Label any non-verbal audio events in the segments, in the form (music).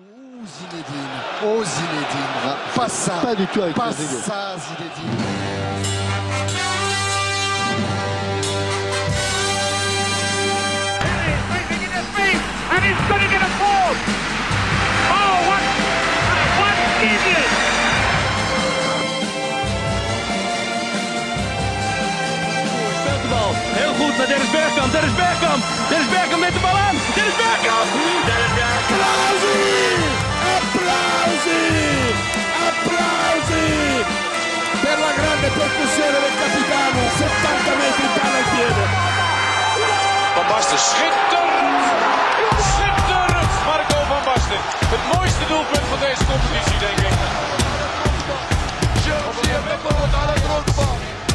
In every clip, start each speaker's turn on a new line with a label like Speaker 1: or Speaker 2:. Speaker 1: Oh Zinedine, oh Zinedine, pas ça,
Speaker 2: Pas du tout avec
Speaker 1: pas
Speaker 2: Rodrigo.
Speaker 1: ça Zinedine.
Speaker 3: He's breaking his feet, and he's going to get a fourth. Oh, what, what idiot!
Speaker 4: Speelt de bal. Heel goed naar Dennis Bergkamp. Dennis Bergkamp. Dennis Bergkamp met de bal aan. Dennis Bergkamp. Dennis Bergkamp. Applausie. Applausie. Applausie. Per la grande percussione del capitano. 70 metri dalla piede.
Speaker 5: Van Basten schitterend! Schitterend! Marco van Basten. Het mooiste doelpunt van deze competitie, denk ik.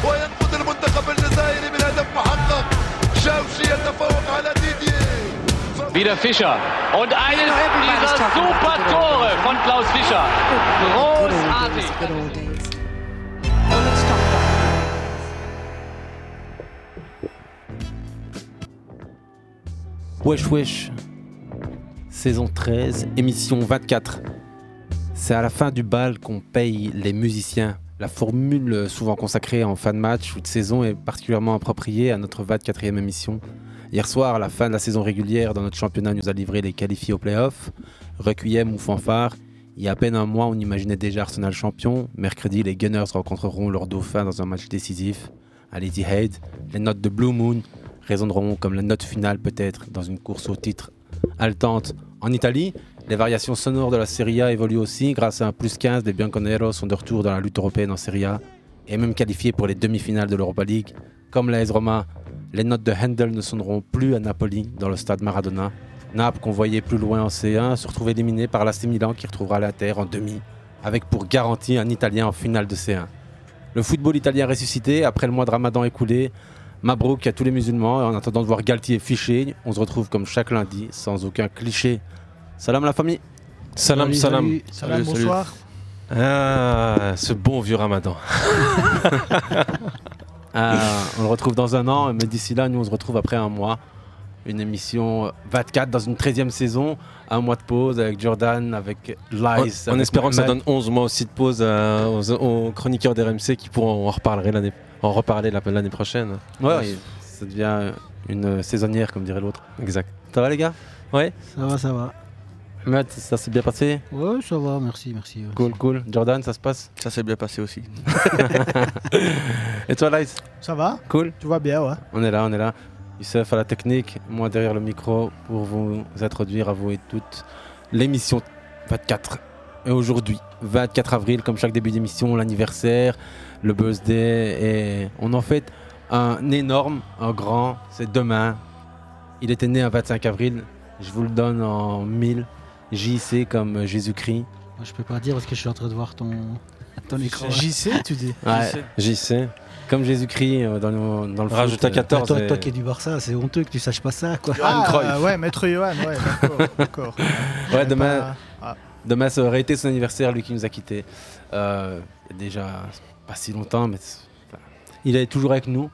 Speaker 6: وينقذ المنتخب الجزائري بالهدف محقق شاوشي يتفوق على ديدييه
Speaker 4: Wieder Fischer. Und eines dieser super Tore von Klaus Fischer. Großartig.
Speaker 7: Wesh Wesh, saison 13, émission 24. C'est à la fin du bal qu'on paye les musiciens. La formule souvent consacrée en fin de match ou de saison est particulièrement appropriée à notre 24e émission. Hier soir, à la fin de la saison régulière dans notre championnat, nous a livré les qualifiés au playoff, requiem ou fanfare. Il y a à peine un mois, on imaginait déjà Arsenal champion. Mercredi, les Gunners rencontreront leur dauphin dans un match décisif. À Etihad, les notes de Blue Moon résonneront comme la note finale peut-être dans une course au titre haletante en Italie. Les variations sonores de la Serie A évoluent aussi grâce à un plus 15 des Bianconeros sont de retour dans la lutte européenne en Serie A et même qualifiés pour les demi-finales de l'Europa League. Comme l'AS Roma, les notes de Handel ne sonneront plus à Napoli dans le stade Maradona. Naples qu'on voyait plus loin en C1 se retrouve éliminé par l'AC Milan qui retrouvera la terre en demi avec pour garantie un Italien en finale de C1. Le football italien ressuscité après le mois de Ramadan écoulé, Mabrouk à tous les musulmans et en attendant de voir Galtier fiché, on se retrouve comme chaque lundi sans aucun cliché. Salam la famille.
Speaker 8: Salam,
Speaker 2: Salut,
Speaker 8: salam.
Speaker 2: salut. Salam,
Speaker 8: Salut,
Speaker 2: bonsoir.
Speaker 8: Ah, ce bon vieux ramadan.
Speaker 7: (laughs) Euh, on le retrouve dans un an, mais d'ici là, nous on se retrouve après un mois. Une émission 24 dans une 13e saison, un mois de pause avec Jordan, avec Lies.
Speaker 8: En, en
Speaker 7: avec
Speaker 8: espérant que ça
Speaker 7: Mohamed.
Speaker 8: donne 11 mois aussi de pause à- aux, aux chroniqueurs d'RMC qui pourront en reparler l'année, en reparler la- l'année prochaine.
Speaker 7: Ouais, ouais, ça devient une euh, saisonnière, comme dirait l'autre.
Speaker 8: Exact.
Speaker 7: Ça va les gars
Speaker 2: Ça va, ça va.
Speaker 7: Matt, ça s'est bien passé
Speaker 2: Ouais, ça va, merci, merci. ouais.
Speaker 7: Cool, cool. Jordan, ça se passe
Speaker 9: Ça s'est bien passé aussi.
Speaker 7: (laughs) Et toi, Lies
Speaker 10: Ça va
Speaker 7: Cool
Speaker 10: Tout va bien, ouais.
Speaker 7: On est là, on est là. Youssef à la technique, moi derrière le micro pour vous introduire à vous et toutes l'émission 24. Et aujourd'hui, 24 avril, comme chaque début d'émission, l'anniversaire, le birthday, et on en fait un énorme, un grand, c'est demain. Il était né un 25 avril, je vous le donne en 1000, JC comme Jésus-Christ.
Speaker 2: Moi, je peux pas dire parce que je suis en train de voir ton, (laughs) ton écran.
Speaker 10: JC, tu dis
Speaker 7: Ouais,
Speaker 8: JC.
Speaker 7: comme Jésus-Christ euh, dans le, dans le foot,
Speaker 8: Rajoute à
Speaker 7: euh,
Speaker 8: 14.
Speaker 2: toi,
Speaker 8: et-
Speaker 2: toi qui es du Barça, c'est honteux que tu saches pas ça, quoi.
Speaker 10: Ah,
Speaker 8: Cruyff.
Speaker 10: euh, ouais, maître Johan, ouais, d'accord,
Speaker 2: (laughs)
Speaker 8: (laughs)
Speaker 10: d'accord.
Speaker 7: Ouais,
Speaker 10: J'avais
Speaker 7: demain,
Speaker 10: pas-
Speaker 2: ah.
Speaker 7: Demain, ça aurait été son anniversaire, lui qui nous a quittés. Euh, déjà, c'est pas si longtemps, mais c'est- enfin, il est toujours avec nous.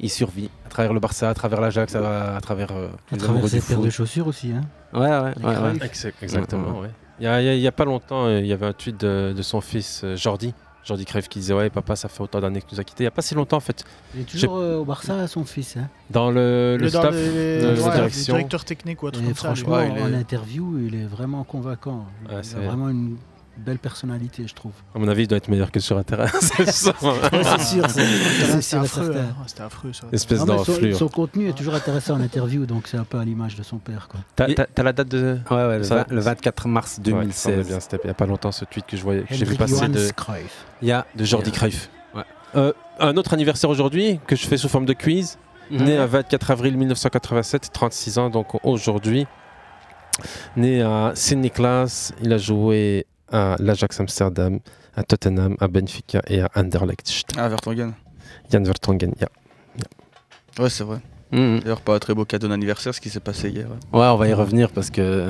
Speaker 7: Il survit à travers le Barça, à travers l'Ajax, à, à travers euh,
Speaker 2: À
Speaker 7: les
Speaker 2: travers
Speaker 7: amoureux du
Speaker 2: cette paire de
Speaker 7: foot.
Speaker 2: chaussures aussi, hein.
Speaker 7: Ouais, ouais,
Speaker 2: Les
Speaker 7: ouais, ouais.
Speaker 2: creux.
Speaker 8: Ex- Exactement, ouais. Il y a- il y a- il y a pas longtemps, euh, il y avait un tweet de, de son fils euh, Jordi. Jordi Crève qui disait Ouais, papa, ça fait autant d'années que tu nous a quittés. Il n'y a pas si longtemps, en fait.
Speaker 2: Il est toujours euh, au Barça, son fils. hein.
Speaker 8: Dans le, le
Speaker 10: Le, dans
Speaker 8: staff,
Speaker 10: le- le-
Speaker 8: de la
Speaker 10: ouais, le
Speaker 8: direction.
Speaker 10: directeur technique ou autre
Speaker 2: Et
Speaker 10: comme ça. lui.
Speaker 2: franchement,
Speaker 8: ouais, il
Speaker 2: en
Speaker 8: est-
Speaker 2: interview, il est vraiment convaincant.
Speaker 8: Ouais,
Speaker 2: il
Speaker 8: c'est-
Speaker 2: a vraiment une belle personnalité, je trouve.
Speaker 8: à mon avis, il doit être meilleur que sur un terrain. (laughs) c'est sûr.
Speaker 7: (laughs)
Speaker 2: c'est sûr,
Speaker 10: C'est-
Speaker 2: c'est
Speaker 10: c'est
Speaker 2: sûr et
Speaker 10: affreux,
Speaker 2: certain.
Speaker 10: hein. Ouais, c'était affreux ça.
Speaker 8: Espèce
Speaker 2: Non, mais son,
Speaker 8: d'enflure.
Speaker 2: son contenu est toujours intéressant en interview, donc c'est un peu à l'image de son père. Quoi.
Speaker 8: T'as- T'as t'as la date de.
Speaker 7: Ouais, ouais, le,
Speaker 8: Ça-
Speaker 7: vingt- le 24 mars
Speaker 8: Ouais, ça me
Speaker 7: 2016.
Speaker 8: bien, c'était il n'y a pas longtemps ce tweet que je voyais, que j'ai vu
Speaker 2: Hendrik
Speaker 8: passer
Speaker 2: Johannes
Speaker 8: de,
Speaker 2: Cruyff.
Speaker 7: il y a
Speaker 8: de Jordi
Speaker 7: il y a-
Speaker 8: Cruyff.
Speaker 7: Ouais.
Speaker 8: Euh, un autre anniversaire aujourd'hui que je fais sous forme de quiz.
Speaker 7: Mhm.
Speaker 8: Né un 24 avril 1987, 36 ans donc aujourd'hui. Né à Saint-Nicolas, il a joué à l'Ajax Amsterdam, à Tottenham, à Benfica et à Anderlecht.
Speaker 9: Ah, Vertonghen.
Speaker 8: Jan Vertonghen. yeah.
Speaker 9: Ouais, c'est vrai.
Speaker 7: Mhm.
Speaker 9: D'ailleurs, pas un très beau cadeau d'anniversaire ce qui s'est passé hier. ouais.
Speaker 7: Ouais, on va y revenir parce que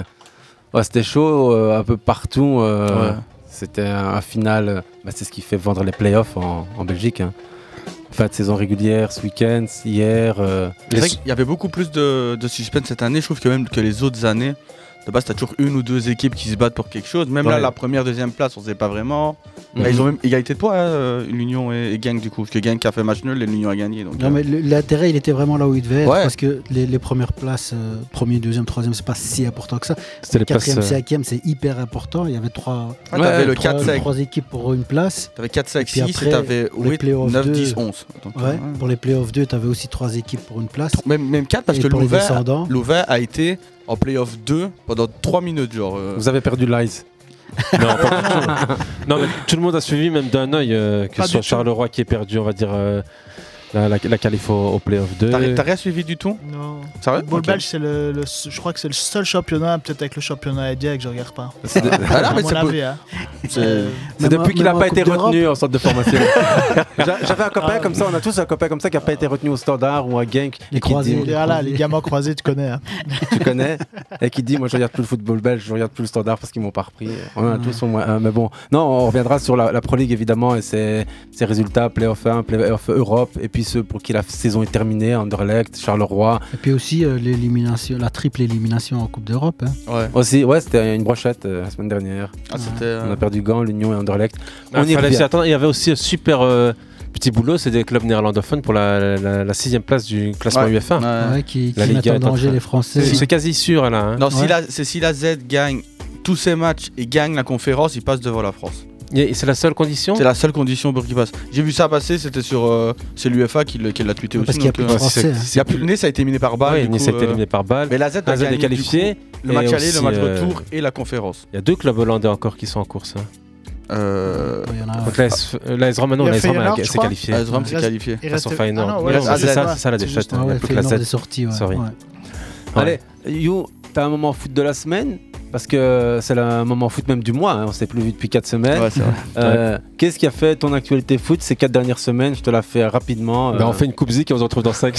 Speaker 7: ouais, c'était chaud euh, un peu partout. euh,
Speaker 9: Ouais.
Speaker 7: C'était un, un final. euh, bah, c'est ce qui fait vendre les playoffs en, en Belgique. hein. Fin de saison régulière, ce week-end, hier. euh,
Speaker 9: C'est vrai qu'il y avait beaucoup plus de, de suspense cette année, je trouve, que même que les autres années. de base, t'as toujours une ou deux équipes qui se battent pour quelque chose. Même là,
Speaker 7: Ouais.
Speaker 9: la première, deuxième place, on sait pas vraiment.
Speaker 7: Mhm.
Speaker 9: Bah, ils ont même égalité de points, hein, euh, l'Union et, et Gang, du coup. Parce que Gang a fait match nul et l'Union a gagné. Donc,
Speaker 2: Non,
Speaker 9: euh,
Speaker 2: mais le- l'intérêt, il était vraiment là où il devait être.
Speaker 9: Ouais.
Speaker 2: Parce que les, les premières places, euh, premier, deuxième, troisième, c'est pas si important que ça.
Speaker 7: C'était les places,
Speaker 2: Quatrième,
Speaker 7: euh,
Speaker 2: cinquième, c'est hyper important. Il y avait trois,
Speaker 9: Ah, t'avais le
Speaker 2: trois,
Speaker 9: 4 sec.
Speaker 2: trois équipes pour une place.
Speaker 9: T'avais 4
Speaker 2: Et
Speaker 9: sacs,
Speaker 2: puis
Speaker 9: 6,
Speaker 2: après,
Speaker 9: t'avais
Speaker 2: les
Speaker 9: 8,
Speaker 2: playoffs
Speaker 9: 9,
Speaker 2: deux.
Speaker 9: 10, 11. Donc,
Speaker 2: Ouais,
Speaker 9: euh, ouais.
Speaker 2: Pour les playoffs 2, tu avais aussi trois équipes pour une place.
Speaker 9: Même, même 4 parce
Speaker 2: Et
Speaker 9: que
Speaker 2: pour les
Speaker 9: Louvain,
Speaker 2: descendants.
Speaker 9: Louvain a été en playoff 2 pendant 3 minutes, genre. euh,
Speaker 7: Vous avez perdu Lies. non, pas du tout. Non, mais tout le monde a suivi, même d'un œil, euh, que
Speaker 10: Pas
Speaker 7: ce soit
Speaker 10: du tout.
Speaker 7: Charleroi qui est perdu, on va dire, euh, la, la, la qualif au, au playoff 2.
Speaker 9: T'as ri- t'as rien suivi du tout
Speaker 10: Non.
Speaker 9: Sérieux
Speaker 10: Football
Speaker 9: Ok.
Speaker 10: belge, c'est le, le- je crois que c'est le seul championnat, peut-être avec le championnat indien que je regarde pas.
Speaker 7: C'est
Speaker 10: (laughs)
Speaker 7: de-
Speaker 9: Ah non,
Speaker 10: À
Speaker 9: mais
Speaker 10: mon
Speaker 9: c'est beau-
Speaker 10: avis, hein.
Speaker 9: c'est-
Speaker 10: Euh,
Speaker 7: c'est depuis qu'il n'a pas été retenu en centre de formation. (laughs) J'a- J'avais un copain
Speaker 10: Ah,
Speaker 7: comme ça, on a tous un copain comme ça qui n'a pas été retenu au standard ou à Genk. et qui
Speaker 2: Les croisés,
Speaker 7: dit-
Speaker 10: et voilà, Ah les gamins croisés, tu connais. hein.
Speaker 7: tu connais, et qui dit Moi, je regarde plus le football belge, je regarde plus le standard parce qu'ils m'ont pas repris. On
Speaker 2: Ah.
Speaker 7: en a tous, au moins un, mais bon. Non, on reviendra sur la, la Pro League évidemment et ses, ses résultats playoff 1, playoff Europe, et puis ceux pour qui la saison est terminée Anderlecht, Charleroi.
Speaker 2: Et puis aussi euh, l'élimination, la triple élimination en Coupe d'Europe. hein.
Speaker 9: Ouais.
Speaker 7: Aussi, ouais, c'était une brochette euh, la semaine dernière.
Speaker 9: Ah, c'était.
Speaker 7: On
Speaker 9: euh,
Speaker 7: a perdu Gand, l'Union et Anderlecht.
Speaker 8: Ah,
Speaker 7: On y
Speaker 8: fallait
Speaker 7: revient.
Speaker 8: s'y attendre. Il y avait aussi un super euh, petit boulot, c'est des clubs néerlandophones pour la, la, la- la sixième place du classement
Speaker 9: Ouais.
Speaker 8: UFA.
Speaker 9: ouais.
Speaker 2: Ouais, qui
Speaker 8: La
Speaker 2: qui mettent
Speaker 8: Liga
Speaker 2: en
Speaker 8: est en
Speaker 2: danger
Speaker 8: train-
Speaker 2: les
Speaker 8: C'est
Speaker 2: Français.
Speaker 8: c'est quasi sûr là. hein.
Speaker 9: Non, si,
Speaker 2: Ouais.
Speaker 9: la, c'est si la Z gagne tous ses matchs et gagne la conférence, il passe devant la France.
Speaker 8: Il y a- C'est la seule condition.
Speaker 9: C'est la seule condition pour qu'il passe. J'ai vu ça passer, c'était sur. euh, c'est l'UFA qui le- qui l'a tweeté
Speaker 2: Ouais,
Speaker 9: aussi.
Speaker 2: parce qu'il y a
Speaker 9: donc,
Speaker 2: plus de
Speaker 9: euh,
Speaker 8: Ouais, c'est-
Speaker 2: Français. hein.
Speaker 9: il y a plus de nez, ça a été miné par balle.
Speaker 8: Ouais,
Speaker 9: du
Speaker 8: il
Speaker 9: coup,
Speaker 8: s'est fait
Speaker 9: euh,
Speaker 8: éliminer par balle.
Speaker 9: Mais la Z a
Speaker 8: La Z
Speaker 9: gagné,
Speaker 8: est
Speaker 9: du coup,
Speaker 8: qualifiée.
Speaker 9: le match
Speaker 8: et
Speaker 9: aller, le
Speaker 8: aussi,
Speaker 9: match
Speaker 8: euh,
Speaker 9: retour et la conférence.
Speaker 8: Il y a deux clubs hollandais encore qui sont en course. hein.
Speaker 9: Euh,
Speaker 2: Ouais, il y en a-
Speaker 8: Donc l'AS euh, l'AS Rome, non,
Speaker 10: Il y a
Speaker 8: l'AS Rome
Speaker 10: Feyenoord,
Speaker 8: a-
Speaker 10: je
Speaker 8: s'est
Speaker 10: crois.
Speaker 8: qualifié.
Speaker 9: AS Rome s'est
Speaker 10: Reste-
Speaker 9: qualifié.
Speaker 10: il
Speaker 8: Ils sont
Speaker 10: reste-
Speaker 8: Feyenoord.
Speaker 10: Ah non,
Speaker 8: Mais
Speaker 10: ouais,
Speaker 8: non,
Speaker 10: c'est-
Speaker 8: c'est ça,
Speaker 10: ouais,
Speaker 8: c'est ça la
Speaker 10: c'est
Speaker 8: défaite.
Speaker 10: juste-
Speaker 8: Il y
Speaker 2: Ah
Speaker 8: a
Speaker 2: ouais,
Speaker 8: plus que la
Speaker 2: Feyenoord
Speaker 8: Z.
Speaker 2: est sorti. ouais,
Speaker 8: Sorry.
Speaker 2: ouais.
Speaker 8: Ouais.
Speaker 7: Allez, You, t'as un moment foot de la semaine parce que c'est le moment foot même du mois, hein, on s'est plus vu depuis 4 semaines.
Speaker 9: Ouais, c'est vrai.
Speaker 7: Euh, Qu'est-ce qui a fait ton actualité foot ces 4 dernières semaines Je te la fais rapidement.
Speaker 8: Ben,
Speaker 7: euh,
Speaker 8: on fait une coupe zik et on se retrouve dans 5.
Speaker 7: (laughs)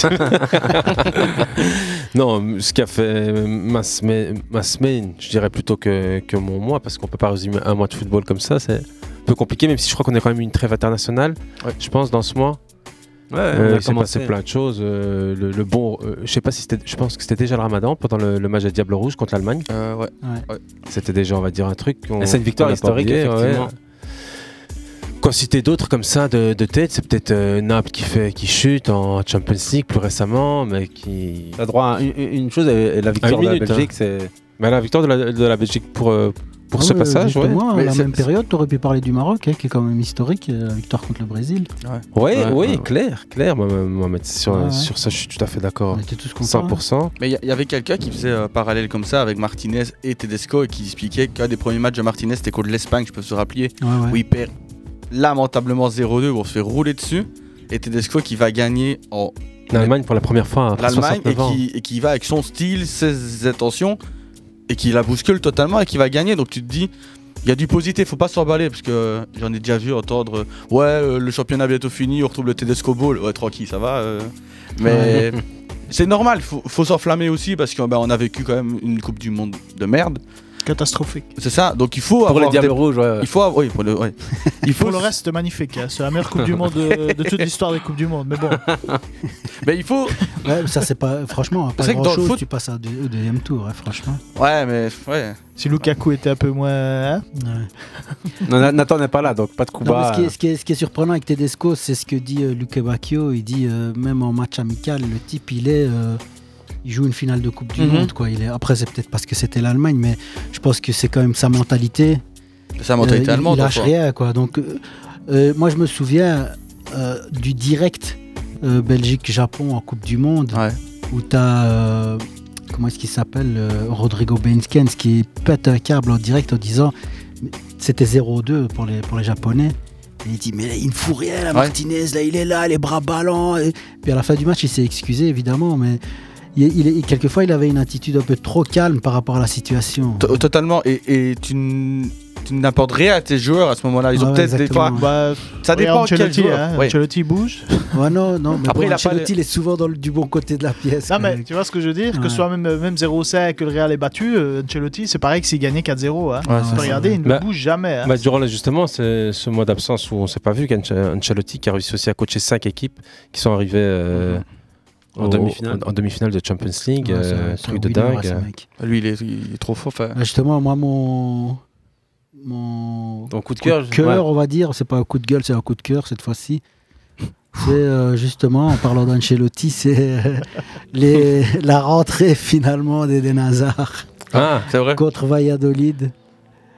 Speaker 8: non, ce qui a fait ma semaine, ma semaine je dirais plutôt que, que mon mois, parce qu'on peut pas résumer un mois de football comme ça, c'est un peu compliqué, même si je crois qu'on a quand même eu une trêve internationale,
Speaker 9: Ouais.
Speaker 8: je pense, dans ce mois.
Speaker 7: ouais,
Speaker 8: Euh,
Speaker 7: on a
Speaker 8: il s'est
Speaker 7: commencé.
Speaker 8: passé plein de choses. euh, le, le bon, euh, je sais pas si c'était, je pense que c'était déjà le Ramadan pendant le, le match à Diable Rouge contre l'Allemagne.
Speaker 9: Euh, ouais.
Speaker 8: C'était déjà, on va dire, un truc. qu'on-
Speaker 7: Et c'est une victoire
Speaker 8: qu'on a pas
Speaker 7: historique,
Speaker 8: oublié,
Speaker 7: effectivement.
Speaker 8: ouais. Quand citer d'autres comme ça de, de tête, c'est peut-être euh, Naples qui fait, qui chute en Champions League plus récemment, mais qui. Ah,
Speaker 7: T'as droit à une, une chose et et la
Speaker 11: Ah,
Speaker 7: victoire
Speaker 8: une
Speaker 7: de la
Speaker 11: hein.
Speaker 8: minute,
Speaker 7: Belgique, c'est.
Speaker 8: Mais la victoire de la, de la Belgique pour euh, pour
Speaker 2: Ah
Speaker 8: ce
Speaker 2: ouais,
Speaker 8: passage, ouais.
Speaker 2: justement,
Speaker 9: Mais
Speaker 2: à la
Speaker 9: c'est-
Speaker 2: même période, tu aurais pu parler du Maroc, hein, qui est quand même historique, euh, la victoire contre le Brésil.
Speaker 7: Ouais,
Speaker 8: Ouais,
Speaker 7: ouais.
Speaker 8: ouais, clair, clair. Moi, moi, Mohamed, sur
Speaker 2: Ah Ouais, ouais.
Speaker 8: sur ça, je suis tout à fait
Speaker 2: On
Speaker 8: d'accord.
Speaker 2: était tous contents. hein.
Speaker 7: hein.
Speaker 8: 100%.
Speaker 9: Mais il y a- il y, avait quelqu'un qui faisait euh, parallèle comme ça avec Martinez et Tedesco et qui expliquait qu'un des premiers matchs de Martinez c'était contre l'Espagne, je peux se rappeler,
Speaker 2: Ouais, ouais.
Speaker 9: où il perd lamentablement 0-2, où on se fait rouler dessus. Et Tedesco qui va gagner en
Speaker 8: L'Allemagne pour la première fois après
Speaker 9: l'Allemagne et
Speaker 8: 69 ans.
Speaker 9: qui, et qui va avec son style, ses intentions, et qui la bouscule totalement et qui va gagner. Donc tu te dis, il y a du positif, faut pas s'emballer, parce que euh, j'en ai déjà vu entendre, euh, ouais, euh, le championnat bientôt fini, on retrouve le Tedesco Bowl, ouais, tranquille, ça va. euh. mais c'est normal, faut, faut s'enflammer aussi, parce qu'on on a vécu quand même une Coupe du Monde de merde.
Speaker 10: Catastrophique.
Speaker 9: C'est ça, donc il faut
Speaker 7: Pour les
Speaker 9: avoir...
Speaker 7: Diables
Speaker 9: des-
Speaker 7: Rouges, ouais.
Speaker 9: Il faut avoir- oui, pour le,
Speaker 7: (laughs)
Speaker 9: ouais. il faut
Speaker 10: Pour le reste, c'était magnifique. hein. C'est la meilleure Coupe du Monde de, de toute l'histoire des Coupes du Monde. Mais bon,
Speaker 9: (laughs) Mais il faut...
Speaker 2: Ouais, mais ça, c'est pas. Franchement,
Speaker 9: C'est
Speaker 2: pas
Speaker 9: que dans le
Speaker 2: grand chose,
Speaker 9: foot-
Speaker 2: tu passes à deux- au deuxième tour, hein, franchement.
Speaker 9: Ouais, mais... Ouais.
Speaker 10: si Lukaku était un peu moins. hein,
Speaker 2: Ouais.
Speaker 7: Non, Na- Nathan n'est pas là, donc pas de coup
Speaker 2: Non, mais
Speaker 7: bas.
Speaker 2: ce, qui est, ce qui est- ce qui est surprenant avec Tedesco, c'est ce que dit euh, Luque Bacchio. Il dit, euh, même en match amical, le type, il est. euh, il joue une finale de Coupe du
Speaker 9: Mhm.
Speaker 2: Monde. Quoi. Il est... Après, c'est peut-être parce que c'était l'Allemagne, mais je pense que c'est quand même sa mentalité.
Speaker 9: C'est sa mentalité
Speaker 2: Euh, il-
Speaker 9: allemande.
Speaker 2: Il lâche
Speaker 9: enfin.
Speaker 2: rien, quoi. Donc, euh, euh, moi, je me souviens euh, du direct euh, Belgique-Japon en Coupe du Monde,
Speaker 9: Ouais.
Speaker 2: où tu as. comment est-ce qu'il s'appelle euh, Rodrigo Benskens qui pète un câble en direct en disant mais c'était 0-2 pour les, pour les Japonais. Et il dit, mais là, il ne fout rien, la
Speaker 9: Ouais.
Speaker 2: Martinez, là, il est là, les bras ballants. Et puis à la fin du match, il s'est excusé, évidemment, mais il, il est- quelquefois, il avait une attitude un peu trop calme par rapport à la situation.
Speaker 9: To- Totalement. Et, et tu n- tu n'apportes rien à tes joueurs à ce moment-là. Ils
Speaker 2: Ouais,
Speaker 9: ont
Speaker 2: Ah ouais,
Speaker 9: peut-être des
Speaker 2: exactement.
Speaker 9: fois.
Speaker 2: Ouais.
Speaker 10: Bah,
Speaker 9: Ça dépend
Speaker 10: regarde
Speaker 9: quel
Speaker 10: Ancelotti,
Speaker 9: joueur.
Speaker 10: hein.
Speaker 9: Ouais.
Speaker 10: Ancelotti bouge.
Speaker 2: (laughs) Ouais, non, non, mais
Speaker 9: Après, il
Speaker 2: bon,
Speaker 9: a pas
Speaker 2: Ancelotti, il est souvent dans le- du bon côté de la pièce.
Speaker 10: Non,
Speaker 2: quoi.
Speaker 10: mais tu vois ce que je veux dire Que
Speaker 2: Ouais.
Speaker 10: ce soit même, même 0-5 que le Real est battu, euh, Ancelotti, c'est pareil que s'il gagnait 4-0. Hein.
Speaker 2: Ouais,
Speaker 10: Tu
Speaker 2: c'est
Speaker 10: peux
Speaker 2: ça.
Speaker 10: regarder, il ne
Speaker 8: Bah,
Speaker 10: bouge jamais. hein.
Speaker 8: Bah, durant là, justement c'est ce mois d'absence où on s'est pas vu, qu'Ancelotti qui a réussi aussi à coacher cinq équipes qui sont arrivées euh, En
Speaker 7: Au-
Speaker 8: demi-finale.
Speaker 7: en- en demi-finale
Speaker 8: de Champions League,
Speaker 2: Ouais, c'est-
Speaker 8: euh,
Speaker 2: c'est
Speaker 8: truc
Speaker 2: un
Speaker 8: de
Speaker 2: winner,
Speaker 8: dingue.
Speaker 2: ce mec.
Speaker 9: Ah, Lui, il est, il est trop fort. enfin.
Speaker 2: Ah, Justement, moi, mon. Mon
Speaker 7: Ton coup de cœur, je- ouais.
Speaker 2: on va dire, c'est pas un coup de gueule, c'est un coup de cœur cette fois-ci. C'est euh, justement, en parlant d'Ancelotti, c'est euh, (laughs) les- la rentrée finalement d'Eden Hazard
Speaker 8: Ah, c'est vrai.
Speaker 2: contre Valladolid.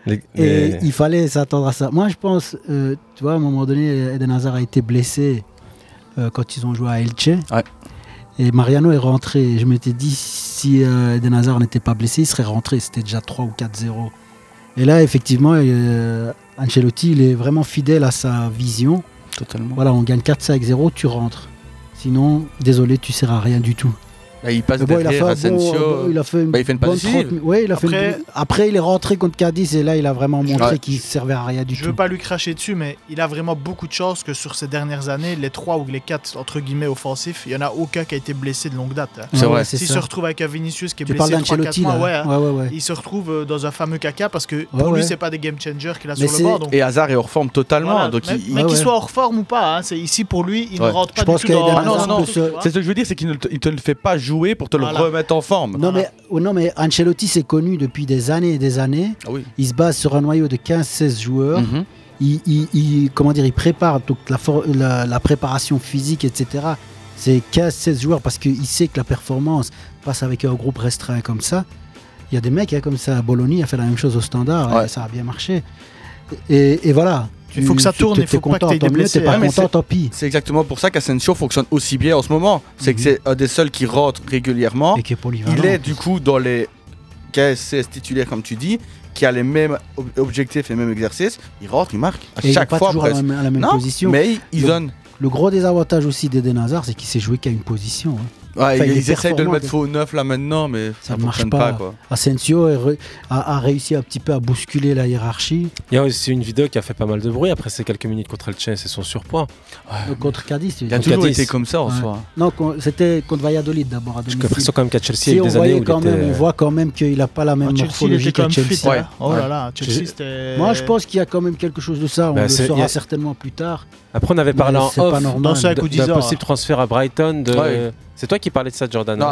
Speaker 8: Les-
Speaker 2: Et
Speaker 8: les-
Speaker 2: il fallait s'attendre à ça. Moi, je pense, euh, tu vois, à un moment donné, Eden Hazard a été blessé euh, quand ils ont joué à Elche. Et Mariano est rentré. Et Je m'étais dit, si euh, Eden Hazard n'était pas blessé, il serait rentré. C'était déjà 3 ou 4-0. Et là, effectivement, euh, Ancelotti, il est vraiment fidèle à sa vision.
Speaker 9: Totalement.
Speaker 2: Voilà, on gagne 4-5-0, tu rentres. Sinon, désolé, tu ne sers à rien du tout.
Speaker 9: Là, il passe
Speaker 2: Mais bon, il a
Speaker 9: derrière
Speaker 2: fait un bon-
Speaker 9: Asensio.
Speaker 2: bon- il a fait une
Speaker 9: Bah, il fait une passe
Speaker 2: bonne
Speaker 9: décisive.
Speaker 2: 30 ouais, il a fait une-
Speaker 10: Après-
Speaker 2: après... il est rentré contre Cadiz et là, il a vraiment montré
Speaker 10: Ouais.
Speaker 2: qu'il servait à rien du
Speaker 10: Je
Speaker 2: tout.
Speaker 10: veux pas lui cracher dessus, mais il a vraiment beaucoup de chance que sur ces dernières années, les trois ou les quatre entre guillemets offensifs, il y en a aucun qui a été blessé de longue date. hein.
Speaker 2: C'est Ouais, vrai. c'est
Speaker 10: S'il
Speaker 2: ça.
Speaker 10: se retrouve avec un Vinicius qui est
Speaker 2: Tu
Speaker 10: blessé
Speaker 2: parles
Speaker 10: 3-4
Speaker 2: d'Ancelotti,
Speaker 10: mois,
Speaker 2: là.
Speaker 10: ouais, hein.
Speaker 2: Ouais, ouais, ouais.
Speaker 10: il se retrouve euh, dans un fameux caca parce que
Speaker 9: Ouais,
Speaker 10: pour
Speaker 9: ouais.
Speaker 10: lui, c'est pas des game changers qu'il a
Speaker 9: Mais
Speaker 10: sur
Speaker 9: c'est-
Speaker 10: le bord. donc-
Speaker 9: Et Hazard est hors forme totalement.
Speaker 10: Voilà,
Speaker 9: donc
Speaker 10: mais
Speaker 9: il-
Speaker 10: mais
Speaker 9: Ouais,
Speaker 10: qu'il
Speaker 9: ouais.
Speaker 10: soit hors forme ou pas, hein, c'est ici pour lui, il
Speaker 9: Ouais.
Speaker 10: ne rentre pas du tout dans
Speaker 9: Ah non, non, non.
Speaker 10: tu vois.
Speaker 9: C'est ce que je veux dire, c'est qu'il ne te- il te le fait pas jouer pour te le
Speaker 10: Voilà.
Speaker 9: remettre en forme.
Speaker 2: Non, mais, oh, non, mais Ancelotti, c'est connu depuis des années et des années. Il se base sur un noyau de 15-16 joueurs.
Speaker 9: Ah Mhm.
Speaker 2: il, il- il- comment dire, il prépare donc la, for- la- la préparation physique, etc. C'est 15-16 joueurs parce qu'il sait que la performance passe avec un groupe restreint comme ça. Il y a des mecs hein, comme ça. Bologna a fait la même chose au standard. hein, ça a bien marché. Et, et voilà.
Speaker 10: Il faut que ça tourne,
Speaker 2: t'es-
Speaker 10: il faut
Speaker 2: t'es
Speaker 10: pas que
Speaker 2: content,
Speaker 10: t'aies des
Speaker 2: tant mieux,
Speaker 10: blessés,
Speaker 2: T'es pas
Speaker 10: hein.
Speaker 9: Mais
Speaker 2: content,
Speaker 9: c'est-
Speaker 2: tant pis.
Speaker 9: C'est exactement pour ça qu'Asensio fonctionne aussi bien en ce moment. C'est que c'est un des seuls qui rentre régulièrement.
Speaker 2: Mhm. Et qui est polyvalent,
Speaker 9: Il
Speaker 2: en
Speaker 9: est du coup dans les KSCS titulaires, comme tu dis, qui a les mêmes ob- objectifs, les mêmes exercices. Il rentre, il marque à
Speaker 2: Et il est
Speaker 9: chaque
Speaker 2: pas
Speaker 9: fois.
Speaker 2: toujours à la,
Speaker 9: presque.
Speaker 2: même- à la même
Speaker 9: Non,
Speaker 2: position.
Speaker 9: Mais il
Speaker 2: Le-
Speaker 9: donne.
Speaker 2: Le gros désavantage aussi d'Eden Hazard, c'est qu'il s'est joué qu'à une position. hein.
Speaker 9: Ouais,
Speaker 2: Enfin,
Speaker 9: ils
Speaker 2: il est
Speaker 9: essayent de le
Speaker 2: performant,
Speaker 9: mettre faux neuf là maintenant, mais ça,
Speaker 2: ne marche
Speaker 9: fonctionne pas.
Speaker 2: pas.
Speaker 9: quoi.
Speaker 2: Asensio est re- a, a réussi un petit peu à bousculer la hiérarchie.
Speaker 8: Il y a aussi une vidéo qui a fait pas mal de bruit après ces quelques minutes contre Elche et son surpoids.
Speaker 2: Donc, contre Cadiz, tu veux
Speaker 8: Il a
Speaker 2: dire.
Speaker 8: toujours été comme ça, en soi.
Speaker 2: Non, con- c'était contre Valladolid d'abord. à
Speaker 8: J'ai
Speaker 2: domicile.
Speaker 8: l'impression quand même qu'à Chelsea,
Speaker 2: Si
Speaker 8: il y a
Speaker 2: on
Speaker 8: des
Speaker 2: voyait
Speaker 8: années où
Speaker 2: quand
Speaker 8: il était-
Speaker 2: même, on voit quand même qu'il n'a pas la même
Speaker 10: Ah, Chelsea, il
Speaker 2: morphologie
Speaker 10: était
Speaker 2: qu'à
Speaker 10: quand
Speaker 2: Chelsea.
Speaker 10: même fit, hein. Oh là là, Chelsea, c'était-
Speaker 2: Moi, je pense qu'il y a quand même quelque chose de ça. On
Speaker 8: Bah,
Speaker 2: le
Speaker 8: c'est-
Speaker 2: saura
Speaker 8: il y a-
Speaker 2: certainement plus tard.
Speaker 8: Après, on avait
Speaker 2: Mais
Speaker 8: parlé en
Speaker 2: c'est pas
Speaker 8: off
Speaker 2: normal. Dans cinq ou
Speaker 8: d-
Speaker 2: dix
Speaker 8: d'un
Speaker 2: ans,
Speaker 8: possible transfert à Brighton. de-
Speaker 9: Ouais.
Speaker 8: C'est toi qui parlais de ça, Jordan
Speaker 9: Non,
Speaker 8: hein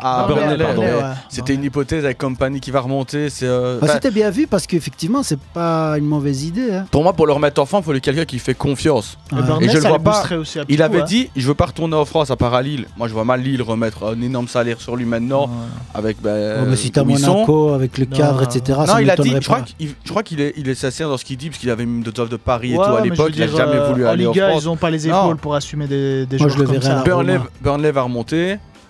Speaker 9: à- à
Speaker 8: Burnley,
Speaker 9: Ah, Burnley,
Speaker 8: pardon.
Speaker 9: mais C'était une hypothèse avec Company qui va remonter. c'est, euh,
Speaker 2: Bah,
Speaker 9: enfin,
Speaker 2: C'était bien vu parce qu'effectivement, c'est pas une mauvaise idée. hein.
Speaker 9: Pour moi, pour le remettre en forme, il faut lui quelqu'un qui fait confiance.
Speaker 2: Et Burnley,
Speaker 9: Et je le
Speaker 2: ça
Speaker 9: vois
Speaker 2: le
Speaker 9: pas.
Speaker 2: boosterait aussi un petit
Speaker 9: Il
Speaker 2: coup,
Speaker 9: avait
Speaker 2: hein.
Speaker 9: dit Je veux pas retourner en France à part à Lille. Moi, je vois mal Lille remettre un énorme salaire sur lui maintenant. Avec. bah,
Speaker 2: Oh, mais si t'as
Speaker 9: où ils sont.
Speaker 2: Monaco avec le cadre, etc.,
Speaker 9: Non,
Speaker 2: ça
Speaker 9: il a dit.
Speaker 2: m'étonnerait
Speaker 9: Je crois
Speaker 2: pas.
Speaker 9: qu'il- je crois qu'il est, il est sincère dans ce qu'il dit, parce qu'il avait même d'autres offres de Paris
Speaker 10: Ouais,
Speaker 9: et tout à
Speaker 10: mais je
Speaker 9: l'époque.
Speaker 10: veux
Speaker 9: Il a
Speaker 10: dire,
Speaker 9: jamais
Speaker 10: euh,
Speaker 9: voulu
Speaker 10: en
Speaker 9: aller
Speaker 10: Liga,
Speaker 9: en France.
Speaker 10: ils ont pas les épaules pour assumer des, des joueurs comme ça.
Speaker 9: Burnley,
Speaker 2: hein.
Speaker 9: Burnley va remonter.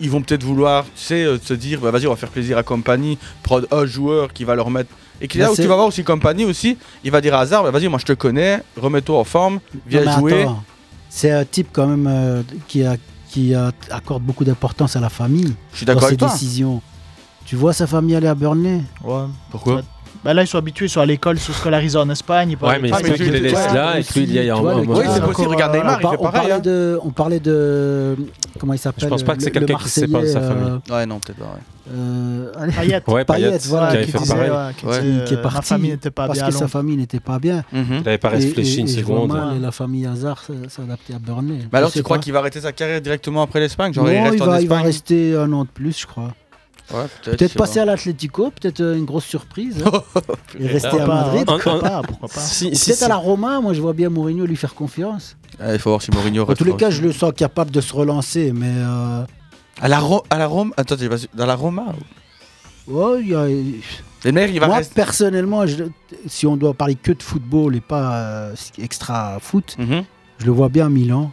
Speaker 9: Ils vont peut-être vouloir, tu sais, euh, se dire, bah, vas-y, on va faire plaisir à Compagnie, prendre un joueur qui va leur mettre. Et qui,
Speaker 2: Bah,
Speaker 9: là où
Speaker 2: c'est-
Speaker 9: tu vas voir aussi Compagnie aussi, il va dire à Hazard, bah, vas-y, moi je te connais, remets-toi en forme, viens
Speaker 2: Non, mais
Speaker 9: jouer.
Speaker 2: attends, C'est un type quand même euh, qui, a- qui a- accorde beaucoup d'importance à la famille.
Speaker 9: Je suis d'accord
Speaker 2: dans
Speaker 9: avec
Speaker 2: ses
Speaker 9: toi.
Speaker 2: décisions. Tu vois sa famille aller à Burnley
Speaker 10: Ouais.
Speaker 9: Pourquoi
Speaker 10: Bah là, ils sont habitués, ils sont à l'école, ils sont scolarisés en Espagne. ils parlent-
Speaker 8: Ouais, mais
Speaker 10: Ah,
Speaker 8: c'est toi qui les laisse là et que lui, il y a un moment.
Speaker 9: Oui, c'est possible, regarde
Speaker 10: euh,
Speaker 9: Neymar, il fait
Speaker 2: on
Speaker 9: pareil. hein.
Speaker 2: parlait de, on parlait de, comment il s'appelle
Speaker 8: Je pense pas que
Speaker 2: le-
Speaker 8: c'est quelqu'un
Speaker 2: le
Speaker 8: qui se sépare de sa
Speaker 2: Marseillais,
Speaker 8: famille.
Speaker 9: Ouais, non, peut-être pas. ouais.
Speaker 2: euh, allez,
Speaker 10: Payet.
Speaker 8: Ouais, Payet,
Speaker 2: voilà,
Speaker 8: qui avait
Speaker 2: qui,
Speaker 8: fait
Speaker 2: disait, euh,
Speaker 8: pareil.
Speaker 2: ouais, qui
Speaker 8: Ouais.
Speaker 2: était-
Speaker 8: Qui est
Speaker 2: qui est
Speaker 10: parti
Speaker 2: parti
Speaker 10: n'était pas
Speaker 2: parce
Speaker 10: bien à
Speaker 2: que sa
Speaker 10: Londres.
Speaker 2: famille n'était pas bien.
Speaker 9: Mhm. Il
Speaker 8: avait pas
Speaker 2: Et-
Speaker 8: réfléchi
Speaker 2: et-
Speaker 8: une
Speaker 2: et je vois
Speaker 8: seconde.
Speaker 2: mal la famille Hazard s- s'adapter à Burnley.
Speaker 9: Mais alors,
Speaker 2: Je sais
Speaker 9: tu crois
Speaker 2: pas.
Speaker 9: qu'il va arrêter sa carrière directement après l'Espagne Genre,
Speaker 2: Non,
Speaker 9: il reste
Speaker 2: il
Speaker 9: en
Speaker 2: va, il va
Speaker 9: Espagne
Speaker 2: rester un an de plus, je crois.
Speaker 9: Ouais, peut-être. je
Speaker 2: Peut-être
Speaker 9: sais
Speaker 2: passer
Speaker 9: pas.
Speaker 2: à l'Atlético, peut-être euh, une grosse surprise. hein. et rester
Speaker 10: Pourquoi
Speaker 2: à
Speaker 10: pas,
Speaker 2: Madrid.
Speaker 10: hein, pourquoi
Speaker 2: Ou
Speaker 10: pas, pourquoi pas.
Speaker 2: Peut-être à la Roma, moi je vois bien Mourinho lui faire confiance.
Speaker 9: Ah, il faut voir si Mourinho
Speaker 2: En tous les
Speaker 9: reste
Speaker 2: cas, je le sens capable de se relancer, mais. euh,
Speaker 9: À la, Ro- à la Rome Attends, t'es pas sûr- dans la Roma
Speaker 2: ouais, oh, il y a-
Speaker 9: Les mecs, il va
Speaker 2: Moi,
Speaker 9: rester.
Speaker 2: personnellement, je- si on doit parler que de football et pas euh, extra foot, je le vois bien à Milan.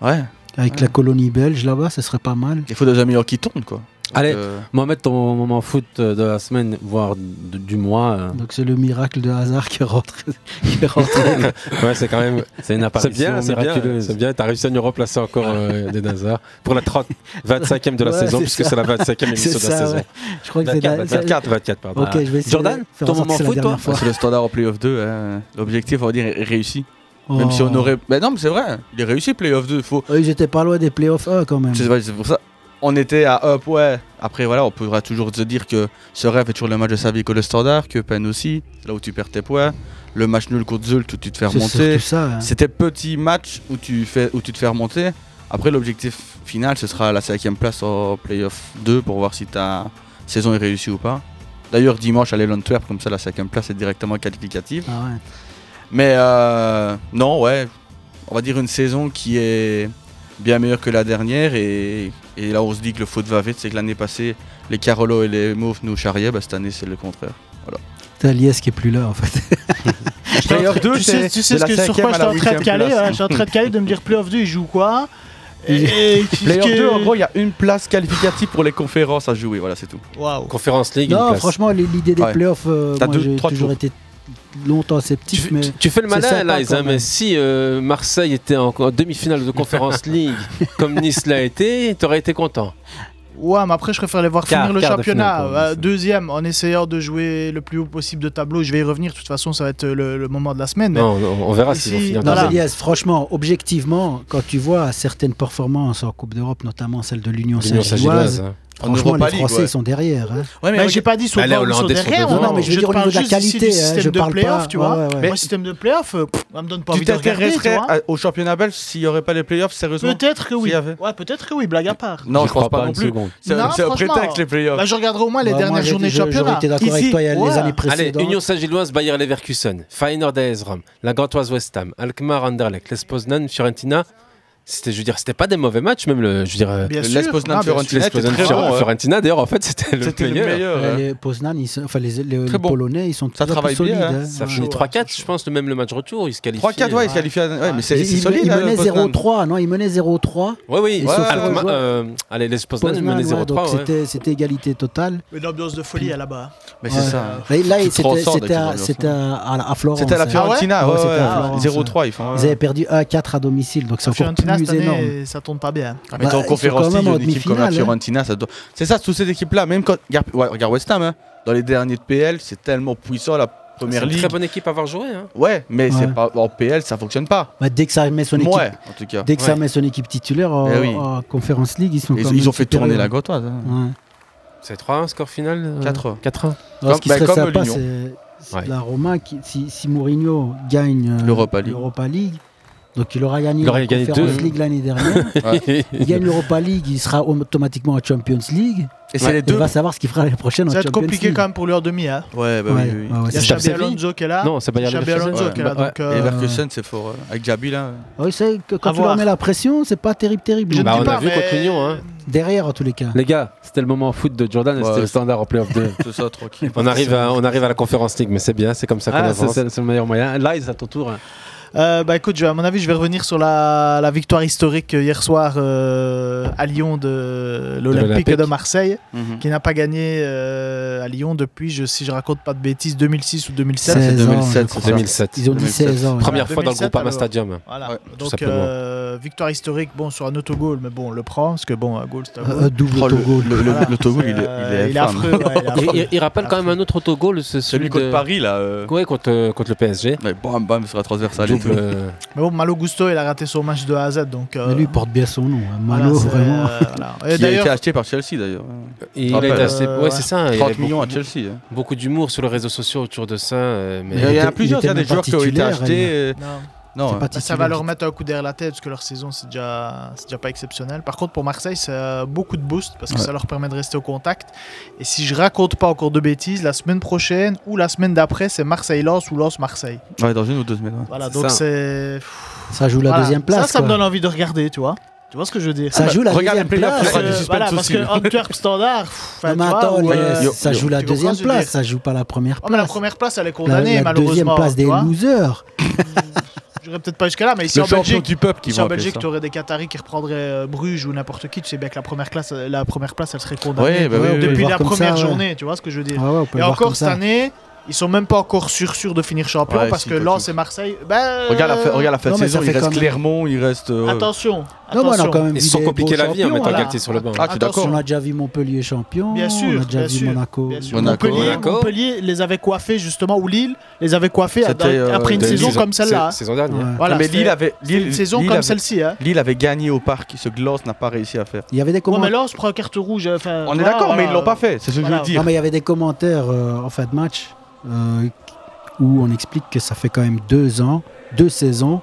Speaker 9: Ouais.
Speaker 2: Avec la colonie belge là-bas, ça serait pas mal.
Speaker 9: Il faut deux amis qui tournent, quoi.
Speaker 7: Allez,
Speaker 9: euh,
Speaker 7: Mohamed, ton moment foot euh, de la semaine, voire d- du mois. euh.
Speaker 2: Donc c'est le miracle de hasard qui est rentré. (laughs) qui est rentré.
Speaker 8: (laughs) ouais,
Speaker 7: (laughs)
Speaker 8: c'est quand même.
Speaker 2: (laughs)
Speaker 7: C'est une
Speaker 8: C'est
Speaker 7: apparition
Speaker 8: bien, c'est bien.
Speaker 7: miraculeuse.
Speaker 8: C'est bien. T'as réussi à nous remplacer encore
Speaker 2: (laughs)
Speaker 8: euh, des Nazars pour la 30 25e de la
Speaker 2: Ouais,
Speaker 8: saison,
Speaker 2: c'est
Speaker 8: puisque
Speaker 2: ça.
Speaker 8: c'est la
Speaker 2: (laughs)
Speaker 8: 25e émission
Speaker 2: C'est
Speaker 8: de la
Speaker 2: ça,
Speaker 8: saison.
Speaker 2: ouais. Je crois que c'est
Speaker 8: 24,
Speaker 2: la-
Speaker 8: 24,
Speaker 2: c'est-
Speaker 8: 24, pardon.
Speaker 2: Ok, je vais essayer
Speaker 8: Jordan,
Speaker 2: de faire
Speaker 8: ton
Speaker 2: en sorte
Speaker 8: moment
Speaker 2: que c'est la
Speaker 8: foot, toi
Speaker 2: dernière fois.
Speaker 9: C'est le standard en playoff 2. hein. L'objectif, on va dire, est réussi. Même
Speaker 2: Oh.
Speaker 9: si on aurait. Mais non, mais c'est vrai, il est réussi, playoff 2. Faut...
Speaker 2: Eux, ils étaient pas loin des playoffs 1 quand même.
Speaker 9: C'est vrai, c'est pour ça. On était à up, ouais. Après, voilà, on pourra toujours se dire que ce rêve est toujours le match de sa vie que le standard, que Penn aussi. C'est là où tu perds tes points. Le match nul contre Zult où tu te fais
Speaker 2: C'est
Speaker 9: remonter.
Speaker 2: surtout ça, hein.
Speaker 9: C'était petit match où tu, fais, où tu te fais remonter. Après, l'objectif final, ce sera la cinquième place au Playoff 2 pour voir si ta saison est réussie ou pas. D'ailleurs, dimanche, allez l'Antwerp, comme ça, la cinquième place est directement
Speaker 2: Ah
Speaker 9: qualificative. Mais euh, non, ouais, on va dire une saison qui est bien meilleure que la dernière. Et, et là, on se dit que le foot va vite. C'est que l'année passée, les Carolo et les Mauves nous charriaient. Bah, cette année, c'est le contraire. Voilà.
Speaker 2: T'as Lies qui est plus là
Speaker 7: (laughs)
Speaker 2: en fait.
Speaker 9: Playoff
Speaker 10: tu sais, tu sais ce que, sur quoi je suis en train de caler hein, Je suis en train de caler de me dire playoff 2, il joue quoi Et- et-
Speaker 9: (laughs) Playoff
Speaker 10: que-
Speaker 9: 2, en gros, il y a une place qualificative pour les conférences à jouer. Voilà, c'est tout.
Speaker 10: Waouh.
Speaker 7: Conférence League.
Speaker 2: non, franchement, l'idée des
Speaker 9: Ouais.
Speaker 2: playoffs, euh,
Speaker 9: T'as
Speaker 2: moi,
Speaker 9: deux-
Speaker 2: j'ai
Speaker 9: trois
Speaker 2: toujours
Speaker 9: tours.
Speaker 2: été longtemps sceptique. mais
Speaker 7: Tu fais le
Speaker 2: c'est
Speaker 7: malin,
Speaker 2: sympa
Speaker 7: là,
Speaker 2: quand
Speaker 7: mais
Speaker 2: même.
Speaker 7: si euh, Marseille était en en
Speaker 2: (laughs)
Speaker 7: demi-finale de Conférence League, comme Nice l'a été, t'aurais été content.
Speaker 10: (laughs) Ouais, mais après, je préfère les voir
Speaker 7: Quart-
Speaker 10: finir le
Speaker 7: quart de
Speaker 10: championnat.
Speaker 7: finale, pour
Speaker 10: euh, deuxième, en essayant de jouer le plus haut possible de tableau. Je vais y revenir, de toute façon, ça va être le, le moment de la semaine. mais
Speaker 7: Non, non, on verra
Speaker 10: ici,
Speaker 7: s'ils vont finir
Speaker 2: Non,
Speaker 10: voilà.
Speaker 2: mais Lies, franchement, objectivement, quand tu vois certaines performances en Coupe d'Europe, notamment celle de l'Union
Speaker 7: L'Union
Speaker 2: Saint-Gilloise,
Speaker 7: Saint-Gilloise, hein.
Speaker 9: En
Speaker 2: franchement,
Speaker 9: Europa
Speaker 2: les
Speaker 9: League,
Speaker 2: Français
Speaker 9: ouais.
Speaker 2: sont derrière. hein.
Speaker 9: Ouais,
Speaker 10: Mais,
Speaker 9: regarde-
Speaker 10: j'ai pas dit sur
Speaker 7: Bah,
Speaker 10: le
Speaker 7: les
Speaker 10: banc, ils sont
Speaker 7: Hollandais sont
Speaker 10: derrière.
Speaker 7: devant.
Speaker 10: moi.
Speaker 7: Non, non, mais je
Speaker 2: veux
Speaker 10: te
Speaker 2: dire au
Speaker 10: parle
Speaker 2: niveau de la
Speaker 10: juste ici
Speaker 2: qualité,
Speaker 10: du
Speaker 2: hein,
Speaker 10: système
Speaker 2: je
Speaker 10: de
Speaker 2: parle
Speaker 10: playoff,
Speaker 2: pas,
Speaker 10: tu vois.
Speaker 2: ouais, ouais, ouais.
Speaker 10: Moi,
Speaker 9: Mais-
Speaker 10: système de playoff, euh, pff, ça me donne pas
Speaker 9: Tu
Speaker 10: envie de regarder, tu
Speaker 9: t'intéresserais
Speaker 10: vois.
Speaker 9: à- au championnat belge s'il n'y aurait pas les playoffs, sérieusement
Speaker 10: Peut-être que oui.
Speaker 9: S'il y avait.
Speaker 10: Ouais, peut-être que oui, blague à part.
Speaker 9: Non,
Speaker 7: J'y
Speaker 9: je pense pas, non
Speaker 7: une
Speaker 9: plus.
Speaker 7: seconde.
Speaker 9: C'est
Speaker 10: Non,
Speaker 9: c'est un
Speaker 10: franchement.
Speaker 9: prétexte, les playoffs.
Speaker 10: Bah, je regarderai au moins les
Speaker 2: Bah,
Speaker 10: dernières
Speaker 2: moi, j'ai-
Speaker 10: journées de
Speaker 2: je- J'aurais
Speaker 10: championnat.
Speaker 2: été d'accord
Speaker 10: Ici,
Speaker 2: avec toi il y a
Speaker 10: ouais.
Speaker 2: les années
Speaker 7: Allez,
Speaker 2: précédentes.
Speaker 7: Union Saint-Gilloise, Bayer Leverkusen, Feyenoord Ezram, la Gantoise West Ham, Alkmaar Anderlecht, Les Poznan, Fiorentina. C'était, je veux dire, c'était pas des mauvais matchs, même le, je veux dire, euh,
Speaker 10: Bien
Speaker 9: Le
Speaker 10: sûr.
Speaker 9: Les Poznan
Speaker 10: Ah, bien sûr.
Speaker 9: Fiorentina.
Speaker 7: Les
Speaker 9: était
Speaker 7: Poznan,
Speaker 9: très
Speaker 7: Fior-
Speaker 9: bon, ouais.
Speaker 7: Fiorentina. D'ailleurs, en fait, c'était le
Speaker 9: C'était le
Speaker 7: meilleur.
Speaker 9: meilleur. hein.
Speaker 2: Ouais,
Speaker 9: ouais.
Speaker 2: les Poznan, ils sont- enfin les, les- les
Speaker 9: Très bon.
Speaker 2: Polonais, ils sont
Speaker 9: Ça
Speaker 2: toujours
Speaker 9: travaille
Speaker 2: plus solides.
Speaker 9: bien, hein.
Speaker 2: hein.
Speaker 9: Ça
Speaker 2: Ouais.
Speaker 7: Les 3-4, je pense, le même le match retour, ils se qualifient.
Speaker 9: 3-4, ouais, il se qualifie. à- Ouais, mais c'est
Speaker 2: Ils-
Speaker 9: c'est
Speaker 2: ils-
Speaker 9: solide.
Speaker 2: ils
Speaker 9: hein,
Speaker 2: menaient
Speaker 9: le Poznan.
Speaker 2: 0-3, non Ils menaient 0-3.
Speaker 7: Oui, oui.
Speaker 9: Ouais,
Speaker 7: Alkmaar,
Speaker 2: ouais.
Speaker 7: euh, allez, Les Poznan, ils
Speaker 2: Poznan,
Speaker 7: menaient
Speaker 2: ouais,
Speaker 7: 0-3.
Speaker 2: donc
Speaker 7: ouais.
Speaker 2: c'était- c'était égalité totale.
Speaker 10: Mais l'ambiance de folie est là-bas.
Speaker 9: Mais
Speaker 2: Ouais.
Speaker 9: c'est ça.
Speaker 2: Là, là,
Speaker 9: Tu te
Speaker 2: c'était-
Speaker 9: ressors de
Speaker 2: c'était
Speaker 9: cette
Speaker 2: à,
Speaker 9: ambiance,
Speaker 2: c'était à, à- à Florence.
Speaker 9: C'était à la
Speaker 2: hein.
Speaker 9: Fiorentina,
Speaker 2: Ah ouais
Speaker 9: ouais,
Speaker 2: Ouais, c'était à
Speaker 9: ouais,
Speaker 2: Florence,
Speaker 9: 0-3, ils font.
Speaker 2: Ils avaient perdu 1-4 à domicile, donc c'est encore
Speaker 10: Fiorentina,
Speaker 2: plus
Speaker 10: cette
Speaker 2: énorme.
Speaker 10: année, ça tourne pas bien.
Speaker 9: Ah, mais
Speaker 2: Bah,
Speaker 9: t'es en
Speaker 2: ils
Speaker 9: conférence
Speaker 2: sont quand
Speaker 9: League,
Speaker 2: même en
Speaker 9: une équipe comme la
Speaker 2: demi-finale, hein.
Speaker 9: Fiorentina, ça doit- C'est ça, toutes ces équipes-là, même quand. Regarde, ouais, regarde West Ham, hein. dans les derniers de PL, c'est tellement puissant la
Speaker 7: C'est
Speaker 9: première
Speaker 7: une
Speaker 9: ligue.
Speaker 7: très bonne équipe à avoir joué. Hein.
Speaker 9: Ouais, mais
Speaker 2: Ouais.
Speaker 9: c'est pas en PL, ça fonctionne pas.
Speaker 2: Bah, dès que ça met son équipe,
Speaker 9: Ouais, en tout cas.
Speaker 2: dès que ça
Speaker 7: Ouais.
Speaker 2: met son équipe titulaire en,
Speaker 9: Eh oui.
Speaker 2: en Conference League, ils sont
Speaker 9: Ils,
Speaker 2: quand
Speaker 9: ils
Speaker 2: même
Speaker 9: ont fait
Speaker 2: supérieurs.
Speaker 9: tourner la Gotoise. hein.
Speaker 2: Ouais.
Speaker 7: C'est 3-1, score final euh,
Speaker 9: 4-1.
Speaker 7: 4-1.
Speaker 2: Alors, ce qui
Speaker 9: bah,
Speaker 2: serait
Speaker 9: comme
Speaker 2: sympa,
Speaker 9: l'Union.
Speaker 2: c'est c'est
Speaker 7: Ouais.
Speaker 2: la Roma qui, si, si Mourinho gagne euh,
Speaker 9: L'Europa League.
Speaker 2: l'Europa League, donc il aura gagné
Speaker 7: Il aurait
Speaker 2: la
Speaker 7: gagné
Speaker 2: Conference
Speaker 7: deux.
Speaker 2: League
Speaker 7: (laughs)
Speaker 2: l'année dernière. il gagne l'Europa League, il sera automatiquement en Champions League.
Speaker 9: Et c'est
Speaker 7: Ouais.
Speaker 9: les
Speaker 2: Et
Speaker 9: deux.
Speaker 2: on va savoir ce qu'il fera l'année prochaine en
Speaker 10: Ça va
Speaker 2: Champions
Speaker 10: être compliqué
Speaker 2: League.
Speaker 10: quand même pour leur demi. Hein.
Speaker 9: Ouais, bah oui,
Speaker 2: Ouais,
Speaker 9: oui.
Speaker 2: ouais, ouais,
Speaker 10: Il y a
Speaker 2: c'est-
Speaker 10: Xabi
Speaker 7: Xavi
Speaker 10: Alonso qui est là.
Speaker 7: Non, c'est Bayer
Speaker 10: Xabi
Speaker 7: Leverkusen.
Speaker 10: Alonso
Speaker 9: ouais. Bah,
Speaker 10: qui est là.
Speaker 7: Ouais.
Speaker 10: donc,
Speaker 9: Et
Speaker 10: euh,
Speaker 9: Leverkusen, c'est fort. hein. Avec Jabi, là.
Speaker 2: Ah Oui, c'est que quand
Speaker 10: À
Speaker 2: tu leur
Speaker 10: voir.
Speaker 2: mets la pression, c'est pas terrible, terrible.
Speaker 10: Je ne
Speaker 7: Bah,
Speaker 10: dis
Speaker 7: on a
Speaker 10: pas,
Speaker 7: vu
Speaker 10: mais-
Speaker 7: contre Lyon, hein.
Speaker 2: Derrière, en tous les cas.
Speaker 7: Les gars, c'était le moment foot de Jordan, et
Speaker 9: Ouais.
Speaker 7: c'était le standard en playoff 2.
Speaker 9: Tout ça, tranquille.
Speaker 7: (laughs) On arrive, à, on arrive à la conférence League, mais c'est bien, c'est comme ça qu'on
Speaker 8: Ah,
Speaker 7: avance.
Speaker 8: c'est-
Speaker 7: C'est le meilleur moyen. Lies, à ton tour.
Speaker 10: Euh, bah écoute, je- à mon avis, je vais revenir sur la, la victoire historique hier soir euh, à Lyon de l'Olympique
Speaker 7: l'Olympique.
Speaker 10: de Marseille,
Speaker 9: Mhm.
Speaker 10: qui n'a pas gagné euh, à Lyon depuis, je, si je raconte pas de bêtises, 2006 ou 2007.
Speaker 2: 16 ans,
Speaker 9: 2007,
Speaker 2: je crois.
Speaker 9: c'est ça.
Speaker 7: 2007.
Speaker 2: Ils ont dit
Speaker 9: 2007.
Speaker 2: 16 ans. ouais.
Speaker 7: Première fois dans le
Speaker 10: 2007,
Speaker 7: groupe Ama
Speaker 10: alors.
Speaker 7: Stadium.
Speaker 10: Voilà.
Speaker 9: Ouais,
Speaker 10: Donc
Speaker 7: simplement.
Speaker 10: euh, victoire historique, bon sur un autogol, mais bon on le prend parce que bon un goal c'est un goal.
Speaker 2: Euh, euh, double
Speaker 9: Oh, le,
Speaker 2: autogol.
Speaker 9: le, le-
Speaker 10: Voilà.
Speaker 9: le Togol, il, est-
Speaker 10: Euh,
Speaker 9: il est
Speaker 10: il est
Speaker 9: infâme.
Speaker 10: affreux. ouais, il est
Speaker 7: Il,
Speaker 10: affreux.
Speaker 7: il- il rappelle quand même un autre autogol, c'est celui,
Speaker 9: Celui contre
Speaker 7: de...
Speaker 9: Paris, là. euh,
Speaker 7: Ouais, contre, euh, contre le PSG.
Speaker 9: Mais bam, bam, sur la transversale et
Speaker 7: Double,
Speaker 9: tout.
Speaker 7: euh,
Speaker 10: Mais bon, Malo Gusto, il a raté son match de A à Z. Donc, euh,
Speaker 2: Mais lui, il porte bien son nom. hein.
Speaker 10: voilà,
Speaker 2: Malo,
Speaker 10: c'est,
Speaker 2: vraiment.
Speaker 10: euh, voilà. Et
Speaker 9: Qui a été
Speaker 10: D'ailleurs,
Speaker 9: acheté par Chelsea, d'ailleurs.
Speaker 7: il
Speaker 9: Rappel.
Speaker 7: a été assez-
Speaker 10: Euh,
Speaker 7: ouais, c'est ça. il y
Speaker 9: 30
Speaker 7: avait
Speaker 9: Ah, bah, millions à
Speaker 7: beaucoup,
Speaker 9: Chelsea. hein.
Speaker 7: beaucoup d'humour sur les réseaux sociaux autour de ça. euh, mais-
Speaker 9: Il y,
Speaker 2: il
Speaker 9: en
Speaker 2: était-
Speaker 9: a plusieurs,
Speaker 2: il
Speaker 9: il y a
Speaker 2: était
Speaker 9: des
Speaker 2: même pas
Speaker 9: joueurs qui ont été
Speaker 2: titulaire, hein.
Speaker 9: achetés. euh,
Speaker 10: non,
Speaker 9: Non,
Speaker 2: C'est pas
Speaker 10: bah, ça va
Speaker 2: titulaire.
Speaker 10: leur mettre un coup derrière la tête parce que leur saison, c'est déjà, c'est déjà pas exceptionnel. Par contre, pour Marseille, c'est euh, beaucoup de boost parce que ça leur permet de rester au contact. Et si je raconte pas encore de bêtises, la semaine prochaine ou la semaine d'après, c'est Marseille-Lens ou Lens-Marseille.
Speaker 9: ouais, dans une ou deux semaines. hein. ouais.
Speaker 10: Voilà,
Speaker 7: C'est
Speaker 10: donc
Speaker 7: ça.
Speaker 10: c'est.
Speaker 2: Ça joue la
Speaker 10: Voilà.
Speaker 2: deuxième place.
Speaker 10: Ça, ça me
Speaker 2: quoi.
Speaker 10: donne envie de regarder, tu vois. Tu vois ce que je veux dire
Speaker 2: Ça joue la
Speaker 9: Regarde
Speaker 2: deuxième
Speaker 9: les playoffs, il y
Speaker 2: place.
Speaker 9: aura du
Speaker 10: Euh,
Speaker 9: suspense
Speaker 10: voilà, parce
Speaker 9: aussi,
Speaker 10: que
Speaker 9: là.
Speaker 10: Antwerp standard, pff, enfin,
Speaker 2: Non, mais
Speaker 10: tu vois,
Speaker 2: attends,
Speaker 10: ou,
Speaker 2: les-
Speaker 10: euh,
Speaker 9: yo,
Speaker 2: ça
Speaker 9: yo.
Speaker 2: joue la
Speaker 10: Tu comprends
Speaker 2: deuxième
Speaker 10: ce que je veux
Speaker 2: place.
Speaker 10: dire
Speaker 2: Ça joue pas la première
Speaker 10: oh, mais la
Speaker 2: place.
Speaker 10: première place, elle est
Speaker 2: La-
Speaker 10: condamnée,
Speaker 2: la deuxième
Speaker 10: malheureusement.
Speaker 2: place
Speaker 10: tu
Speaker 2: des
Speaker 10: vois.
Speaker 2: losers.
Speaker 10: J'aurais peut-être pas jusqu'à là, mais ici
Speaker 9: Le
Speaker 10: en
Speaker 9: champion
Speaker 10: Belgique,
Speaker 9: du peuple qui
Speaker 10: ici
Speaker 9: va
Speaker 10: en Belgique, tu aurais des Qataris qui reprendraient euh, Bruges ou n'importe qui. Tu sais bien que la première, classe, euh, la première place, elle serait condamnée
Speaker 9: Ouais, bah oui,
Speaker 2: Ouais,
Speaker 9: oui,
Speaker 2: on peut le
Speaker 10: depuis la
Speaker 2: voir comme ça,
Speaker 10: première
Speaker 2: ouais.
Speaker 10: journée. Tu vois ce que je veux dire
Speaker 2: Ouais, ouais, on peut
Speaker 10: Et
Speaker 2: le voir comme
Speaker 10: encore cette
Speaker 2: ça.
Speaker 10: année, ils sont même pas encore sûrs sûrs de finir champion
Speaker 9: Ouais,
Speaker 10: parce
Speaker 9: si,
Speaker 10: que
Speaker 9: pas
Speaker 10: Lens
Speaker 9: tout.
Speaker 10: et Marseille. Ben,
Speaker 9: Regarde la fin- regarde la fin
Speaker 2: Non,
Speaker 9: de
Speaker 2: mais
Speaker 9: saison,
Speaker 2: ça
Speaker 9: il
Speaker 2: fait
Speaker 9: reste
Speaker 2: quand même-
Speaker 9: Clermont, il reste. euh,
Speaker 10: attention,
Speaker 2: Non, mais on
Speaker 10: attention.
Speaker 2: a quand même
Speaker 7: Ils
Speaker 2: vu
Speaker 7: se sont
Speaker 2: des
Speaker 7: compliqués
Speaker 2: beaux
Speaker 7: la vie en
Speaker 2: champions,
Speaker 7: mettant
Speaker 2: là.
Speaker 7: Galtier sur le banc.
Speaker 9: Ah, tu es d'accord
Speaker 2: On a déjà vu Montpellier champion.
Speaker 10: Bien
Speaker 2: On a
Speaker 10: sûr,
Speaker 2: déjà
Speaker 10: bien
Speaker 2: vu
Speaker 10: sûr,
Speaker 2: Monaco.
Speaker 10: bien sûr.
Speaker 9: Monaco.
Speaker 10: Montpellier,
Speaker 7: Monaco.
Speaker 10: Montpellier les avait coiffés justement, ou Lille les avait coiffés à-
Speaker 9: C'était, euh,
Speaker 10: après une
Speaker 9: de-
Speaker 10: saison comme celle-là. hein.
Speaker 7: Saison saison dernière.
Speaker 2: Ouais.
Speaker 10: Voilà,
Speaker 9: mais
Speaker 10: c'était-
Speaker 9: Lille avait.
Speaker 10: c'était une
Speaker 9: Lille-
Speaker 10: saison
Speaker 9: Lille
Speaker 10: comme
Speaker 9: avait-
Speaker 10: celle-ci. Hein.
Speaker 9: Lille avait gagné au parc, ce Gloss n'a pas réussi à faire.
Speaker 2: Il y avait des
Speaker 10: Ouais, mais
Speaker 2: commentaires.
Speaker 10: Lens prend un carte rouge. enfin,
Speaker 9: On est
Speaker 10: voilà,
Speaker 9: d'accord, mais
Speaker 10: voilà.
Speaker 9: ils l'ont pas fait, c'est ce que
Speaker 10: Voilà.
Speaker 9: je veux dire.
Speaker 2: Non, mais il y avait des commentaires euh, en fin de match euh, où on explique que ça fait quand même deux ans, deux saisons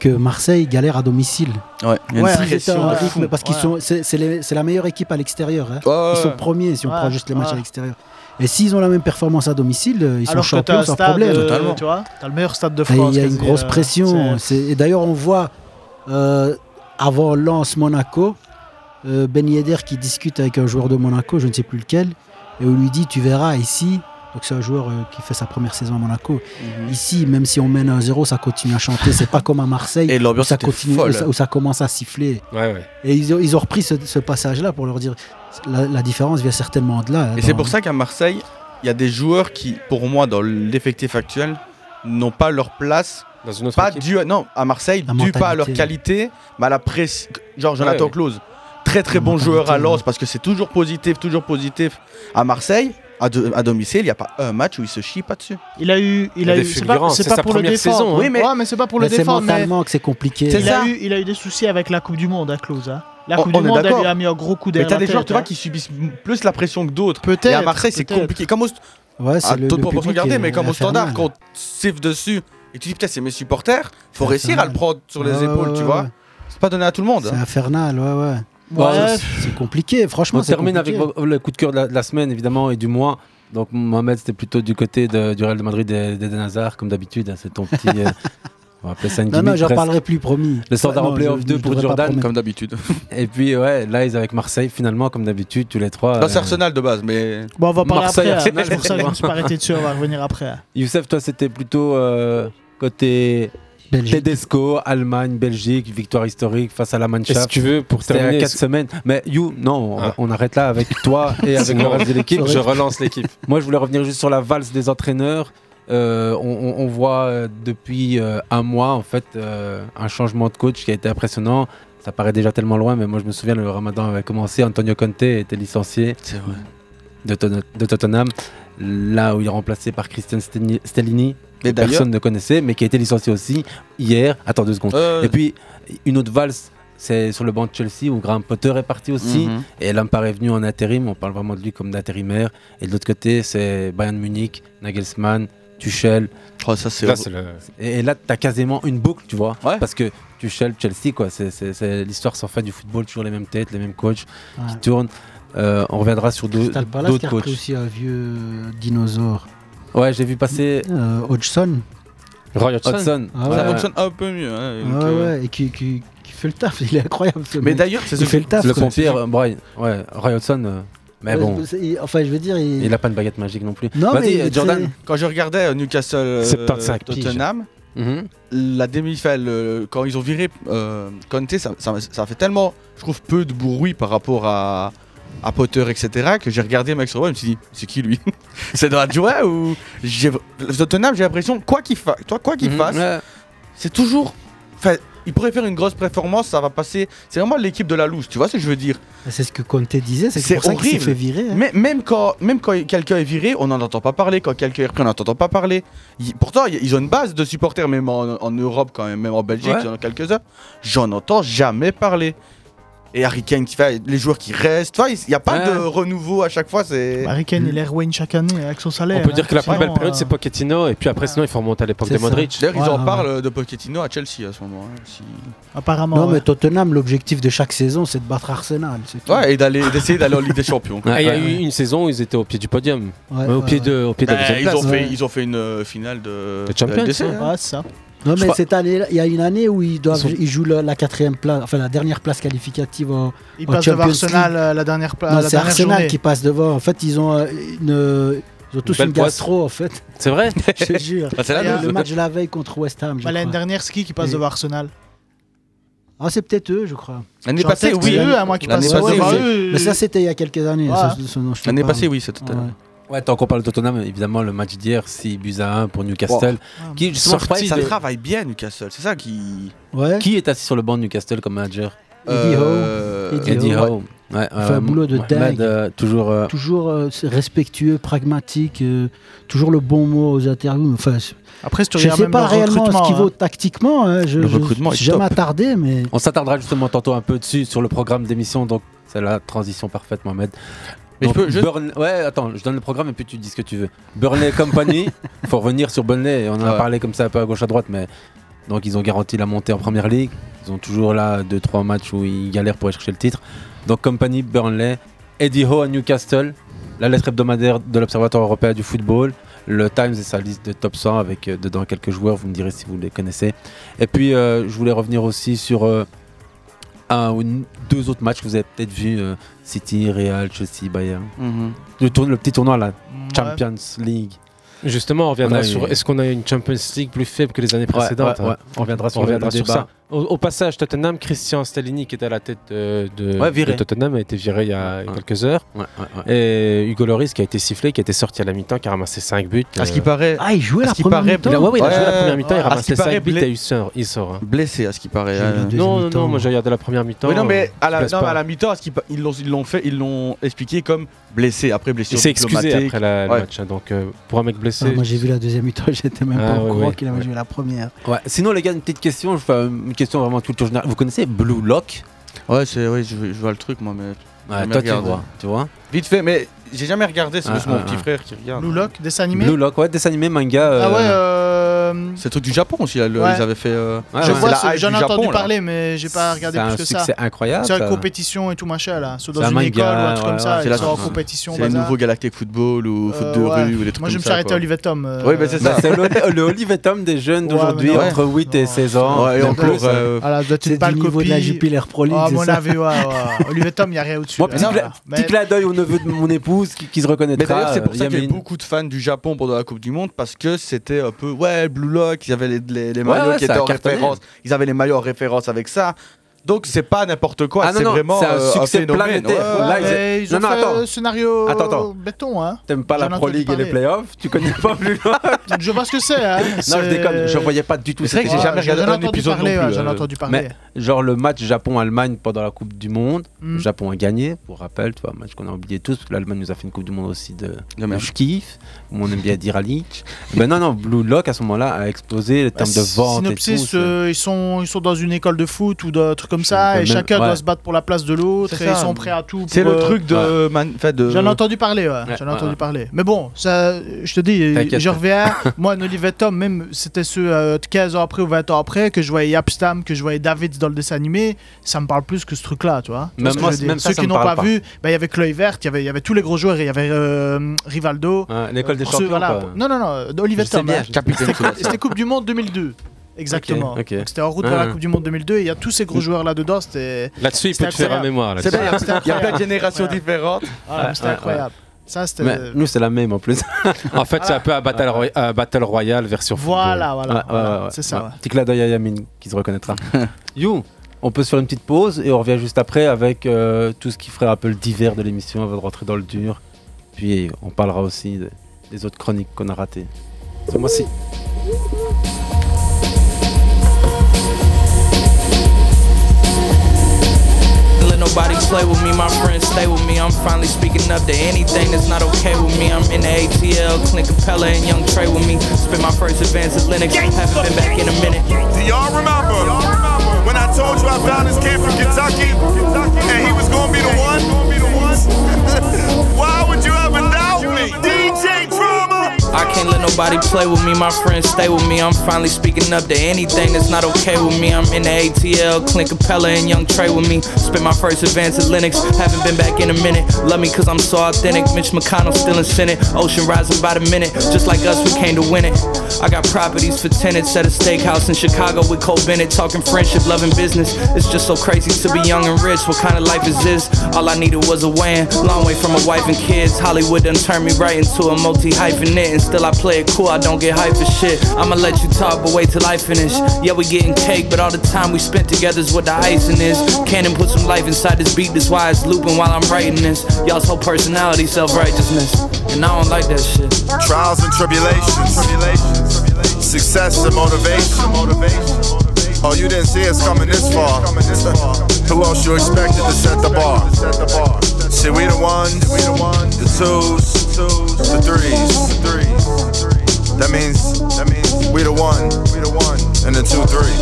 Speaker 2: que Marseille galère à domicile.
Speaker 9: Ouais, il y a une
Speaker 2: ils
Speaker 9: pression
Speaker 2: étaient en
Speaker 9: de
Speaker 2: rythme
Speaker 9: fou.
Speaker 2: parce qu'ils
Speaker 9: Ouais.
Speaker 2: sont, c'est, c'est les- c'est la meilleure équipe à l'extérieur. hein.
Speaker 9: Ouais, ouais,
Speaker 2: ils sont
Speaker 9: ouais.
Speaker 2: premiers si on
Speaker 10: Ouais,
Speaker 2: prend juste les matchs à
Speaker 10: ouais.
Speaker 2: l'extérieur. Et s'ils ont la même performance à domicile, euh, ils
Speaker 10: Alors
Speaker 2: sont
Speaker 10: que t'as
Speaker 2: champions
Speaker 10: un
Speaker 2: sans
Speaker 10: stade,
Speaker 2: problème.
Speaker 10: euh, tu vois, t'as le meilleur stade de
Speaker 2: Et
Speaker 10: France.
Speaker 2: Il y a une
Speaker 10: quasi,
Speaker 2: grosse
Speaker 10: euh,
Speaker 2: pression. hein. C'est- Et d'ailleurs, on voit euh, avant Lens Monaco, euh, Ben Yedder qui discute avec un joueur de Monaco, je ne sais plus lequel, et on lui dit tu verras ici. Donc c'est un joueur euh, qui fait sa première saison à Monaco. Ici, même si on mène 1-0, ça continue à chanter. C'est pas comme à
Speaker 9: (laughs)
Speaker 2: Marseille
Speaker 9: Et l'ambiance
Speaker 2: où ça
Speaker 9: était
Speaker 2: continue,
Speaker 9: folle.
Speaker 2: où ça, où ça commence à siffler.
Speaker 8: Ouais, ouais.
Speaker 2: Et ils ont, ils ont repris ce, ce passage-là pour leur dire la, la différence vient certainement de là. hein,
Speaker 9: Et c'est
Speaker 2: dans-
Speaker 9: pour ça qu'à Marseille, il y a des joueurs qui, pour moi, dans l'effectif actuel, n'ont pas leur place.
Speaker 8: Dans une autre
Speaker 9: pas
Speaker 8: équipe.
Speaker 9: dû à- non, à Marseille,
Speaker 2: La
Speaker 9: dû pas à leur
Speaker 2: mentalité.
Speaker 9: qualité, mais à la pression. Genre Jonathan
Speaker 8: ouais.
Speaker 9: Clause, très très
Speaker 2: La
Speaker 9: bon joueur à
Speaker 2: mentalité,
Speaker 9: Lens parce que c'est toujours positif, toujours positif. À Marseille, à, do- à domicile, il n'y a pas un match où il se chie pas dessus.
Speaker 10: Il a eu, il
Speaker 8: y a
Speaker 10: a
Speaker 8: des
Speaker 10: eu, c'est
Speaker 8: fulgurants,
Speaker 10: pas, c'est
Speaker 8: c'est
Speaker 10: pas
Speaker 8: sa
Speaker 10: pour le
Speaker 8: première
Speaker 10: défendre.
Speaker 8: saison, hein.
Speaker 9: Oui, mais-
Speaker 10: Ouais, mais c'est pas pour
Speaker 2: Mais
Speaker 10: le
Speaker 2: c'est
Speaker 10: défendre. Mais
Speaker 2: mentalement que c'est compliqué.
Speaker 9: C'est
Speaker 10: il
Speaker 9: ça.
Speaker 10: a eu, il a eu des soucis avec la Coupe du Monde, à Klose. hein. La
Speaker 9: On-
Speaker 10: Coupe
Speaker 9: on
Speaker 10: du
Speaker 9: est
Speaker 10: Monde, elle
Speaker 9: d'accord.
Speaker 10: lui a mis un gros coup
Speaker 9: Mais
Speaker 10: derrière
Speaker 9: t'as
Speaker 10: la
Speaker 9: des
Speaker 10: tête,
Speaker 9: joueurs, tu
Speaker 10: hein.
Speaker 9: vois, qui subissent m- plus la pression que d'autres.
Speaker 10: Peut-être.
Speaker 9: Et à Marseille, c'est
Speaker 10: peut-être.
Speaker 9: compliqué. Comme au, Ah,
Speaker 2: Ouais, c'est
Speaker 9: à
Speaker 2: le-
Speaker 9: taux
Speaker 2: le
Speaker 9: de proportion
Speaker 2: public
Speaker 9: gardée,
Speaker 2: est
Speaker 9: mais comme au
Speaker 2: infernal.
Speaker 9: standard, quand on siffle dessus et tu dis putain, c'est mes supporters, faut
Speaker 2: C'est
Speaker 9: réussir à
Speaker 2: infernal.
Speaker 9: le prendre sur
Speaker 2: Ouais,
Speaker 9: les
Speaker 2: ouais,
Speaker 9: épaules,
Speaker 2: ouais,
Speaker 9: tu vois.
Speaker 2: ouais.
Speaker 9: C'est pas donné à tout le monde. hein.
Speaker 2: C'est infernal, ouais, ouais.
Speaker 10: Ouais,
Speaker 2: C'est compliqué, franchement.
Speaker 7: On
Speaker 2: c'est
Speaker 7: termine avec
Speaker 2: compliqué.
Speaker 7: vo- le coup de cœur de la, de la semaine, évidemment, et du mois. Donc, Mohamed, c'était plutôt du côté de- du Real de Madrid et d'Eden Hazard, comme d'habitude. hein, C'est ton petit.
Speaker 2: (laughs)
Speaker 7: euh, on va appeler ça une
Speaker 2: Non, non,
Speaker 7: gimmick
Speaker 2: j'en
Speaker 7: presque.
Speaker 2: parlerai plus, promis.
Speaker 7: Le standard
Speaker 2: Ouais,
Speaker 7: en
Speaker 2: non,
Speaker 7: playoff
Speaker 2: je-
Speaker 7: 2
Speaker 2: je
Speaker 7: pour
Speaker 2: devrais pas
Speaker 7: Jordan.
Speaker 2: promettre.
Speaker 9: Comme d'habitude.
Speaker 7: (laughs) Et puis, ouais, là, ils avec Marseille, finalement, comme d'habitude, tous les trois.
Speaker 9: Là, Bah, c'est
Speaker 7: euh,
Speaker 9: Arsenal de base, mais.
Speaker 10: Bon, on va parler
Speaker 7: Marseille,
Speaker 10: après. hein.
Speaker 7: Arsenal,
Speaker 10: C'est pour ça
Speaker 7: c'est
Speaker 10: que je
Speaker 7: bon.
Speaker 10: me suis pas arrêté dessus, on va revenir après. hein.
Speaker 7: Youssef, toi, c'était plutôt euh, côté
Speaker 2: Belgique.
Speaker 7: Tedesco, Allemagne, Belgique, victoire historique face à la
Speaker 8: Et si
Speaker 7: Mannschaft.
Speaker 8: tu veux, pour
Speaker 7: C'était à
Speaker 8: terminer,
Speaker 7: 4 semaines. Mais You, non, on,
Speaker 8: Ah.
Speaker 7: on arrête là avec toi et avec le
Speaker 8: Sinon,
Speaker 7: reste de l'équipe.
Speaker 8: je relance l'équipe.
Speaker 7: Moi, je voulais revenir juste sur la valse des entraîneurs. Euh, on, on- on voit euh, depuis euh, un mois, en fait, euh, un changement de coach qui a été impressionnant. Ça paraît déjà tellement loin, mais moi, je me souviens, le ramadan avait commencé. Antonio Conte était licencié
Speaker 9: C'est vrai.
Speaker 7: de, Ton- de Tottenham, là où il est remplacé par Christian Stellini- Stellini,
Speaker 9: Mais
Speaker 7: que personne ne connaissait, mais qui a été licencié aussi hier. Attends deux secondes.
Speaker 9: Euh,
Speaker 7: Et puis, une autre valse, c'est sur le banc de Chelsea où Graham Potter est parti aussi.
Speaker 9: mhm.
Speaker 7: Et Lampard est venu en intérim, on parle vraiment de lui comme d'intérimaire. Et de l'autre côté, c'est Bayern Munich, Nagelsmann, Tuchel.
Speaker 9: Oh, ça, c'est.
Speaker 8: Là, c'est le.
Speaker 7: Et, et là, t'as quasiment une boucle, tu vois.
Speaker 9: Ouais.
Speaker 7: Parce que Tuchel, Chelsea, quoi, c'est- c'est c'est l'histoire sans fin du football, toujours les mêmes têtes, les mêmes coachs
Speaker 2: Ouais.
Speaker 7: qui tournent. Euh, on reviendra sur deux-
Speaker 2: Crystal Palace qui
Speaker 7: d'autres
Speaker 2: a repris
Speaker 7: coachs.
Speaker 2: aussi un vieux euh, dinosaure.
Speaker 7: Ouais, j'ai vu passer
Speaker 2: Euh, Hodgson.
Speaker 8: Roy Hodgson.
Speaker 7: Hudson.
Speaker 2: Ah
Speaker 9: Ça
Speaker 2: ouais.
Speaker 9: fonctionne un peu mieux. hein, donc,
Speaker 2: Ouais,
Speaker 9: euh,
Speaker 2: ouais, et qui, qui- qui fait le taf. (laughs) Il est incroyable. ce
Speaker 9: Mais
Speaker 2: mec.
Speaker 9: d'ailleurs, c'est
Speaker 2: il fait le taf.
Speaker 7: Le
Speaker 2: quoi.
Speaker 7: pompier, euh, Brian. Ouais, Roy Hudson. euh, mais
Speaker 2: Ouais,
Speaker 7: bon,
Speaker 2: c'est- il- Enfin, je veux dire. il-
Speaker 7: il a pas une baguette magique non plus.
Speaker 2: Non,
Speaker 7: Vas-y,
Speaker 2: mais
Speaker 7: euh, Jordan.
Speaker 9: Quand je regardais euh, Newcastle euh,
Speaker 8: 75 piges.
Speaker 9: Tottenham,
Speaker 7: Mhm.
Speaker 9: la demi enfin, le- quand ils ont viré euh, Conte, ça, ça- ça fait tellement, je trouve, peu de bruit par rapport à, à Potter, etc. que j'ai regardé Max Roy et je me suis dit, c'est qui lui (laughs) C'est de la joie ou. j'ai- Tottenham, j'ai l'impression, quoi qu'il fa... toi, quoi qu'il
Speaker 7: Mhm.
Speaker 9: fasse,
Speaker 7: Ouais.
Speaker 9: c'est toujours. Enfin, il pourrait faire une grosse performance, ça va passer. C'est vraiment l'équipe de la loose, tu vois ce que je veux dire
Speaker 2: Ah, C'est ce que Conte disait. C'est
Speaker 9: C'est
Speaker 2: pour ça qu'il s'est
Speaker 9: horrible.
Speaker 2: fait virer. hein.
Speaker 9: Mais même quand, même quand quelqu'un est viré, on n'en entend pas parler. Quand quelqu'un est repris, on n'en entend pas parler. Il- pourtant, il- ils ont une base de supporters, même en, en Europe, quand même, même en Belgique,
Speaker 7: Ouais.
Speaker 9: ils en ont quelques-uns. J'en entends jamais parler. Et Harry Kane, qui fait- les joueurs qui restent, enfin, il n'y a pas
Speaker 7: Ouais.
Speaker 9: de renouveau à chaque fois. C'est
Speaker 10: Harry Kane, il est Erwin chaque année avec son salaire.
Speaker 8: On peut
Speaker 10: hein.
Speaker 8: dire que la plus belle
Speaker 10: Sinon,
Speaker 8: période,
Speaker 10: euh,
Speaker 8: c'est Pochettino. Et puis après, sinon, il faut remonter à l'époque
Speaker 2: C'est
Speaker 8: de
Speaker 2: ça.
Speaker 8: Modric.
Speaker 9: D'ailleurs,
Speaker 2: Ouais,
Speaker 9: ils en
Speaker 2: ouais,
Speaker 9: parlent de Pochettino à Chelsea à ce moment. hein, si-
Speaker 10: Apparemment.
Speaker 2: Non,
Speaker 10: ouais.
Speaker 2: mais Tottenham, l'objectif de chaque saison, c'est de battre Arsenal. c'est tout.
Speaker 9: Ouais, et d'aller- d'essayer d'aller en Ligue des Champions.
Speaker 8: Ah, il y a
Speaker 7: Ouais, ouais.
Speaker 8: eu une saison où ils étaient au pied du podium.
Speaker 2: Ouais,
Speaker 8: Mais au
Speaker 2: ouais,
Speaker 8: pied
Speaker 2: ouais.
Speaker 8: de, au pied de la
Speaker 9: Bah,
Speaker 8: deuxième
Speaker 9: ils, ont
Speaker 8: place. hein.
Speaker 9: fait,
Speaker 2: ouais.
Speaker 9: ils ont fait une euh, finale de,
Speaker 8: De Champions,
Speaker 9: LDC,
Speaker 8: hein.
Speaker 9: hein.
Speaker 2: Ah,
Speaker 10: Ouais, c'est ça.
Speaker 2: Non,
Speaker 9: Je
Speaker 2: mais
Speaker 9: crois-
Speaker 2: cette année, il y a une année où ils, doivent,
Speaker 7: Ils
Speaker 2: ils,
Speaker 7: sont-
Speaker 2: jouent la, la quatrième place, enfin la dernière place qualificative. En...
Speaker 10: Il
Speaker 2: En
Speaker 10: passe devant
Speaker 2: Champions
Speaker 10: Arsenal euh, la dernière pla-
Speaker 2: Non,
Speaker 10: la
Speaker 2: c'est
Speaker 10: dernière
Speaker 2: Arsenal
Speaker 10: journée.
Speaker 2: qui passe devant. En fait, ils ont euh, une, euh, ils ont tous
Speaker 8: belle
Speaker 2: une gastro en fait.
Speaker 8: C'est vrai
Speaker 2: (laughs) Je te jure.
Speaker 9: Ah, c'est la
Speaker 10: Et, euh,
Speaker 9: dose.
Speaker 2: Le match de la veille contre West Ham. je
Speaker 10: Bah, L'année
Speaker 2: crois.
Speaker 10: dernière, c'est qui qui passe
Speaker 2: Et-
Speaker 10: devant Arsenal
Speaker 2: Ah, c'est peut-être eux, je crois.
Speaker 9: L'année
Speaker 10: Genre,
Speaker 9: passée,
Speaker 10: peut-être
Speaker 9: oui.
Speaker 10: c'est eux, hein, moi, qui
Speaker 9: L'année
Speaker 10: passe
Speaker 9: passée,
Speaker 10: devant
Speaker 9: oui.
Speaker 10: eux.
Speaker 2: Mais ça, c'était il y a quelques années.
Speaker 10: Ouais.
Speaker 2: ça, ce dont je te
Speaker 9: L'année
Speaker 2: parle.
Speaker 9: passée, oui, c'est total.
Speaker 2: Ouais.
Speaker 7: Ouais, tant qu'on parle de Tottenham, évidemment, le match d'hier, 6 buts à 1 pour Newcastle.
Speaker 10: Ah,
Speaker 7: Qui, justement, je
Speaker 9: Sorti
Speaker 7: croyais que
Speaker 9: ça
Speaker 7: ça-
Speaker 9: travaille bien, Newcastle. C'est ça qui.
Speaker 2: Ouais.
Speaker 7: qui est assis sur le banc de Newcastle comme manager
Speaker 2: Eddie Howe.
Speaker 9: Euh,
Speaker 2: Eddie
Speaker 7: Eddie
Speaker 2: Howe.
Speaker 7: Howe. Ouais, ouais,
Speaker 2: un boulot de
Speaker 7: Mohamed,
Speaker 2: dingue.
Speaker 7: euh, toujours. euh,
Speaker 2: Toujours euh, c'est respectueux, pragmatique, euh, toujours le bon mot aux interviews. Enfin, je
Speaker 10: Après, si tu
Speaker 2: je
Speaker 10: regardes
Speaker 2: sais
Speaker 10: même le
Speaker 2: pas réellement ce
Speaker 10: recrutement,
Speaker 2: qu'il
Speaker 10: hein.
Speaker 2: vaut tactiquement. hein, je,
Speaker 9: Le
Speaker 2: je-
Speaker 9: recrutement
Speaker 2: je suis
Speaker 9: est top.
Speaker 2: jamais attardé, mais
Speaker 9: Mm.
Speaker 7: on s'attardera justement tantôt un peu dessus sur le programme d'émission. Donc, c'est la transition parfaite, Mohamed.
Speaker 9: Mais je
Speaker 7: Donc,
Speaker 9: peux juste-
Speaker 7: Burn- Ouais, attends, je donne le programme et puis tu dis ce que tu veux. Burnley Company, faut revenir sur Burnley. On en a
Speaker 9: Ouais.
Speaker 7: parlé comme ça un peu à gauche à droite, mais Donc ils ont garanti la montée en première ligue. Ils ont toujours là 2-3 matchs où ils galèrent pour aller chercher le titre. Donc Company, Burnley, Eddie Howe à Newcastle, la lettre hebdomadaire de l'Observatoire européen du football, le Times et sa liste de top 100 avec euh, dedans quelques joueurs, vous me direz si vous les connaissez. Et puis euh, je voulais revenir aussi sur euh, un ou une- deux autres matchs que vous avez peut-être vus euh, City, Real, Chelsea, Bayern.
Speaker 8: Mhm.
Speaker 7: le, tour- le petit tournoi là, Champions League.
Speaker 8: Justement, on reviendra
Speaker 7: On a
Speaker 8: sur
Speaker 7: eu-
Speaker 8: est-ce qu'on a une Champions League plus faible que les années précédentes
Speaker 7: ouais, ouais.
Speaker 8: hein
Speaker 7: On reviendra sur le débat.
Speaker 8: ça. Au, au passage, Tottenham, Christian Stellini, qui était à la tête euh, de,
Speaker 7: Ouais, viré.
Speaker 8: de Tottenham, a été viré il y a quelques heures.
Speaker 7: Ouais, ouais, ouais.
Speaker 8: Et Hugo Loris, qui a été sifflé, qui était sorti à la mi-temps, qui a ramassé 5 buts. euh,
Speaker 9: À ce qui paraît.
Speaker 2: Ah, il jouait
Speaker 9: à
Speaker 8: à
Speaker 9: ce
Speaker 8: ce
Speaker 9: qui
Speaker 8: qui
Speaker 9: paraît-
Speaker 8: paraît, il a ouais, ouais, il a joué la
Speaker 9: Ouais.
Speaker 8: première mi-temps, il
Speaker 9: À
Speaker 8: a
Speaker 9: ce
Speaker 8: ramassé
Speaker 9: qui paraît,
Speaker 8: 5 buts
Speaker 9: blé-
Speaker 8: et il sort. Il sort hein.
Speaker 9: Blessé à ce qui paraît.
Speaker 8: vu la
Speaker 9: hein.
Speaker 8: deuxième Non, non, mi-temps. non, moi, j'ai regardé la première mi-temps,
Speaker 9: Oui, non, mais
Speaker 8: euh,
Speaker 9: à
Speaker 8: je
Speaker 9: la, non,
Speaker 8: blesse
Speaker 9: mais à
Speaker 8: pas.
Speaker 9: la mi-temps, à ce qui pa- ils l'ont ils l'ont fait, ils l'ont expliqué comme blessé après blessure
Speaker 8: Il s'est excusé
Speaker 9: diplomatique.
Speaker 8: après la, le
Speaker 9: Ouais.
Speaker 8: match. hein, donc, euh, pour un mec blessé.
Speaker 2: Ah, moi j'ai vu la deuxième mi-temps, (laughs) j'étais même
Speaker 8: Ah,
Speaker 2: pas au
Speaker 8: ouais,
Speaker 2: courant
Speaker 8: ouais,
Speaker 2: qu'il avait
Speaker 8: ouais.
Speaker 2: joué la première.
Speaker 7: Ouais. Sinon, les gars, une petite question, je fais une question vraiment de culture générale. Vous connaissez Blue Lock
Speaker 9: Ouais, c'est, ouais, je, je vois le truc, moi, mais.
Speaker 7: Ouais,
Speaker 9: jamais
Speaker 7: toi, tu
Speaker 9: regardé.
Speaker 7: vois, tu vois.
Speaker 9: Vite fait, mais j'ai jamais regardé, c'est
Speaker 7: Ah,
Speaker 9: juste mon
Speaker 7: ah,
Speaker 9: petit
Speaker 7: ah.
Speaker 9: frère qui regarde.
Speaker 10: Blue Lock, dessin animé
Speaker 7: Blue Lock, ouais, dessin animé, manga.
Speaker 10: Ah ouais,
Speaker 7: euh,
Speaker 10: euh,
Speaker 9: C'est le truc du Japon aussi, là, le-
Speaker 10: Ouais.
Speaker 9: ils avaient fait. euh,
Speaker 7: Ouais,
Speaker 10: je
Speaker 7: ouais.
Speaker 10: vois,
Speaker 9: la
Speaker 10: ce-
Speaker 9: hype
Speaker 10: j'en ai
Speaker 9: du
Speaker 10: entendu
Speaker 9: Japon, là.
Speaker 10: parler, mais j'ai pas regardé
Speaker 7: C'est un
Speaker 10: plus que ça.
Speaker 7: succès incroyable,
Speaker 10: C'est
Speaker 7: ça.
Speaker 10: une compétition et tout machin là. C'est dans
Speaker 7: C'est un
Speaker 10: une
Speaker 7: manga,
Speaker 10: école ou un truc
Speaker 7: ouais,
Speaker 10: comme ça.
Speaker 8: ah,
Speaker 7: ouais,
Speaker 9: c'est
Speaker 10: Ils
Speaker 9: la-
Speaker 10: sont en compétition.
Speaker 9: C'est les
Speaker 10: bazar.
Speaker 9: nouveaux Galactic Football ou foot
Speaker 10: Euh,
Speaker 9: de
Speaker 10: ouais.
Speaker 9: rue ou les trucs comme
Speaker 10: Moi, je me suis
Speaker 9: ça,
Speaker 10: arrêté
Speaker 9: quoi.
Speaker 10: à Olivetum. euh,
Speaker 9: Ouais, bah, c'est
Speaker 7: Bah,
Speaker 9: ça.
Speaker 7: c'est le, le Olivetum des jeunes
Speaker 10: Ouais,
Speaker 7: d'aujourd'hui,
Speaker 10: mais non.
Speaker 7: entre 8 et
Speaker 10: Non,
Speaker 7: 16 ans.
Speaker 9: Ouais, et
Speaker 7: même
Speaker 9: encore,
Speaker 7: plus,
Speaker 9: euh,
Speaker 10: Ah là, doit être
Speaker 2: C'est
Speaker 10: une
Speaker 2: du
Speaker 10: pâle
Speaker 2: niveau
Speaker 10: copie.
Speaker 2: de la Jupiler Pro League,
Speaker 10: Ah,
Speaker 2: c'est
Speaker 10: mon
Speaker 2: ça (laughs)
Speaker 10: avis, ouais, ouais. (laughs) Olivier Tom, il n'y a rien au-dessus.
Speaker 7: Moi,
Speaker 10: là.
Speaker 7: petit, cla-
Speaker 10: Mais-
Speaker 7: petit clin d'œil au neveu de mon épouse qui, qui se
Speaker 9: Mais
Speaker 7: reconnaîtra. euh,
Speaker 9: d'ailleurs, c'est pour ça qu'il y a
Speaker 7: Yamine.
Speaker 9: beaucoup de fans du Japon pendant la Coupe du Monde parce que c'était un peu ouais Blue Lock, ils avaient les, les, les maillots
Speaker 7: ouais,
Speaker 9: qui
Speaker 7: ça
Speaker 9: étaient
Speaker 7: a
Speaker 9: en
Speaker 7: cartonné.
Speaker 9: référence, ils avaient les maillots en référence avec ça. Donc c'est pas n'importe quoi,
Speaker 7: Ah non,
Speaker 9: c'est
Speaker 7: non,
Speaker 9: vraiment
Speaker 7: c'est un
Speaker 9: euh,
Speaker 7: succès
Speaker 9: phénomène.
Speaker 7: planétaire.
Speaker 10: Ouais,
Speaker 7: Là, ils-
Speaker 10: mais ils ont
Speaker 7: Non, non,
Speaker 10: fait
Speaker 7: attends.
Speaker 10: un scénario euh,
Speaker 7: Attends, attends.
Speaker 10: béton, hein.
Speaker 7: T'aimes pas la
Speaker 10: J'en ai
Speaker 7: Pro
Speaker 10: entendu
Speaker 7: League et les
Speaker 10: parler.
Speaker 7: playoffs Tu connais pas Blue Lock
Speaker 10: Je vois ce que c'est, hein.
Speaker 7: Non, je
Speaker 10: C'est-
Speaker 7: déconne, je voyais pas du tout.
Speaker 9: Mais c'est vrai que
Speaker 10: Ouais,
Speaker 9: j'ai jamais
Speaker 10: j'en ai
Speaker 9: regardé un
Speaker 10: entendu
Speaker 9: épisode non
Speaker 10: parler,
Speaker 9: plus.
Speaker 10: ouais, J'en ai
Speaker 9: euh.
Speaker 10: entendu parler.
Speaker 7: Mais genre le match Japon-Allemagne pendant la Coupe du Monde,
Speaker 10: Mm.
Speaker 7: le Japon a gagné, pour rappel, tu vois, un match qu'on a oublié tous, parce que l'Allemagne nous a fait une Coupe du Monde aussi de,
Speaker 9: De merde.
Speaker 7: de kiff, où on aime bien dire à Leach. Ben non, non, Blue Lock à ce moment-là a explosé en termes de vente. et tout,
Speaker 10: Ah, Synopsis,
Speaker 7: c'est-
Speaker 10: euh, ils, sont, ils sont dans une école de foot ou d'un truc comme
Speaker 7: Je
Speaker 10: ça,
Speaker 7: sais
Speaker 10: et
Speaker 7: même-
Speaker 10: chacun
Speaker 7: ouais.
Speaker 10: doit se battre pour la place de l'autre,
Speaker 9: C'est
Speaker 10: et ils
Speaker 9: ça.
Speaker 10: sont prêts à tout.
Speaker 9: C'est
Speaker 10: pour,
Speaker 9: le
Speaker 10: euh,
Speaker 9: truc de man- enfin, de
Speaker 10: J'en ai entendu parler, ouais. J'en ai
Speaker 7: ouais,
Speaker 10: entendu
Speaker 7: ouais.
Speaker 10: parler. Mais bon, ça, je te dis,
Speaker 7: T'inquiète.
Speaker 10: je reviens. (laughs) moi, un Olivier Tom, même c'était ceux euh, de 15 ans après ou 20 ans après, que je voyais Yapstam, que je voyais David dans le dessin animé, ça me parle plus que ce truc-là, tu vois. Tu vois
Speaker 7: Même
Speaker 10: ce que
Speaker 7: moi,
Speaker 10: je veux dire
Speaker 7: même ça,
Speaker 10: Ceux
Speaker 7: ça
Speaker 10: qui
Speaker 7: me
Speaker 10: n'ont pas,
Speaker 7: parle pas.
Speaker 10: vu, bah, il y avait Chloé Verte, il y avait- il y avait tous les gros joueurs, il y avait euh, Rivaldo.
Speaker 7: Ouais, L'école des
Speaker 10: Pour ceux,
Speaker 7: champions.
Speaker 10: voilà,
Speaker 7: quoi.
Speaker 10: pour- Non, non, non, d'Olivier
Speaker 7: Je sais
Speaker 10: Tom.
Speaker 7: bien,
Speaker 10: hein.
Speaker 7: je-
Speaker 9: capitaine
Speaker 10: C'était-
Speaker 9: Tsubasa.
Speaker 10: C'était Coupe du Monde 2002. Exactement.
Speaker 7: Ok, ok.
Speaker 10: Donc, C'était en route vers
Speaker 7: Ah. Mm.
Speaker 10: la Coupe du Monde 2002 et il y a tous ces gros joueurs là-dedans. C'était
Speaker 8: Là-dessus, il
Speaker 10: C'est
Speaker 8: peut te faire un
Speaker 10: incroyable.
Speaker 8: mémoire. là-dessus.
Speaker 9: C'est bien, il y
Speaker 8: (laughs)
Speaker 9: a-
Speaker 10: C'était
Speaker 9: il y a plein de
Speaker 10: incroyable.
Speaker 9: générations
Speaker 10: Ouais.
Speaker 9: différentes.
Speaker 10: ah, c'était
Speaker 7: ouais,
Speaker 10: incroyable. Ça, c'était.
Speaker 7: Mais nous, c'est la même en plus.
Speaker 8: (laughs)
Speaker 7: Ah,
Speaker 8: En fait, c'est un peu un Battle, Roy- un Battle Royale version football.
Speaker 10: Voilà, voilà.
Speaker 7: Ouais, ouais,
Speaker 10: voilà.
Speaker 7: ouais,
Speaker 10: C'est ça.
Speaker 7: ouais.
Speaker 10: ouais.
Speaker 7: Petit clin d'œil à Yamine qui se reconnaîtra.
Speaker 10: (laughs)
Speaker 7: you, on peut se faire une petite pause et on revient juste après avec euh, tout ce qui ferait un peu le divers de l'émission avant de rentrer dans le dur. Puis on parlera aussi de- des autres chroniques qu'on a ratées. Ce mois-ci.
Speaker 12: Let nobody play with me, my friends stay with me. I'm finally speaking up to anything that's not okay with me. I'm in the ATL, Clint Capella and Young Trey with me. Spent my first advance at Linux, haven't been back in a minute.
Speaker 13: Do y'all remember when I told you I found this kid from Kentucky and he was gonna be the one? (laughs) Why would you ever doubt me? DJ Drama!
Speaker 12: I can't let nobody play with me, my friends stay with me. I'm finally speaking up to anything that's not okay with me. I'm in the ATL, Clint Capella and Young Trey with me. Spent my first advance at Linux, haven't been back in a minute. Love me cause I'm so authentic. Mitch McConnell still in Senate, ocean rising by the minute. Just like us, we came to win it. I got properties for tenants at a steakhouse in Chicago with Cole Bennett, talking friendship, loving business. It's just so crazy to be young and rich. What kind of life is this? All I needed was a win. Long way from a wife and kids. Hollywood done turned me right into a multi hyphenate. And still I play it cool, I don't get hype for shit. I'ma let you talk, but wait till I finish. Yeah, we getting cake, but all the time we spent together is what the icing is. Cannon put some life inside this beat, that's why it's looping while I'm writing this. Y'all's whole personality, self righteousness. And I don't like that shit.
Speaker 13: Trials and tribulations, success and motivation. Oh, you didn't see us coming this far. Who else you expected to set the bar? Shit, we the ones, the twos, the threes. That means, that means we the one, we the one, and the two three.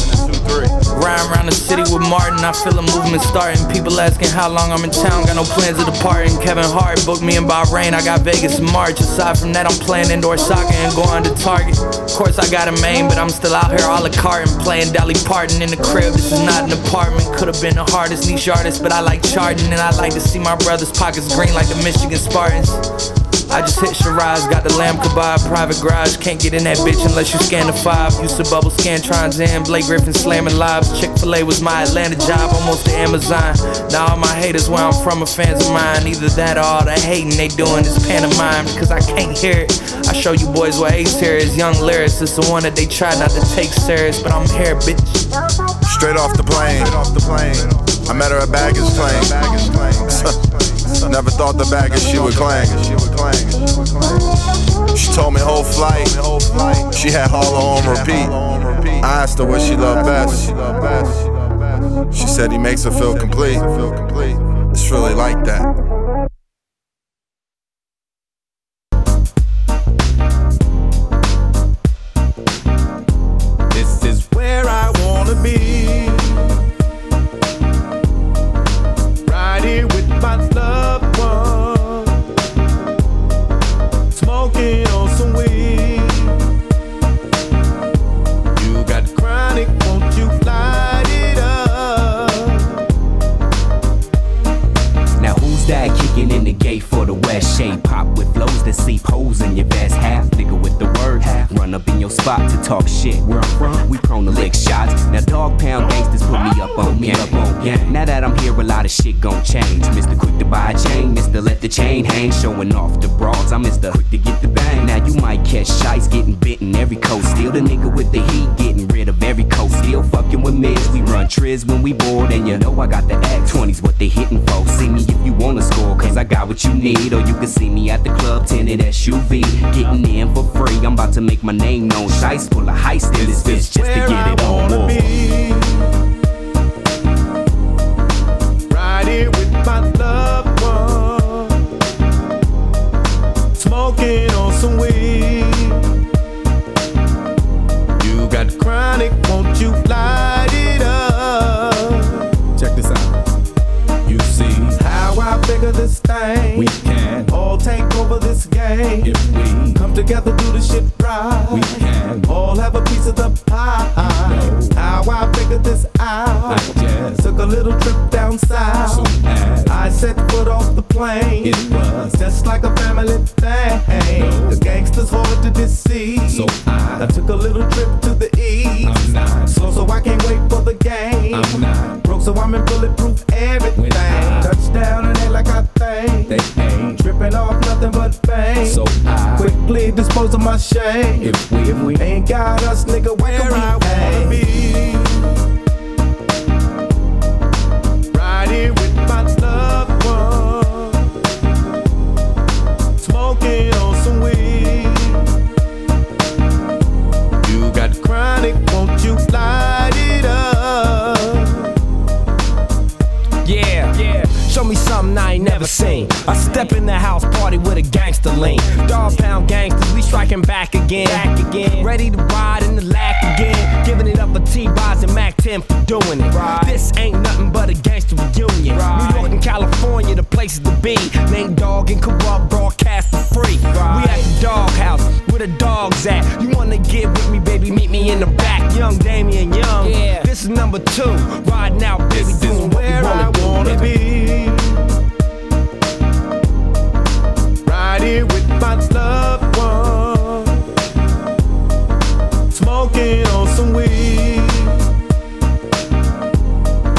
Speaker 12: Riding around the city with Martin, I feel a movement starting. People asking how long I'm in town, got no plans of departing. Kevin Hart booked me in Bahrain, I got Vegas in March. Aside from that, I'm playing indoor soccer and going to Target. Of course, I got a main, but I'm still out here all la carte and playing Dolly Parton in the crib. This is not an apartment, could have been the hardest niche artist, but I like charting and I like to see my brother's pockets green like the Michigan Spartans. I just hit Shiraz, got the lamb kebab, private garage. Can't get in that bitch unless you scan the five. Used to bubble scantrons in, Blake Griffin slamming lives. Chick fil A was my Atlanta job, almost to Amazon. Now all my haters where I'm from are fans of mine. Either that or all the hating they doing is pantomime, cause I can't hear it. I show you boys what ace here is. Young lyrics, it's the one that they try not to take serious, but I'm here, bitch.
Speaker 13: Straight off the plane. Straight off the plane. I met her at baggage claim. Baggage claim. (laughs) Never thought the baggage she would claim. She would claim. She told me whole flight. She had Harlow on repeat. I asked her what she loved best. She said he makes her feel complete. It's really like that.
Speaker 14: This is where I wanna be. Right here with my loved one. Smoking on some weed. You got chronic, won't you light it up?
Speaker 15: Now who's that kicking in the gate for the West? Shade pop with flows that see holes in your vest. Half nigga with the word, half run up in your spot to talk shit. Where I'm from, we prone to lick shots. Now dog pound gangsters put me up on me up on yeah. Now that I'm here, a lot of shit gon' change. Mr. Quick to buy a chain, Mr. Let the chain hang, showing off the broads. I'm Mr. Quick to get the bang. Now you might catch shites getting bitten every coast. Still the nigga with the heat, getting rid of every coat. Still fucking with mids, we run triz when we bored, and you know I got the act 20s, what they hitting for. See me if you wanna score, cause I got what you need. Or you can see me at the club, tinted SUV. Getting in for free, I'm about to make my name known. Shice full of heist in this bitch just to get it on.
Speaker 14: Right here with my loved one. Smoking on some weed. You got chronic, won't you light it up? Check this out. You see how I figure this thing. We can all take over this game. If we come together, do the shit right. We can all have a piece of the pie. How I figured this out. I just took a little trip down south. I set foot off the plane. It was just like a family thing. The gangsters hard to deceive. So I, took a little trip to the east. I'm not slow, so I can't wait for the game. I'm not broke, so I'm in bulletproof everything. Touchdown and they like I think. They ain't tripping off nothing but fame. So I quickly dispose of my shame. If we, if we ain't got us, nigga, where, where I wanna be. Right here with my loved one. Smoking on some weed. You got chronic, won't you light it up?
Speaker 16: Yeah, yeah. Show me something I ain't never seen. I step in the house party with a gangster lean. Dog pound gangsters, we striking back again. Back again. Ready to ride in the lack again. Giving it up a T Boz and Mac 10 for doing it. This ain't nothing but a gangster reunion. New York and California, the places to be. Name dog and corrupt broadcast for free. We at the doghouse where the dogs at. You wanna get with me, baby? Meet me in the back. Young Damien Young. Yeah. This is number two. Riding out, baby, doing where what we wanna
Speaker 14: I
Speaker 16: do,
Speaker 14: wanna
Speaker 16: baby.
Speaker 14: be. Right here with my loved one. Smoking on some weed.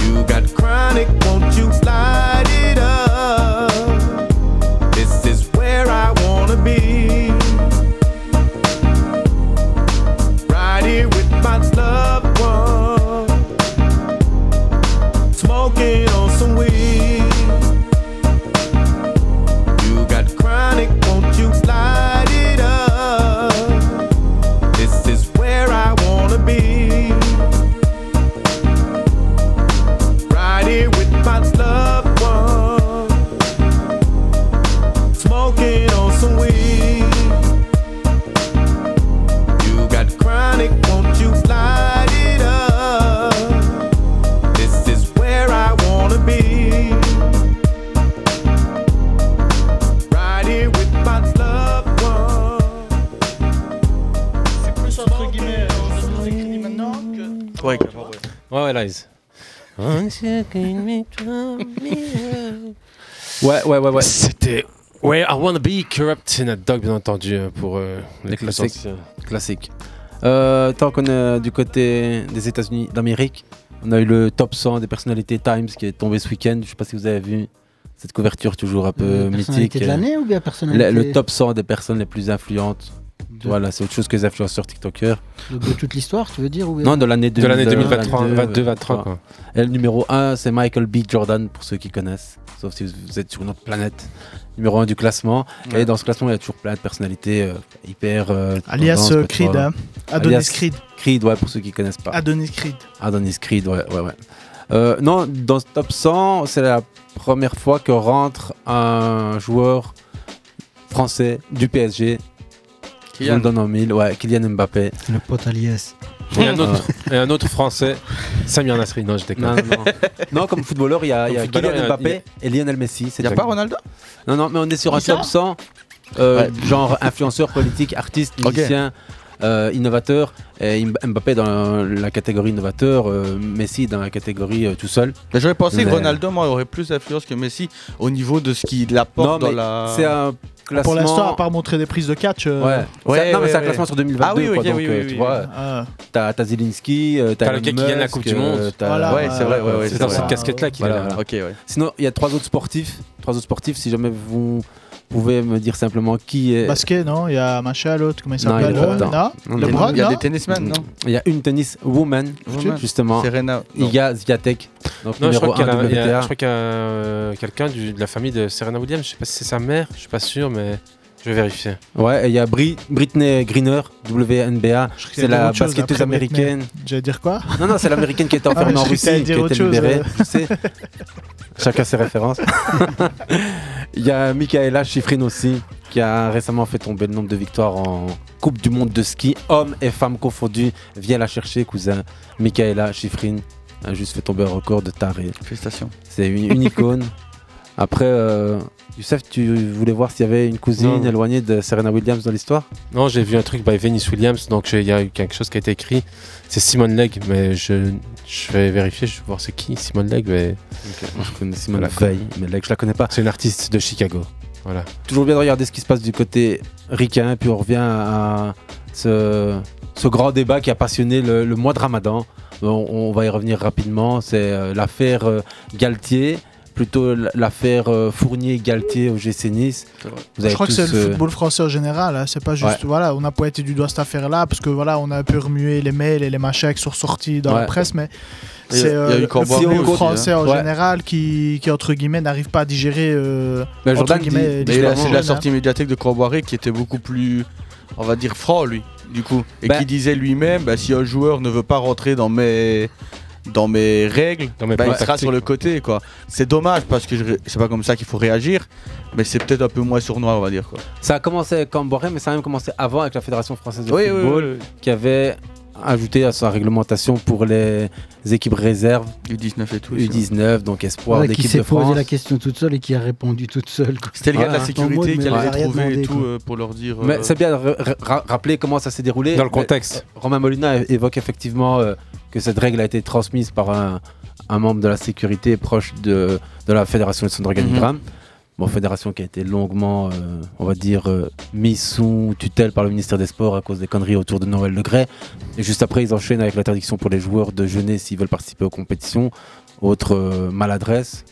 Speaker 14: You got chronic, won't you light it up? This is where I wanna be. Right here with my loved one smoking on some weed. You got chronic, won't you light it
Speaker 9: Ouais,
Speaker 8: Ouais, ouais, Lies. Ouais, ouais, ouais, ouais. C'était Where I Wanna Be Corrupt in a Dog, bien entendu, euh, pour euh,
Speaker 7: Les
Speaker 8: les
Speaker 7: classiques.
Speaker 8: classiques.
Speaker 7: Classique. Euh, tant qu'on est du côté des États-Unis d'Amérique, on a eu le top 100 des personnalités Times qui est tombé ce week-end. Je sais pas si vous avez vu cette couverture toujours un peu mythique.
Speaker 2: Euh,
Speaker 7: euh,
Speaker 2: personnalité de l'année ou bien personnalité
Speaker 7: Le, le top 100 des personnes les plus influentes.
Speaker 2: De-
Speaker 7: Voilà, c'est autre chose que les influenceurs TikTokers.
Speaker 2: De, de toute l'histoire, tu veux dire ou bien-
Speaker 7: Non, de l'année
Speaker 8: 2023, 22, 23, quoi.
Speaker 7: Et le numéro 1, c'est Michael B. Jordan, pour ceux qui connaissent, sauf si vous- vous êtes sur une autre planète. Numéro 1 du classement.
Speaker 10: Ouais.
Speaker 7: Et dans ce classement, il y a toujours plein de personnalités euh, hyper. euh,
Speaker 10: Alias,
Speaker 7: tendances,
Speaker 10: euh,
Speaker 7: quoi, tu
Speaker 10: Creed,
Speaker 7: vois.
Speaker 10: hein. Adonis Creed.
Speaker 7: Creed, ouais, pour ceux qui connaissent pas.
Speaker 10: Adonis Creed.
Speaker 7: Adonis Creed, ouais, ouais, ouais. Euh, non, dans ce top 100, c'est la première fois que rentre un joueur français du PSG. Je vous
Speaker 8: Kylian.
Speaker 7: le donne en mille, ouais, Kylian Mbappé.
Speaker 2: Le pote Alias.
Speaker 8: Et un
Speaker 2: (laughs)
Speaker 8: autre, et un autre français, Samir Nasri. Non, je déconne.
Speaker 7: Ah. Non, non, non. Non, comme footballeur, il y a, il y a
Speaker 8: Comme footballeur, il y
Speaker 7: Kylian
Speaker 8: a-
Speaker 7: Mbappé et Lionel Messi. Il
Speaker 8: Y a pas Ronaldo
Speaker 7: Non, non, mais on est sur un
Speaker 8: Qui ça
Speaker 7: top 100, euh,
Speaker 8: Ouais.
Speaker 7: genre influenceur, politique, artiste,
Speaker 8: Ok.
Speaker 7: musicien, euh, innovateur. Et Im- Mbappé dans la catégorie innovateur, euh, Messi dans la catégorie euh, tout seul.
Speaker 9: J'aurais pensé que
Speaker 7: Mais-
Speaker 9: Ronaldo, moi, aurait plus d'influence que Messi au niveau de ce qu'il apporte
Speaker 7: Non,
Speaker 9: dans
Speaker 7: mais
Speaker 9: la.
Speaker 7: c'est un classement-
Speaker 10: Pour l'instant, à part montrer des prises de catch. euh,
Speaker 7: Ouais. C'est- non, mais c'est un classement sur 2022.
Speaker 10: Ah oui,
Speaker 7: quoi,
Speaker 10: ok,
Speaker 7: donc,
Speaker 10: oui,
Speaker 7: euh,
Speaker 10: oui,
Speaker 7: tu
Speaker 10: oui.
Speaker 7: vois,
Speaker 10: Ah.
Speaker 7: t'as t'as Zelinski, euh, t'as
Speaker 8: T'as le gars
Speaker 7: Elon
Speaker 8: qui gagne la
Speaker 7: Musk,
Speaker 8: Coupe du Monde.
Speaker 7: euh, t'as-
Speaker 8: Voilà. Ouais, c'est vrai, ouais, ouais, C'est c'est dans vrai. cette casquette-là qu'il est là.
Speaker 7: Ok, ouais. Sinon, il y a trois autres sportifs. Trois autres sportifs, si jamais vous pouvez me dire simplement qui est.
Speaker 10: Basket, non Il y a machin, l'autre, comment il
Speaker 7: Non, il est
Speaker 10: s'appelle
Speaker 7: pas dedans.
Speaker 10: Rona
Speaker 7: Non, non,
Speaker 10: LeBron
Speaker 7: il y a
Speaker 10: non
Speaker 7: des tennismen, non Il y a une tennis woman,
Speaker 8: Woman.
Speaker 7: justement.
Speaker 9: Serena, non.
Speaker 7: Iga Ziatek. Donc,
Speaker 8: Non, je
Speaker 7: numéro
Speaker 8: crois qu'il y a,
Speaker 7: 1
Speaker 8: il y a-
Speaker 7: WTA.
Speaker 8: je crois qu'il y a, euh, quelqu'un du- de la famille de Serena Williams. Je sais pas si c'est sa mère, je suis pas sûr, mais je vais vérifier.
Speaker 7: Ouais, et il y a Bri- Britney Greener, WNBA.
Speaker 8: qu'il y
Speaker 7: C'est
Speaker 8: avait
Speaker 7: la
Speaker 8: autre
Speaker 10: hein,
Speaker 8: chose
Speaker 7: basketteuse
Speaker 8: après Britney.
Speaker 7: américaine.
Speaker 10: J'allais dire quoi
Speaker 7: Non, non, c'est l'américaine qui était
Speaker 10: Ah,
Speaker 7: enfermée
Speaker 10: mais
Speaker 7: en
Speaker 10: je
Speaker 7: Russie,
Speaker 10: crois que t'allais
Speaker 7: qui
Speaker 10: dire
Speaker 7: a
Speaker 10: autre
Speaker 7: été
Speaker 10: chose,
Speaker 7: libérée.
Speaker 10: euh.
Speaker 7: tu
Speaker 10: (laughs)
Speaker 7: sais. Chacun ses références. (laughs) Il y a Michaela Schifrin aussi, qui a récemment fait tomber le nombre de victoires en Coupe du Monde de ski, hommes et femmes confondus. Viens la chercher, cousin. Michaela Schifrin a juste fait tomber un record de taré.
Speaker 9: Félicitations.
Speaker 7: C'est une, une icône. Après, euh, Youssef, tu voulais voir s'il y avait une cousine
Speaker 8: Non.
Speaker 7: éloignée de Serena Williams dans l'histoire
Speaker 8: Non, j'ai vu un truc by Venice Williams, donc j'ai- il y a eu quelque chose qui a été écrit. C'est Simone Legg, mais je, je vais vérifier, je vais voir c'est qui Simone Legg. Mais...
Speaker 7: Moi, je connais Simone Veil, mais Legg, je la connais pas.
Speaker 8: C'est une artiste de Chicago. Voilà.
Speaker 7: Toujours bien de regarder ce qui se passe du côté ricain, puis on revient à ce, ce grand débat qui a passionné le, le mois de Ramadan. On, on va y revenir rapidement. C'est euh, l'affaire euh, Galtier, plutôt l- l'affaire euh, Fournier-Galtier au GC Nice. Vous avez
Speaker 10: Je crois que
Speaker 7: tous,
Speaker 10: c'est le
Speaker 7: euh,
Speaker 10: football français en général. hein. C'est pas juste,
Speaker 7: Ouais.
Speaker 10: voilà, on a pointé du doigt cette affaire-là parce que voilà, on a un peu remué les mails et les machins qui sont sortis dans
Speaker 7: Ouais.
Speaker 10: la presse, mais
Speaker 7: Il y a-
Speaker 10: c'est
Speaker 7: il y a
Speaker 10: euh,
Speaker 7: eu
Speaker 10: le
Speaker 7: Corbeau
Speaker 10: football
Speaker 7: aussi, hein.
Speaker 10: français en
Speaker 7: Ouais.
Speaker 10: général qui, qui, entre guillemets, n'arrive pas à digérer. euh,
Speaker 9: Mais
Speaker 10: entre
Speaker 9: Jordan dit-
Speaker 10: guillemets,
Speaker 9: mais
Speaker 10: l'histoire
Speaker 9: il a- c'est la
Speaker 10: jeune, hein.
Speaker 9: sortie médiatique de Corboiré qui était beaucoup plus, on va dire, franc, lui, du coup. Et
Speaker 8: Ben-
Speaker 9: qui disait lui-même, bah, si un joueur ne veut pas rentrer dans mes, dans mes règles,
Speaker 8: mes
Speaker 9: bah, il
Speaker 8: plans
Speaker 9: sera sur le
Speaker 8: tactiques,
Speaker 9: côté, quoi. C'est dommage parce que je ré- c'est pas comme ça qu'il faut réagir, mais c'est peut-être un peu moins sournois, on va dire, quoi.
Speaker 7: Ça a commencé avec Camboré, mais ça a même commencé avant avec la Fédération française de
Speaker 9: Oui, oui,
Speaker 7: football,
Speaker 9: oui, oui.
Speaker 7: qui avait ajouté à sa réglementation pour les équipes réserves
Speaker 9: U19 et tout.
Speaker 7: U19, donc espoir
Speaker 2: Ouais, qui
Speaker 7: d'équipe
Speaker 2: s'est
Speaker 7: de
Speaker 2: posé
Speaker 7: France.
Speaker 2: la question toute seule et qui a répondu toute seule. quoi.
Speaker 9: C'était le gars de
Speaker 2: Ouais,
Speaker 9: la
Speaker 2: hein. En mode,
Speaker 9: sécurité qui
Speaker 2: mais on
Speaker 9: allait
Speaker 2: a
Speaker 9: les
Speaker 2: rien
Speaker 9: trouver et
Speaker 2: demandé,
Speaker 9: tout
Speaker 2: quoi.
Speaker 9: euh, pour leur dire.
Speaker 7: Mais
Speaker 9: euh,
Speaker 7: c'est bien de ra- ra- rappeler comment ça s'est déroulé.
Speaker 8: Dans le
Speaker 7: Mais,
Speaker 8: contexte.
Speaker 7: euh, Romain Molina é- évoque effectivement euh, que cette règle a été transmise par un, un membre de la sécurité proche de, de la Fédération de son organigramme. Bon, fédération qui a été longuement, euh, on va dire, euh, mise sous tutelle par le ministère des Sports à cause des conneries autour de Noël Le Gret. Et juste après, ils enchaînent avec l'interdiction pour les joueurs de jeûner s'ils veulent participer aux compétitions. Autre euh, maladresse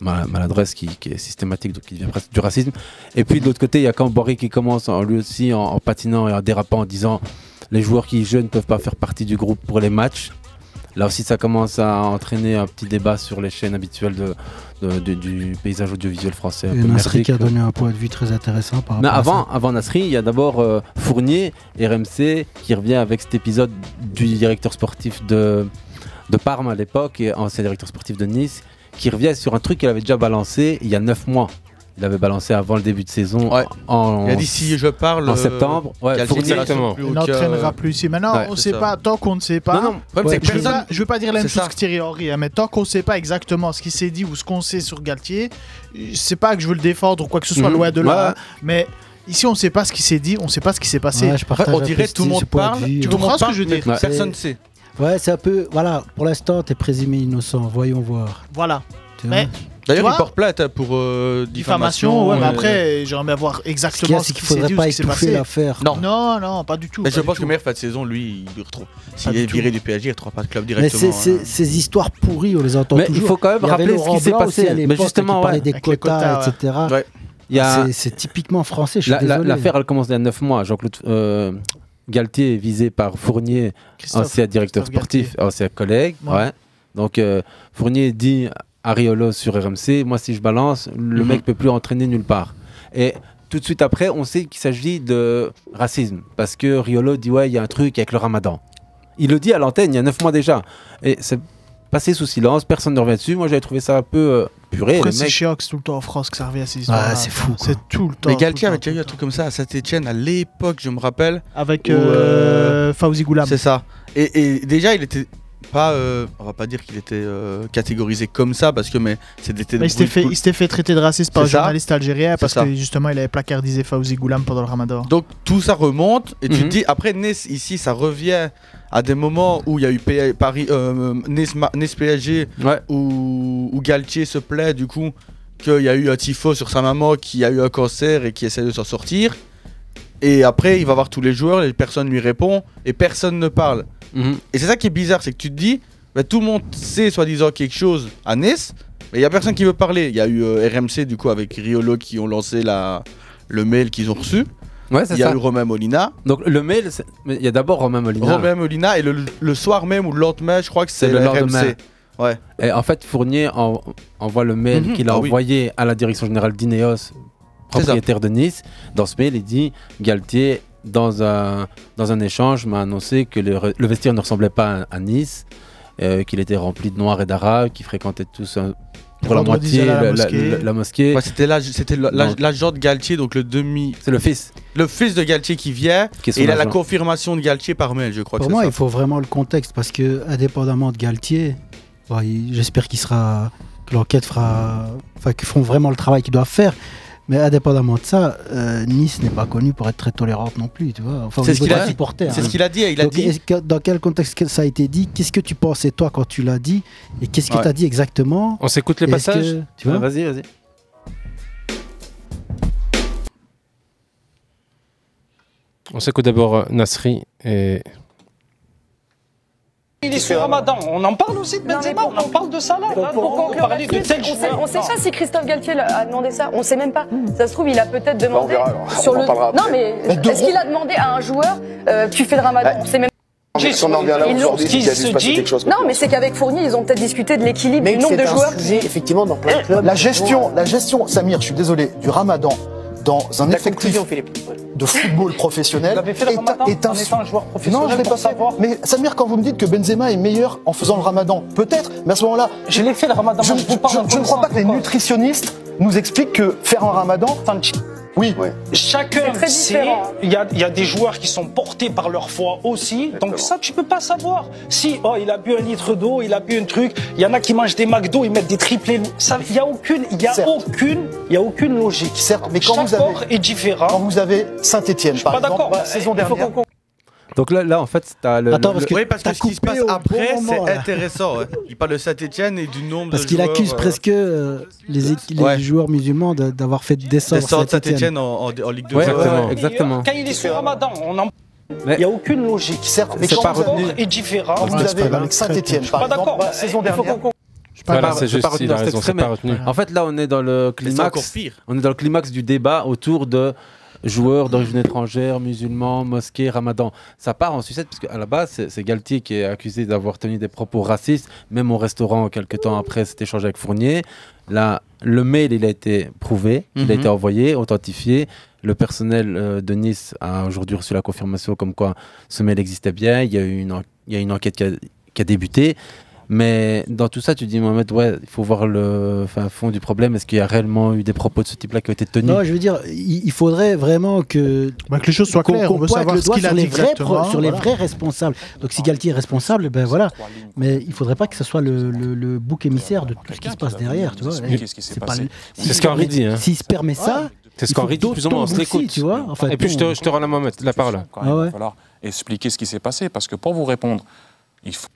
Speaker 7: mal- maladresse qui, qui est systématique, donc qui devient presque du racisme. Et puis de l'autre côté, il y a Cambori qui commence en- lui aussi en, en patinant et en dérapant en disant les joueurs qui jeunes ne peuvent pas faire partie du groupe pour les matchs. Là aussi, ça commence à entraîner un petit débat sur les chaînes habituelles de, de- de- du paysage audiovisuel français. un
Speaker 2: Et
Speaker 7: peu
Speaker 2: Nasri qui a
Speaker 7: merdique.
Speaker 2: donné un point de vue très intéressant par
Speaker 7: Mais
Speaker 2: rapport à ça.
Speaker 7: avant, avant Nasri, il y a d'abord euh, Fournier, RMC, qui revient avec cet épisode du directeur sportif de, de Parme à l'époque, et ancien directeur sportif de Nice, qui revient sur un truc qu'il avait déjà balancé il y a 9 mois. Il avait balancé avant le début de saison. En,
Speaker 9: Il a dit, si je parle,
Speaker 7: En
Speaker 9: euh,
Speaker 7: septembre. Ouais,
Speaker 9: Galtier
Speaker 7: Fournier.
Speaker 9: ne sera plus
Speaker 10: Il n'entraînera plus ici. Maintenant,
Speaker 7: Ouais,
Speaker 10: on
Speaker 7: c'est
Speaker 10: sait
Speaker 7: ça.
Speaker 10: pas, tant qu'on ne sait pas.
Speaker 7: Non, non, le problème, c'est que
Speaker 10: je, veux
Speaker 7: personne-
Speaker 10: pas, je veux pas dire la même
Speaker 7: C'est
Speaker 10: chose
Speaker 7: ça.
Speaker 10: que Thierry Henry, hein, mais tant qu'on sait pas exactement ce qui s'est dit ou ce qu'on sait sur Galtier, euh, c'est pas que je veux le défendre ou quoi que ce soit,
Speaker 9: Mhm.
Speaker 10: loin de là.
Speaker 9: Ouais.
Speaker 10: hein, Mais ici, on sait pas ce qui s'est dit, on sait pas ce qui s'est passé.
Speaker 9: Ouais, je partage Ouais, on un peu dirait ce- tout le monde ce point de parle, vue, tout
Speaker 10: Tu
Speaker 9: le monde
Speaker 10: comprends ce que
Speaker 9: parle,
Speaker 10: je veux
Speaker 9: mais
Speaker 10: dire
Speaker 9: personne sait.
Speaker 2: hein. Ouais, c'est un peu. Voilà, pour l'instant, t'es présumé innocent. Voyons voir.
Speaker 10: Voilà.
Speaker 2: Tu
Speaker 10: Mais
Speaker 2: vois
Speaker 9: D'ailleurs,
Speaker 10: tu
Speaker 9: il
Speaker 10: vois,
Speaker 9: porte plainte hein, pour euh, diffamation.
Speaker 10: diffamation, ouais, mais
Speaker 9: euh,
Speaker 10: après, j'aimerais bien voir
Speaker 9: qu'il y a,
Speaker 10: exactement
Speaker 9: c'est
Speaker 10: ce qui
Speaker 9: qu'il
Speaker 10: s'est
Speaker 9: faudrait
Speaker 10: dit ou
Speaker 9: pas
Speaker 10: ce qui s'est
Speaker 9: étouffer
Speaker 10: passé.
Speaker 9: l'affaire. Non.
Speaker 10: non, non, pas du tout.
Speaker 9: Mais
Speaker 10: pas
Speaker 9: je
Speaker 10: du
Speaker 9: pense
Speaker 10: tout.
Speaker 9: que meilleur fin de saison, lui, il le retrouve. S'il
Speaker 10: du
Speaker 9: est
Speaker 10: tout.
Speaker 9: viré du PSG, il ne retrouvera pas de club
Speaker 2: Mais
Speaker 9: directement. hein.
Speaker 2: c'est- c'est- ces histoires pourries, on les entend
Speaker 7: Mais il
Speaker 2: toujours.
Speaker 7: faut quand même
Speaker 2: y avait
Speaker 7: rappeler ce
Speaker 2: Laurent
Speaker 7: qui s'est
Speaker 2: Blanc
Speaker 7: passé.
Speaker 2: aussi à
Speaker 7: Mais
Speaker 2: l'époque,
Speaker 7: justement,
Speaker 2: qui
Speaker 7: ouais.
Speaker 2: parlait des
Speaker 7: Avec les
Speaker 2: quotas,
Speaker 7: quotas, ouais.
Speaker 2: etc.
Speaker 7: Il y a-
Speaker 2: Ah, C'est- C'est typiquement français. Je suis
Speaker 7: La- la-
Speaker 2: désolé.
Speaker 7: L'affaire, elle commence il y a 9 mois. Jean-Claude euh, Galtier est visé par Fournier,
Speaker 2: Christophe-
Speaker 7: ancien directeur
Speaker 2: Christophe
Speaker 7: sportif, ancien collègue.
Speaker 2: Ouais.
Speaker 7: ouais. Donc euh, Fournier dit à Riolo sur RMC, moi si je balance, le
Speaker 9: Mhm.
Speaker 7: mec peut plus entraîner nulle part. Et tout de suite après, on sait qu'il s'agit de racisme. Parce que Riolo dit, ouais, il y a un truc avec le ramadan. Il le dit à l'antenne il y a 9 mois déjà. Et c'est passé sous silence, personne ne revient dessus. Moi j'avais trouvé ça un peu euh,
Speaker 9: Eh,
Speaker 7: purée.
Speaker 10: Pourquoi
Speaker 7: le
Speaker 10: c'est
Speaker 7: mec-
Speaker 10: chiant que c'est tout le temps en France que ça revient à ces histoires
Speaker 7: Ah, c'est fou, quoi.
Speaker 10: C'est tout le temps.
Speaker 9: Mais
Speaker 10: tout le
Speaker 9: Galtier
Speaker 10: temps.
Speaker 9: avait déjà eu un truc comme ça à Saint-Etienne à l'époque, je me rappelle.
Speaker 10: Avec
Speaker 9: où,
Speaker 10: euh, Fawzi Goulam.
Speaker 9: C'est ça. Et, et déjà, il était pas. euh, on va pas dire qu'il était euh, catégorisé comme ça, parce que mais c'était.
Speaker 10: Mais Bah, il s'était fait, il s'était fait traiter de raciste par un
Speaker 9: C'est ça.
Speaker 10: journaliste algérien
Speaker 9: C'est
Speaker 10: parce
Speaker 9: ça.
Speaker 10: que justement il avait placardisé Fawzi Goulam pendant le ramadan.
Speaker 9: Donc tout ça remonte et tu te
Speaker 10: Mhm.
Speaker 9: dis après Nice ici ça revient à des moments où il y a eu PA Paris euh, Nice, Ma- Nice PSG où, où Galtier se plaît du coup qu'il y a eu un tifo sur sa maman qui a eu un cancer et qui essaie de s'en sortir et après il va voir tous les joueurs et personne lui répond et personne ne parle
Speaker 7: Mhm.
Speaker 9: et c'est ça qui est bizarre c'est que tu te dis bah, tout le monde sait soi-disant quelque chose à Nice mais il y a personne qui veut parler il y a eu euh, RMC du coup avec Riolo qui ont lancé la le mail qu'ils ont reçu
Speaker 7: Ouais, c'est
Speaker 9: il y a
Speaker 7: ça.
Speaker 9: eu Romain Molina
Speaker 7: Donc le mail, c'est- mais il y a d'abord Romain Molina.
Speaker 9: Romain Molina et le, le soir même ou le lendemain, je crois que c'est
Speaker 7: C'est le
Speaker 9: la
Speaker 7: lendemain.
Speaker 9: RMC. Ouais.
Speaker 7: Et en fait, Fournier en- envoie le mail
Speaker 9: Mhm,
Speaker 7: qu'il a
Speaker 9: ah oui.
Speaker 7: envoyé à la direction générale d'Ineos, propriétaire de Nice. Dans ce mail, il dit Galtier, dans un, dans un échange, m'a annoncé que le, re- le vestiaire ne ressemblait pas à, à Nice, euh, qu'il était rempli de noirs et d'arabes, qu'ils fréquentaient tous un- pour la
Speaker 9: Vendredi, ils allaient
Speaker 7: moitié
Speaker 9: à la
Speaker 7: la, la-
Speaker 9: mosquée.
Speaker 7: la- la mosquée.
Speaker 9: Ouais, c'était l'âge- c'était la- la-
Speaker 7: Donc-
Speaker 9: l'agent de Galtier, donc le demi.
Speaker 7: C'est le fils.
Speaker 9: Le fils de Galtier qui vient.
Speaker 7: Qui est son
Speaker 9: et il a la
Speaker 7: agent.
Speaker 9: confirmation de Galtier par mail, je crois.
Speaker 2: Pour
Speaker 9: que
Speaker 2: moi,
Speaker 9: c'est
Speaker 2: il faut vraiment le contexte parce que, indépendamment de Galtier, bon, il- j'espère qu'il sera, que l'enquête fera, enfin, qu'ils feront vraiment le travail qu'ils doivent faire. Mais indépendamment de ça, euh, Nice n'est pas connu pour être très tolérante non plus, tu vois. Enfin, au
Speaker 9: C'est ce qu'il
Speaker 2: niveau des
Speaker 9: a dit.
Speaker 2: supporters,
Speaker 9: C'est
Speaker 2: hein.
Speaker 9: ce qu'il a dit, il a
Speaker 2: Donc,
Speaker 9: dit-
Speaker 2: est-ce que- dans quel contexte que ça a été dit Qu'est-ce que tu pensais toi quand tu l'as dit Et qu'est-ce que
Speaker 8: Ouais.
Speaker 2: tu as dit exactement
Speaker 8: On s'écoute les
Speaker 2: Et est-ce
Speaker 8: passages
Speaker 2: que- tu vois
Speaker 7: Ah, Vas-y, vas-y.
Speaker 8: On s'écoute d'abord euh, Nasri et
Speaker 17: Il est sur Ramadan. On en parle aussi de Benzema, on en parle de Salah. Ah,
Speaker 18: Pour, conclure
Speaker 17: parler
Speaker 18: là-dessus,
Speaker 17: de tel
Speaker 18: on sait,
Speaker 17: joueur.
Speaker 18: on sait pas si Christophe Galtier a demandé ça. On sait même pas. Ça se trouve, il a peut-être demandé
Speaker 17: verra, alors. Bah, On
Speaker 18: sur
Speaker 17: en
Speaker 18: le.
Speaker 17: parlera
Speaker 18: non,
Speaker 17: après.
Speaker 18: mais
Speaker 17: Mais de
Speaker 18: est-ce qu'il a demandé à un joueur euh, tu fais le Ramadan On sait même.
Speaker 17: Si on en vient là Bah, Ils aujourd'hui, l'ont- c'est qu'il y a dû se passer dit- quelque chose.
Speaker 18: Non, mais c'est qu'avec Fournier, ils ont peut-être discuté de l'équilibre
Speaker 19: Mais
Speaker 18: du nombre
Speaker 19: c'est
Speaker 18: de
Speaker 19: un
Speaker 18: joueurs.
Speaker 19: sujet, effectivement, dans plein de clubs.
Speaker 1: La gestion, la gestion, Samir, je suis désolé, du ramadan dans un effectif de (laughs) football professionnel est, est un, Non, je l'ai pas fait. Mais Samir, quand vous me dites que Benzema est meilleur en faisant le ramadan, peut-être, mais à ce moment-là. Je l'ai fait le ramadan. Je, je- je ne crois pas que les nutritionnistes nous expliquent que faire un ramadan. Oui.
Speaker 17: Chacun
Speaker 18: très
Speaker 17: sait,
Speaker 18: différent, hein.
Speaker 17: il y, a- il y a des joueurs qui sont portés par leur foi aussi, donc ça tu peux pas savoir. Si, oh il a bu un litre d'eau, il a bu un truc, il y en a qui mangent des McDo, ils mettent des triplés, Ça, il y a aucune, il y a aucune, il y a aucune logique.
Speaker 19: Certes, mais quand
Speaker 17: Chaque
Speaker 19: vous avez-
Speaker 17: corps est différent. Quand
Speaker 19: vous avez Saint-Etienne,
Speaker 17: par exemple,
Speaker 19: la bah, saison dernière.
Speaker 7: Donc là, là en fait, t'as le.
Speaker 9: Attends,
Speaker 7: le-
Speaker 9: parce que
Speaker 7: le-
Speaker 9: oui, parce que ce qui se passe après, c'est intéressant. ouais. Il parle de Saint-Etienne et du nombre
Speaker 2: Parce
Speaker 9: de
Speaker 2: qu'il
Speaker 9: joueurs,
Speaker 2: accuse
Speaker 9: euh,
Speaker 2: presque euh, les, équ- les joueurs musulmans de- d'avoir fait descendre
Speaker 9: descendre
Speaker 2: Saint-Étienne.
Speaker 9: Saint-Etienne en, en- en Ligue 2.
Speaker 2: Ouais, exactement, exactement.
Speaker 17: Quand il est sur Ramadan, on en il n'y a aucune logique.
Speaker 19: Certes,
Speaker 17: mais
Speaker 19: mais
Speaker 17: chaque
Speaker 19: quand vous
Speaker 17: corps
Speaker 19: avez-
Speaker 17: est différent.
Speaker 19: Quand vous avez avec Saint-Etienne, par exemple, la saison dernière.
Speaker 7: Je
Speaker 8: Voilà,
Speaker 7: parle-
Speaker 8: c'est
Speaker 7: je
Speaker 8: juste,
Speaker 7: parle
Speaker 8: il
Speaker 7: dans
Speaker 8: a
Speaker 7: cet
Speaker 8: raison,
Speaker 7: extrait,
Speaker 8: c'est pas
Speaker 7: mais
Speaker 8: retenu.
Speaker 7: En fait, là, on est dans le
Speaker 9: Mais c'est
Speaker 7: climax.
Speaker 9: encore pire.
Speaker 7: On est dans le climax du débat autour de joueurs d'origine étrangère, musulmans, mosquées, ramadan. Ça part en sucette parce qu'à la base, c'est- c'est Galtier qui est accusé d'avoir tenu des propos racistes, même au restaurant quelques temps après cet échange avec Fournier. Là, le mail, il a été prouvé, il a
Speaker 9: Mhm.
Speaker 7: été envoyé, authentifié. Le personnel euh, de Nice a aujourd'hui reçu la confirmation comme quoi ce mail existait bien. Il y a eu une, en- il y a une enquête qui a, qui a débuté. Mais dans tout ça, tu dis, Mohamed, ouais, il faut voir le fin fond du problème. Est-ce qu'il y a réellement eu des propos de ce type-là qui ont été tenus
Speaker 2: Non, je veux dire, il il faudrait vraiment que,
Speaker 10: Bah, que les choses soient claires, on veut savoir ce qu'il a
Speaker 2: sur les
Speaker 10: dit
Speaker 2: vrais,
Speaker 10: exactement,
Speaker 2: pro- sur les
Speaker 10: voilà.
Speaker 2: vrais responsables. Donc si Galtier est responsable, ben voilà. Mais il faudrait pas que ce soit le, le, le bouc émissaire de tout ce qui se passe derrière, tu vois.
Speaker 8: expliquer ce qui s'est
Speaker 2: pas
Speaker 8: passé.
Speaker 2: le-
Speaker 8: C'est
Speaker 2: s'il
Speaker 8: ce qu'Henri
Speaker 2: se
Speaker 8: dit, hein.
Speaker 2: permet- S'il se permet ça,
Speaker 8: C'est ce
Speaker 2: il faut
Speaker 8: qu'Henri dit
Speaker 2: d'autres
Speaker 8: plus ou moins, on se
Speaker 2: tombent aussi,
Speaker 8: l'écoute.
Speaker 2: tu vois. Enfin,
Speaker 8: et puis je te,
Speaker 2: on- Ah
Speaker 8: je te rends la, main- la parole.
Speaker 20: Quand même, Il va falloir expliquer ce qui s'est passé parce que pour vous répondre, il faut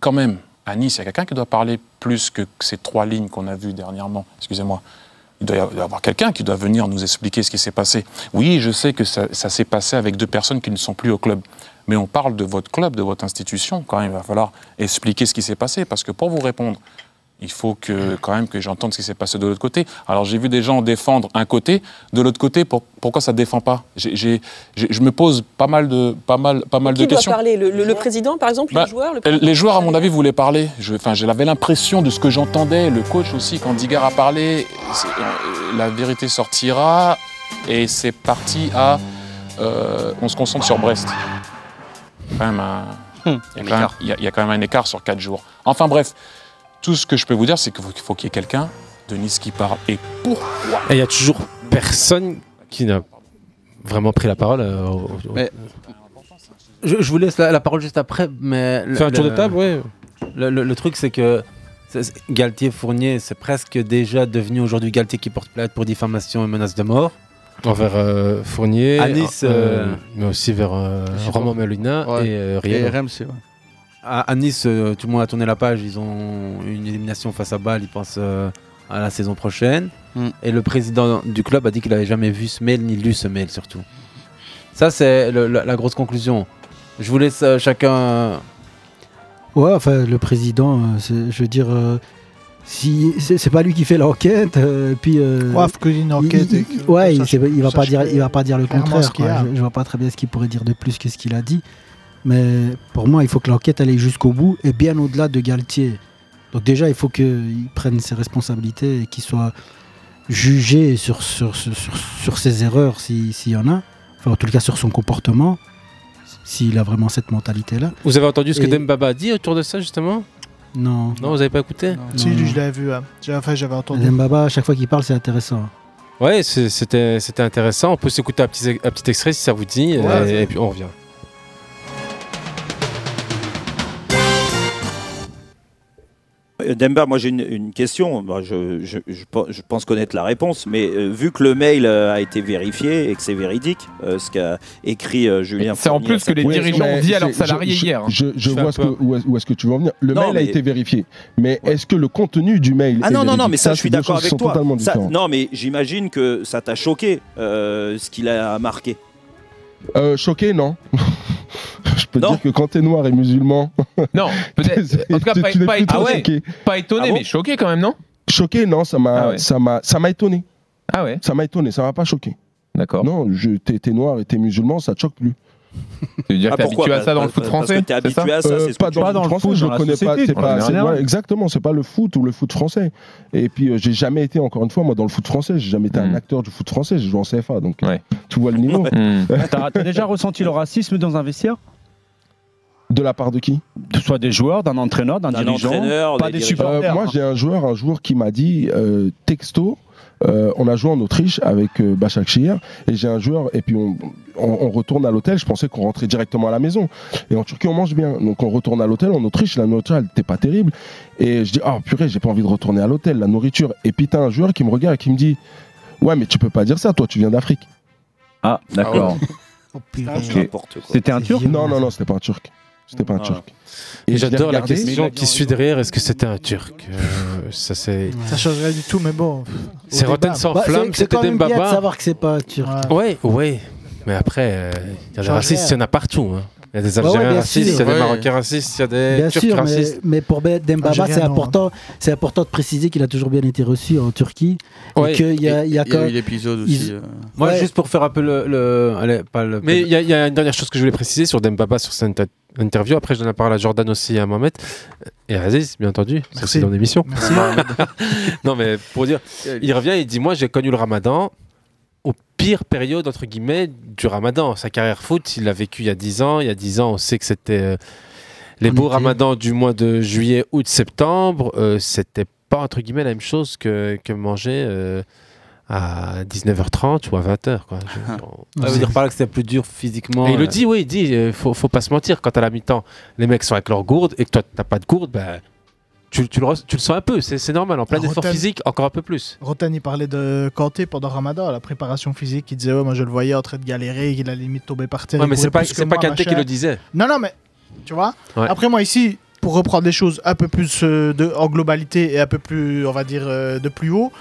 Speaker 20: quand même, à Nice, il y a quelqu'un qui doit parler plus que ces trois lignes qu'on a vues dernièrement. Excusez-moi. Il doit y avoir quelqu'un qui doit venir nous expliquer ce qui s'est passé. Oui, je sais que ça, ça s'est passé avec deux personnes qui ne sont plus au club. Mais on parle de votre club, de votre institution. Quand même, il va falloir expliquer ce qui s'est passé. Parce que pour vous répondre, il faut que, quand même que j'entende ce qui s'est passé de l'autre côté. Alors j'ai vu des gens défendre un côté, de l'autre côté, pour- pourquoi ça ne défend pas J'ai- j'ai- j'ai- Je me pose pas mal de, pas mal, pas mal
Speaker 15: Qui
Speaker 20: de
Speaker 15: doit
Speaker 20: questions.
Speaker 15: parler le, le- le président, par exemple,
Speaker 20: Bah,
Speaker 15: les joueurs le
Speaker 20: les joueurs, à mon avis, voulaient parler. Je- Enfin, j'avais l'impression de ce que j'entendais. Le coach aussi, quand Digard a parlé, c'est- euh, la vérité sortira. Et c'est parti à. euh, on se concentre sur Brest. Quand même Hum, un- Il y, a quand même- il y a- il y a quand même un écart sur 4 jours. Enfin bref, tout ce que je peux vous dire, c'est qu'il faut, qu'il faut qu'il y ait quelqu'un de Nice qui parle. Et pourquoi
Speaker 7: Et il y a toujours personne qui n'a vraiment pris la parole. euh, au- au-
Speaker 9: Mais- Je, je vous laisse la, la parole juste après, mais... le-
Speaker 7: Faire un tour
Speaker 9: le-
Speaker 7: de table, ouais.
Speaker 9: Le, le- le truc, c'est que c'est- c'est- Galtier-Fournier, c'est presque déjà devenu aujourd'hui Galtier qui porte plainte pour diffamation et menace de mort.
Speaker 7: Envers euh, Fournier,
Speaker 9: À Nice,
Speaker 7: euh,
Speaker 9: euh,
Speaker 7: mais aussi vers euh,
Speaker 9: je sais
Speaker 7: Roman
Speaker 9: pas.
Speaker 7: Melina
Speaker 9: Ouais.
Speaker 7: et, euh,
Speaker 9: Et
Speaker 7: Riello.
Speaker 9: RMC, À, à Nice, euh, tout le monde a tourné la page. Ils ont une élimination face à Bâle. Ils pensent euh, à la saison prochaine. Et le président du club a dit qu'il n'avait jamais vu ce mail ni lu ce mail surtout. Ça, c'est le- la, la grosse conclusion. Je vous laisse euh, chacun.
Speaker 2: Ouais, enfin, le président, euh, c'est- je veux dire, euh, si c'est c'est pas lui qui fait l'enquête, euh, et puis. euh,
Speaker 10: Ouais, faut qu'il y ait une
Speaker 2: il-
Speaker 10: enquête
Speaker 2: il-
Speaker 10: et
Speaker 2: il- ouais, il, sait- il va
Speaker 10: sache
Speaker 2: pas dire, il va pas dire le
Speaker 10: clairement ce
Speaker 2: contraire.
Speaker 10: qu'il y
Speaker 2: quoi.
Speaker 10: a.
Speaker 2: Je, je vois pas très bien ce qu'il pourrait dire de plus que ce qu'il a dit. Mais pour moi, il faut que l'enquête aille jusqu'au bout et bien au-delà de Galtier. Donc déjà, il faut qu'il prenne ses responsabilités et qu'il soit jugé sur, sur, sur, sur- sur ses erreurs, si- s'il y en a. Enfin, en tout cas, sur son comportement, s'il a vraiment cette mentalité-là.
Speaker 7: Vous avez entendu ce que
Speaker 2: Et-
Speaker 7: Dembaba a dit autour de ça, justement
Speaker 2: Non.
Speaker 7: Non, vous n'avez pas écouté
Speaker 10: Si, lui, je l'avais vu. hein. J'ai- Enfin, j'avais entendu.
Speaker 2: Dembaba, à chaque fois qu'il parle, c'est intéressant.
Speaker 7: Ouais, c'est- c'était c'était intéressant. On peut s'écouter un petit, un petit extrait si ça vous dit,
Speaker 2: Ouais,
Speaker 7: euh,
Speaker 2: vas-y.
Speaker 7: et puis on revient.
Speaker 21: Euh, Demba, moi j'ai une, une question. Moi, je, je- je pen- je pense connaître la réponse, mais euh, vu que le mail euh, a été vérifié et que c'est véridique, euh, ce qu'a écrit euh, Julien.
Speaker 12: C'est en
Speaker 21: Fournier à
Speaker 12: plus ce
Speaker 21: sa
Speaker 12: que les
Speaker 21: presse-
Speaker 12: dirigeants ont dit à leurs salariés hier. hein.
Speaker 11: Je, je
Speaker 21: Fais un
Speaker 11: vois ce
Speaker 21: peu-
Speaker 11: que- où est- où est-ce que tu veux en venir. Le
Speaker 21: Non,
Speaker 11: mail a
Speaker 21: mais-
Speaker 11: été vérifié, mais est-ce que le contenu du mail
Speaker 21: Ah
Speaker 11: est
Speaker 21: non, non, non,
Speaker 11: véridique
Speaker 21: mais ça, je suis
Speaker 11: c'est deux
Speaker 21: d'accord
Speaker 11: choses qui
Speaker 21: avec
Speaker 11: sont
Speaker 21: toi.
Speaker 11: totalement
Speaker 21: Ça-
Speaker 11: différentes.
Speaker 21: non, mais j'imagine que ça t'a choqué euh, ce qu'il a marqué.
Speaker 11: Euh, choqué, non. (laughs) je peux te dire que quand t'es noir et musulman.
Speaker 12: (laughs) non, peut-être. En tout cas, pas,
Speaker 11: tu n'es
Speaker 12: pas
Speaker 11: plus
Speaker 12: étonné,
Speaker 11: trop choqué.
Speaker 12: pas étonné
Speaker 7: Ah
Speaker 12: mais choqué quand même, non
Speaker 11: Ah Choqué, non, ça m'a,
Speaker 12: Ah ouais.
Speaker 11: ça m'a, ça m'a étonné.
Speaker 12: Ah ouais.
Speaker 11: Ça m'a étonné, ça m'a pas choqué.
Speaker 12: D'accord.
Speaker 11: Non, je, t'es, t'es noir et t'es musulman, ça te choque plus.
Speaker 12: Tu veux dire Bah, que t'es habitué à ça dans le foot français c'est
Speaker 11: Euh, pas, dans le foot, je le connais pas. C'est pas, c'est- voilà,
Speaker 12: Ouais,
Speaker 11: exactement, c'est pas le foot ou le foot français. Et puis, euh, j'ai jamais été, encore une fois, moi, dans le foot français, j'ai jamais été
Speaker 12: Hmm.
Speaker 11: un acteur du foot français, je joue en CFA, donc (laughs) euh, tu vois le niveau.
Speaker 12: Hmm.
Speaker 21: Ah,
Speaker 17: T'as
Speaker 11: (laughs)
Speaker 17: t'as déjà ressenti le racisme dans un vestiaire
Speaker 11: De la part de qui
Speaker 17: Soit des joueurs, d'un entraîneur, d'un
Speaker 21: D'un
Speaker 17: dirigeant,
Speaker 21: entraîneur,
Speaker 17: pas
Speaker 21: des
Speaker 17: des
Speaker 21: dirigeants.
Speaker 17: supporters. hein.
Speaker 11: Euh, moi, j'ai un joueur, un jour qui m'a dit euh, texto. euh, on a joué en Autriche avec euh, Bachak Shehir, et j'ai un joueur et puis on, on- on retourne à l'hôtel. Je pensais qu'on rentrait directement à la maison. Et en Turquie, on mange bien, donc on retourne à l'hôtel. En Autriche, la nourriture elle n'était pas terrible. Et je dis ah purée, j'ai pas envie de retourner à l'hôtel, la nourriture. Et puis t'as un joueur qui me regarde et qui me dit ouais mais tu peux pas dire ça, toi tu viens d'Afrique.
Speaker 17: Ah, d'accord. Ok. C'était un turc Ah.
Speaker 11: Non non non, c'était pas un Turc. (laughs) C'était pas un Turc.
Speaker 7: Et
Speaker 11: je l'ai
Speaker 7: j'adore la
Speaker 11: regardé.
Speaker 7: question qui suit derrière est-ce que c'était un Turc Euh, Ça, c'est.
Speaker 10: Ça change rien du tout, mais bon.
Speaker 7: C'est
Speaker 10: Au
Speaker 7: Rotten
Speaker 10: débat.
Speaker 7: sans Bah, flamme, c'est- c'est c'était quand même bien de Dembaba. savoir
Speaker 2: que c'est pas turc.
Speaker 7: Ouais, ouais. Mais après, euh, il y a des
Speaker 2: Change
Speaker 7: racistes, il y en a partout. hein. Il y
Speaker 20: Bah
Speaker 7: a des Algériens
Speaker 2: Ouais, ouais, bien
Speaker 7: racistes, il y a des
Speaker 2: sûr.
Speaker 7: Marocains racistes, il y a des
Speaker 2: Bien
Speaker 7: Turcs
Speaker 2: sûr, mais,
Speaker 7: racistes.
Speaker 2: mais pour Ben- Dembaba,
Speaker 7: Algérien,
Speaker 2: c'est
Speaker 7: non,
Speaker 2: important, c'est important de préciser qu'il a toujours bien été reçu en Turquie.
Speaker 7: Ouais,
Speaker 2: et qu'il y a,
Speaker 7: et-
Speaker 2: il y a
Speaker 7: il y a
Speaker 2: quand-
Speaker 7: eu l'épisode
Speaker 2: ils-
Speaker 7: aussi, euh. Moi,
Speaker 2: Ouais.
Speaker 7: juste pour faire un peu le. le- allez, pas le- mais il y, a- il y a une dernière chose que je voulais préciser sur Dembaba, sur cette inter- interview. Après, je donne la parole à Jordan aussi et à Mohamed. Et à Aziz, bien entendu. C'est aussi dans l'émission.
Speaker 12: Merci.
Speaker 7: (laughs) non, mais pour dire, il revient et il dit Moi, j'ai connu le ramadan au pire période, entre guillemets, du ramadan. Sa carrière foot, il l'a vécu il y a 10 ans. Il y a 10 ans, on sait que c'était. euh, les beaux ramadans du mois de juillet, août, septembre, euh, c'était pas entre guillemets la même chose que, que manger euh, à 19h30 ou à 20h. Quoi. Je-
Speaker 9: Ça veut Ah, dire par là que c'était plus dur physiquement.
Speaker 7: et il le
Speaker 9: euh,
Speaker 7: dit, oui, il dit, euh, faut, faut pas se mentir, quand à la mi-temps, les mecs sont avec leur gourde et que toi t'as pas de gourde, ben, tu, tu le, res- tu le sens un peu, c'est c'est normal, en plein
Speaker 10: Alors,
Speaker 7: effort
Speaker 10: Rotten-
Speaker 7: physique, encore un peu plus.
Speaker 10: Rotten, il parlait de Kanté pendant Ramadan, la préparation physique. Il disait, ouais, moi je le voyais en train de galérer, il a limite tombé par terre.
Speaker 7: Ouais,
Speaker 10: il
Speaker 7: mais
Speaker 10: courait
Speaker 7: c'est pas-
Speaker 10: plus que
Speaker 7: c'est pas
Speaker 10: moi,
Speaker 7: Kanté qui
Speaker 10: machin.
Speaker 7: le disait.
Speaker 10: Non, non, mais Tu vois
Speaker 8: Ouais.
Speaker 10: Après, moi, ici, pour reprendre les choses un peu plus euh, de, en globalité et un peu plus, on va dire, euh, de plus haut,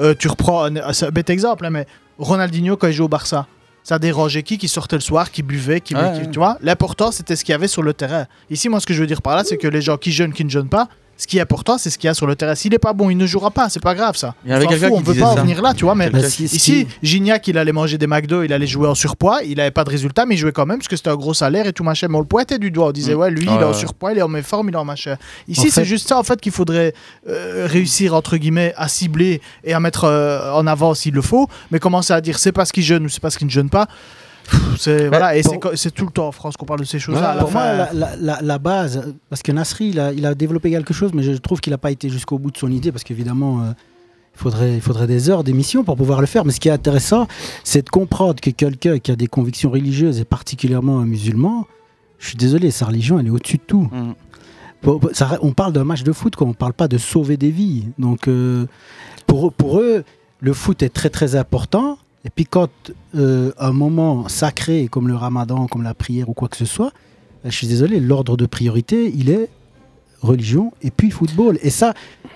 Speaker 10: euh, tu reprends. un- C'est un bête exemple, hein, mais Ronaldinho, quand il jouait au Barça, ça dérangeait qui Qui sortait le soir, qui buvait, qui.
Speaker 9: Ouais,
Speaker 10: qui-
Speaker 9: ouais.
Speaker 10: Tu vois L'important, c'était ce qu'il y avait sur le terrain. Ici, moi, ce que je veux dire par là, c'est que les gens qui jeûnent, qui ne jeûnent pas, ce qui est important, c'est ce qu'il y a sur le terrain. S'il n'est pas bon, il ne jouera pas. C'est pas grave, ça.
Speaker 9: Il y avait
Speaker 10: On s'en
Speaker 9: quelqu'un
Speaker 10: fout,
Speaker 9: qui
Speaker 10: on peut
Speaker 9: disait
Speaker 10: pas en
Speaker 9: ça.
Speaker 10: venir là, tu vois. Mais
Speaker 9: Quelqu'un qui-
Speaker 10: ici, Gignac, il allait manger des McDo, il allait jouer en surpoids, il n'avait pas de résultat, mais il jouait quand même parce que c'était un gros salaire et tout machin. Mais on le pointait du doigt, on disait,
Speaker 9: Mm.
Speaker 10: ouais, lui, il
Speaker 9: Ouais,
Speaker 10: est en
Speaker 9: ouais.
Speaker 10: surpoids, il est en méforme, il est en machin. Ici,
Speaker 9: En fait-
Speaker 10: c'est juste ça, en fait, qu'il faudrait euh, réussir, entre guillemets, à cibler et à mettre euh, en avant s'il le faut, mais commencer à dire c'est parce qu'il jeûne ou c'est parce qu'il ne jeûne pas. pff, C'est voilà, et c'est co- c'est tout le temps en France qu'on parle de ces choses-là. à la
Speaker 2: pour moi,
Speaker 10: fin.
Speaker 2: la, la- la- la base, parce que Nasri, il a, il a développé quelque chose, mais je trouve qu'il n'a pas été jusqu'au bout de son idée, parce qu'évidemment, euh, il, faudrait, il faudrait des heures d'émission pour pouvoir le faire. Mais ce qui est intéressant, c'est de comprendre que quelqu'un qui a des convictions religieuses, et particulièrement un musulman, je suis désolé, sa religion, elle est au-dessus de tout. Pour- pour- ça- on parle d'un match de foot, quoi, on ne parle pas de sauver des vies. Donc, euh, pour, eux- pour eux, le foot est très très important. Et puis quand euh, un moment sacré comme le ramadan, comme la prière ou quoi que ce soit, euh, je suis désolé, l'ordre de priorité, il est religion et puis football. Et ça,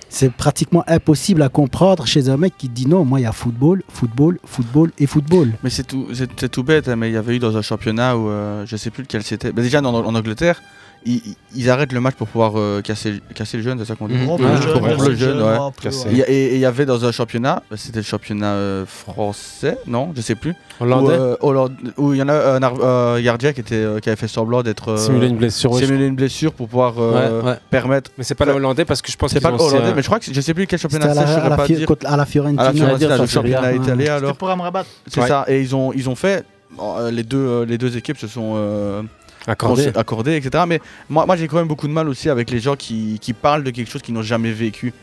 Speaker 2: c'est pratiquement impossible à comprendre chez un mec qui dit non, moi il y a football, football, football et football.
Speaker 9: Mais c'est tout, c'est, c'est tout bête, hein, mais il y avait eu dans un championnat où euh, je sais plus lequel c'était. Bah, déjà en, en Angleterre, ils, ils- ils arrêtent le match pour pouvoir euh, casser, casser le jeune, c'est ça qu'on dit
Speaker 10: Mhm. Rompre
Speaker 9: Ouais,
Speaker 10: le jeûne,
Speaker 9: pour rompre
Speaker 10: casser
Speaker 9: le
Speaker 10: le
Speaker 9: jeune,
Speaker 10: jeûne,
Speaker 9: ouais.
Speaker 10: rompre, Casser.
Speaker 9: Il y a- Et et il y avait dans un championnat, bah, c'était le championnat euh, français, non, je sais plus.
Speaker 8: Hollandais
Speaker 9: Où, euh, Hollande- où il y en a un ar- euh, gardien qui, était, euh, qui avait fait semblant d'être. euh,
Speaker 8: Simuler une blessure, ouais, je
Speaker 9: Simuler une blessure pour pouvoir euh,
Speaker 8: Ouais, ouais.
Speaker 9: permettre.
Speaker 8: Mais c'est pas le Hollandais parce que je pense
Speaker 9: C'est
Speaker 8: qu'ils
Speaker 9: pas le
Speaker 8: ont aussi
Speaker 9: Hollandais,
Speaker 8: un-
Speaker 9: mais je crois que c'est- je sais plus quel
Speaker 2: C'était
Speaker 9: championnat
Speaker 2: à la-
Speaker 9: c'est, je
Speaker 2: à la
Speaker 9: saurais pas
Speaker 2: Fi-
Speaker 9: dire.
Speaker 2: contre- à la Fiorentina.
Speaker 9: À la Fiorentina,
Speaker 2: Ça,
Speaker 9: le
Speaker 2: c'est
Speaker 9: championnat
Speaker 2: rien. Ouais.
Speaker 9: italien
Speaker 2: C'était
Speaker 9: alors.
Speaker 10: pour Amrabat.
Speaker 9: C'est
Speaker 10: Ouais.
Speaker 9: ça, et ils ont, ils ont fait. euh, les, deux, euh, les deux équipes se sont euh,
Speaker 8: Accordées.
Speaker 9: cons- accordées, etc. Mais moi, moi j'ai quand même beaucoup de mal aussi avec les gens qui, qui parlent de quelque chose qu'ils n'ont jamais vécu.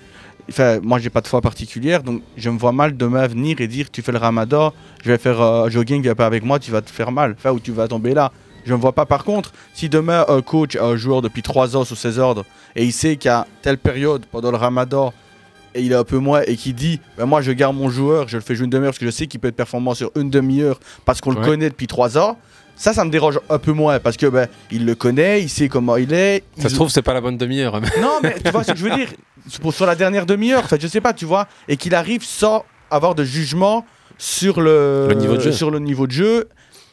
Speaker 9: Enfin, moi, j'ai pas de foi particulière, donc je me vois mal demain venir et dire tu fais le ramadan, je vais faire euh, jogging, viens pas avec moi, tu vas te faire mal, enfin, ou tu vas tomber là. Je me vois pas. Par contre, si demain un coach a un joueur depuis 3 ans sous ses ordres et il sait qu'à telle période pendant le ramadan, et il est un peu moins et qui dit ben moi je garde mon joueur, je le fais jouer une demi-heure parce que je sais qu'il peut être performant sur une demi-heure parce qu'on le
Speaker 8: Ouais.
Speaker 9: connaît depuis 3 ans. Ça, ça me dérange un peu moins parce que ben il le connaît, il sait comment il est.
Speaker 7: Ça
Speaker 9: il-
Speaker 7: se trouve, c'est pas la bonne demi-heure.
Speaker 9: Non, mais tu vois ce que je veux dire C'est pour- Sur la dernière demi-heure, enfin, je sais pas, tu vois, et qu'il arrive sans avoir de jugement sur le,
Speaker 8: Le niveau de jeu.
Speaker 9: sur le niveau de jeu,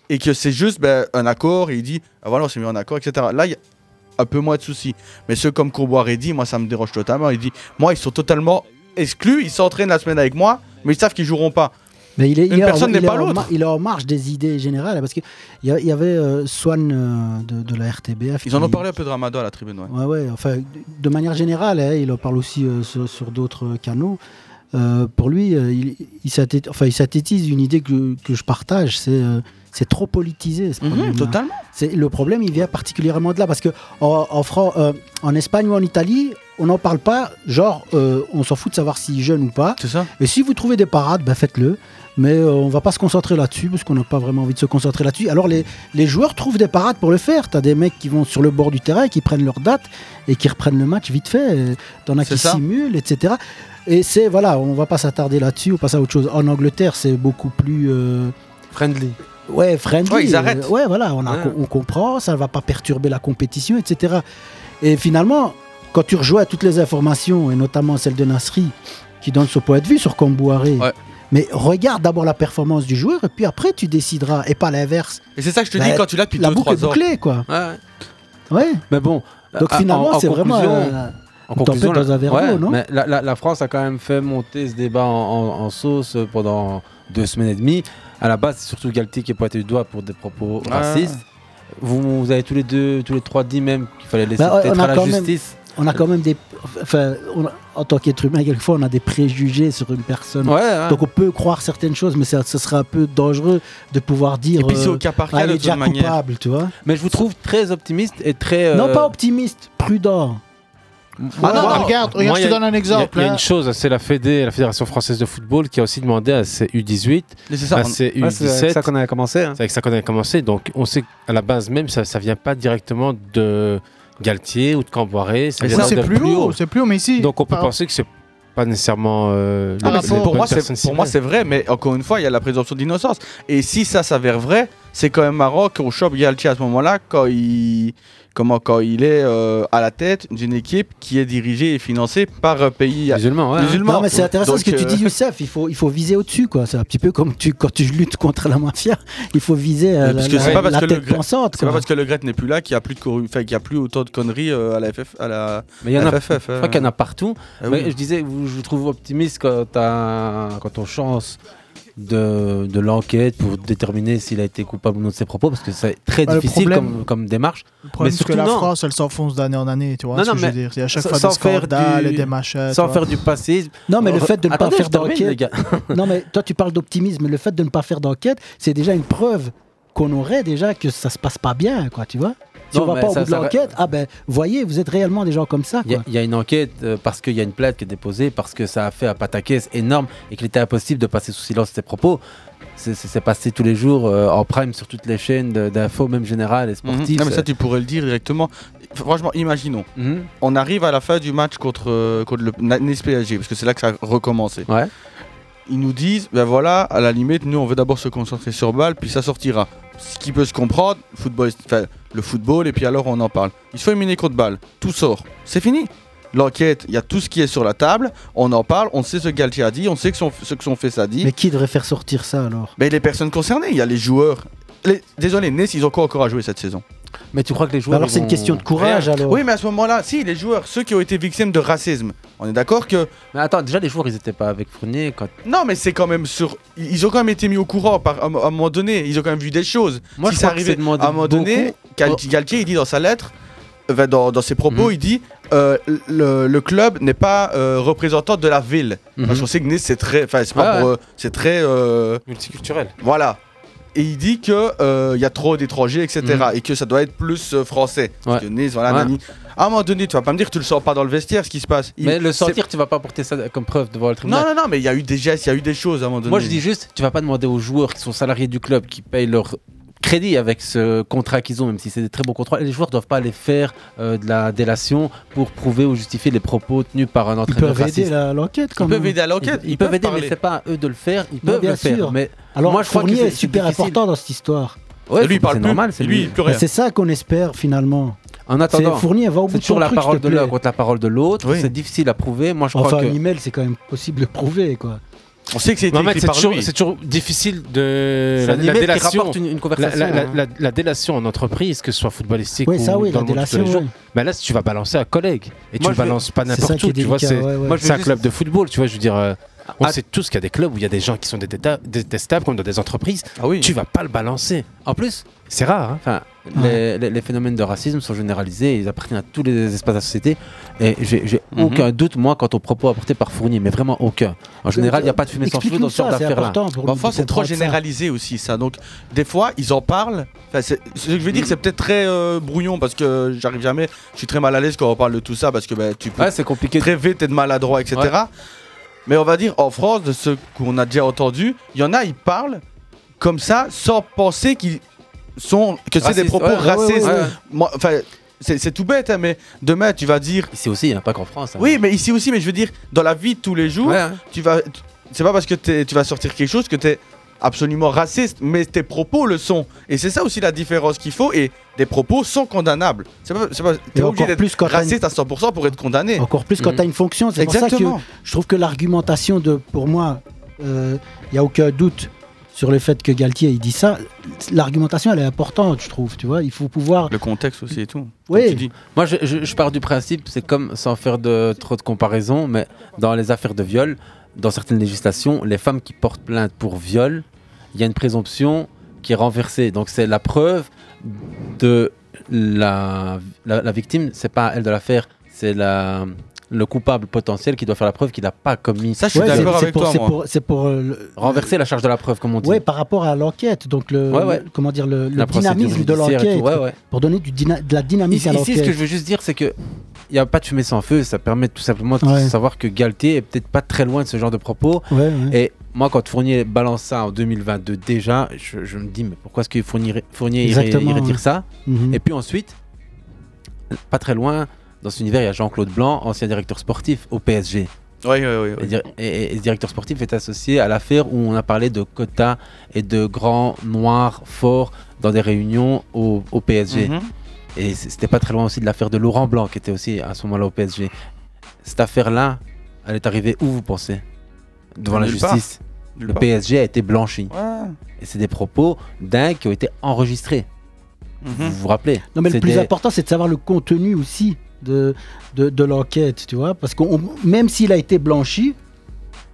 Speaker 9: et que c'est juste ben, un accord, et il dit, ah, voilà, on s'est mis en accord, etc. Là, il y a un peu moins de soucis. Mais ceux comme Courboiré dit, moi, ça me dérange totalement. Il dit, moi, ils sont totalement exclus, ils s'entraînent la semaine avec moi, mais ils savent qu'ils joueront pas.
Speaker 2: Mais il est,
Speaker 9: Une
Speaker 2: il est en-
Speaker 9: personne n'est
Speaker 2: il est
Speaker 9: pas
Speaker 2: en
Speaker 9: l'autre.
Speaker 2: mar- Il est en marge des idées générales parce qu'il y, a- il y avait euh, Swan euh, de, de la RTBF.
Speaker 9: Ils en ont
Speaker 2: qui-
Speaker 9: parlé un peu de Ramadan à la tribune, ouais.
Speaker 2: Ouais, ouais, enfin, de- de manière générale, hein, il en parle aussi euh, sur, sur d'autres euh, canaux. Euh, pour lui, euh, il, il synthétise, enfin, il synthétise une idée que, que je partage, c'est euh, c'est trop politisé. Ce
Speaker 9: Mhm,
Speaker 2: problème
Speaker 9: totalement.
Speaker 2: Le problème, il vient particulièrement de là, parce que en, en, Fran- euh, en Espagne ou en Italie, on n'en parle pas, genre, euh, on s'en fout de savoir s'il est jeune ou pas.
Speaker 9: C'est ça.
Speaker 2: Et si vous trouvez des parades, ben faites-le. Mais euh, on va pas se concentrer là-dessus parce qu'on n'a pas vraiment envie de se concentrer là-dessus. Alors les, les joueurs trouvent des parades pour le faire. T'as des mecs qui vont sur le bord du terrain, qui prennent leur date et qui reprennent le match vite fait. Euh, T'en as
Speaker 9: C'est
Speaker 2: qui
Speaker 9: ça.
Speaker 2: simulent, etc. Et c'est voilà, on va pas s'attarder là-dessus. On passe à autre chose. En Angleterre, c'est beaucoup plus euh,
Speaker 7: friendly.
Speaker 2: Ouais, friendly.
Speaker 9: Ouais, ils
Speaker 2: Euh,
Speaker 9: arrêtent.
Speaker 2: ouais, voilà, on, a-
Speaker 9: Ouais.
Speaker 2: on comprend, ça ne va pas perturber la compétition, etc. Et finalement, quand tu rejoins toutes les informations, et notamment celle de Nasri, qui donne son point de vue sur Kombouaré, mais regarde d'abord la performance du joueur, et puis après tu décideras, et pas l'inverse.
Speaker 9: Et c'est ça que je te
Speaker 2: Bah,
Speaker 9: dis quand tu l'as depuis 2-3
Speaker 2: La
Speaker 9: ans.
Speaker 2: boucle est bouclée, quoi. Ouais.
Speaker 7: Mais bon.
Speaker 2: Donc
Speaker 7: euh, en-
Speaker 2: finalement,
Speaker 7: en
Speaker 2: c'est vraiment
Speaker 7: conclusion- en
Speaker 2: euh, une tempête
Speaker 7: conclusion, la-
Speaker 2: dans un verre
Speaker 7: ouais,
Speaker 2: d'eau, non
Speaker 7: mais la, la- la France a quand même fait monter ce débat en, en- en sauce pendant deux semaines et demie. À la base, c'est surtout Galtier qui est pointé du doigt pour des propos
Speaker 2: Ah.
Speaker 7: racistes. Vous, vous avez tous les deux, tous les trois dit même qu'il fallait laisser
Speaker 2: Bah, on-
Speaker 7: peut-être
Speaker 2: on a
Speaker 7: à la
Speaker 2: quand même-
Speaker 7: justice.
Speaker 2: on a quand même des. Enfin, on a- en tant qu'être humain, quelquefois, on a des préjugés sur une personne.
Speaker 7: Ouais, ouais.
Speaker 2: Donc, on peut croire certaines choses, mais ça, ce serait un peu dangereux de pouvoir dire.
Speaker 7: Et puis, c'est
Speaker 2: euh,
Speaker 7: au cas par cas,
Speaker 2: ah, il
Speaker 7: de
Speaker 2: est
Speaker 7: toute
Speaker 2: déjà
Speaker 7: manière.
Speaker 2: coupable, tu vois.
Speaker 7: Mais je vous trouve très optimiste et très.
Speaker 2: Non,
Speaker 7: euh,
Speaker 2: pas optimiste, prudent.
Speaker 7: Ah non, non,
Speaker 10: regarde,
Speaker 7: moi,
Speaker 10: regarde, je
Speaker 7: il y
Speaker 10: te
Speaker 7: a-
Speaker 10: donne un exemple.
Speaker 7: il y a
Speaker 10: hein.
Speaker 7: une chose, c'est la Fédé, la Fédération française de football, qui a aussi demandé à ses U18,
Speaker 9: Mais c'est ça,
Speaker 7: à
Speaker 9: on-
Speaker 7: ses U17.
Speaker 9: Ouais, c'est avec ça
Speaker 7: qu'on avait commencé.
Speaker 9: hein.
Speaker 7: C'est avec ça qu'on avait commencé. Donc, on sait qu'à la base même, ça, ça vient pas directement de Galtier ou de Camboiré.
Speaker 10: Mais ça, c'est plus haut, c'est plus haut, mais ici.
Speaker 7: Donc, on peut
Speaker 10: par-
Speaker 7: penser que c'est pas nécessairement. euh,
Speaker 9: Ah,
Speaker 7: les-
Speaker 9: mais
Speaker 7: les
Speaker 9: pour,
Speaker 7: bonnes
Speaker 9: moi, c'est,
Speaker 7: personnes
Speaker 9: pour moi,
Speaker 7: ciblées.
Speaker 9: c'est vrai, mais encore une fois, il y a la présomption d'innocence. Et si ça s'avère vrai, c'est quand même marrant qu'on chope Galtier à ce moment-là quand il, comment, quand il est euh, à la tête d'une équipe qui est dirigée et financée par un pays euh,
Speaker 7: musulman. euh,
Speaker 2: Non, mais c'est intéressant ce que tu dis, Youssef. Il faut, il faut viser au-dessus, quoi. C'est un petit peu comme tu, quand tu luttes contre la mafia. Il faut viser euh,
Speaker 9: parce
Speaker 2: la,
Speaker 9: que c'est
Speaker 2: la-
Speaker 9: pas parce
Speaker 2: la
Speaker 9: que le
Speaker 2: tête
Speaker 9: Gre-
Speaker 2: pensante.
Speaker 9: c'est pas
Speaker 2: quoi.
Speaker 9: parce que le Gret n'est plus là qu'il y a plus de corru- enfin, qu'il y a plus autant de conneries euh, à la FF à la
Speaker 7: Mais il y en a,
Speaker 9: FFF,
Speaker 7: je crois qu'il y en a partout.
Speaker 9: euh. Ah
Speaker 7: mais
Speaker 9: oui.
Speaker 7: je disais, vous- je vous trouve optimiste quand, t'as- quand on chance de, de l'enquête pour déterminer s'il a été coupable ou non de ses propos, parce que c'est très
Speaker 10: Bah, le
Speaker 7: difficile
Speaker 10: problème-
Speaker 7: comme, comme démarche.
Speaker 10: Le
Speaker 7: Mais
Speaker 10: problème, c'est que
Speaker 7: surtout,
Speaker 10: la
Speaker 7: non.
Speaker 10: France, elle s'enfonce d'année en année, tu vois
Speaker 7: Non,
Speaker 10: ce
Speaker 7: non,
Speaker 10: que je veux
Speaker 7: mais
Speaker 10: dire. Il y a à chaque
Speaker 7: sans-
Speaker 10: fois
Speaker 7: sans
Speaker 10: des
Speaker 7: faire
Speaker 10: scandales,
Speaker 7: du-
Speaker 10: et des machins.
Speaker 7: sans faire du passisme.
Speaker 2: euh, Non, mais le fait de ne
Speaker 7: Attendez,
Speaker 2: pas faire
Speaker 7: je termine, les
Speaker 2: d'enquête.
Speaker 7: gars.
Speaker 2: non, mais toi, tu parles d'optimisme, mais le fait de ne pas faire d'enquête, c'est déjà une preuve qu'on aurait déjà que ça se passe pas bien, quoi, tu vois. Si
Speaker 7: Non,
Speaker 2: on va
Speaker 7: mais
Speaker 2: pas au
Speaker 7: ça-
Speaker 2: bout de
Speaker 7: ça-
Speaker 2: l'enquête, ah ben, voyez, vous êtes réellement des gens comme ça,
Speaker 7: Il y
Speaker 2: quoi.
Speaker 7: a- il y, a une enquête euh, parce qu'il y a une plainte qui est déposée, parce que ça a fait un pataquès énorme et qu'il était impossible de passer sous silence ses propos. C'est- C'est c'est passé tous les jours euh, en prime sur toutes les chaînes de- d'infos, même générales et sportives.
Speaker 9: Mhm. Non, mais ça, tu pourrais le dire directement. Franchement, imaginons. On arrive à la fin du match contre, euh, contre le na- Nice PSG, parce que c'est là que ça a recommencé. Ils nous disent, ben voilà, à la limite, nous, on veut d'abord se concentrer sur balle, puis ça sortira. Ce qui peut se comprendre, football, enfin, le football, et puis alors on en parle. Ils se font éliminer contre balle, tout sort, c'est fini. L'enquête, il y a tout ce qui est sur la table, on en parle, on sait ce que Galtier a dit, on sait que son- ce que son fils a dit. Ben,
Speaker 2: Mais qui devrait faire sortir ça alors
Speaker 9: Mais les personnes concernées, il y a les joueurs. Les- Désolé, Nice, ils ont quoi encore à jouer cette saison
Speaker 7: Mais tu crois que les
Speaker 2: joueurs, Bah Alors, ils c'est une vont- question de courage, alors.
Speaker 9: Oui, mais à ce moment-là, si, les joueurs, ceux qui ont été victimes de racisme, on est d'accord que.
Speaker 7: Mais attends, déjà, les joueurs, ils n'étaient pas avec Fournier quand.
Speaker 9: Non, mais c'est quand même sur. Ils ont quand même été mis au courant par... à un à un moment donné, ils ont quand même vu des choses.
Speaker 7: Moi,
Speaker 9: si
Speaker 7: je
Speaker 9: ça
Speaker 7: crois que c'est
Speaker 9: arrivait
Speaker 7: demandé
Speaker 9: à un moment donné, Gal- Galtier, il dit dans sa lettre. euh, ben, Dans, dans ses
Speaker 7: Mhm.
Speaker 9: propos, il dit euh, le, le club n'est pas euh, représentant de la ville.
Speaker 7: Mhm.
Speaker 9: Parce qu'on sait que Nice, c'est très. Enfin, c'est pas
Speaker 7: Ah
Speaker 8: Ouais,
Speaker 9: pour,
Speaker 8: ouais.
Speaker 9: euh, C'est très. Multiculturel. Voilà. Et il dit qu'il il y a trop d'étrangers, etc. Et que ça doit être plus euh, français. Parce que Nice, voilà,
Speaker 7: Mhm. Ouais.
Speaker 9: nani. À un moment donné, tu vas pas me dire que tu le sens pas dans le vestiaire, ce qui se passe. Il-
Speaker 7: Mais le
Speaker 9: c'est-
Speaker 7: sentir, tu vas pas porter ça comme preuve devant le tribunal.
Speaker 9: Non, non, non, mais il y a eu des gestes, il y a eu des choses à un moment donné.
Speaker 7: Moi, je dis juste, tu vas pas demander aux joueurs qui sont salariés du club, qui payent leur crédit avec ce contrat qu'ils ont, même si c'est des très bons contrats. Et les joueurs doivent pas aller faire euh, de la délation pour prouver ou justifier les propos tenus par un
Speaker 2: Ils
Speaker 7: entraîneur
Speaker 2: peuvent aider
Speaker 7: raciste.
Speaker 2: la- l'enquête quand
Speaker 9: Ils
Speaker 2: même.
Speaker 9: peuvent aider à l'enquête,
Speaker 7: Ils, peuvent, aider, mais c'est pas à eux de le faire. Ils
Speaker 2: Non,
Speaker 7: peuvent
Speaker 2: bien
Speaker 7: le faire.
Speaker 2: sûr.
Speaker 7: Mais
Speaker 2: Alors,
Speaker 7: moi, je crois que
Speaker 2: Fournier
Speaker 7: c'est-
Speaker 2: est
Speaker 7: c'est
Speaker 2: super
Speaker 7: difficile.
Speaker 2: important dans cette histoire.
Speaker 7: Ouais, lui, il parle plus. normal, c'est
Speaker 9: Lui,
Speaker 7: lui.
Speaker 9: il pleure
Speaker 2: Bah, C'est ça qu'on espère finalement.
Speaker 7: En attendant,
Speaker 2: C'est Fournier va au bout
Speaker 7: c'est
Speaker 2: de son
Speaker 7: toujours la
Speaker 2: truc,
Speaker 7: parole
Speaker 2: s'il te
Speaker 7: de l'un
Speaker 2: plaît.
Speaker 7: contre la parole de l'autre.
Speaker 2: Oui.
Speaker 7: C'est difficile à prouver. Moi, je
Speaker 2: Enfin,
Speaker 7: crois que
Speaker 2: un email, c'est quand même possible de prouver quoi.
Speaker 9: On sait que c'est
Speaker 7: été
Speaker 22: Mohamed,
Speaker 7: écrit
Speaker 22: c'est
Speaker 7: par
Speaker 22: toujours,
Speaker 7: lui.
Speaker 22: c'est toujours difficile de
Speaker 7: C'est un
Speaker 22: la,
Speaker 7: email
Speaker 22: la
Speaker 7: qui
Speaker 22: délation,
Speaker 7: rapporte une- une conversation,
Speaker 22: la, la-
Speaker 7: hein.
Speaker 22: la- la délation en entreprise, que ce soit footballistique
Speaker 2: Oui,
Speaker 22: ou
Speaker 2: ça, oui,
Speaker 22: dans le monde
Speaker 2: la
Speaker 22: de tous
Speaker 2: délation,
Speaker 22: les jours.
Speaker 2: oui.
Speaker 22: Mais là, tu vas balancer un collègue et
Speaker 7: Moi,
Speaker 22: tu
Speaker 7: je
Speaker 22: le
Speaker 7: vais-
Speaker 22: balances pas
Speaker 7: c'est ça
Speaker 22: n'importe
Speaker 7: qui
Speaker 22: où.
Speaker 7: est
Speaker 22: Tu vois,
Speaker 7: délicat,
Speaker 22: c'est
Speaker 7: ouais, ouais. Moi, je
Speaker 22: c'est
Speaker 7: vais
Speaker 22: un
Speaker 7: juste-
Speaker 22: club de football. Tu vois, je veux dire, euh, on
Speaker 7: Ah.
Speaker 22: sait tous qu'il y a des clubs où il y a des gens qui sont détesta- détestables, comme dans des entreprises. Tu vas pas le balancer.
Speaker 7: Ah En plus,
Speaker 22: c'est rare. hein.
Speaker 7: Enfin, les, les- les phénomènes de racisme sont généralisés, ils appartiennent à tous les espaces de la société. Et j'ai j'ai
Speaker 22: Mhm.
Speaker 7: aucun doute, moi, quant aux propos apportés par Fournier, mais vraiment aucun. En général, il n'y a pas de fumée sans feu dans ce genre d'affaires-là.
Speaker 9: Mais Enfin, c'est trop généralisé aussi, ça. Donc, des fois, ils en parlent. Enfin, c'est- ce que je veux dire, c'est peut-être très euh, brouillon parce que j'arrive jamais. Je suis très mal à l'aise quand on parle de tout ça parce que ben, tu peux
Speaker 7: c'est compliqué.
Speaker 9: très vite être maladroit, etc. Mais on va dire, en France, de ce qu'on a déjà entendu, il y en a, ils parlent comme ça sans penser qu'ils sont que c'est des
Speaker 7: Racistes,
Speaker 9: propos
Speaker 7: ouais, ouais,
Speaker 9: racistes.
Speaker 7: ouais, ouais.
Speaker 9: Moi, Enfin, c'est c'est tout bête, hein, mais demain, tu vas dire.
Speaker 7: Ici aussi, pas qu'en France.
Speaker 2: hein.
Speaker 9: Oui, mais ici aussi, mais je veux dire, dans la vie de tous les jours, tu vas. tu- C'est pas parce que t'es- tu vas sortir quelque chose que t'es absolument raciste, mais tes propos le sont. Et c'est ça aussi la différence qu'il faut, et des propos sont condamnables. C'est pas, c'est pas- t'es
Speaker 2: encore
Speaker 9: obligé
Speaker 2: plus
Speaker 9: d'être
Speaker 2: quand t'as
Speaker 9: raciste à 100% pour être condamné. Mm.
Speaker 2: Encore plus quand tu as une fonction. C'est pour ça que
Speaker 9: Exactement.
Speaker 2: je trouve que l'argumentation de, pour moi, il n'y a aucun doute sur le fait que Galtier il dit ça. L'argumentation, elle est importante, je trouve. Tu vois, il faut pouvoir.
Speaker 9: Le contexte aussi et tout.
Speaker 2: Oui.
Speaker 7: Moi, je, je- je pars du principe, c'est comme, sans faire de trop de comparaisons, mais dans les affaires de viol, dans certaines législations, les femmes qui portent plainte pour viol, il y a une présomption qui est renversée. Donc, c'est la preuve de la, la, la victime, c'est pas à elle de la faire, c'est la le coupable potentiel qui doit faire la preuve qu'il n'a pas commis. Ça,
Speaker 2: Ouais, c'est- c'est pour- c'est pour- C'est pour, euh, le-
Speaker 7: Renverser la charge de la preuve, comme on dit.
Speaker 2: Ouais, par rapport à l'enquête, donc le,
Speaker 7: Ouais, ouais.
Speaker 2: le- comment dire le, le
Speaker 7: La procédure
Speaker 2: dynamisme de
Speaker 7: judiciaire et
Speaker 2: l'enquête,
Speaker 7: tout, ouais, ouais.
Speaker 2: pour donner du dyna- de la dynamique
Speaker 7: Ici,
Speaker 2: à
Speaker 7: ici,
Speaker 2: l'enquête.
Speaker 7: ce que je veux juste dire, c'est que il n'y a pas de fumée sans feu. Ça permet tout simplement de
Speaker 2: Ouais.
Speaker 7: savoir que Galtier est peut-être pas très loin de ce genre de propos.
Speaker 2: Ouais, ouais.
Speaker 7: Et moi, quand Fournier balance ça en 2022 déjà, je, je me dis mais pourquoi est-ce que Fournier, Fournier irait,
Speaker 2: Exactement,
Speaker 7: irait dire
Speaker 2: ouais.
Speaker 7: ça
Speaker 2: Mhm.
Speaker 7: Et puis ensuite, pas très loin dans cet univers, il y a Jean-Claude Blanc, ancien directeur sportif au PSG.
Speaker 9: Oui, oui,
Speaker 7: Et, dir- et- et ce directeur sportif est associé à l'affaire où on a parlé de quotas et de grands noirs forts dans des réunions au, au PSG.
Speaker 8: Mhm.
Speaker 7: Et c- c'était pas très loin aussi de l'affaire de Laurent Blanc, qui était aussi à ce moment-là au PSG. Cette affaire-là, elle est arrivée où, vous pensez Devant la
Speaker 8: Nulle part.
Speaker 7: justice.
Speaker 8: Nulle
Speaker 7: Le
Speaker 8: part.
Speaker 7: PSG a été blanchi.
Speaker 9: Ouais.
Speaker 7: Et c'est des propos dingues qui ont été enregistrés. Vous vous rappelez
Speaker 2: Non, mais le
Speaker 7: C'est
Speaker 2: plus
Speaker 7: des-
Speaker 2: important, c'est de savoir le contenu aussi de, de, de l'enquête, tu vois. Parce que même s'il a été blanchi,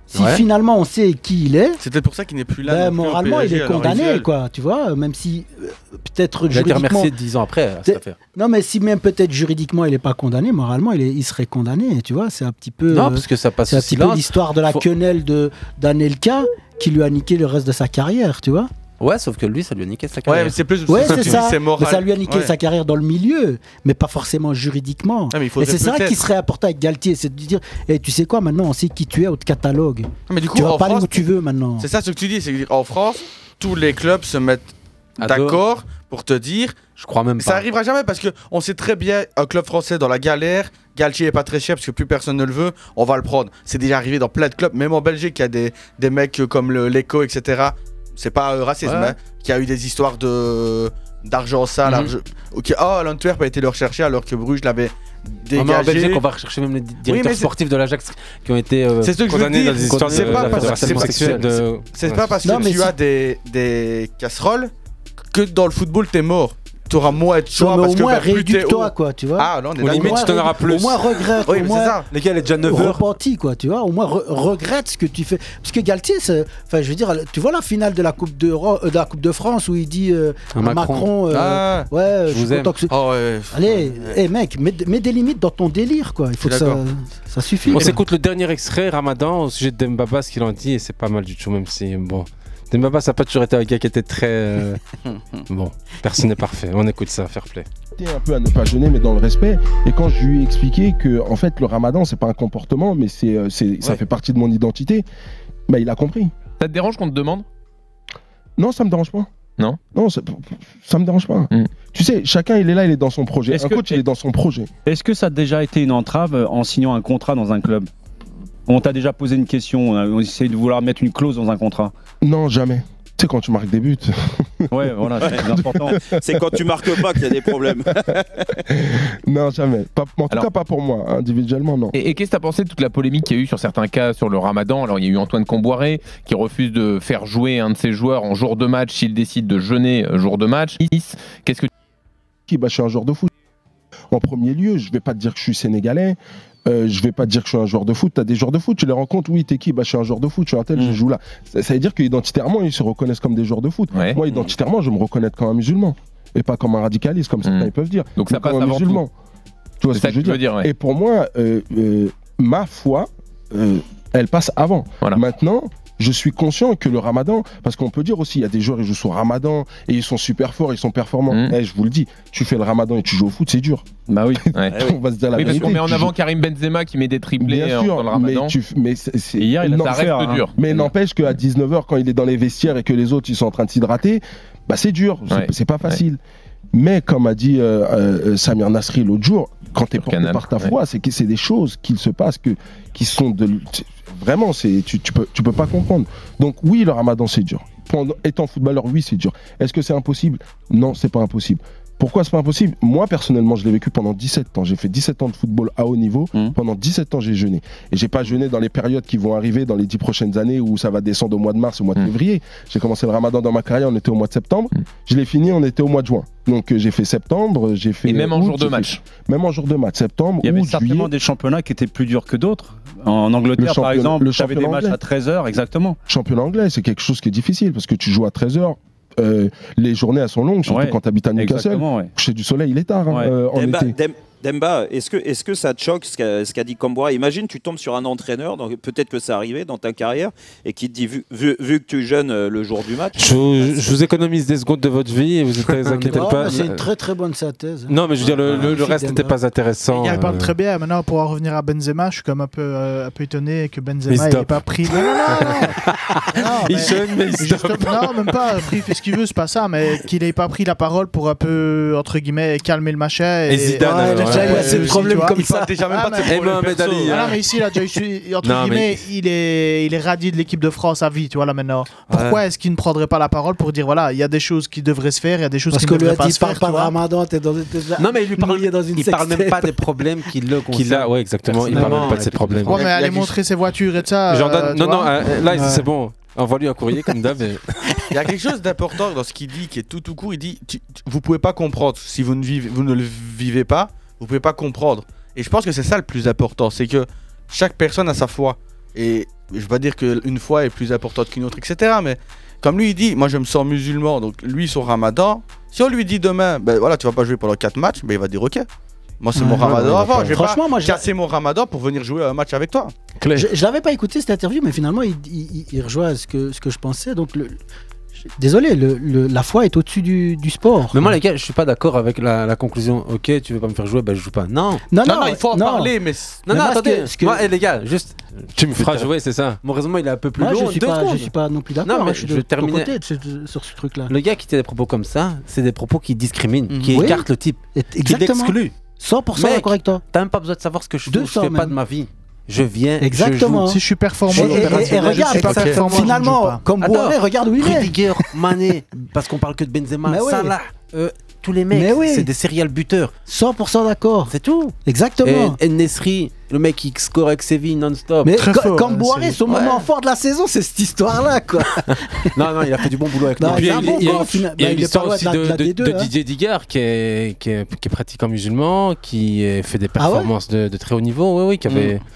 Speaker 2: si
Speaker 9: Ouais.
Speaker 2: finalement on sait qui il est,
Speaker 9: C'est peut-être pour ça qu'il n'est plus là. non
Speaker 2: ben,
Speaker 9: plus au
Speaker 2: moralement,
Speaker 9: PSG,
Speaker 2: il est
Speaker 9: alors,
Speaker 2: condamné,
Speaker 9: visuel.
Speaker 2: quoi, tu vois. Même si euh, peut-être
Speaker 7: Il a été
Speaker 2: juridiquement...
Speaker 7: remercié dix ans après, à cette affaire.
Speaker 2: Non, mais si même peut-être juridiquement, il n'est pas condamné, moralement, il, est- il serait condamné, tu vois. C'est un petit peu...
Speaker 7: Non,
Speaker 2: euh,
Speaker 7: parce que ça passe
Speaker 2: C'est un
Speaker 7: sous
Speaker 2: petit peu
Speaker 7: silence.
Speaker 2: l'histoire de la
Speaker 7: Faut-
Speaker 2: quenelle de- d'Anelka qui lui a niqué le reste de sa carrière, tu vois.
Speaker 7: Ouais, sauf que lui, ça lui a niqué sa carrière.
Speaker 9: mais c'est plus-
Speaker 2: Ouais,
Speaker 9: Ça,
Speaker 2: c'est
Speaker 9: tu
Speaker 2: ça.
Speaker 9: dis, c'est moral.
Speaker 2: Mais ça lui a niqué
Speaker 9: Ouais.
Speaker 2: sa carrière dans le milieu, mais pas forcément juridiquement.
Speaker 9: Ah, mais il
Speaker 2: et
Speaker 9: faudrait
Speaker 2: c'est ça
Speaker 9: peut-être.
Speaker 2: qui serait important avec Galtier, c'est de lui dire et tu sais quoi, maintenant on sait qui tu es au catalogue.
Speaker 9: Ah, mais du coup,
Speaker 2: tu vas
Speaker 9: en
Speaker 2: pas aller
Speaker 9: France-
Speaker 2: où tu veux maintenant.
Speaker 9: C'est ça ce que tu dis, c'est que en France, tous les clubs se mettent d'accord pour te dire.
Speaker 7: Je crois même
Speaker 9: Ça arrivera jamais parce que on sait très bien un club français dans la galère. Galtier est pas très cher parce que plus personne ne le veut. On va le prendre. C'est déjà arrivé dans plein de clubs, même en Belgique, il y a des, des mecs comme le- l'Eco, etc. C'est pas euh, racisme,
Speaker 8: Ouais.
Speaker 9: hein, qui a eu des histoires de d'argent sale.
Speaker 7: Mhm.
Speaker 9: argent- Ok, oh l'Antwerp a été le rechercher alors que Bruges l'avait
Speaker 7: Ah,
Speaker 9: dégagé.
Speaker 7: mais en Belgique, on va rechercher même les di- directeurs
Speaker 9: mais c'est-
Speaker 7: sportifs de l'Ajax qui ont été euh,
Speaker 9: C'est ce que je veux
Speaker 7: condamnés
Speaker 9: dire.
Speaker 7: dans des histoires de,
Speaker 9: C'est pas parce-
Speaker 7: de harcèlement
Speaker 9: c'est-
Speaker 7: sexuel.
Speaker 9: c'est- C'est pas parce que tu as des, des casseroles que dans le football t'es mort. T'auras moins de choix
Speaker 2: Non, mais
Speaker 9: parce
Speaker 2: au
Speaker 9: que
Speaker 2: moins
Speaker 9: bah, plus t'es
Speaker 2: réduis-toi,
Speaker 9: haut.
Speaker 2: quoi, tu vois.
Speaker 9: Ah non, on est
Speaker 2: Au
Speaker 9: d'accord.
Speaker 2: moins ré- Au moins regrette,
Speaker 9: Oui,
Speaker 2: au
Speaker 9: mais
Speaker 2: moins
Speaker 9: c'est ça.
Speaker 7: Les gars, il est déjà 9 heures.
Speaker 2: repenti, quoi, tu vois. Au moins re- regrette ce que tu fais. Parce que Galtier, c'est- enfin, je veux dire, tu vois la finale de la Coupe de, euh, de, la coupe de France où il dit euh,
Speaker 7: Un
Speaker 2: à Macron,
Speaker 7: Macron,
Speaker 2: euh,
Speaker 7: Ah,
Speaker 2: ouais,
Speaker 7: je
Speaker 2: je, suis
Speaker 7: vous aime.
Speaker 2: content que ce- Allez, eh, hey, mec, mets, mets des limites dans ton délire, quoi. Il faut que
Speaker 7: Je suis
Speaker 2: ça,
Speaker 7: d'accord.
Speaker 2: ça suffit.
Speaker 7: On
Speaker 2: quoi.
Speaker 7: s'écoute
Speaker 8: écoute le dernier extrait, Ramadan, au sujet de Dembaba, ce qu'il en dit, et c'est pas mal du tout, même si, bon. Dembaba, ça n'a pas toujours été un gars qui était très.
Speaker 2: (laughs)
Speaker 8: euh, bon, personne n'est parfait. On écoute ça, fair play.
Speaker 11: invité un peu à ne pas jeûner, mais dans le respect. Et quand je lui ai expliqué que, en fait, le ramadan, c'est pas un comportement, mais c'est, euh, c'est- ça fait partie de mon identité, bah, il a compris.
Speaker 3: Ça te dérange qu'on te demande
Speaker 11: Non, ça me dérange pas.
Speaker 3: Non
Speaker 11: Non, ça, ça me dérange pas. Tu sais, chacun, il est là, il est dans son projet.
Speaker 5: Est-ce
Speaker 11: un
Speaker 5: que-
Speaker 11: coach, il est dans son projet.
Speaker 5: Est-ce que ça a déjà été une entrave euh, en signant un contrat dans un club On t'a déjà posé une question, on, a, on essaie de vouloir mettre une clause dans un contrat.
Speaker 11: Non, jamais. Tu sais, quand tu marques des buts.
Speaker 5: (laughs) Ouais, voilà, c'est
Speaker 11: (laughs)
Speaker 5: le plus important.
Speaker 21: C'est quand tu marques pas qu'il y a des problèmes.
Speaker 11: non, jamais. Pas, en tout cas, pas pour moi. Individuellement, non.
Speaker 3: Et, et qu'est-ce que t'as pensé de toute la polémique qu'il y a eu sur certains cas sur le ramadan Alors il y a eu Antoine Comboiré qui refuse de faire jouer un de ses joueurs en jour de match s'il décide de jeûner euh, jour de match. Nice, Qu'est-ce que
Speaker 11: qui bah, je suis un joueur de foot. En premier lieu, je vais pas te dire que je suis sénégalais. euh, je vais pas te dire que je suis un joueur de foot. Tu as des joueurs de foot, tu les rencontres. Oui, t'es qui bah, Je suis un joueur de foot, je suis un tel,
Speaker 3: Mm.
Speaker 11: je joue là. Ça, ça veut dire qu'identitairement, ils se reconnaissent comme des joueurs de foot. Moi, identitairement, je vais me reconnaître comme un musulman. Et pas comme un radicaliste, comme certains ils peuvent dire.
Speaker 3: Mm. Donc
Speaker 11: mais
Speaker 3: ça passe
Speaker 11: comme un
Speaker 3: avant tout.
Speaker 11: musulman. Tu vois
Speaker 3: C'est
Speaker 11: ce que,
Speaker 3: ça
Speaker 11: je veux
Speaker 3: que tu
Speaker 11: dire,
Speaker 3: veux dire, ouais.
Speaker 11: Et pour moi, euh, euh, ma foi, euh, elle passe avant. Maintenant, je suis conscient que le ramadan, parce qu'on peut dire aussi, il y a des joueurs qui jouent sur ramadan et ils sont super forts, ils sont performants.
Speaker 3: Mmh.
Speaker 11: Eh, je vous le dis, tu fais le ramadan et tu joues au foot, c'est dur. Eh
Speaker 5: Bah
Speaker 11: (laughs)
Speaker 5: oui.
Speaker 11: On va se dire la
Speaker 3: Oui, parce
Speaker 11: vérité.
Speaker 3: qu'on met en
Speaker 11: tu
Speaker 3: avant
Speaker 11: joues-
Speaker 3: Karim Benzema qui met des triplés
Speaker 11: Bien
Speaker 3: euh,
Speaker 11: sûr,
Speaker 3: dans le
Speaker 11: mais,
Speaker 3: ramadan.
Speaker 11: tu, mais c'est- c'est- hein.
Speaker 3: hier, il a
Speaker 11: non,
Speaker 3: ça reste
Speaker 7: hein.
Speaker 3: dur.
Speaker 11: Mais n'empêche qu'à 19h, quand il est dans les vestiaires et que les autres ils sont en train de s'hydrater, bah c'est dur, c'est
Speaker 3: Ouais.
Speaker 11: c'est pas facile. Mais comme a dit euh, euh, Samir Nasri l'autre jour, quand t'es porté
Speaker 3: Canal,
Speaker 11: par ta foi, c'est que c'est des choses qui se passent que, qui sont de l- c'est- vraiment, c'est tu, tu peux tu peux pas comprendre. Donc oui, le Ramadan c'est dur. Pendant- étant footballeur, oui c'est dur. Est-ce que c'est impossible Non, c'est pas impossible. Pourquoi c'est pas impossible Moi personnellement, je l'ai vécu pendant 17 ans. J'ai fait 17 ans de football à haut niveau.
Speaker 5: Mmh.
Speaker 11: Pendant 17 ans, j'ai jeûné. Et j'ai pas jeûné dans les périodes qui vont arriver dans les 10 prochaines années où ça va descendre au mois de mars, au mois de
Speaker 5: Mmh.
Speaker 11: février. J'ai commencé le ramadan dans ma carrière, on était au mois de septembre. Je l'ai fini, on était au mois de juin. Donc euh, j'ai fait septembre, j'ai fait.
Speaker 5: Et même en
Speaker 11: août,
Speaker 5: jour de
Speaker 11: j'ai fait-
Speaker 5: match.
Speaker 11: Même en jour de match, septembre,
Speaker 5: Il y avait
Speaker 11: août,
Speaker 5: certainement
Speaker 11: juillet.
Speaker 5: des championnats qui étaient plus durs que d'autres. En Angleterre, par
Speaker 11: championnat-
Speaker 5: exemple,
Speaker 11: le
Speaker 5: tu avais des
Speaker 11: championnat
Speaker 5: matchs
Speaker 11: anglais.
Speaker 5: à 13h, exactement.
Speaker 11: Championnat anglais, c'est quelque chose qui est difficile parce que tu joues à 13h. les journées elles sont longues, surtout
Speaker 5: Ouais,
Speaker 11: quand tu habites à Newcastle.
Speaker 5: exactement, ouais.
Speaker 11: Coucher du soleil, il est tard hein, euh,
Speaker 22: Eh
Speaker 11: en
Speaker 22: ben,
Speaker 21: Demba,
Speaker 11: été.
Speaker 21: Dem- Demba, est-ce que, est que ça te choque ce qu'a ce qu'a dit Comboire Imagine, tu tombes sur un entraîneur, donc peut-être que ça arrivait dans ta carrière, et qui te dit, vu, vu- vu que tu jeûnes euh, le jour du match,
Speaker 8: Je, vous- je vous économise des secondes de votre vie et vous
Speaker 2: Oh,
Speaker 8: vous inquiétez
Speaker 2: mais
Speaker 8: pas.
Speaker 2: C'est une très très bonne synthèse.
Speaker 8: Non, mais je veux dire, le, le- le reste n'était pas intéressant.
Speaker 10: Il parle
Speaker 8: Euh,
Speaker 10: très bien. Maintenant, pour en revenir à Benzema, je suis comme un peu, euh, un peu étonné que Benzema
Speaker 8: Mais
Speaker 10: n'ait
Speaker 8: stop.
Speaker 7: (laughs)
Speaker 10: pas pris. Non, non, non, non. (laughs) Non,
Speaker 8: Il
Speaker 10: mais-
Speaker 8: jeûne, mais il
Speaker 10: juste-
Speaker 8: stoppe.
Speaker 10: Non, même
Speaker 2: (laughs)
Speaker 10: pas. Pris, fait ce qu'il veut, c'est pas ça. Mais qu'il n'ait pas pris la parole pour un peu, entre guillemets, calmer le machin.
Speaker 8: Et Zidane, alors,
Speaker 10: déjà eu assez de problèmes comme
Speaker 9: il
Speaker 10: ça.
Speaker 9: parle déjà même
Speaker 10: Ah,
Speaker 9: pas de
Speaker 10: mais-
Speaker 9: ses problèmes
Speaker 10: Ah,
Speaker 9: perso.
Speaker 10: non, mais ici, il a déjà eu, entre
Speaker 9: Non, mais-
Speaker 10: guillemets, il est, il est radié de l'équipe de France à vie, tu vois, là maintenant. Pourquoi est-ce qu'il ne prendrait pas la parole pour dire, voilà, il y a des choses qui devraient se faire, il y a des choses
Speaker 2: Parce
Speaker 10: qui
Speaker 2: que
Speaker 10: ne
Speaker 2: lui a
Speaker 10: devraient pas
Speaker 2: dit,
Speaker 10: se faire.
Speaker 2: parle pas de Ramadan, t'es dans une.
Speaker 7: Non, mais il lui parle,
Speaker 2: dans une
Speaker 7: il parle même
Speaker 2: sextape. (laughs)
Speaker 7: pas des problèmes qui le concernent.
Speaker 8: a, ouais, exactement, il parle même pas de ses problèmes.
Speaker 10: Ouais, mais
Speaker 8: Il y a
Speaker 10: aller
Speaker 8: du-
Speaker 10: montrer ses voitures et tout ça.
Speaker 8: Jordan,
Speaker 10: euh, tu
Speaker 8: non, non,
Speaker 10: vois.
Speaker 7: Hein,
Speaker 8: euh, là, c'est bon. Envoie-lui un courrier comme d'hab. et-
Speaker 9: (laughs) Il y a quelque chose d'important dans ce qu'il dit qui est tout tout court. Il dit tu- tu- vous pouvez pas comprendre si vous ne vivez, vous ne le vivez pas, vous pouvez pas comprendre. Et je pense que c'est ça le plus important, c'est que chaque personne a sa foi. Et je vais pas dire qu'une foi est plus importante qu'une autre, etc. Mais comme lui il dit, moi je me sens musulman, donc lui son Ramadan. Si on lui dit demain, ben voilà, tu vas pas jouer pendant 4 matchs, ben il va dire ok. Moi c'est
Speaker 2: Ouais,
Speaker 9: mon
Speaker 2: ouais,
Speaker 9: Ramadan
Speaker 2: ouais,
Speaker 9: avant.
Speaker 2: d'accord.
Speaker 9: Je vais
Speaker 2: Franchement,
Speaker 9: pas
Speaker 2: moi, je-
Speaker 9: casser mon Ramadan pour venir jouer un match avec toi.
Speaker 2: Je, je l'avais pas écouté cette interview, mais finalement, il, il- il rejoint ce que, ce que je pensais. Donc, le- je- désolé, le- le- la foi est au-dessus du, du sport.
Speaker 7: Mais moi, les gars, je suis pas d'accord avec la, la conclusion. Ok, tu veux pas me faire jouer, bah je joue pas. Non.
Speaker 2: Non, non, Non, non, il faut en non.
Speaker 9: parler, mais-
Speaker 7: Non,
Speaker 2: Mais
Speaker 7: non,
Speaker 2: moi, ce
Speaker 7: attendez.
Speaker 2: que- ce que-
Speaker 7: Moi, eh, les gars, juste. Tu me feras jouer, c'est ça. Mon raisonnement, il est un peu plus
Speaker 2: Moi,
Speaker 7: long.
Speaker 2: je suis
Speaker 7: deux
Speaker 2: pas, je
Speaker 7: secondes.
Speaker 2: suis pas non plus d'accord.
Speaker 7: Non, mais
Speaker 2: hein, je suis
Speaker 7: je
Speaker 2: de
Speaker 7: vais
Speaker 2: ton
Speaker 7: terminer.
Speaker 2: côté de ce- sur ce truc-là.
Speaker 7: Le gars qui tient des propos comme ça, c'est des propos qui discriminent, qui
Speaker 2: Oui.
Speaker 7: écartent le type,
Speaker 2: Et-
Speaker 7: qui
Speaker 2: exactement.
Speaker 7: l'excluent.
Speaker 2: 100%
Speaker 7: Mec,
Speaker 2: d'accord avec toi.
Speaker 7: T'as même pas besoin de savoir ce que je fais, ou je
Speaker 2: 200
Speaker 7: fais pas
Speaker 2: même.
Speaker 7: de ma vie. Je viens.
Speaker 2: Exactement.
Speaker 7: Je joue.
Speaker 2: Si je suis performant,
Speaker 7: Et- et- et-
Speaker 2: opérationnel,
Speaker 7: et
Speaker 2: je suis pas
Speaker 7: exactement.
Speaker 2: performant, je ne joue Finalement, pas. comme
Speaker 7: Attends,
Speaker 2: Boiré, regarde où il est.
Speaker 7: Rudiger, Mané, parce qu'on parle que de Benzema,
Speaker 2: Mais oui.
Speaker 7: Salah, euh, tous les mecs,
Speaker 2: Mais oui.
Speaker 7: c'est des serial buteurs.
Speaker 2: 100% d'accord.
Speaker 7: C'est tout.
Speaker 2: Exactement.
Speaker 7: Et Nesri, le mec qui score avec Séville
Speaker 8: Oh,
Speaker 7: non-stop. hein,
Speaker 2: mais co-
Speaker 8: hein,
Speaker 2: comme Boiré, son moment fort de la saison, c'est cette histoire-là, quoi.
Speaker 7: Non, non, il a fait du (laughs) bon boulot avec
Speaker 2: Non,
Speaker 7: nous.
Speaker 2: c'est
Speaker 8: Puis il y a-
Speaker 2: un
Speaker 8: il
Speaker 2: bon
Speaker 8: y a-
Speaker 2: coach,
Speaker 8: il y a,
Speaker 2: bah, il est pas
Speaker 8: l'histoire
Speaker 2: loin de
Speaker 8: aussi
Speaker 2: la-
Speaker 8: de,
Speaker 2: de la
Speaker 8: de-
Speaker 2: D2,
Speaker 8: de
Speaker 2: hein.
Speaker 8: Didier Digard qui est, qui, est, qui est pratiquant musulman, qui est- fait des performances de, de très haut niveau, oui, oui, qui, avait,
Speaker 7: Ah Mm.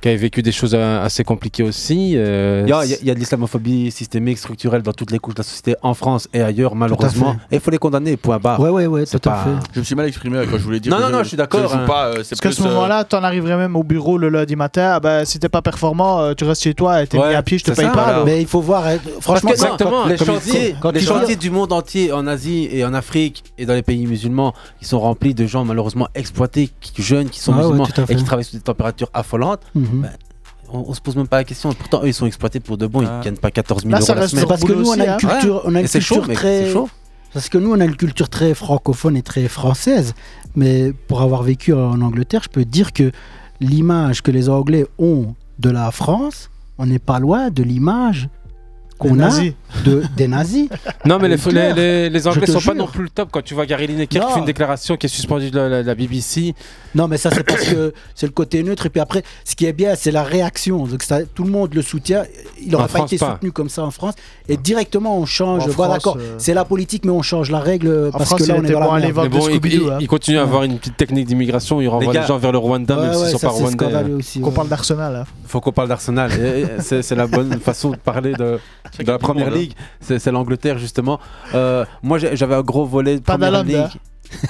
Speaker 8: qui avait vécu des choses euh, assez compliquées aussi. euh,
Speaker 7: Il y, a, il y a- il y a de l'islamophobie systémique, structurelle dans toutes les couches de la société, en France et ailleurs, malheureusement. Et il faut les condamner, point barre.
Speaker 2: Ouais, ouais, ouais,
Speaker 7: Ah. C'est
Speaker 2: tout à
Speaker 7: pas-
Speaker 2: fait.
Speaker 9: Je me suis mal exprimé quand je voulais dire.
Speaker 7: Non,
Speaker 9: que
Speaker 7: non, non, je suis d'accord,
Speaker 9: joue
Speaker 7: hein.
Speaker 9: pas, euh, c'est
Speaker 10: Parce qu'à
Speaker 9: plus,
Speaker 10: ce
Speaker 9: euh,
Speaker 10: moment-là, t'en arriverais même au bureau le lundi matin. Ah bah, si t'es pas performant, euh, tu restes chez toi et t'es
Speaker 7: Ouais,
Speaker 10: mis à pied, je te
Speaker 7: c'est
Speaker 10: paye
Speaker 7: ça,
Speaker 10: pas.
Speaker 7: voilà.
Speaker 10: alors.
Speaker 7: Mais
Speaker 2: il faut voir.
Speaker 7: euh, Franchement, exactement, les chantiers, les
Speaker 10: il-
Speaker 7: chantiers du monde entier, en Asie et en Afrique et dans les pays musulmans, ils sont remplis de gens malheureusement exploités, qui, jeunes, qui sont
Speaker 2: Ah ouais,
Speaker 7: musulmans
Speaker 2: tout à fait.
Speaker 7: et qui travaillent sous des températures affolantes.
Speaker 2: Mhm.
Speaker 7: Bah, on, on se pose même pas la question. Pourtant, eux, ils sont exploités pour de bon. Ils gagnent pas 14 000
Speaker 2: Là,
Speaker 7: euros
Speaker 2: ça
Speaker 7: la
Speaker 2: reste
Speaker 7: semaine.
Speaker 2: leur Parce que boulot nous, on a aussi, une hein. culture- on a
Speaker 7: Et
Speaker 2: une
Speaker 7: c'est chaud,
Speaker 2: culture
Speaker 7: mec,
Speaker 2: très-
Speaker 7: c'est chaud.
Speaker 2: Parce que nous, on a une culture très francophone et très française. Mais pour avoir vécu en Angleterre, je peux te dire que l'image que les Anglais ont de la France, on n'est pas loin de l'image qu'on a
Speaker 8: nazis.
Speaker 2: de, des nazis.
Speaker 8: Non, mais les,
Speaker 2: Hitler,
Speaker 8: les, les- les Anglais
Speaker 2: je te
Speaker 8: sont pas
Speaker 2: jure.
Speaker 8: non plus le top quand tu vois Gary Lineker qui fait une déclaration qui est suspendue de la, la- la BBC.
Speaker 2: Non, mais ça, c'est parce que c'est le côté neutre. Et puis après, ce qui est bien, c'est la réaction. Donc, ça, tout le monde le soutient. Il
Speaker 8: En
Speaker 2: n'aurait pas
Speaker 8: France,
Speaker 2: été
Speaker 8: pas.
Speaker 2: soutenu comme ça en France. Et directement, on change.
Speaker 8: En
Speaker 2: Bon,
Speaker 8: France,
Speaker 2: d'accord,
Speaker 8: euh,
Speaker 2: c'est la politique, mais on change la règle parce que là, on est dans la merde.
Speaker 8: Mais bon, il, il-
Speaker 10: hein.
Speaker 2: hein.
Speaker 8: il continue à avoir une petite technique d'immigration, il renvoie
Speaker 7: Les
Speaker 8: les,
Speaker 7: gars-
Speaker 8: gens vers le Rwanda,
Speaker 7: Ouais,
Speaker 8: même s'ils
Speaker 7: ouais,
Speaker 8: sont
Speaker 7: ça,
Speaker 8: pas
Speaker 7: c'est
Speaker 8: rwandais.
Speaker 7: scandaleux aussi,
Speaker 10: Qu'on parle d'Arsenal.
Speaker 7: (laughs)
Speaker 10: hein.
Speaker 7: Faut qu'on parle d'Arsenal. Et- et c'est c'est la bonne façon de
Speaker 9: (laughs)
Speaker 7: parler de, de la première
Speaker 10: monde, hein.
Speaker 7: ligue. C'est c'est l'Angleterre justement. Euh, moi, j'ai- j'avais un gros volet de
Speaker 10: Pas
Speaker 7: première
Speaker 10: d'Haaland,
Speaker 7: ligue. (laughs)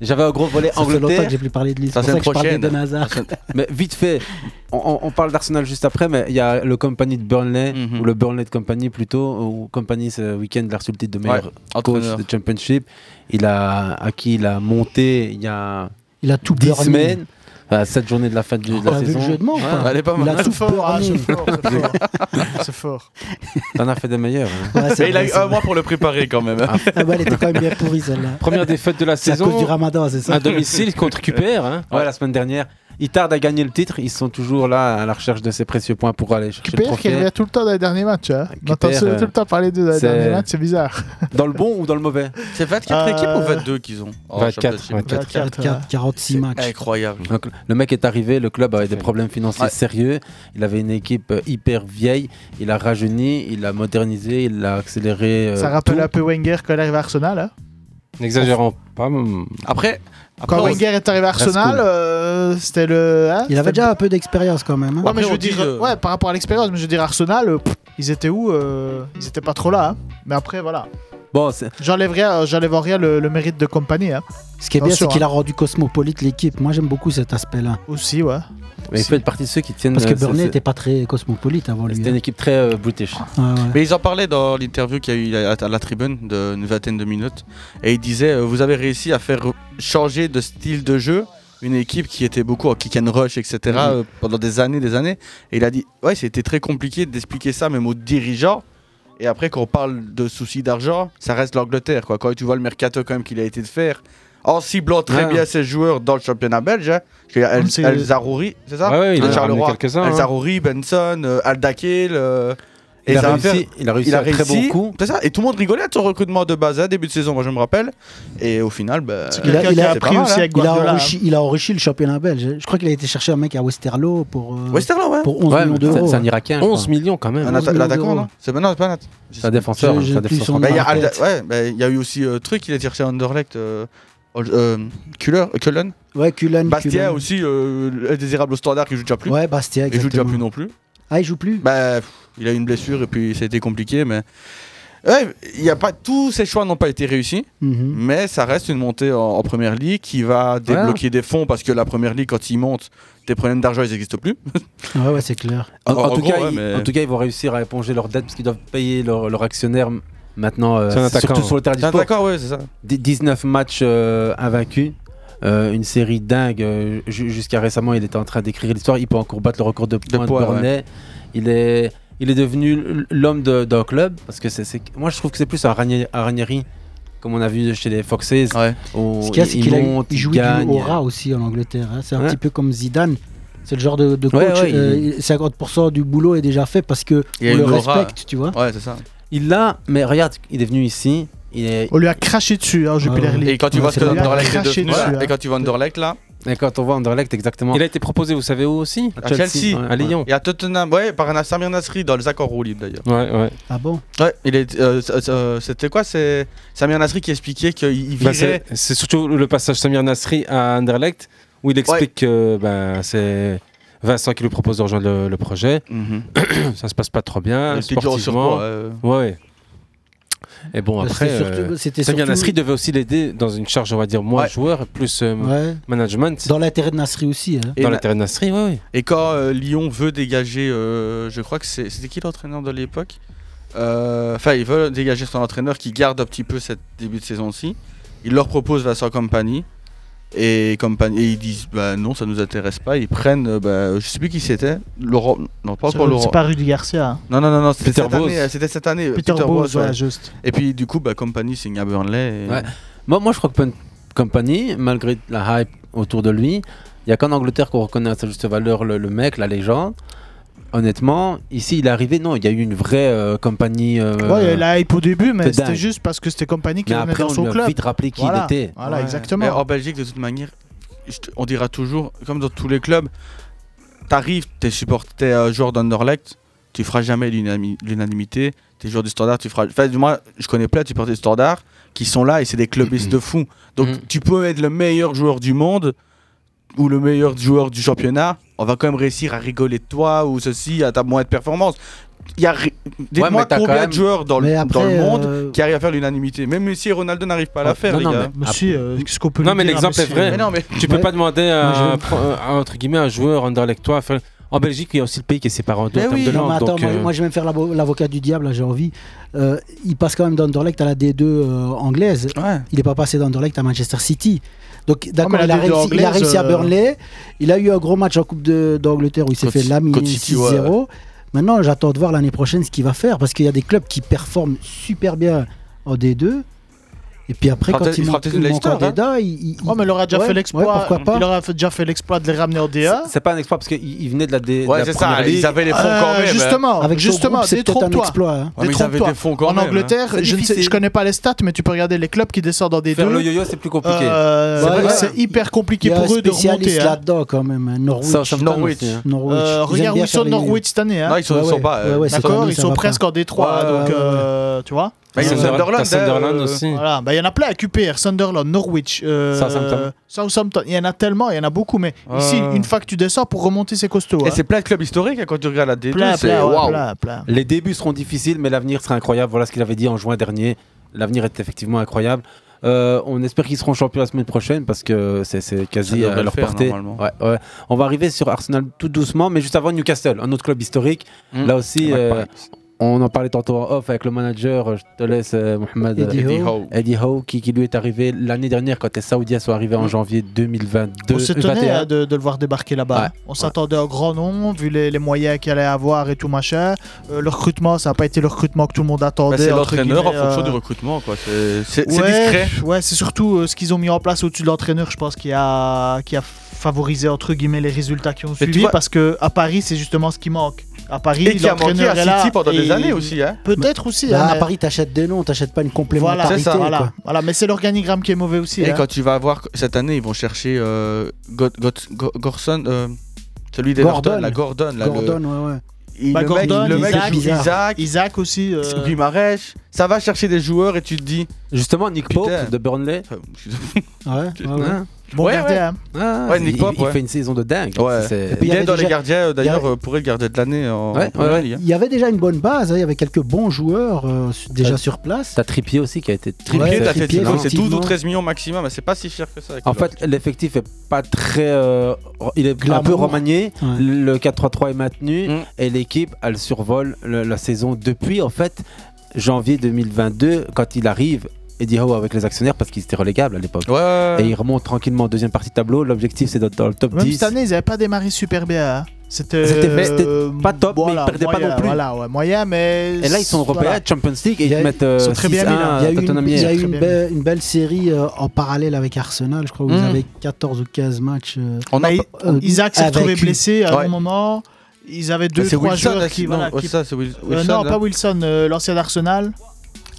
Speaker 7: J'avais un gros volet
Speaker 2: hein. Ça fait
Speaker 7: Angleterre.
Speaker 2: longtemps que j'ai plus parlé de lui, c'est pour ça que je parlais d'Eden Hazard.
Speaker 7: (laughs) Mais vite fait, on, on- on parle d'Arsenal juste après, mais il y a le compagnie de Burnley,
Speaker 9: Mhm.
Speaker 7: ou le Burnley de Company plutôt, ou Company ce week-end l'a reçu le titre de meilleur
Speaker 9: Ouais,
Speaker 7: coach
Speaker 9: entraîneur.
Speaker 7: de Championship. Il a acquis, il a monté il y a
Speaker 2: Il a tout
Speaker 7: 10
Speaker 2: burné.
Speaker 7: semaines, à 7 journées de la fin de, hein. de la
Speaker 2: On a Bah, vu
Speaker 7: saison.
Speaker 2: le jeu de mots, quoi.
Speaker 7: elle est pas
Speaker 2: Il a
Speaker 7: mal.
Speaker 2: tout
Speaker 10: Ah,
Speaker 2: burné.
Speaker 10: c'est fort, c'est fort. C'est fort.
Speaker 7: T'en as fait des meilleurs. hein.
Speaker 9: Mais il a eu un mois pour le préparer quand même. hein.
Speaker 2: Ah bah, (laughs) elle était quand même bien pourrie celle-là.
Speaker 8: Première défaite
Speaker 7: (laughs)
Speaker 8: de la
Speaker 2: C'est à
Speaker 8: saison.
Speaker 2: cause du ramadan, c'est ça
Speaker 8: À domicile contre QPR. hein.
Speaker 7: Ouais, la semaine dernière. Ils tardent à gagner le titre, ils sont toujours là à la recherche de ces précieux points pour aller chercher le
Speaker 10: Pierre qui
Speaker 7: trophée.
Speaker 10: revient tout le temps dans les derniers matchs. Hein. On entend
Speaker 7: Pierre,
Speaker 10: ça
Speaker 7: euh,
Speaker 10: tout le temps parler d'eux dans les
Speaker 7: c'est-
Speaker 10: derniers matchs, c'est bizarre.
Speaker 7: (laughs) Dans le bon ou dans le mauvais
Speaker 9: C'est 24
Speaker 2: Euh,
Speaker 9: équipes ou 22 qu'ils ont en
Speaker 7: 24,
Speaker 9: championship 24.
Speaker 2: 46 matchs.
Speaker 9: Incroyable.
Speaker 7: Donc, le mec est arrivé, le club avait des problèmes financiers sérieux. Il avait une équipe euh, hyper vieille. Il a rajeuni, il a modernisé, il a accéléré. euh,
Speaker 10: Ça rappelle
Speaker 7: tout.
Speaker 10: un peu Wenger quand il arrive à Arsenal. hein.
Speaker 8: N'exagérons pas. mais-
Speaker 9: Après,
Speaker 10: Quand Wenger est arrivé à
Speaker 8: Reste
Speaker 10: Arsenal,
Speaker 8: cool.
Speaker 10: euh, c'était le. hein,
Speaker 2: Il
Speaker 10: c'était
Speaker 2: avait déjà un peu d'expérience quand même. hein.
Speaker 10: Ouais, mais je veux dire,
Speaker 7: euh,
Speaker 8: euh,
Speaker 10: ouais, par rapport à l'expérience, mais je veux dire, Arsenal, euh, pff, ils étaient où euh, Ils étaient pas trop là. hein. Mais après, voilà.
Speaker 7: Bon, c'est-
Speaker 10: J'enlève rien, j'enlève en euh, rien le, le mérite de compagnie. Hein.
Speaker 2: Ce qui est bien, c'est qu'il a rendu cosmopolite l'équipe. Moi, j'aime beaucoup cet aspect-là.
Speaker 10: Aussi, ouais.
Speaker 7: mais il fait partie de ceux qui tiennent.
Speaker 2: Parce
Speaker 7: euh,
Speaker 2: que
Speaker 7: c'est-
Speaker 2: Burnley
Speaker 7: c'est-
Speaker 2: n'était pas très cosmopolite avant lui.
Speaker 7: C'était une
Speaker 2: hein.
Speaker 7: équipe très euh, british.
Speaker 2: Ah ouais.
Speaker 9: Mais ils en parlaient dans l'interview qu'il y a eu à à la tribune d'une vingtaine de minutes. Et ils disaient euh, Vous avez réussi à faire changer de style de jeu une équipe qui était beaucoup en kick and rush, etc.
Speaker 2: Mm-hmm.
Speaker 9: euh, pendant des années, des années. Et il a dit Ouais, c'était très compliqué d'expliquer ça, même aux dirigeants. Et après, quand on parle de soucis d'argent, ça reste l'Angleterre. Quoi. Quand tu vois le mercato quand même qu'il a été de faire, en ciblant très
Speaker 8: Ah.
Speaker 9: bien ses joueurs dans le championnat belge. hein. Parce qu'il y a El,
Speaker 8: C'est-
Speaker 9: El Zarouri, c'est ça
Speaker 8: Ouais, ouais, il
Speaker 9: Le
Speaker 8: en a
Speaker 9: Charleroi.
Speaker 8: ramené quelques-uns,
Speaker 9: El
Speaker 8: hein.
Speaker 9: Zarouri, Benson, euh, Al Dakil. euh,
Speaker 8: Il
Speaker 9: et
Speaker 8: a
Speaker 9: ça va
Speaker 8: réussi- il a réussi un très bon coup.
Speaker 9: C'est ça. Et tout le monde rigolait de son recrutement de base, hein, début de saison, moi je me rappelle. Et au final, bah,
Speaker 2: Il a, il a-
Speaker 9: c'est pas mal, hein.
Speaker 2: il a enrichi, il a enrichi le championnat belge. Je crois qu'il a été chercher un mec à Westerlo pour, euh,
Speaker 9: Westerlo, ouais.
Speaker 2: pour 11
Speaker 9: Ouais,
Speaker 2: millions
Speaker 9: mais
Speaker 2: d'euros.
Speaker 9: c'est un Irakien, je
Speaker 7: 11 millions quand même.
Speaker 9: Un atta- L'attaquant, non C'est non, c'est pas un atta-
Speaker 7: C'est un défenseur.
Speaker 9: Je-
Speaker 7: c'est
Speaker 9: je
Speaker 7: un
Speaker 9: plus
Speaker 7: défenseur.
Speaker 9: son nom. Bah, il y a Alda- ouais, bah, il y a eu aussi euh, truc, il a tiré Underlect, euh, Ol- euh, Kuller- euh, Cullen.
Speaker 2: Ouais, Cullen.
Speaker 9: Bastia
Speaker 2: Cullen.
Speaker 9: aussi, euh, indésirable au standard qui joue déjà plus.
Speaker 2: Ouais, Bastia,
Speaker 9: Il joue déjà
Speaker 2: exactement.
Speaker 9: plus non plus.
Speaker 2: Ah, il joue plus
Speaker 9: Bah, pff, il a eu une blessure et puis ça a été compliqué, mais. Ouais, il y a pas tous ces choix n'ont pas été réussis,
Speaker 2: Mhm.
Speaker 9: mais ça reste une montée en, en première ligue qui va débloquer des fonds parce que la première ligue quand ils montent, tes problèmes d'argent ils n'existent plus.
Speaker 2: Ouais, ouais, c'est clair.
Speaker 7: En, en
Speaker 9: En
Speaker 7: tout
Speaker 9: gros,
Speaker 7: cas,
Speaker 9: ouais,
Speaker 7: ils,
Speaker 9: mais-
Speaker 7: en tout cas, ils vont réussir à éponger leurs dettes parce qu'ils doivent payer leurs leur actionnaires m- maintenant, euh,
Speaker 9: C'est un attaquant.
Speaker 7: surtout sur le terrain du
Speaker 9: C'est un
Speaker 7: sport.
Speaker 9: attaquant, ouais, c'est ça.
Speaker 7: Dix- 19 matchs euh, invaincus. euh, une série dingue. euh, ju- Jusqu'à récemment, il était en train d'écrire l'histoire. Il peut encore battre le record de points de,
Speaker 9: points, ouais.
Speaker 7: Bornet. Il est, il est devenu l- l'homme de- d'un club parce que c'est, c'est- moi, je trouve que c'est plus un Ranieri- un Ranieri, comme on a vu chez les Foxes. où
Speaker 2: Ce qu'il y a, c'est
Speaker 7: ils
Speaker 2: qu'il a
Speaker 7: montent,
Speaker 2: il
Speaker 7: ils
Speaker 2: jouit du
Speaker 7: gagnent.
Speaker 2: aura aussi en Angleterre. hein. C'est un
Speaker 7: Ouais.
Speaker 2: petit peu comme Zidane. C'est le genre de, de coach.
Speaker 7: Ouais, ouais,
Speaker 2: euh,
Speaker 7: il-
Speaker 2: il- 50% du boulot est déjà fait parce que on le respecte, tu vois.
Speaker 9: Ouais, c'est ça.
Speaker 7: Il l'a, mais regarde, il est venu ici. Il est... Euh,
Speaker 10: On lui a craché dessus, hein, Jupiler League.
Speaker 9: Ah Et quand tu
Speaker 10: Ouais,
Speaker 9: vois
Speaker 10: c'est
Speaker 9: ce
Speaker 10: vrai.
Speaker 9: que
Speaker 10: On lui a
Speaker 9: Anderlecht est
Speaker 10: craché
Speaker 9: devenu,
Speaker 10: dessus,
Speaker 9: voilà,
Speaker 10: hein.
Speaker 9: et quand tu vois Anderlecht là,
Speaker 7: Et quand on voit Anderlecht, exactement.
Speaker 22: Il a été proposé, vous savez où aussi
Speaker 9: à Chelsea,
Speaker 22: ouais, à Lyon.
Speaker 9: et à Tottenham, ouais, par un Samir Nasri dans les accords roue libre d'ailleurs.
Speaker 22: Ouais, ouais.
Speaker 2: Ah bon
Speaker 9: Ouais, il est, euh, c- euh, c'était quoi C'est Samir Nasri qui expliquait qu'il il
Speaker 22: Bah,
Speaker 9: virait.
Speaker 22: c'est c'est surtout le passage Samir Nasri à Anderlecht où il explique que ben, c'est Vincent qui lui propose de rejoindre le, le projet. (clears throat) ça se passe pas trop bien.
Speaker 9: Mhm. Il était dur au
Speaker 22: Sportivement,
Speaker 9: surpoids, euh.
Speaker 22: ouais. Et bon,
Speaker 2: Bah,
Speaker 22: après,
Speaker 2: c'était surtout-
Speaker 22: euh,
Speaker 2: c'était
Speaker 22: Samir
Speaker 2: surtout-
Speaker 22: Nasri devait aussi l'aider dans une charge, on va dire, moins joueur, plus euh,
Speaker 2: Ouais.
Speaker 22: management.
Speaker 2: Dans l'intérêt de Nasri aussi. hein.
Speaker 9: Et
Speaker 22: dans
Speaker 9: la-
Speaker 22: l'intérêt de Nasri, oui. oui.
Speaker 9: Et quand euh, Lyon veut dégager, euh, je crois que c'est- c'était qui l'entraîneur de l'époque Euh, Enfin, ils veulent dégager son entraîneur qui garde un petit peu cette début de saison-ci. Il leur propose Vincent Compagnie. Et, Compagnie, et ils disent bah non, ça nous intéresse pas. Ils prennent, euh, bah, je sais plus qui c'était, Laurent. Non, pas encore Laurent.
Speaker 10: C'est pas Rudy Garcia. hein.
Speaker 9: Non, non, non, non c'était
Speaker 10: Peter
Speaker 9: cette,
Speaker 10: Bose.
Speaker 9: année, euh, c'était cette année. euh,
Speaker 10: Peter Bose, ouais,
Speaker 9: ouais.
Speaker 10: juste.
Speaker 9: Et puis du coup, bah, Compagnie signe à Burnley. et-
Speaker 7: Ouais. Moi, moi, je crois que Pun Company, malgré la hype autour de lui, il n'y a qu'en Angleterre qu'on reconnaît à sa juste valeur le, le mec, la légende. Honnêtement, ici, il est arrivé, non, il y a eu une vraie euh, compagnie. euh,
Speaker 10: Ouais, il y a eu la hype au début, mais
Speaker 7: de
Speaker 10: c'était
Speaker 7: dingue.
Speaker 10: juste parce que c'était compagnie qui
Speaker 7: Mais
Speaker 10: venait
Speaker 7: après,
Speaker 10: dans
Speaker 7: on
Speaker 10: son
Speaker 7: lui a
Speaker 10: club.
Speaker 7: vite rappelé qui il
Speaker 10: Voilà,
Speaker 7: était.
Speaker 10: Voilà,
Speaker 9: Ouais.
Speaker 10: exactement.
Speaker 9: Mais en Belgique, de toute manière, je te- on dira toujours, comme dans tous les clubs, t'arrives, t'es supporter, t'es euh, joueur d'Underlect, tu feras jamais l'unami- l'unanimité. T'es joueur du Standard, tu feras. Enfin, du moins, je connais plein de supporters du Standard qui sont là et c'est des clubistes de fous. Donc,
Speaker 7: Mm.
Speaker 9: tu peux être le meilleur joueur du monde ou le meilleur joueur du championnat, on va quand même réussir à rigoler de toi ou ceci, à ta moindre performance. Il y a ri- Dites-moi
Speaker 7: mais t'as quand
Speaker 9: combien
Speaker 7: même-
Speaker 9: de joueurs dans le,
Speaker 7: Mais après,
Speaker 9: dans le monde
Speaker 7: euh,
Speaker 9: qui arrivent à faire l'unanimité. Même Messi et Ronaldo n'arrivent pas à
Speaker 10: Ah,
Speaker 9: la faire, les gars.
Speaker 10: euh,
Speaker 22: non, mais l'exemple est vrai.
Speaker 9: Mais non, mais-
Speaker 22: Tu peux pas demander
Speaker 9: Moi, je
Speaker 22: à,
Speaker 9: veux-
Speaker 22: un pro- un- entre guillemets, un joueur anderlechtois. enfin, En Belgique, il y a aussi le pays qui est séparé en deux en termes de
Speaker 2: Eh Non, mais
Speaker 22: langue.
Speaker 2: attends,
Speaker 22: donc,
Speaker 2: moi,
Speaker 22: euh,
Speaker 2: moi, je vais me faire l'avo- l'avocat du diable, là, j'ai envie. Euh, il passe quand même d'Anderlecht à la D2 euh, anglaise. Il n'est pas passé d'Anderlecht à Manchester City. Donc d'accord,
Speaker 10: Oh, mais la
Speaker 2: il, a
Speaker 10: D2
Speaker 2: réussi, il a
Speaker 10: anglaise,
Speaker 2: réussi à
Speaker 10: euh,
Speaker 2: Burnley. Il a eu un gros match en Coupe de- d'Angleterre où il s'est fait laminer
Speaker 9: contre City,
Speaker 2: 6-0. Maintenant, j'attends de voir l'année prochaine ce qu'il va faire parce qu'il y a des clubs qui performent super bien en D2. Et puis après,
Speaker 9: Il fera
Speaker 2: quand
Speaker 9: peut-être-
Speaker 2: il
Speaker 9: il fera
Speaker 2: manque
Speaker 9: peut-être
Speaker 2: il
Speaker 9: une
Speaker 2: manque en
Speaker 9: Leicester, hein.
Speaker 2: D2, il, il-
Speaker 10: Ouais, Oh, mais il aura déjà
Speaker 2: Ouais,
Speaker 10: fait
Speaker 2: ouais,
Speaker 10: l'exploit.
Speaker 2: pourquoi pas
Speaker 10: il aura fait- déjà fait l'exploit de les ramener en DA.
Speaker 7: C'est pas un exploit parce qu'il venait de la, dé, de
Speaker 10: Ouais,
Speaker 7: la
Speaker 10: c'est ça,
Speaker 7: première
Speaker 10: ils
Speaker 7: ligue.
Speaker 10: avaient les fonds Euh, quand même, justement, hein. Avec son justement, groupe, c'est peut-être un détrompe-toi. exploit, hein.
Speaker 9: Ouais, mais ils avaient
Speaker 10: Détrompe-toi.
Speaker 9: des fonds quand
Speaker 10: en
Speaker 9: même, hein.
Speaker 10: Angleterre,
Speaker 9: C'est
Speaker 10: je ne sais-
Speaker 9: difficile.
Speaker 10: je connais pas les stats, mais tu peux regarder les clubs qui descendent dans des
Speaker 7: Faire
Speaker 10: deux.
Speaker 7: le yo-yo, c'est plus compliqué.
Speaker 10: Euh,
Speaker 7: C'est vrai,
Speaker 10: c'est
Speaker 7: ouais.
Speaker 10: hyper
Speaker 2: il
Speaker 10: compliqué
Speaker 2: y a un
Speaker 10: pour eux de
Speaker 2: spécialiste
Speaker 10: remonter. hein.
Speaker 2: là-dedans quand même. hein, Norwich.
Speaker 10: Southampton Norwich. aussi, hein.
Speaker 2: Norwich.
Speaker 10: Euh,
Speaker 2: Ils aiment
Speaker 10: regarde
Speaker 2: bien
Speaker 10: où ils sont
Speaker 2: faire les-
Speaker 10: Norwich cette année. Hein.
Speaker 9: Non, ils sont- ils sont pas, euh,
Speaker 10: ouais, ouais,
Speaker 9: cette
Speaker 10: D'accord,
Speaker 9: année,
Speaker 10: ils
Speaker 9: ça
Speaker 10: sont
Speaker 9: va
Speaker 10: presque
Speaker 9: pas.
Speaker 10: en D3,
Speaker 9: Ouais,
Speaker 10: donc
Speaker 9: ouais, ouais,
Speaker 10: euh, tu vois.
Speaker 9: Bah, il y a Sunderland, Sunderland, t'as hein, Sunderland euh, aussi.
Speaker 10: Voilà, bah, il y en a plein à QPR, Sunderland, Norwich, euh,
Speaker 9: Southampton.
Speaker 10: Southampton. Il y en a tellement, il y en a beaucoup, mais ici,
Speaker 9: Ouais.
Speaker 10: une fois que tu descends pour remonter, c'est costaud.
Speaker 9: Et
Speaker 10: hein.
Speaker 9: c'est plein de clubs historiques hein, quand tu regardes la D2.
Speaker 10: Plein,
Speaker 9: c'est
Speaker 10: plein, ouais,
Speaker 9: waouh.
Speaker 10: plein, plein.
Speaker 7: Les débuts seront difficiles, mais l'avenir sera incroyable. Voilà ce qu'il avait dit en juin dernier. L'avenir est effectivement incroyable. Euh, on espère qu'ils seront champions la semaine prochaine parce que c'est- c'est quasi
Speaker 9: devrait
Speaker 7: à
Speaker 9: le
Speaker 7: leur
Speaker 9: faire,
Speaker 7: portée.
Speaker 9: normalement.
Speaker 7: Ouais, ouais.
Speaker 2: Mm.
Speaker 9: Hmm.
Speaker 7: On va arriver sur Arsenal tout doucement, mais juste avant Newcastle, un autre club historique. Là aussi, euh, on en parlait tantôt en off avec le manager, je te laisse euh, Mohamed.
Speaker 2: Eddie Eddie Howe. Howe.
Speaker 7: Eddie Howe, qui, qui lui est arrivé l'année dernière quand les Saoudiens sont arrivés en janvier 2022.
Speaker 10: Hmm. On s'étonnait
Speaker 7: 21.
Speaker 10: hein, de, de le voir débarquer là-bas.
Speaker 7: Ouais.
Speaker 10: On s'attendait à un grand nom, vu les, les moyens qu'il allait avoir et tout machin. Euh, le recrutement, ça n'a pas été le recrutement que tout le monde attendait.
Speaker 9: Bah, c'est
Speaker 10: entre
Speaker 9: l'entraîneur en
Speaker 10: guillemets,
Speaker 9: fonction
Speaker 10: euh,
Speaker 9: du recrutement, quoi. C'est c'est- c'est
Speaker 10: Ouais,
Speaker 9: discret.
Speaker 10: Ouais, c'est surtout euh, ce qu'ils ont mis en place au-dessus de l'entraîneur, je pense, qui a, qui a favorisé entre guillemets les résultats qui ont
Speaker 9: tu
Speaker 10: suivi,
Speaker 9: vois-
Speaker 10: parce que à Paris, c'est justement ce qui manque. À Paris,
Speaker 9: Et qui a manqué à
Speaker 10: l'entraîneur est là,
Speaker 9: City pendant des
Speaker 10: et-
Speaker 9: années aussi. Hein.
Speaker 10: Peut-être aussi.
Speaker 2: Bah,
Speaker 10: hein,
Speaker 2: à
Speaker 10: mais-
Speaker 2: Paris, t'achètes des noms, t'achètes pas une
Speaker 10: Voilà,
Speaker 2: complémentarité.
Speaker 10: voilà,
Speaker 2: quoi.
Speaker 10: voilà, mais c'est l'organigramme qui est mauvais aussi.
Speaker 9: Et
Speaker 10: hein.
Speaker 9: quand tu vas avoir cette année, ils vont chercher euh, Go- Go- Go- Gorson, euh, celui des
Speaker 2: Gordon.
Speaker 9: la Gordon, là, le-
Speaker 2: Gordon, ouais, ouais.
Speaker 9: Il-
Speaker 10: Bah,
Speaker 9: le mec-
Speaker 10: Gordon,
Speaker 9: le mec
Speaker 10: Isaac,
Speaker 9: joue
Speaker 10: Isaac.
Speaker 9: Isaac,
Speaker 10: Isaac aussi. euh,
Speaker 9: Guimarães, ça va chercher des joueurs et tu te dis.
Speaker 7: Justement, Nick
Speaker 9: Pope
Speaker 7: de Burnley.
Speaker 9: (laughs)
Speaker 2: Ouais,
Speaker 9: ouais.
Speaker 10: Bon
Speaker 9: Hein. Ouais,
Speaker 10: gardien. hein.
Speaker 9: ouais.
Speaker 2: hein.
Speaker 9: Ah, Ouais, Nick
Speaker 7: Ah, il,
Speaker 9: Pope,
Speaker 7: il
Speaker 9: ouais.
Speaker 7: fait une saison de dingue.
Speaker 9: Ouais.
Speaker 7: C'est-
Speaker 9: il est dans les gardiens, euh, d'ailleurs, euh, pourrait le gardien de l'année en, en première ligue, hein.
Speaker 2: Il y avait déjà une bonne base, hein, il y avait quelques bons joueurs euh, su- déjà sur place.
Speaker 7: T'as Trippier aussi qui a été
Speaker 9: Trippier,
Speaker 7: Ouais,
Speaker 9: t'as fait
Speaker 7: Trippier,
Speaker 9: dix- c'est 12 ou
Speaker 7: effectivement.
Speaker 9: 13 millions maximum, mais c'est pas si cher que ça. avec
Speaker 7: En
Speaker 9: le-
Speaker 7: fait, l'effectif est pas très. euh, il est un
Speaker 9: Glamour.
Speaker 7: peu remanié. Le 4-3-3 est maintenu
Speaker 9: Mm.
Speaker 7: et l'équipe, elle survole le- la saison depuis en fait janvier 2022 quand il arrive. Eddie Howe avec les actionnaires parce qu'ils étaient relégables à l'époque. Et il remonte tranquillement en deuxième partie de tableau. L'objectif c'est d'être dans le top
Speaker 10: Même
Speaker 7: 10.
Speaker 10: cette année, ils n'avaient pas démarré super bien. hein. C'était
Speaker 7: C'était-
Speaker 10: euh,
Speaker 7: c'était pas top, mais
Speaker 10: voilà,
Speaker 7: ils perdaient pas
Speaker 10: moyen,
Speaker 7: non plus.
Speaker 10: Voilà, ouais, moyen, mais.
Speaker 7: Et là ils sont européens,
Speaker 10: voilà.
Speaker 7: Champions League et ils te mettent. euh,
Speaker 10: ils sont très bien mis,
Speaker 7: 6-1
Speaker 10: là.
Speaker 7: à
Speaker 2: Il y a eu
Speaker 7: Tottenham
Speaker 2: une, il y a eu
Speaker 7: hier.
Speaker 2: une belle, une belle série euh, en parallèle avec Arsenal, je crois, où
Speaker 10: Mm.
Speaker 2: ils avaient 14 ou 15 matchs. euh,
Speaker 10: On a-
Speaker 2: euh,
Speaker 10: Bah, Isaac s'est
Speaker 2: avec-
Speaker 10: retrouvé blessé à un moment. Ils avaient
Speaker 22: Bah,
Speaker 10: deux,
Speaker 9: c'est
Speaker 10: trois
Speaker 9: Wilson, là,
Speaker 10: joueurs qui.
Speaker 9: sinon.
Speaker 10: voilà,
Speaker 9: Oh,
Speaker 10: qui-
Speaker 9: ça, c'est Wil-
Speaker 10: Euh,
Speaker 9: Wilson,
Speaker 10: Non,
Speaker 9: là.
Speaker 10: pas Wilson, euh, l'ancien d'Arsenal.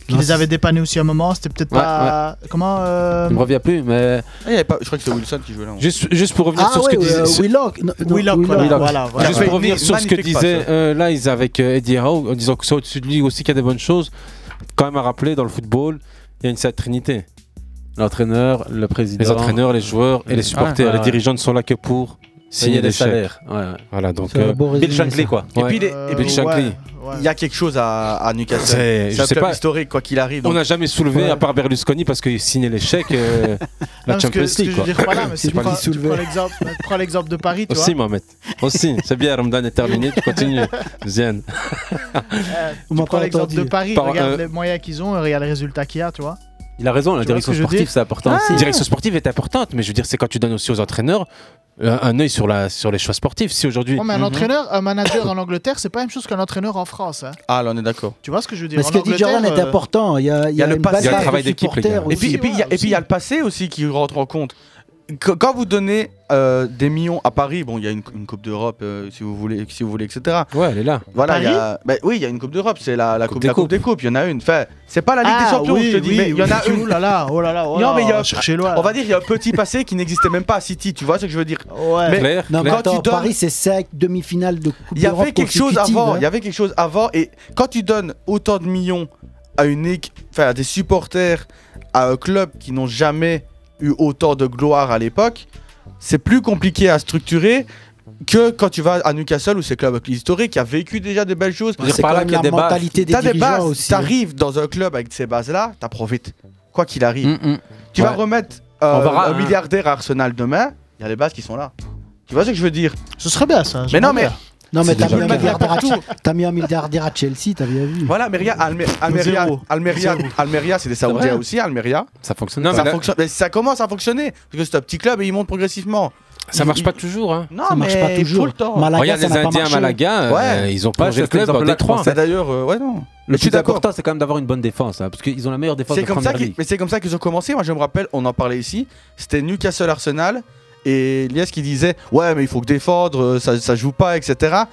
Speaker 10: Qui les avait dépannés aussi à un moment. C'était peut-être
Speaker 7: Ouais,
Speaker 10: pas. Comment. euh,
Speaker 7: Il me revient plus, mais.
Speaker 9: Ah, il y avait pas- Je crois que c'est Wilson qui jouait là.
Speaker 22: Juste, juste pour revenir
Speaker 10: Ah
Speaker 22: sur ce que
Speaker 10: ouais,
Speaker 22: disait.
Speaker 10: euh,
Speaker 22: sur-
Speaker 10: Willock, non, non, Willock, Willock, voilà, voilà, voilà.
Speaker 22: Juste
Speaker 10: Ouais.
Speaker 22: pour revenir
Speaker 10: Magnifique
Speaker 22: sur ce que
Speaker 10: passe,
Speaker 22: disait
Speaker 10: ouais.
Speaker 22: euh, Lies avec euh, Eddie Howe, en disant que ça au-dessus de lui aussi qu'il y a des bonnes choses. Quand même à rappeler, dans le football, il y a une certaine trinité.
Speaker 7: L'entraîneur, le président.
Speaker 22: Les entraîneurs, les joueurs et les supporters.
Speaker 7: Ouais.
Speaker 22: Les dirigeants ne sont là que pour
Speaker 7: il y
Speaker 22: signer
Speaker 7: a des
Speaker 22: des chèques.
Speaker 7: salaires. Ouais, ouais.
Speaker 22: Voilà, donc.
Speaker 7: C'est un
Speaker 22: euh,
Speaker 7: beau
Speaker 22: Bill
Speaker 7: résumé,
Speaker 22: Shankly,
Speaker 7: ça.
Speaker 22: quoi. Euh,
Speaker 9: Et puis, les- et puis,
Speaker 22: Bill Shankly.
Speaker 9: ouais. il y a quelque chose à, à Newcastle.
Speaker 22: C'est-
Speaker 9: C'est
Speaker 22: je
Speaker 9: un
Speaker 22: sais
Speaker 9: club
Speaker 22: pas.
Speaker 9: historique, quoi qu'il arrive.
Speaker 22: On
Speaker 9: donc-
Speaker 22: n'a jamais soulevé, à part Berlusconi, parce qu'il signait l'échec, euh, la
Speaker 10: Non, ce
Speaker 22: Champions
Speaker 10: que, ce que
Speaker 22: League.
Speaker 10: je veux
Speaker 22: quoi.
Speaker 10: dire,
Speaker 22: (laughs)
Speaker 10: voilà, mais si tu prends, tu prends l'exemple- prends l'exemple de Paris, tu vois.
Speaker 22: Aussi, Mohamed. Aussi. C'est bien, Ramadan est terminé, tu continues. Zian.
Speaker 10: Euh, tu prends l'exemple de Paris,
Speaker 22: Par-
Speaker 10: regarde
Speaker 22: euh,
Speaker 10: les moyens qu'ils ont, regarde les résultats qu'il y a, tu vois.
Speaker 22: Il a raison,
Speaker 10: la Tu vois direction ce que je veux sportive, dire c'est important Ah. aussi.
Speaker 22: La direction sportive est importante, mais je veux dire, c'est quand tu donnes aussi aux entraîneurs euh, un œil sur, la, sur les choix sportifs. Si aujourd'hui.
Speaker 10: Ouais, Oh, mais un
Speaker 22: Mhm.
Speaker 10: entraîneur, un manager en Angleterre, c'est pas la même chose qu'un entraîneur en France. hein.
Speaker 9: Ah, là, on est d'accord.
Speaker 10: Tu vois ce que je veux dire
Speaker 2: Mais ce que dit Jordan
Speaker 9: euh,
Speaker 2: est important. euh, Il y a, il y a une belle base de supporters
Speaker 9: Et puis,
Speaker 2: aussi.
Speaker 9: et puis, il y a- et puis, il y a le passé aussi qui rentre en compte. Qu- Quand vous donnez euh, des millions à Paris, bon, il y a une, une Coupe d'Europe, euh, si vous voulez, si vous voulez, etc.
Speaker 22: Ouais, elle est là.
Speaker 9: Voilà, il y a- bah oui, il y a une Coupe d'Europe, c'est la, la coupe,
Speaker 22: des
Speaker 9: la coupe des coupes. Il y en a une. Enfin, c'est pas la Ligue
Speaker 10: Ah,
Speaker 9: des Champions,
Speaker 10: oui,
Speaker 9: je te dis,
Speaker 10: oui,
Speaker 9: mais il y en
Speaker 10: oui.
Speaker 9: a une.
Speaker 10: Ouh là là, oh là là, oh
Speaker 9: non,
Speaker 10: là,
Speaker 9: mais il y
Speaker 10: on
Speaker 9: a,
Speaker 10: va chercher loin, là.
Speaker 9: on va dire, il y a un petit passé qui n'existait même pas à City. Tu vois ce que je veux dire Mais
Speaker 2: Non, mais
Speaker 9: quand
Speaker 2: attends,
Speaker 9: tu donnes-
Speaker 2: Paris, c'est 5 demi-finales de Coupe
Speaker 9: il y
Speaker 2: d'Europe
Speaker 9: avait quelque chose
Speaker 2: consécutive,
Speaker 9: avant.
Speaker 2: hein.
Speaker 9: Il y avait quelque chose avant. Et quand tu donnes autant de millions à une équipe, enfin à des supporters, à un club qui n'ont jamais eu autant de gloire à l'époque, c'est plus compliqué à structurer que quand tu vas à Newcastle où c'est club historique qui a vécu déjà des belles choses.
Speaker 2: Ouais, c'est quand même la mentalité des
Speaker 9: T'as
Speaker 2: dirigeants
Speaker 9: bases.
Speaker 2: aussi, hein.
Speaker 9: T'arrives dans un club avec ces bases-là, t'as profites. Quoi qu'il arrive.
Speaker 2: Mm,
Speaker 9: Tu vas
Speaker 22: Ouais.
Speaker 9: remettre euh,
Speaker 22: On verra,
Speaker 9: un
Speaker 22: hein.
Speaker 9: milliardaire à Arsenal demain, il y a les bases qui sont là. Tu vois ce que je veux dire
Speaker 10: Ce serait bien ça.
Speaker 9: Mais Eh non, mais.
Speaker 2: Non, mais
Speaker 9: C'est
Speaker 2: t'as
Speaker 9: déjà
Speaker 2: mis, un
Speaker 9: bien.
Speaker 2: milliardaire à-
Speaker 9: Partout.
Speaker 2: t'as mis un milliardaire à Chelsea, t'as bien vu.
Speaker 9: Voilà, mais regarde, Alme- Almeria,
Speaker 2: Zéro.
Speaker 9: Almeria,
Speaker 2: Zéro.
Speaker 9: Almeria, c'est des
Speaker 2: C'est
Speaker 9: Saoudiens
Speaker 2: vrai.
Speaker 9: aussi, Almeria.
Speaker 7: Ça fonctionne.
Speaker 9: ça,
Speaker 22: pas.
Speaker 9: fonctionne- mais ça commence à fonctionner parce que c'est un petit club et ils montent progressivement.
Speaker 22: Ça marche pas toujours. Hein.
Speaker 9: Non,
Speaker 22: Ça marche
Speaker 9: mais
Speaker 22: pas toujours.
Speaker 9: Faut le temps.
Speaker 22: Malaga, Regarde ça les n'a pas Indiens à marché. Malaga, euh, ils ont pas
Speaker 7: Ouais,
Speaker 22: géré le
Speaker 7: cet
Speaker 22: club,
Speaker 7: exemple-là,
Speaker 22: des
Speaker 7: je
Speaker 22: trois.
Speaker 7: pense.
Speaker 22: C'est
Speaker 9: d'ailleurs, euh, ouais, non.
Speaker 7: Le
Speaker 9: je suis
Speaker 7: plus
Speaker 9: d'accord.
Speaker 7: important, c'est quand même d'avoir une bonne défense, hein, parce qu'ils ont la meilleure défense
Speaker 9: C'est
Speaker 7: de
Speaker 9: comme ça
Speaker 7: première
Speaker 9: qu'ils-
Speaker 7: ligue.
Speaker 9: mais c'est comme ça qu'ils ont commencé. Moi, je me rappelle, on en parlait ici. C'était Newcastle Arsenal et Lies qui disait ouais, mais il faut que défendre, euh, ça, ça joue pas, etc.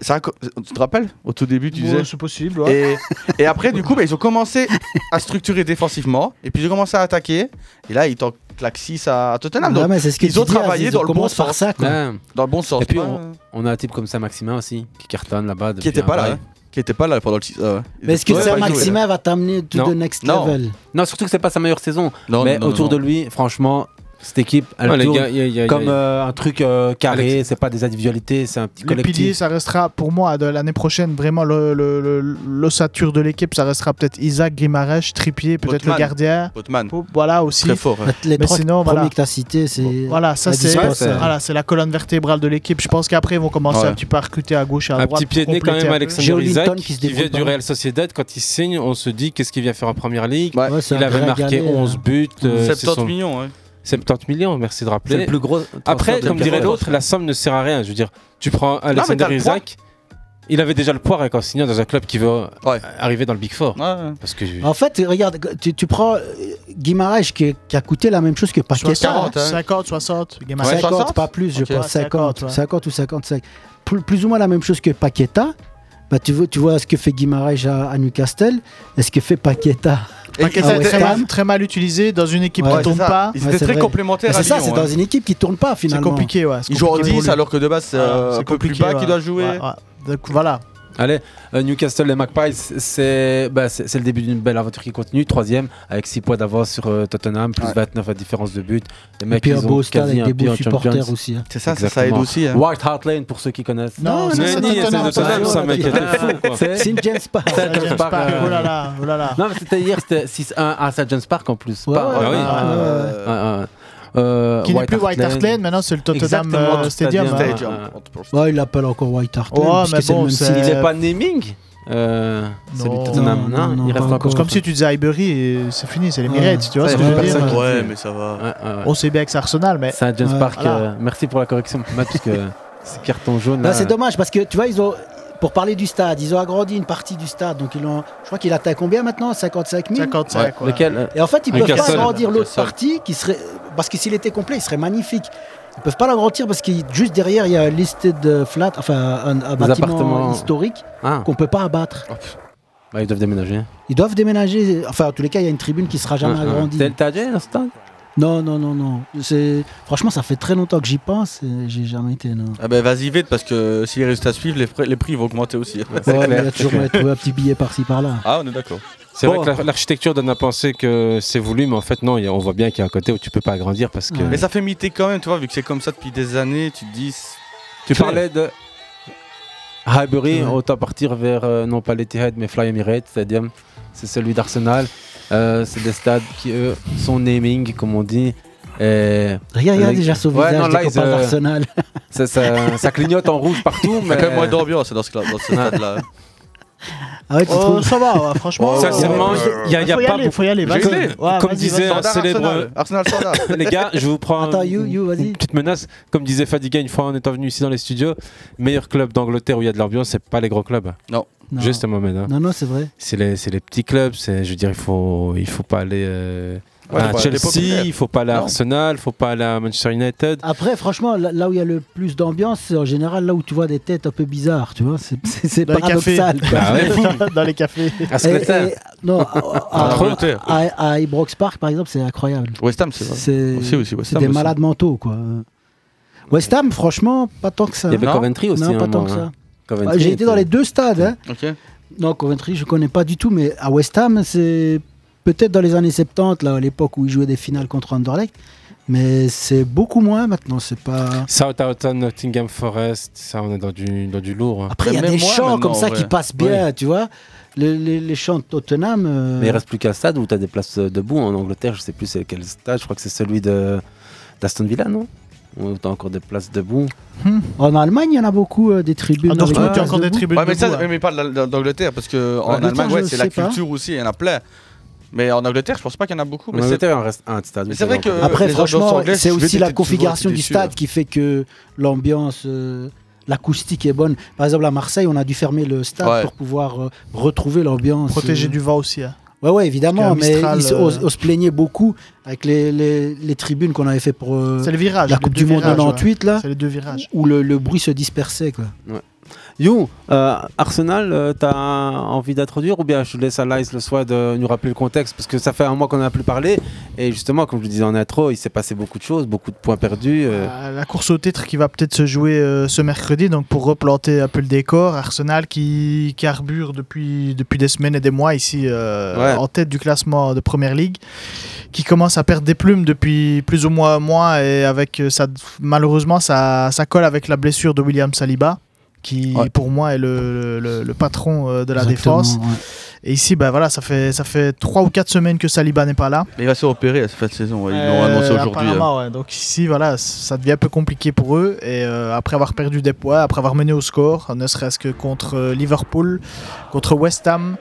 Speaker 9: Ça a co- tu te rappelles au tout début, tu
Speaker 10: Bon,
Speaker 9: disais.
Speaker 10: c'est possible, ouais.
Speaker 9: Et, et après, du coup, bah, ils ont commencé à structurer défensivement, et puis ils ont commencé à attaquer. Et là, ils t'en claquent 6 à à Tottenham.
Speaker 2: Ouais,
Speaker 9: Donc,
Speaker 2: mais c'est ce que
Speaker 9: ils ont
Speaker 2: tu dis, hein,
Speaker 9: travaillé
Speaker 2: ils ont
Speaker 9: dans le bon
Speaker 2: commencé par
Speaker 9: sens.
Speaker 2: ça, quoi.
Speaker 7: Ouais.
Speaker 9: Dans le bon sens.
Speaker 7: Et puis
Speaker 9: pas-
Speaker 7: on, on a un type comme ça Maximin aussi, qui cartonne là-bas.
Speaker 9: Qui était pas là. hein. Qui était pas là pendant le euh, 6.
Speaker 2: Mais est-ce que ça, Maximin va t'amener to the next level
Speaker 7: Non, surtout que c'est pas sa meilleure saison.
Speaker 9: Non,
Speaker 7: mais
Speaker 9: non, non,
Speaker 7: autour
Speaker 9: non.
Speaker 7: de lui, franchement, Cette équipe, elle
Speaker 22: Ah, les
Speaker 7: tourne
Speaker 22: gars, y a- y a-
Speaker 7: comme
Speaker 22: y a-
Speaker 7: euh, un truc euh, carré, c'est pas des individualités, c'est un petit
Speaker 10: Les piliers,
Speaker 7: collectif.
Speaker 10: ça restera pour moi de l'année prochaine vraiment le- le- le- l'ossature de l'équipe. Ça restera peut-être Isaac, Guimarães, Trippier, peut-être le
Speaker 9: Botman.
Speaker 10: gardien.
Speaker 9: Botman.
Speaker 10: Voilà aussi.
Speaker 9: Très fort. ouais.
Speaker 10: Mais sinon, voilà.
Speaker 2: que tu as cités, c'est.
Speaker 10: Voilà, ça c'est
Speaker 2: indispensable.
Speaker 10: voilà, c'est la colonne vertébrale de l'équipe. Je pense qu'après ils vont commencer
Speaker 22: Ouais.
Speaker 10: un petit peu à recruter à gauche et à
Speaker 22: Un
Speaker 10: droite.
Speaker 22: petit
Speaker 10: pour
Speaker 22: pied de nez quand
Speaker 10: compléter un
Speaker 22: même,
Speaker 10: peu.
Speaker 22: Alexander Isaac, qui, vient du Real Sociedad. Quand il signe, on se dit qu'est-ce qu'il vient faire en première ligue.
Speaker 7: Ouais, c'est
Speaker 22: il
Speaker 7: un
Speaker 22: avait
Speaker 7: vrai
Speaker 22: marqué
Speaker 7: galère.
Speaker 22: 11 buts. euh,
Speaker 7: 70
Speaker 9: millions, ouais.
Speaker 22: 70 millions, merci de rappeler.
Speaker 7: C'est le plus gros
Speaker 22: Après,
Speaker 7: transfert de
Speaker 22: comme dirait
Speaker 7: l'histoire.
Speaker 22: l'autre, la somme ne sert à rien. Je veux dire, tu prends
Speaker 9: mais
Speaker 22: Alexander
Speaker 9: t'as le poids.
Speaker 22: Isaac, il avait déjà le poids rien qu'en signant dans un club qui veut arriver dans le Big Four. Parce que
Speaker 2: En fait, regarde, tu, tu prends euh, Guimaraes qui, qui a coûté la même chose que Paqueta.
Speaker 10: 60,
Speaker 2: hein.
Speaker 10: 50, 60. Guimarães.
Speaker 2: 50, pas plus, je
Speaker 10: Ok.
Speaker 2: pense. 50,
Speaker 10: 50, ouais.
Speaker 2: 50 ou 55. Plus, plus ou moins la même chose que Paqueta. Bah, tu, vois, tu vois ce que fait Guimaraes à, à Newcastle et ce que fait Paqueta.
Speaker 10: Paqueta
Speaker 2: à
Speaker 10: était
Speaker 2: West
Speaker 10: très,
Speaker 2: Ham.
Speaker 10: mal- très mal utilisé dans une équipe
Speaker 2: Ouais,
Speaker 10: qui
Speaker 2: c'est
Speaker 10: tourne
Speaker 2: ça.
Speaker 10: pas.
Speaker 2: Ils étaient Ouais, c'est très vrai. complémentaires Bah, à c'est ça, Lyon, c'est dans hein. une équipe qui tourne pas, finalement.
Speaker 10: C'est compliqué, ouais. c'est
Speaker 9: Il joue en
Speaker 10: compliqué pour
Speaker 9: 10
Speaker 10: lui.
Speaker 9: alors que de base c'est
Speaker 10: Voilà,
Speaker 9: euh,
Speaker 10: c'est
Speaker 9: un peu plus
Speaker 10: compliqué,
Speaker 9: bas
Speaker 10: ouais.
Speaker 9: qu'il doit jouer.
Speaker 10: Ouais, ouais. Donc, voilà.
Speaker 7: Allez, euh, Newcastle et Magpies, c'est bah, c'est- c'est le début d'une belle aventure qui continue. Troisième, avec 6 points d'avance sur euh, Tottenham, plus 29 à différence de but. Les
Speaker 2: Et puis un
Speaker 7: ils ont
Speaker 2: beau stade
Speaker 7: quasi
Speaker 2: avec
Speaker 7: un
Speaker 2: des
Speaker 7: pied
Speaker 2: beaux
Speaker 7: en Champions.
Speaker 2: supporters aussi, hein.
Speaker 9: C'est ça, ça, ça aide
Speaker 7: Exactement.
Speaker 9: aussi, hein.
Speaker 10: (laughs)
Speaker 7: White Hart Lane, pour ceux qui connaissent.
Speaker 10: Non, ça, c'est
Speaker 7: Nenny, c'est
Speaker 10: Tottenham,
Speaker 7: Tottenham,
Speaker 10: ça,
Speaker 7: ça, mec.
Speaker 10: Tottenham.
Speaker 7: elle est fou, quoi.
Speaker 2: C'est St. James Park.
Speaker 7: St. James Park, euh,
Speaker 10: Oh là là, oh là là.
Speaker 7: Non, mais c'était hier, c'était 6-1 à St. James Park en plus.
Speaker 10: Ouais,
Speaker 7: Pas,
Speaker 10: ouais,
Speaker 7: euh,
Speaker 10: ouais,
Speaker 7: euh,
Speaker 10: ouais,
Speaker 7: euh, euh,
Speaker 10: Qui n'est plus White Hart Lane, maintenant c'est le Tottenham
Speaker 7: Exactement,
Speaker 10: euh, Stadium. hein.
Speaker 2: Ouais, il l'appelle encore White Hart Lane.
Speaker 10: Ouais,
Speaker 2: parce que
Speaker 10: mais
Speaker 2: c'est le
Speaker 10: bon,
Speaker 2: même
Speaker 10: c'est-
Speaker 2: site.
Speaker 10: Il est
Speaker 7: pas naming euh, celui de Tottenham, non, il reste encore.
Speaker 10: C'est comme si tu disais Highbury et c'est fini, c'est les
Speaker 7: Ouais.
Speaker 10: Emirates, tu vois
Speaker 7: Ça,
Speaker 10: ce que
Speaker 7: il
Speaker 10: je
Speaker 7: y a
Speaker 10: veux
Speaker 7: plus
Speaker 10: dire hein.
Speaker 7: personne qui-
Speaker 9: Ouais, mais ça va.
Speaker 7: Ouais, ouais, ouais.
Speaker 10: On sait bien que c'est Arsenal, mais.
Speaker 7: Saint James
Speaker 10: Ouais.
Speaker 7: Park,
Speaker 10: Voilà.
Speaker 7: euh, merci pour la correction, Matt, parce que (laughs) c'est carton jaune.
Speaker 2: Bah,
Speaker 7: là.
Speaker 2: c'est dommage parce que tu vois, ils ont. Pour parler du stade, ils ont agrandi une partie du stade, donc ils ont, je crois qu'il atteint combien maintenant 55 000
Speaker 7: 55, Ouais. ouais. Lequel, euh,
Speaker 2: Et en fait, ils
Speaker 7: Un
Speaker 2: peuvent pas
Speaker 7: Castle.
Speaker 2: agrandir l'autre
Speaker 7: Castle.
Speaker 2: partie, qui serait, parce que s'il était complet, il serait magnifique. Ils peuvent pas l'agrandir parce que juste derrière, il y a un listed euh, flat, enfin un, un
Speaker 7: Des
Speaker 2: bâtiment
Speaker 7: appartements.
Speaker 2: historique
Speaker 7: Ah.
Speaker 2: qu'on peut pas abattre.
Speaker 7: Bah, ils doivent déménager.
Speaker 2: Ils doivent déménager, enfin en tous les cas, il y a une tribune qui sera jamais
Speaker 7: Ah, ah.
Speaker 2: agrandie.
Speaker 7: T'as- T'as déjà un stade
Speaker 2: Non, non, non, non. C'est- Franchement, ça fait très longtemps que j'y pense et j'ai jamais été. Non.
Speaker 9: Ah ben vas-y vite parce que si les résultats suivent, les, prix- les prix vont augmenter aussi.
Speaker 2: Ouais, mais
Speaker 9: (laughs)
Speaker 2: il y a toujours moyen de trouver un petit billet par-ci par-là.
Speaker 9: Ah on est d'accord.
Speaker 22: C'est
Speaker 9: Bon.
Speaker 22: vrai que l'ar- l'architecture donne à penser que c'est voulu, mais en fait, non, il y a- on voit bien qu'il y a un côté où tu peux pas agrandir parce que.
Speaker 9: Mais ça fait miter quand même, tu vois, vu que c'est comme ça depuis des années, tu te dis.
Speaker 22: Tu parlais
Speaker 7: de. Highbury, autant partir vers, euh, non pas l'Etihad, mais Fly Emirates Stadium. C'est celui d'Arsenal. Euh, c'est des stades qui, eux, sont naming, comme on dit. Et
Speaker 2: Regarde, regarde
Speaker 7: le-
Speaker 2: déjà son visage dès
Speaker 7: là,
Speaker 2: qu'on
Speaker 7: ils,
Speaker 2: parle
Speaker 7: euh, (laughs)
Speaker 2: d'Arsenal.
Speaker 7: Ça, ça- ça clignote en rouge partout.
Speaker 9: Il y a
Speaker 7: mais... euh,
Speaker 9: quand même moins d'ambiance dans ce, cla- dans ce stade-là.
Speaker 2: Ah ouais, tu
Speaker 10: Oh,
Speaker 2: trouves
Speaker 10: ça va,
Speaker 22: (laughs)
Speaker 10: ouais, franchement.
Speaker 9: Oh,
Speaker 22: Sincèrement,
Speaker 9: ouais,
Speaker 22: il y a, il y a
Speaker 10: Faut y
Speaker 22: pas.
Speaker 10: aller,
Speaker 22: beaucoup-
Speaker 10: faut y aller,
Speaker 22: Je
Speaker 10: vas-y.
Speaker 22: sais,
Speaker 10: Ouais,
Speaker 22: Comme
Speaker 10: vas-y,
Speaker 22: disait un
Speaker 10: vas-y.
Speaker 22: célèbre.
Speaker 9: Arsenal standard.
Speaker 22: (laughs) Les gars, je vous prends
Speaker 2: Attends,
Speaker 22: une-
Speaker 2: You, You, vas-y.
Speaker 22: une petite menace. Comme disait Fadiga une fois en étant venu ici dans les studios, meilleur club d'Angleterre où il y a de l'ambiance, c'est pas les gros clubs.
Speaker 9: Non.
Speaker 2: Non.
Speaker 22: Juste Mohamed. hein.
Speaker 2: Non, non, c'est vrai.
Speaker 22: C'est les, c'est les petits clubs. C'est, je veux dire, il faut, il faut pas aller euh,
Speaker 2: Ouais,
Speaker 22: à
Speaker 2: faut aller
Speaker 22: Chelsea,
Speaker 2: populaire.
Speaker 22: il faut pas aller à
Speaker 2: Non.
Speaker 22: Arsenal, il faut pas aller à Manchester United.
Speaker 2: Après, franchement, là, là où il y a le plus d'ambiance, c'est en général là où tu vois des têtes un peu bizarres, tu vois. C'est- C'est c'est
Speaker 10: Dans les cafés.
Speaker 2: paradoxal. quoi.
Speaker 9: Ah
Speaker 10: (laughs) Dans les cafés.
Speaker 22: À
Speaker 2: Et- et- Non, à- à- à à Ibrox Park, par exemple, c'est incroyable.
Speaker 9: West Ham, c'est vrai.
Speaker 2: C'est
Speaker 9: Aussi, aussi, West
Speaker 2: c'est
Speaker 9: Ham
Speaker 2: des
Speaker 9: aussi.
Speaker 2: malades mentaux, quoi. West Ham, franchement, pas tant que ça.
Speaker 7: Il y avait
Speaker 2: Non.
Speaker 7: Coventry aussi, à
Speaker 2: Non, pas
Speaker 7: un
Speaker 2: tant que
Speaker 7: moment,
Speaker 2: ça.
Speaker 7: hein. Coventry
Speaker 2: Ah, J'ai été dans
Speaker 7: était-
Speaker 2: les deux stades. hein.
Speaker 9: Ok.
Speaker 2: Non, Coventry, je connais pas du tout, mais à West Ham, c'est peut-être dans les années 70, là, à l'époque où ils jouaient des finales contre Anderlecht. Mais c'est beaucoup moins maintenant, c'est pas.
Speaker 22: Southampton, Nottingham Forest, ça on est dans du, dans du lourd. hein.
Speaker 2: Après, il y a des chants comme ça qui passent bien, tu vois. Les, les- les chants de Tottenham. euh,
Speaker 7: Mais il reste plus qu'un stade où tu as des places euh, debout en Angleterre. Je sais plus c'est quel stade. Je crois que c'est celui de d'Aston Villa, non Où tu as encore des places debout.
Speaker 2: hmm. En Allemagne, il y en a beaucoup euh, des tribunes. avec des places debout.
Speaker 9: Ouais, mais ça, mais pas de la- d'Angleterre, parce que en
Speaker 2: Angleterre,
Speaker 9: Allemagne,
Speaker 2: je
Speaker 9: ouais, c'est la
Speaker 2: sais pas.
Speaker 9: culture aussi, il y en a plein. Mais en Angleterre, je pense pas qu'il y en a beaucoup. Mais
Speaker 7: En
Speaker 9: c'est
Speaker 7: Angleterre, il en reste un stade.
Speaker 9: Mais c'est vrai que
Speaker 2: Après,
Speaker 9: les ambiances
Speaker 2: franchement,
Speaker 9: anglaises,
Speaker 2: c'est
Speaker 9: je vais
Speaker 2: aussi
Speaker 9: t'étais-
Speaker 2: la
Speaker 9: tu vois,
Speaker 2: configuration
Speaker 9: t'es
Speaker 2: du
Speaker 9: déçu,
Speaker 2: stade
Speaker 9: là.
Speaker 2: qui fait que l'ambiance, euh, l'acoustique est bonne. Par exemple, à Marseille, on a dû fermer le stade
Speaker 10: Ouais.
Speaker 2: pour pouvoir euh, retrouver l'ambiance.
Speaker 10: Protéger
Speaker 2: euh,
Speaker 10: du vent aussi. hein.
Speaker 2: Ouais, ouais,
Speaker 10: Parce
Speaker 2: évidemment,
Speaker 10: que
Speaker 2: mais
Speaker 10: Mistral,
Speaker 2: ils se-
Speaker 10: euh,
Speaker 2: on, on se plaignait beaucoup avec les, les- les tribunes qu'on avait fait pour euh,
Speaker 10: C'est le virage.
Speaker 2: la
Speaker 10: les
Speaker 2: Coupe
Speaker 10: deux
Speaker 2: du Monde
Speaker 10: virages,
Speaker 2: 98,
Speaker 10: ouais.
Speaker 2: là,
Speaker 10: C'est les deux virages.
Speaker 2: où le, le bruit se dispersait. Quoi.
Speaker 7: You, euh, Arsenal, euh, t'as envie d'introduire ou bien je laisse à Lice le soin de nous rappeler le contexte parce que ça fait un mois qu'on n'a plus parlé et justement, comme je le disais en intro, il s'est passé beaucoup de choses, beaucoup de points perdus. euh.
Speaker 10: Euh, la course au titre qui va peut-être se jouer euh, ce mercredi, donc pour replanter un peu le décor, Arsenal qui carbure depuis, depuis des semaines et des mois ici euh,
Speaker 7: Ouais.
Speaker 10: en tête du classement de Première Ligue, qui commence à perdre des plumes depuis plus ou moins un mois et avec euh, ça, malheureusement ça, ça colle avec la blessure de William Saliba qui pour moi est le, le- le patron euh, de la
Speaker 2: Exactement,
Speaker 10: défense. Et ici, ben voilà, ça fait ça fait trois ou quatre semaines que Saliba n'est pas là.
Speaker 9: Mais il va se repérer à cette fin de saison, ouais, ils l'ont
Speaker 10: Euh,
Speaker 9: annoncé aujourd'hui.
Speaker 10: apparemment,
Speaker 9: euh.
Speaker 10: ouais. Donc ici, voilà, c- ça devient un peu compliqué pour eux. Et euh, après avoir perdu des points, après avoir mené au score, ne serait-ce que contre euh, Liverpool, contre West Ham,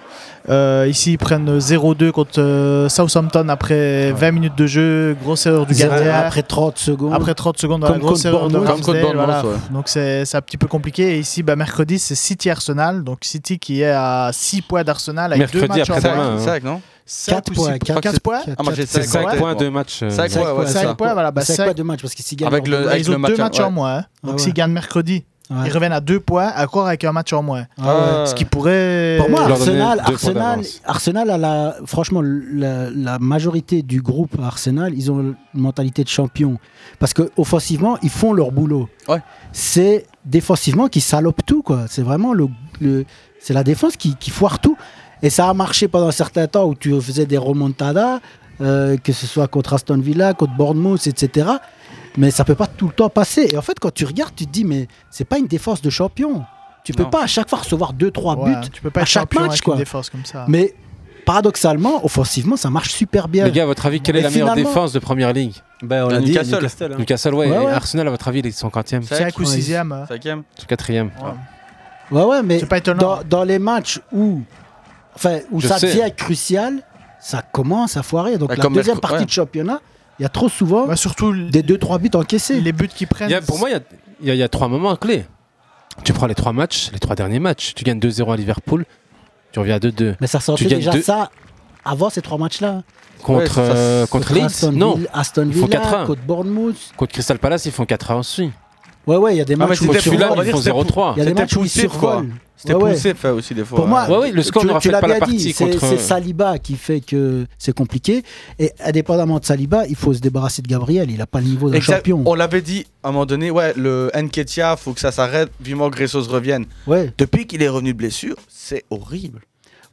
Speaker 10: euh, ici ils prennent 0-2 contre euh, Southampton après 20 minutes de jeu, grosse erreur du
Speaker 2: Zéro
Speaker 10: gardien.
Speaker 2: après 30 secondes.
Speaker 10: Après 30 secondes,
Speaker 2: Comme
Speaker 10: voilà, grosse
Speaker 2: contre
Speaker 10: erreur de
Speaker 2: Bournemouth.
Speaker 10: Ramsdale,
Speaker 2: Comme contre
Speaker 10: voilà.
Speaker 2: Bournemouth,
Speaker 10: Donc c'est c'est un petit peu compliqué. Et ici, bah, mercredi, c'est City Arsenal. Donc City qui est à 6 points d'Arsenal avec deux
Speaker 22: Mercredi
Speaker 10: matchs en
Speaker 22: après-demain,
Speaker 10: moins.
Speaker 22: hein. Cinq, non
Speaker 10: Cinq
Speaker 22: Quatre
Speaker 10: ou six
Speaker 22: points,
Speaker 10: points.
Speaker 22: quatre-
Speaker 10: Quatre points
Speaker 22: Ah, moi, j'ai
Speaker 10: Cinq
Speaker 22: cinq points,
Speaker 10: points.
Speaker 22: ouais. deux matchs, euh, Cinq
Speaker 10: Cinq
Speaker 22: points, ouais,
Speaker 10: points,
Speaker 22: c'est ça.
Speaker 10: cinq points, voilà. bah,
Speaker 2: Cinq
Speaker 10: cinq-
Speaker 2: points de match, parce que s'ils gagnent
Speaker 10: Avec
Speaker 2: leur
Speaker 10: le-
Speaker 2: deux-
Speaker 10: bah, ils ont deux matchs en
Speaker 2: ouais.
Speaker 10: moins. hein.
Speaker 2: Ah
Speaker 10: Donc
Speaker 2: ouais.
Speaker 10: s'ils gagnent mercredi, ils reviennent à deux points, encore avec un match en moins.
Speaker 2: Ah ouais.
Speaker 10: Ce qui pourrait.
Speaker 2: Pour moi,
Speaker 10: leur donner
Speaker 2: Arsenal,
Speaker 10: deux points
Speaker 2: Arsenal,
Speaker 10: d'avance.
Speaker 2: Arsenal a la, franchement, la, la majorité du groupe Arsenal, ils ont une mentalité de champion. Parce que offensivement, ils font leur boulot. C'est défensivement qu'ils salopent tout, quoi. C'est vraiment le, le- c'est la défense qui, qui foire tout. Et ça a marché pendant un certain temps où tu faisais des remontadas, euh, que ce soit contre Aston Villa, contre Bournemouth, etc. Mais ça peut pas tout le temps passer. Et en fait, quand tu regardes, tu te dis, mais c'est pas une défense de champion. Tu peux
Speaker 10: Non.
Speaker 2: pas à chaque fois recevoir deux trois
Speaker 10: Ouais,
Speaker 2: buts
Speaker 10: tu peux pas
Speaker 2: à
Speaker 10: être
Speaker 2: chaque
Speaker 10: champion
Speaker 2: match
Speaker 10: avec
Speaker 2: quoi.
Speaker 10: une défense comme ça.
Speaker 2: Mais paradoxalement, offensivement, ça marche super bien.
Speaker 22: Les gars, à votre avis, quelle est
Speaker 2: Et
Speaker 22: la meilleure
Speaker 2: finalement-
Speaker 22: défense de première ligue
Speaker 7: ben,
Speaker 22: on
Speaker 7: l'a dit, Newcastle. Newcastle, hein.
Speaker 22: ouais.
Speaker 2: Ouais, ouais.
Speaker 22: Et Arsenal, à votre avis, ils sont quantième
Speaker 10: Cinq ou sixième. hein.
Speaker 22: Ou quatrième.
Speaker 2: Ouais, ouais, mais dans, dans les matchs où, enfin, où
Speaker 22: Je
Speaker 2: ça
Speaker 22: sais.
Speaker 2: devient crucial, ça commence à foirer. Donc
Speaker 22: Ouais,
Speaker 2: la
Speaker 22: comme
Speaker 2: deuxième
Speaker 22: mercredi-
Speaker 2: partie
Speaker 22: ouais.
Speaker 2: de championnat, il y a trop souvent
Speaker 10: Bah, surtout
Speaker 2: des 2-3 buts encaissés.
Speaker 10: Les buts qu'ils prennent.
Speaker 22: Il y a- pour moi, il y a- il y, a- il y a trois moments clés. Tu prends les trois matchs, les trois derniers matchs. Tu gagnes 2-0 à Liverpool, tu reviens à 2-2.
Speaker 2: Mais ça sortait
Speaker 22: tu gagnes
Speaker 2: déjà
Speaker 22: deux-
Speaker 2: ça avant ces trois matchs-là.
Speaker 22: Contre, euh, contre Leeds
Speaker 2: Aston
Speaker 22: Non.
Speaker 2: Villa- Aston
Speaker 22: Ils font
Speaker 2: Villa,
Speaker 22: 4-1.
Speaker 2: contre Bournemouth.
Speaker 22: Contre Crystal Palace, ils font 4-1 aussi.
Speaker 2: Ouais, ouais, il y a des
Speaker 22: Ah, mais
Speaker 2: matchs où
Speaker 22: c'était
Speaker 2: ils
Speaker 22: celui-là,
Speaker 2: survolent.
Speaker 22: ils font 0-3.
Speaker 2: Il y a des
Speaker 22: C'était
Speaker 2: matchs où ils
Speaker 22: poussif, quoi.
Speaker 2: survolent.
Speaker 22: C'était
Speaker 2: Ouais, ouais.
Speaker 22: poussif,
Speaker 9: Fait aussi des fois.
Speaker 2: Pour moi,
Speaker 22: Ouais, ouais, le score
Speaker 2: tu,
Speaker 22: ne
Speaker 2: tu
Speaker 22: reflète
Speaker 2: l'as
Speaker 22: pas la
Speaker 2: bien dit,
Speaker 22: partie
Speaker 2: c'est
Speaker 22: contre- euh,
Speaker 2: c'est Saliba qui fait que c'est compliqué. Et indépendamment de Saliba, il faut se débarrasser de Gabriel. Il n'a pas le niveau d'un
Speaker 9: Exact-
Speaker 2: champion.
Speaker 9: On l'avait dit à un moment donné, ouais, le Nketia, faut que ça s'arrête, vivement que Gressos revienne.
Speaker 2: Ouais.
Speaker 9: Depuis qu'il est revenu de blessure, c'est horrible.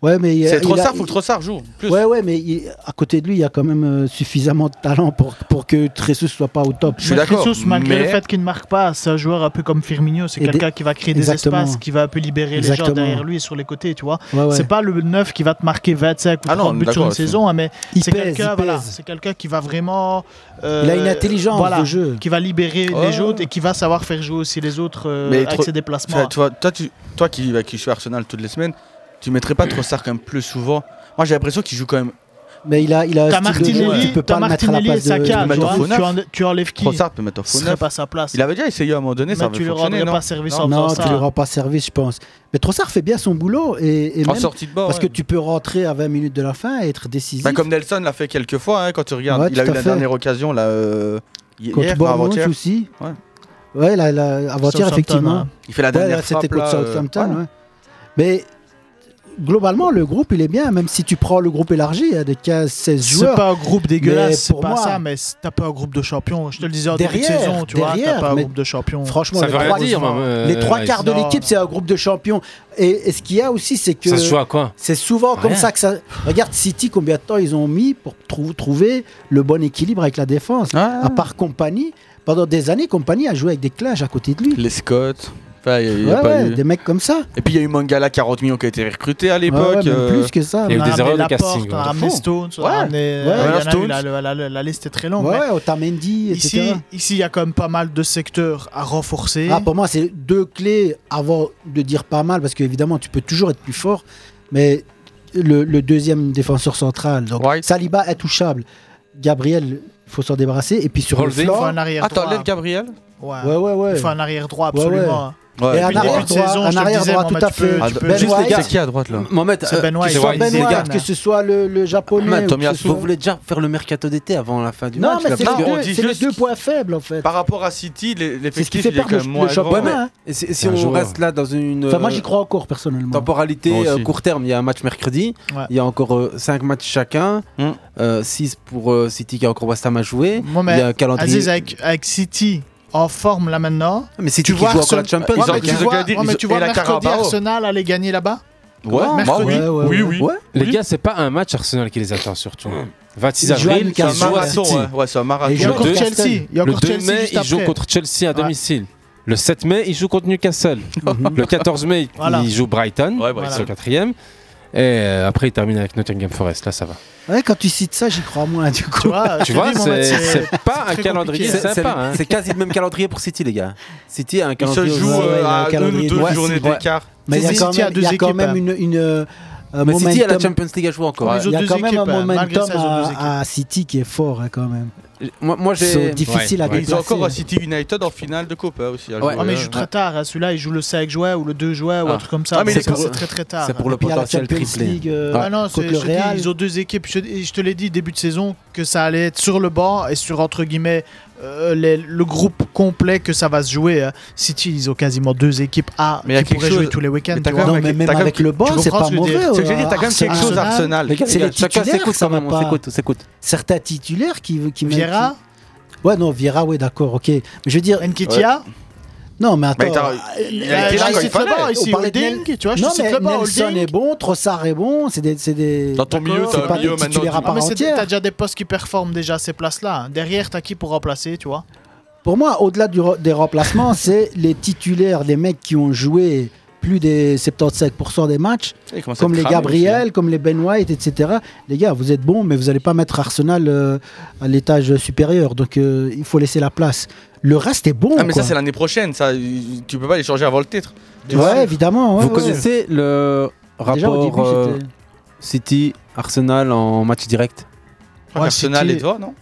Speaker 2: Ouais, mais il-
Speaker 9: C'est
Speaker 2: il
Speaker 9: Trossard,
Speaker 2: a-
Speaker 9: faut que Trossard joue. Plus.
Speaker 2: Ouais, ouais, mais il- à côté de lui, il y a quand même euh, suffisamment de talent pour, pour que Tressus soit pas au top.
Speaker 10: Mais Jesus, malgré le fait qu'il ne marque pas, c'est un joueur un peu comme Firmino. C'est
Speaker 2: Et des-
Speaker 10: quelqu'un qui va créer des
Speaker 2: Exactement.
Speaker 10: espaces, qui va un peu libérer les gens
Speaker 2: Exactement.
Speaker 10: derrière lui et sur les côtés, tu vois.
Speaker 2: Ouais, ouais.
Speaker 10: C'est pas le 9 qui va te marquer 25 ou 30
Speaker 2: non,
Speaker 10: buts sur
Speaker 2: d'accord,
Speaker 10: une
Speaker 2: c'est-
Speaker 10: saison, hein, mais
Speaker 2: Il
Speaker 10: c'est
Speaker 2: pèse,
Speaker 10: quelqu'un
Speaker 2: il
Speaker 10: voilà,
Speaker 2: pèse.
Speaker 10: c'est quelqu'un qui va vraiment. euh,
Speaker 2: Il a une intelligence
Speaker 10: voilà,
Speaker 2: de jeu.
Speaker 10: Qui va libérer
Speaker 2: Ouais.
Speaker 10: les autres et qui va savoir faire jouer aussi les autres euh,
Speaker 9: Mais
Speaker 10: avec
Speaker 9: Tro-
Speaker 10: ses déplacements.
Speaker 9: Enfin, toi, toi, tu, toi qui, bah, qui suis Arsenal toutes les semaines, tu mettrais pas Trossard quand même plus souvent Moi, j'ai l'impression qu'il joue quand même.
Speaker 2: Mais il a, il a un
Speaker 10: T'as
Speaker 2: style de jeu,
Speaker 10: Martinelli,
Speaker 2: tu peux
Speaker 10: t'as
Speaker 2: pas le mettre à la
Speaker 10: Martinelli et
Speaker 2: place de-
Speaker 10: Saka,
Speaker 9: Tu peux mettre
Speaker 10: tu, vois,
Speaker 9: en faux neuf.
Speaker 10: tu en- tu enlèves qui
Speaker 9: Trossard peut mettre en
Speaker 10: Ce
Speaker 9: faux
Speaker 10: serait
Speaker 9: neuf.
Speaker 10: pas sa place.
Speaker 9: Il avait déjà essayé à un moment donné, ça
Speaker 10: Mais
Speaker 9: avait
Speaker 10: tu lui
Speaker 9: fonctionné,
Speaker 10: rendrais
Speaker 9: non
Speaker 10: pas service en
Speaker 2: non,
Speaker 10: faisant
Speaker 2: tu
Speaker 10: ça.
Speaker 2: lui rends pas service, je pense. Mais Trossard fait bien son boulot. Et, et
Speaker 9: En
Speaker 2: même-
Speaker 9: sortie de bord,
Speaker 2: Parce
Speaker 9: ouais.
Speaker 2: que tu peux rentrer à 20 minutes de la fin et être décisif.
Speaker 9: Bah, comme Nelson l'a fait quelques fois, hein, quand tu regardes.
Speaker 2: Ouais,
Speaker 9: il a eu
Speaker 2: tout à
Speaker 9: la
Speaker 2: fait.
Speaker 9: dernière occasion, là, euh, hi-
Speaker 2: Contre
Speaker 9: hier, non,
Speaker 2: Bournemouth
Speaker 9: avant-hier.
Speaker 2: aussi.
Speaker 9: Ouais.
Speaker 2: Ouais, la, la, avant-hier,
Speaker 9: Southampton,
Speaker 2: effectivement.
Speaker 9: hein. Il fait la dernière
Speaker 2: là,
Speaker 9: frappe,
Speaker 2: C'était contre
Speaker 9: là, euh,
Speaker 2: Southampton.
Speaker 9: ouais.
Speaker 2: ouais. Mais globalement, le groupe, il est bien, même si tu prends le groupe élargi il y a de 15-16 joueurs.
Speaker 10: C'est pas un groupe
Speaker 2: Mais
Speaker 10: dégueulasse, c'est
Speaker 2: pour
Speaker 10: pas
Speaker 2: moi,
Speaker 10: ça, mais c'est- t'as pas un groupe de champions. Je te le disais en début de
Speaker 2: Derrière,
Speaker 10: saison, tu vois, t'as
Speaker 2: derrière,
Speaker 10: pas un
Speaker 2: mais
Speaker 10: groupe de champions.
Speaker 2: Franchement, les trois,
Speaker 22: euh,
Speaker 2: les trois quarts de l'équipe, c'est un groupe de champions. Et, et ce qu'il y a aussi, c'est que.
Speaker 22: Ça se joue à quoi
Speaker 2: C'est souvent comme
Speaker 22: Rien.
Speaker 2: ça que ça. Regarde City, combien de temps ils ont mis pour trou- trouver le bon équilibre avec la défense.
Speaker 10: Ah.
Speaker 2: À part Compagnie, pendant des années, Compagnie a joué avec des clashs à côté de lui.
Speaker 9: Les Scott. Enfin, il y a- il y a
Speaker 2: Ouais,
Speaker 9: pas
Speaker 2: ouais,
Speaker 9: eu-
Speaker 2: des mecs comme ça.
Speaker 9: Et puis il y a eu Mangala 40 millions qui a été recruté à
Speaker 2: Ouais,
Speaker 9: l'époque.
Speaker 2: ouais, même
Speaker 9: euh,
Speaker 2: plus que ça.
Speaker 10: On a ramené Laporte, On a ramené Stones, on a ramené- euh,
Speaker 9: Ouais,
Speaker 10: il y en a eu,
Speaker 9: Stones.
Speaker 10: la, la- la- la liste est très longue.
Speaker 2: Ouais,
Speaker 10: mais
Speaker 2: Otamendi, etc.
Speaker 10: Ici, ici, il y a quand même pas mal de secteurs à renforcer.
Speaker 2: Ah, pour moi, c'est deux clés avant de dire pas mal, parce qu'évidemment, tu peux toujours être plus fort, mais le, le deuxième défenseur central, donc Saliba intouchable, Gabriel, il faut s'en débarrasser, et puis sur
Speaker 9: Holding.
Speaker 2: le
Speaker 10: il faut
Speaker 2: flanc,
Speaker 10: un arrière
Speaker 9: Ah,
Speaker 10: droit.
Speaker 9: t'enlèves Gabriel
Speaker 10: ouais.
Speaker 2: Ouais, ouais, ouais.
Speaker 10: Il faut un arrière droit
Speaker 2: Ouais,
Speaker 10: absolument.
Speaker 2: ouais. Et un arrière droit, un arrière droit tout à fait. Ben White.
Speaker 7: gars,
Speaker 2: M-
Speaker 7: Mohamed,
Speaker 2: c'est
Speaker 7: euh,
Speaker 2: Ben
Speaker 7: que
Speaker 2: White.
Speaker 7: ce soit Ben White,
Speaker 2: que ce soit le, le japonais. ou que ce soit-
Speaker 7: vous voulez déjà faire le mercato d'été avant la fin du
Speaker 2: Non,
Speaker 7: match
Speaker 2: mais
Speaker 7: là,
Speaker 2: c'est
Speaker 7: parce
Speaker 2: les
Speaker 7: que-
Speaker 2: deux- c'est les deux points faibles en fait.
Speaker 9: Par rapport à City, les-
Speaker 7: C'est ce qui
Speaker 9: l'effectif
Speaker 7: fait
Speaker 9: il est
Speaker 7: peur
Speaker 9: quand
Speaker 7: le,
Speaker 9: même moins
Speaker 7: le
Speaker 9: grand.
Speaker 7: championnat. hein. Et si si
Speaker 9: C'est un
Speaker 7: on
Speaker 9: joueur.
Speaker 7: reste là dans une
Speaker 2: Enfin, moi
Speaker 7: euh,
Speaker 2: j'y crois encore personnellement.
Speaker 7: temporalité
Speaker 2: Moi aussi.
Speaker 7: euh, court terme, il y a un match mercredi,
Speaker 2: Ouais.
Speaker 7: il y a encore 5 matchs chacun,
Speaker 22: Hmm.
Speaker 7: 6 pour euh, City qui a encore West Ham à jouer,
Speaker 10: Moi, mais
Speaker 7: il y a un calendrier.
Speaker 10: Aziz, avec, avec City en forme là maintenant.
Speaker 7: Mais City
Speaker 10: tu
Speaker 7: qui
Speaker 10: vois
Speaker 7: joue encore
Speaker 10: Arsenal-
Speaker 7: la Champions,
Speaker 10: Ouais,
Speaker 7: ils ont-
Speaker 10: mais tu
Speaker 7: ils ont
Speaker 10: vois-
Speaker 7: déjà dit,
Speaker 10: ouais,
Speaker 7: ils
Speaker 10: mais
Speaker 7: ont-
Speaker 10: tu vois
Speaker 7: et la
Speaker 10: mercredi
Speaker 7: Carabao.
Speaker 10: Arsenal aller gagner là-bas
Speaker 22: Ouais,
Speaker 10: Mercredi.
Speaker 22: bah oui. Oui, oui. Ouais. Les
Speaker 10: Oui.
Speaker 22: gars, c'est pas un match Arsenal qui les attend surtout.
Speaker 7: Hmm.
Speaker 22: 26
Speaker 9: Ils jouent à
Speaker 22: avril,
Speaker 9: Newcastle.
Speaker 22: ils jouent à
Speaker 9: C'est un marathon,
Speaker 22: City.
Speaker 9: ouais. Ouais, c'est un marathon.
Speaker 22: Le
Speaker 9: Il y a encore
Speaker 22: 2
Speaker 9: Chelsea. Il y a
Speaker 22: Le
Speaker 9: encore
Speaker 22: 2
Speaker 9: Chelsea
Speaker 22: mai,
Speaker 9: juste
Speaker 22: ils jouent
Speaker 9: après.
Speaker 22: contre Chelsea à domicile. Le 7 mai, ils jouent contre Newcastle. Le 14 mai,
Speaker 2: Voilà.
Speaker 22: ils jouent Brighton.
Speaker 2: Brighton.
Speaker 22: C'est le quatrième. Et euh, après, ils terminent avec Nottingham Forest. Là, ça va.
Speaker 2: Ouais, quand tu cites ça, j'y crois moins du coup.
Speaker 22: Tu vois, c'est c'est pas un calendrier
Speaker 7: C'est- c'est-
Speaker 22: sympa. hein.
Speaker 7: C'est quasi le même calendrier pour City, les gars. City a un
Speaker 2: Il se
Speaker 7: calendrier.
Speaker 2: joue, euh, à
Speaker 7: un
Speaker 2: une ou
Speaker 7: calendrier
Speaker 2: deux
Speaker 7: de-
Speaker 2: journées
Speaker 7: Ouais.
Speaker 2: d'écart. Mais
Speaker 7: C'est-
Speaker 2: il y a quand
Speaker 7: City
Speaker 2: même- il y a quand même
Speaker 7: hein.
Speaker 2: une- une, euh, un
Speaker 7: Mais City a la
Speaker 2: momentum.
Speaker 7: Champions League à jouer encore.
Speaker 2: Il y a quand même un momentum
Speaker 7: elles ont deux équipes.
Speaker 2: à, à City qui est fort hein, quand même.
Speaker 7: Moi, moi j'ai.
Speaker 2: C'est difficile à
Speaker 9: Ils ont
Speaker 2: déplacer.
Speaker 9: encore à City United en finale de Coupe hein, aussi. à
Speaker 10: Ouais,
Speaker 9: jouer.
Speaker 10: mais il joue très tard. hein. Celui-là, il joue le 5 juin ou le 2 juin ou
Speaker 9: Ah.
Speaker 10: un truc comme ça.
Speaker 9: Ah, mais
Speaker 10: Donc,
Speaker 9: c'est pour-
Speaker 10: c'est très très tard.
Speaker 9: c'est pour
Speaker 10: hein.
Speaker 9: le
Speaker 10: Et puis, il y a la
Speaker 9: potentiel
Speaker 10: Champions
Speaker 9: triplé.
Speaker 10: League, euh,
Speaker 9: Ouais.
Speaker 10: ah non,
Speaker 9: Contre
Speaker 10: c'est-
Speaker 9: le
Speaker 10: je te dis,
Speaker 9: Real.
Speaker 10: ils ont deux équipes. Je, et je te l'ai dit début de saison que ça allait être sur le banc et sur entre guillemets euh, les- le groupe complet que ça va se jouer. hein. City, ils ont quasiment deux équipes A
Speaker 9: Mais il y a
Speaker 10: qui
Speaker 9: quelque
Speaker 10: pourraient
Speaker 9: chose-
Speaker 10: jouer tous les week-ends.
Speaker 9: mais t'as
Speaker 10: tu
Speaker 9: quand
Speaker 10: vois.
Speaker 9: même- Non, mais même
Speaker 10: T'as quand
Speaker 9: avec le banc,
Speaker 10: tu
Speaker 9: c'est
Speaker 10: comprends
Speaker 9: pas
Speaker 10: ce que je veux dire.
Speaker 9: mauvais, C'est ce
Speaker 2: euh,
Speaker 9: que j'ai dit, t'as quand même quelque chose, Arsenal.
Speaker 7: Les gars,
Speaker 2: C'est
Speaker 7: les
Speaker 2: les
Speaker 7: gars, chacun
Speaker 2: titulaires,
Speaker 7: s'écoute
Speaker 2: ça
Speaker 7: quand
Speaker 2: va
Speaker 7: même, on
Speaker 2: pas.
Speaker 7: s'écoute, on s'écoute.
Speaker 2: Certains titulaires qui qui
Speaker 10: Vieira
Speaker 2: qui- Ouais non, Vieira oui, d'accord, OK. Mais je veux dire
Speaker 10: Nkitia
Speaker 2: Non, mais
Speaker 9: Mais
Speaker 2: attends.
Speaker 9: t'as-
Speaker 2: euh,
Speaker 9: il
Speaker 10: a
Speaker 2: euh,
Speaker 10: été là
Speaker 2: je
Speaker 10: quand il
Speaker 2: cite
Speaker 10: fallait.
Speaker 2: le banc,
Speaker 10: Ici,
Speaker 2: on parlait de
Speaker 10: Holding,
Speaker 2: Nel-
Speaker 10: tu vois, je
Speaker 2: non,
Speaker 10: cite
Speaker 2: mais
Speaker 10: le banc,
Speaker 2: Nelson
Speaker 10: Holding.
Speaker 2: est bon, Trossard est bon, c'est des c'est des
Speaker 9: Dans ton milieu,
Speaker 2: c'est
Speaker 9: t'as
Speaker 2: pas
Speaker 9: un milieu
Speaker 2: des titulaires
Speaker 9: maintenant.
Speaker 2: à
Speaker 10: Ah,
Speaker 2: part
Speaker 10: mais c'est-
Speaker 2: entière.
Speaker 10: t'as déjà des postes qui performent déjà à ces places-là. hein. Derrière, t'as qui pour remplacer, tu vois
Speaker 2: Pour moi, au-delà du re- des remplacements, (laughs) c'est les titulaires, les mecs qui ont joué plus des 75% des matchs,
Speaker 9: Et ils commencent à
Speaker 2: comme
Speaker 9: être
Speaker 2: les
Speaker 9: cramés
Speaker 2: Gabriel, comme les Ben White, etc. Les gars, vous êtes bons, mais vous n'allez pas mettre Arsenal euh, à l'étage supérieur. Donc, euh, il faut laisser la place. Le reste est bon.
Speaker 9: Ah, mais
Speaker 2: quoi.
Speaker 9: ça, c'est l'année prochaine. Ça, il- tu peux pas les changer avant le titre. Tu vois.
Speaker 2: ouais, évidemment. ouais,
Speaker 7: Vous
Speaker 2: ouais.
Speaker 7: connaissez le
Speaker 2: Déjà, au début,
Speaker 7: rapport euh,
Speaker 2: j'étais-
Speaker 7: City-Arsenal en match direct
Speaker 9: Arsenal est devant, non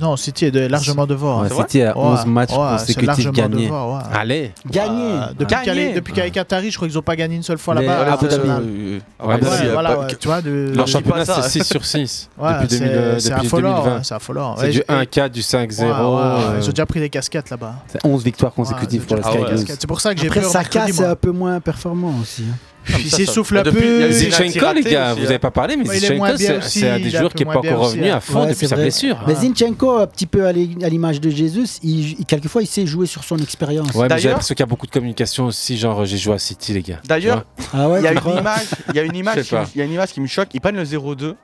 Speaker 10: Non, City est de- largement devant.
Speaker 7: Ouais,
Speaker 10: C'est vrai
Speaker 7: City a 11 matchs
Speaker 10: c'est
Speaker 7: consécutifs
Speaker 10: largement
Speaker 7: gagnés.
Speaker 10: devant, ouais.
Speaker 7: Allez.
Speaker 2: Gagné.
Speaker 10: Euh, depuis
Speaker 7: Gagné.
Speaker 10: qu'elle est- depuis qu'avec Qatari, je crois qu'ils n'ont pas gagné une seule fois
Speaker 7: Mais
Speaker 10: là-bas.
Speaker 7: Abu
Speaker 10: à Arsenal.
Speaker 7: Dhabi,
Speaker 9: euh,
Speaker 10: Ouais,
Speaker 9: Abu Dhabi,
Speaker 10: ouais,
Speaker 9: euh,
Speaker 10: voilà,
Speaker 9: pas-
Speaker 10: ouais, tu vois, de-
Speaker 22: Leur
Speaker 10: de-
Speaker 22: championnat,
Speaker 10: dis pas
Speaker 22: c'est
Speaker 10: ça.
Speaker 22: 6
Speaker 2: hein.
Speaker 22: sur 6
Speaker 10: (laughs) Ouais,
Speaker 22: depuis,
Speaker 10: c'est-
Speaker 22: 2000, euh,
Speaker 10: c'est
Speaker 22: depuis
Speaker 10: affolant,
Speaker 22: 2020.
Speaker 10: ouais, c'est affolant.
Speaker 22: C'est
Speaker 10: Ouais,
Speaker 22: du
Speaker 10: je-
Speaker 22: 1-4, du 5-0.
Speaker 10: Ouais, ouais,
Speaker 22: euh,
Speaker 10: Ils ont déjà pris des casquettes là-bas.
Speaker 7: C'est 11 victoires consécutives
Speaker 10: Ouais,
Speaker 7: pour la
Speaker 10: déjà
Speaker 7: Sky
Speaker 10: pris des
Speaker 7: Blues.
Speaker 10: casquettes. C'est pour ça que j'ai
Speaker 2: Après,
Speaker 10: peur
Speaker 2: Saka,
Speaker 10: mercredi,
Speaker 2: c'est
Speaker 10: moi. Ah,
Speaker 2: un peu moins performant aussi. hein.
Speaker 10: Bah, Il s'essouffle
Speaker 22: Mais
Speaker 10: un
Speaker 22: depuis- il y a eu
Speaker 10: peu.
Speaker 22: Zinchenko, les gars, vous avez pas parlé, mais
Speaker 10: hein. Ouais, il est moins
Speaker 22: Zinchenko,
Speaker 10: bien
Speaker 22: c'est
Speaker 10: aussi,
Speaker 22: c'est un des
Speaker 10: il est
Speaker 22: joueurs
Speaker 10: peu
Speaker 22: qui est
Speaker 10: moins
Speaker 22: pas
Speaker 10: bien
Speaker 22: encore
Speaker 10: aussi,
Speaker 22: revenu
Speaker 10: hein.
Speaker 22: à fond
Speaker 2: Ouais,
Speaker 22: depuis
Speaker 2: c'est
Speaker 22: sa
Speaker 2: vrai.
Speaker 22: blessure. hein.
Speaker 2: Mais Zinchenko, un petit peu à l'é- à l'image de Jésus, il, il- quelquefois il sait jouer sur son expérience.
Speaker 22: Ouais, mais j'ai l'impression qu'il y a beaucoup de communication aussi, genre j'ai joué à City, les gars.
Speaker 9: D'ailleurs,
Speaker 22: Tu vois
Speaker 2: Ah ouais,
Speaker 9: il y a
Speaker 2: tu
Speaker 9: une
Speaker 2: crois
Speaker 9: image, il y a
Speaker 2: (laughs)
Speaker 9: une
Speaker 22: Je
Speaker 9: image,
Speaker 22: sais
Speaker 9: qui,
Speaker 22: pas.
Speaker 9: me- il y a une image qui me choque. Il panne le 0-2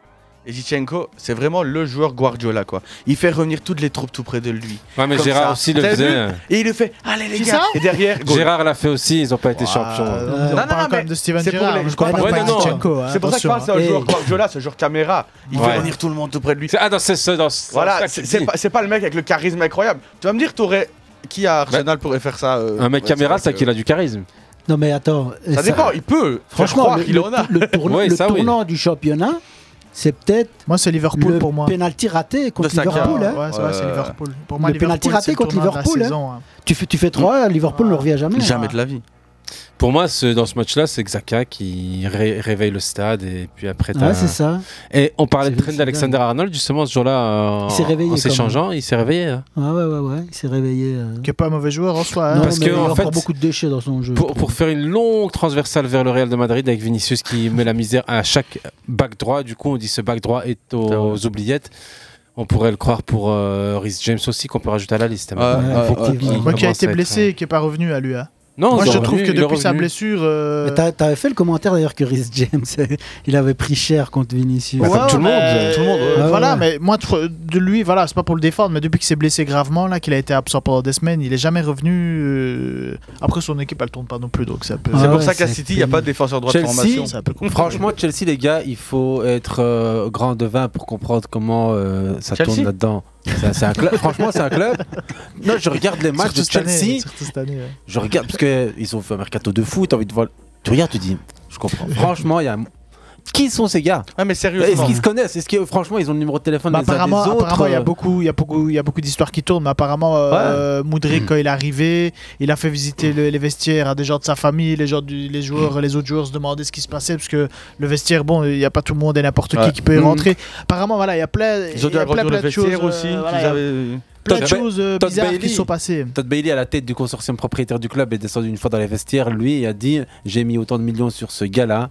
Speaker 9: et Zichenko, c'est vraiment le joueur Guardiola quoi. Il fait revenir toutes les troupes tout près de lui.
Speaker 22: Ouais, mais
Speaker 9: Comme
Speaker 22: Gérard
Speaker 9: ça.
Speaker 22: aussi le
Speaker 9: T'as vu
Speaker 22: faisait.
Speaker 9: Et il le fait. Allez les
Speaker 10: Qui
Speaker 9: gars.
Speaker 10: ça
Speaker 9: Et derrière. goal.
Speaker 22: Gérard l'a fait aussi, ils ont pas été champions.
Speaker 10: Ah, on parle quand même de Steven
Speaker 9: c'est pour
Speaker 10: Gerrard,
Speaker 9: les-
Speaker 10: je crois
Speaker 9: Ouais,
Speaker 10: pas
Speaker 9: non,
Speaker 10: de
Speaker 9: non.
Speaker 10: Zinchenko, hein,
Speaker 9: C'est pour ça que je parle, c'est
Speaker 10: attention,
Speaker 9: un
Speaker 10: hein.
Speaker 9: joueur Guardiola, ce joueur caméra. Il
Speaker 22: Ouais.
Speaker 9: fait venir tout le monde tout près de lui.
Speaker 22: Ah non, c'est ça. dans-
Speaker 9: Voilà,
Speaker 22: ça que
Speaker 9: c'est
Speaker 22: tu
Speaker 9: c'est
Speaker 22: dis.
Speaker 9: pas, c'est pas le mec avec le charisme incroyable. Tu vas me dire, t'aurais. Qui à Arsenal pourrait faire ça euh,
Speaker 22: Bah, Un mec
Speaker 9: ouais,
Speaker 22: caméra,
Speaker 9: c'est
Speaker 22: c'est
Speaker 9: vrai
Speaker 22: qu'il a du charisme.
Speaker 2: Non mais attends.
Speaker 9: que- Ça dépend, il peut. Franchement,
Speaker 2: Franchement,
Speaker 9: croire
Speaker 2: le,
Speaker 9: qu'il
Speaker 2: le-
Speaker 9: en a.
Speaker 2: le tourn- le tournant du championnat, c'est peut-être.
Speaker 10: Moi, c'est Liverpool
Speaker 2: le
Speaker 10: pour moi.
Speaker 2: Penalty raté contre
Speaker 10: De Saka.
Speaker 2: Liverpool. hein.
Speaker 10: Ouais, c'est vrai, c'est Liverpool. Pour moi,
Speaker 2: le penalty
Speaker 10: Liverpool, c'est
Speaker 2: raté
Speaker 10: le
Speaker 2: contre
Speaker 10: tournant de la
Speaker 2: Liverpool. hein.
Speaker 10: saison, hein.
Speaker 2: Tu fais, tu fais 3 Liverpool ne revient jamais.
Speaker 9: de la vie.
Speaker 22: Pour moi, ce- dans ce match-là, c'est Xhaka qui ré- réveille le stade et puis après.
Speaker 2: Ouais,
Speaker 22: t'as-
Speaker 2: c'est ça.
Speaker 22: Et on parlait de Trent
Speaker 2: dingue.
Speaker 22: Alexander-Arnold justement ce jour-là. euh,
Speaker 2: Il s'est réveillé
Speaker 22: En
Speaker 2: quand
Speaker 22: s'échangeant,
Speaker 2: même.
Speaker 22: il s'est réveillé. hein.
Speaker 2: Ouais, Ah ouais, ouais, ouais, il s'est réveillé. euh.
Speaker 10: Qui est pas un mauvais joueur en soi. hein.
Speaker 2: Non,
Speaker 22: Parce
Speaker 2: mais
Speaker 22: que,
Speaker 2: il
Speaker 22: en
Speaker 2: a
Speaker 22: fait,
Speaker 2: encore beaucoup de déchets dans son jeu.
Speaker 22: Pour, pour faire une longue transversale vers le Real de Madrid avec Vinicius qui
Speaker 7: (laughs)
Speaker 22: met la misère à chaque back droit. Du coup, on dit ce back droit est
Speaker 7: Ah
Speaker 22: aux oubliettes. On pourrait le croire pour euh, Rhys James aussi qu'on peut rajouter à la liste. maintenant. Il faut qu'on- qu'il
Speaker 10: Moi qui a
Speaker 22: commence
Speaker 10: été
Speaker 22: à être-
Speaker 10: blessé et qui est pas revenu à lui. hein.
Speaker 22: Non,
Speaker 10: moi
Speaker 22: il est
Speaker 10: je trouve
Speaker 22: revenu,
Speaker 10: que
Speaker 22: il est
Speaker 10: depuis sa
Speaker 22: revenu.
Speaker 10: blessure. euh,
Speaker 2: Mais t'a- t'avais fait le commentaire d'ailleurs que Rhys James, (laughs) il avait pris cher contre Vinicius.
Speaker 10: Ouais, mais-
Speaker 2: Ouais, Ah,
Speaker 10: voilà,
Speaker 2: ouais.
Speaker 10: mais moi de, de lui, voilà, c'est pas pour le défendre, mais depuis qu'il s'est blessé gravement, là, qu'il a été absent pendant des semaines, il est jamais revenu. euh, Après, son équipe, elle tourne pas non plus, donc ça peut.
Speaker 7: Ah
Speaker 9: C'est pour ça qu'à City, il n'y a pas de défenseur droit de formation.
Speaker 10: C'est un peu compliqué.
Speaker 7: Franchement, Chelsea, les gars, il faut être euh, grand devin pour comprendre comment euh, ça
Speaker 10: Chelsea
Speaker 7: tourne là-dedans. Ça, c'est un club- (laughs) Franchement, c'est un club. Non, je regarde les matchs
Speaker 10: Surtout
Speaker 7: de
Speaker 10: cette année,
Speaker 7: Chelsea.
Speaker 10: surtout cette année, ouais.
Speaker 7: Je regarde parce qu'ils ont fait un mercato de fou. T'as envie de voir. Tu regardes, tu dis, je comprends. Franchement, il y a. Qui sont ces gars
Speaker 9: Ah mais
Speaker 7: Est-ce qu'ils se connaissent Est-ce que franchement ils ont le numéro de téléphone
Speaker 10: Bah,
Speaker 7: des uns des
Speaker 10: apparemment,
Speaker 7: autres
Speaker 10: apparemment, il y a
Speaker 7: euh,
Speaker 10: beaucoup, il y a beaucoup, il y a beaucoup d'histoires qui tournent. Mais apparemment, euh,
Speaker 7: Mm.
Speaker 10: Moudré, quand il est arrivé, il a fait visiter le- les vestiaires à des gens de sa famille, les gens, du- les joueurs, les autres joueurs se demandaient ce qui se passait parce que le vestiaire, bon, il n'y a pas tout le monde et n'importe
Speaker 9: Ouais.
Speaker 10: qui qui peut y
Speaker 9: Mhm.
Speaker 10: rentrer. Apparemment, voilà, il y a plein, il
Speaker 9: Ils ont dû
Speaker 10: y a plein,
Speaker 9: agrandir
Speaker 10: plein
Speaker 9: le
Speaker 10: de choses
Speaker 9: vestiaire
Speaker 10: euh,
Speaker 9: aussi.
Speaker 10: voilà, il y
Speaker 9: qu'ils
Speaker 10: a
Speaker 9: avaient-
Speaker 10: Plein de
Speaker 7: Todd
Speaker 10: choses euh,
Speaker 7: Todd
Speaker 10: bizarres qui
Speaker 7: Bailey.
Speaker 10: se sont passées.
Speaker 7: Todd Bailey à la tête du consortium propriétaire du club est descendu une fois dans les vestiaires. Lui a dit j'ai mis autant de millions sur ce gars-là.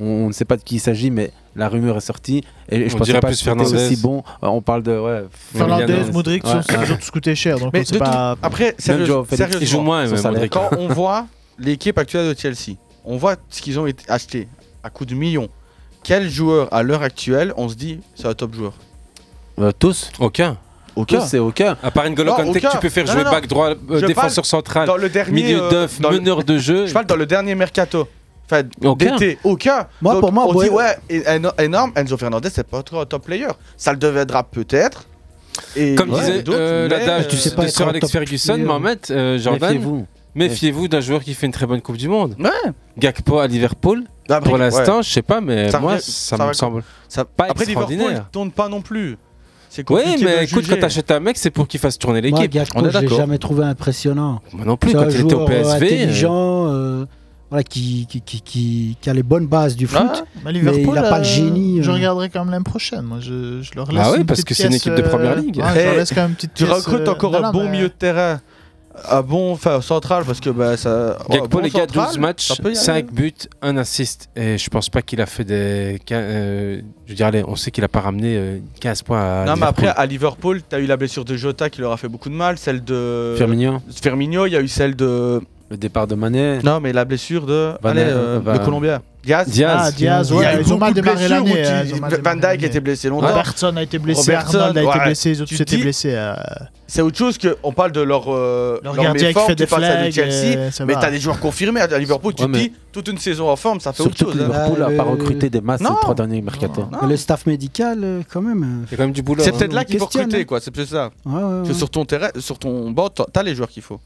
Speaker 7: On, on ne sait pas de qui il s'agit, mais la rumeur est sortie. Et, je
Speaker 22: On
Speaker 7: pensais
Speaker 22: dirait
Speaker 7: pas
Speaker 22: plus
Speaker 7: que c'était
Speaker 22: Fernandez.
Speaker 7: aussi bon. Euh, on parle de ouais,
Speaker 10: Fernandez, Modric, ils ont- ils ont tous coûté cher. Donc
Speaker 9: Mais
Speaker 10: on sait
Speaker 9: de
Speaker 10: pas.
Speaker 9: tout- après, sérieux- sérieusement,
Speaker 10: son salaire.
Speaker 9: quand on
Speaker 10: (laughs)
Speaker 9: voit l'équipe actuelle de Chelsea, on voit ce qu'ils ont été acheté à coups de millions. Quel joueur à l'heure actuelle, on se dit, c'est un top joueur
Speaker 7: tous
Speaker 22: Aucun.
Speaker 9: Aucun.
Speaker 22: Tous, c'est
Speaker 7: aucun.
Speaker 22: À part N'Golo
Speaker 9: Non,
Speaker 22: Kanté, que
Speaker 9: aucun.
Speaker 22: tu peux faire
Speaker 9: Non,
Speaker 22: jouer
Speaker 9: non, non.
Speaker 22: back droit, euh,
Speaker 9: Je
Speaker 22: défenseur
Speaker 9: parle
Speaker 22: central,
Speaker 9: dans le dernier,
Speaker 22: milieu
Speaker 9: euh,
Speaker 22: d'œuf,
Speaker 9: dans le-
Speaker 22: meneur de jeu.
Speaker 9: Je parle dans le dernier mercato. Enfin,
Speaker 22: Aucun.
Speaker 9: d'été, aucun.
Speaker 22: Moi,
Speaker 9: Donc,
Speaker 22: pour moi,
Speaker 9: on
Speaker 22: Boe-
Speaker 9: dit, ouais, é- éno- énorme. Enzo Fernandez, c'est pas trop un top player. Ça le deviendra peut-être. Et
Speaker 22: Comme
Speaker 9: ouais,
Speaker 22: disait
Speaker 9: d'autres,
Speaker 22: euh,
Speaker 9: mais,
Speaker 22: l'adage
Speaker 9: euh,
Speaker 22: de Sir Alex Ferguson, Mohamed, euh, Jordan,
Speaker 9: Méfiez-vous.
Speaker 22: méfiez-vous d'un joueur qui fait une très bonne Coupe du Monde. Gakpo à Liverpool.
Speaker 9: Après,
Speaker 22: pour l'instant,
Speaker 9: ouais.
Speaker 22: je sais pas, mais
Speaker 9: Ça
Speaker 22: moi,
Speaker 9: revient-
Speaker 22: ça,
Speaker 9: ça
Speaker 22: me
Speaker 9: va-
Speaker 22: semble
Speaker 9: ça,
Speaker 22: pas
Speaker 9: Après, Liverpool
Speaker 22: extraordinaire.
Speaker 9: ne tourne pas non plus. C'est compliqué
Speaker 22: Oui, mais
Speaker 9: de
Speaker 22: écoute,
Speaker 9: juger.
Speaker 22: quand t'achètes un mec, c'est pour qu'il fasse tourner
Speaker 2: Moi,
Speaker 22: l'équipe.
Speaker 2: Gakpo, je l'ai jamais trouvé impressionnant.
Speaker 22: Moi non plus,
Speaker 2: C'est
Speaker 22: quand
Speaker 2: un
Speaker 22: il était au
Speaker 2: joueur, euh,
Speaker 22: PSV, euh,
Speaker 2: intelligent, euh, voilà, qui, qui, qui, qui, qui a les bonnes bases du
Speaker 22: Ah,
Speaker 2: foot,
Speaker 10: Bah,
Speaker 2: mais il n'a pas
Speaker 10: euh,
Speaker 2: le génie.
Speaker 10: Je
Speaker 2: euh.
Speaker 10: regarderai quand même l'année prochaine. Moi,
Speaker 9: Euh,
Speaker 10: je, je leur laisse.
Speaker 2: Ah oui,
Speaker 10: une
Speaker 2: parce
Speaker 10: petite
Speaker 2: que c'est une
Speaker 10: pièce,
Speaker 2: équipe de première
Speaker 10: euh,
Speaker 2: ligue.
Speaker 10: ouais, je leur
Speaker 9: Eh,
Speaker 10: laisse quand même une petite
Speaker 9: Tu
Speaker 10: pièce,
Speaker 9: recrutes
Speaker 10: euh,
Speaker 9: encore
Speaker 10: non,
Speaker 9: un
Speaker 10: non,
Speaker 9: bon
Speaker 10: mais-
Speaker 9: milieu de terrain. Un bon enfin, central, parce que bah, ça. un
Speaker 22: Gakpo,
Speaker 9: bon
Speaker 22: les gars,
Speaker 9: central,
Speaker 22: 12 matchs,
Speaker 9: ça peut y aller.
Speaker 22: 5 buts, 1 assist. Et je pense pas qu'il a fait des. quin- euh, je veux dire, allez, on sait qu'il a pas ramené euh, 15 points à.
Speaker 9: Non, mais
Speaker 22: Liverpool.
Speaker 9: après, euh, à Liverpool, t'as eu la blessure de Jota qui leur a fait beaucoup de mal, celle de.
Speaker 22: Firmino.
Speaker 9: Firmino, il y a eu celle de.
Speaker 7: Le départ de Manet.
Speaker 9: Non, mais la blessure de.
Speaker 7: Van-
Speaker 9: allez, euh,
Speaker 7: Van-
Speaker 9: le Colombien. Diaz.
Speaker 7: Diaz. Ah, Diaz, ouais,
Speaker 9: Il y a eu
Speaker 10: ils ont
Speaker 9: beaucoup
Speaker 10: mal
Speaker 9: de
Speaker 10: démarré
Speaker 9: blessures
Speaker 10: l'année,
Speaker 9: où tu-
Speaker 10: euh, ils ont mal
Speaker 9: Van Dijk a été blessé longtemps.
Speaker 10: Robertson a été blessé, Arnold a été blessé, ils ont
Speaker 9: Tu
Speaker 10: tous été
Speaker 9: dis-
Speaker 10: blessés.
Speaker 9: C'est autre chose qu'on parle de leur, euh,
Speaker 10: Leur
Speaker 9: leur,
Speaker 10: gardien qui
Speaker 9: méforme
Speaker 10: fait
Speaker 9: qui
Speaker 10: des
Speaker 9: passe à de
Speaker 10: flags,
Speaker 9: Chelsea,
Speaker 10: euh, ça
Speaker 9: mais
Speaker 10: va.
Speaker 9: t'as des joueurs confirmés à Liverpool, tu
Speaker 7: Ouais,
Speaker 9: te
Speaker 7: mais-
Speaker 9: dis toute une saison en forme, ça fait
Speaker 7: Surtout
Speaker 9: autre
Speaker 7: que
Speaker 9: chose. hein.
Speaker 22: Bah,
Speaker 7: Liverpool n'a
Speaker 2: Ah,
Speaker 7: pas
Speaker 2: le-
Speaker 7: recruté des masses
Speaker 9: Non.
Speaker 7: ces trois derniers mercato.
Speaker 2: Mais le staff médical, euh, quand même.
Speaker 22: Il y a quand même du boulot. hein.
Speaker 9: C'est peut-être là qu'il faut recruter,
Speaker 7: hein.
Speaker 2: recruter
Speaker 9: quoi. C'est peut-être ça.
Speaker 2: Ouais, ouais,
Speaker 9: Parce
Speaker 2: ouais.
Speaker 9: que sur ton terrain, sur ton banc, t'as- t'as les joueurs qu'il faut.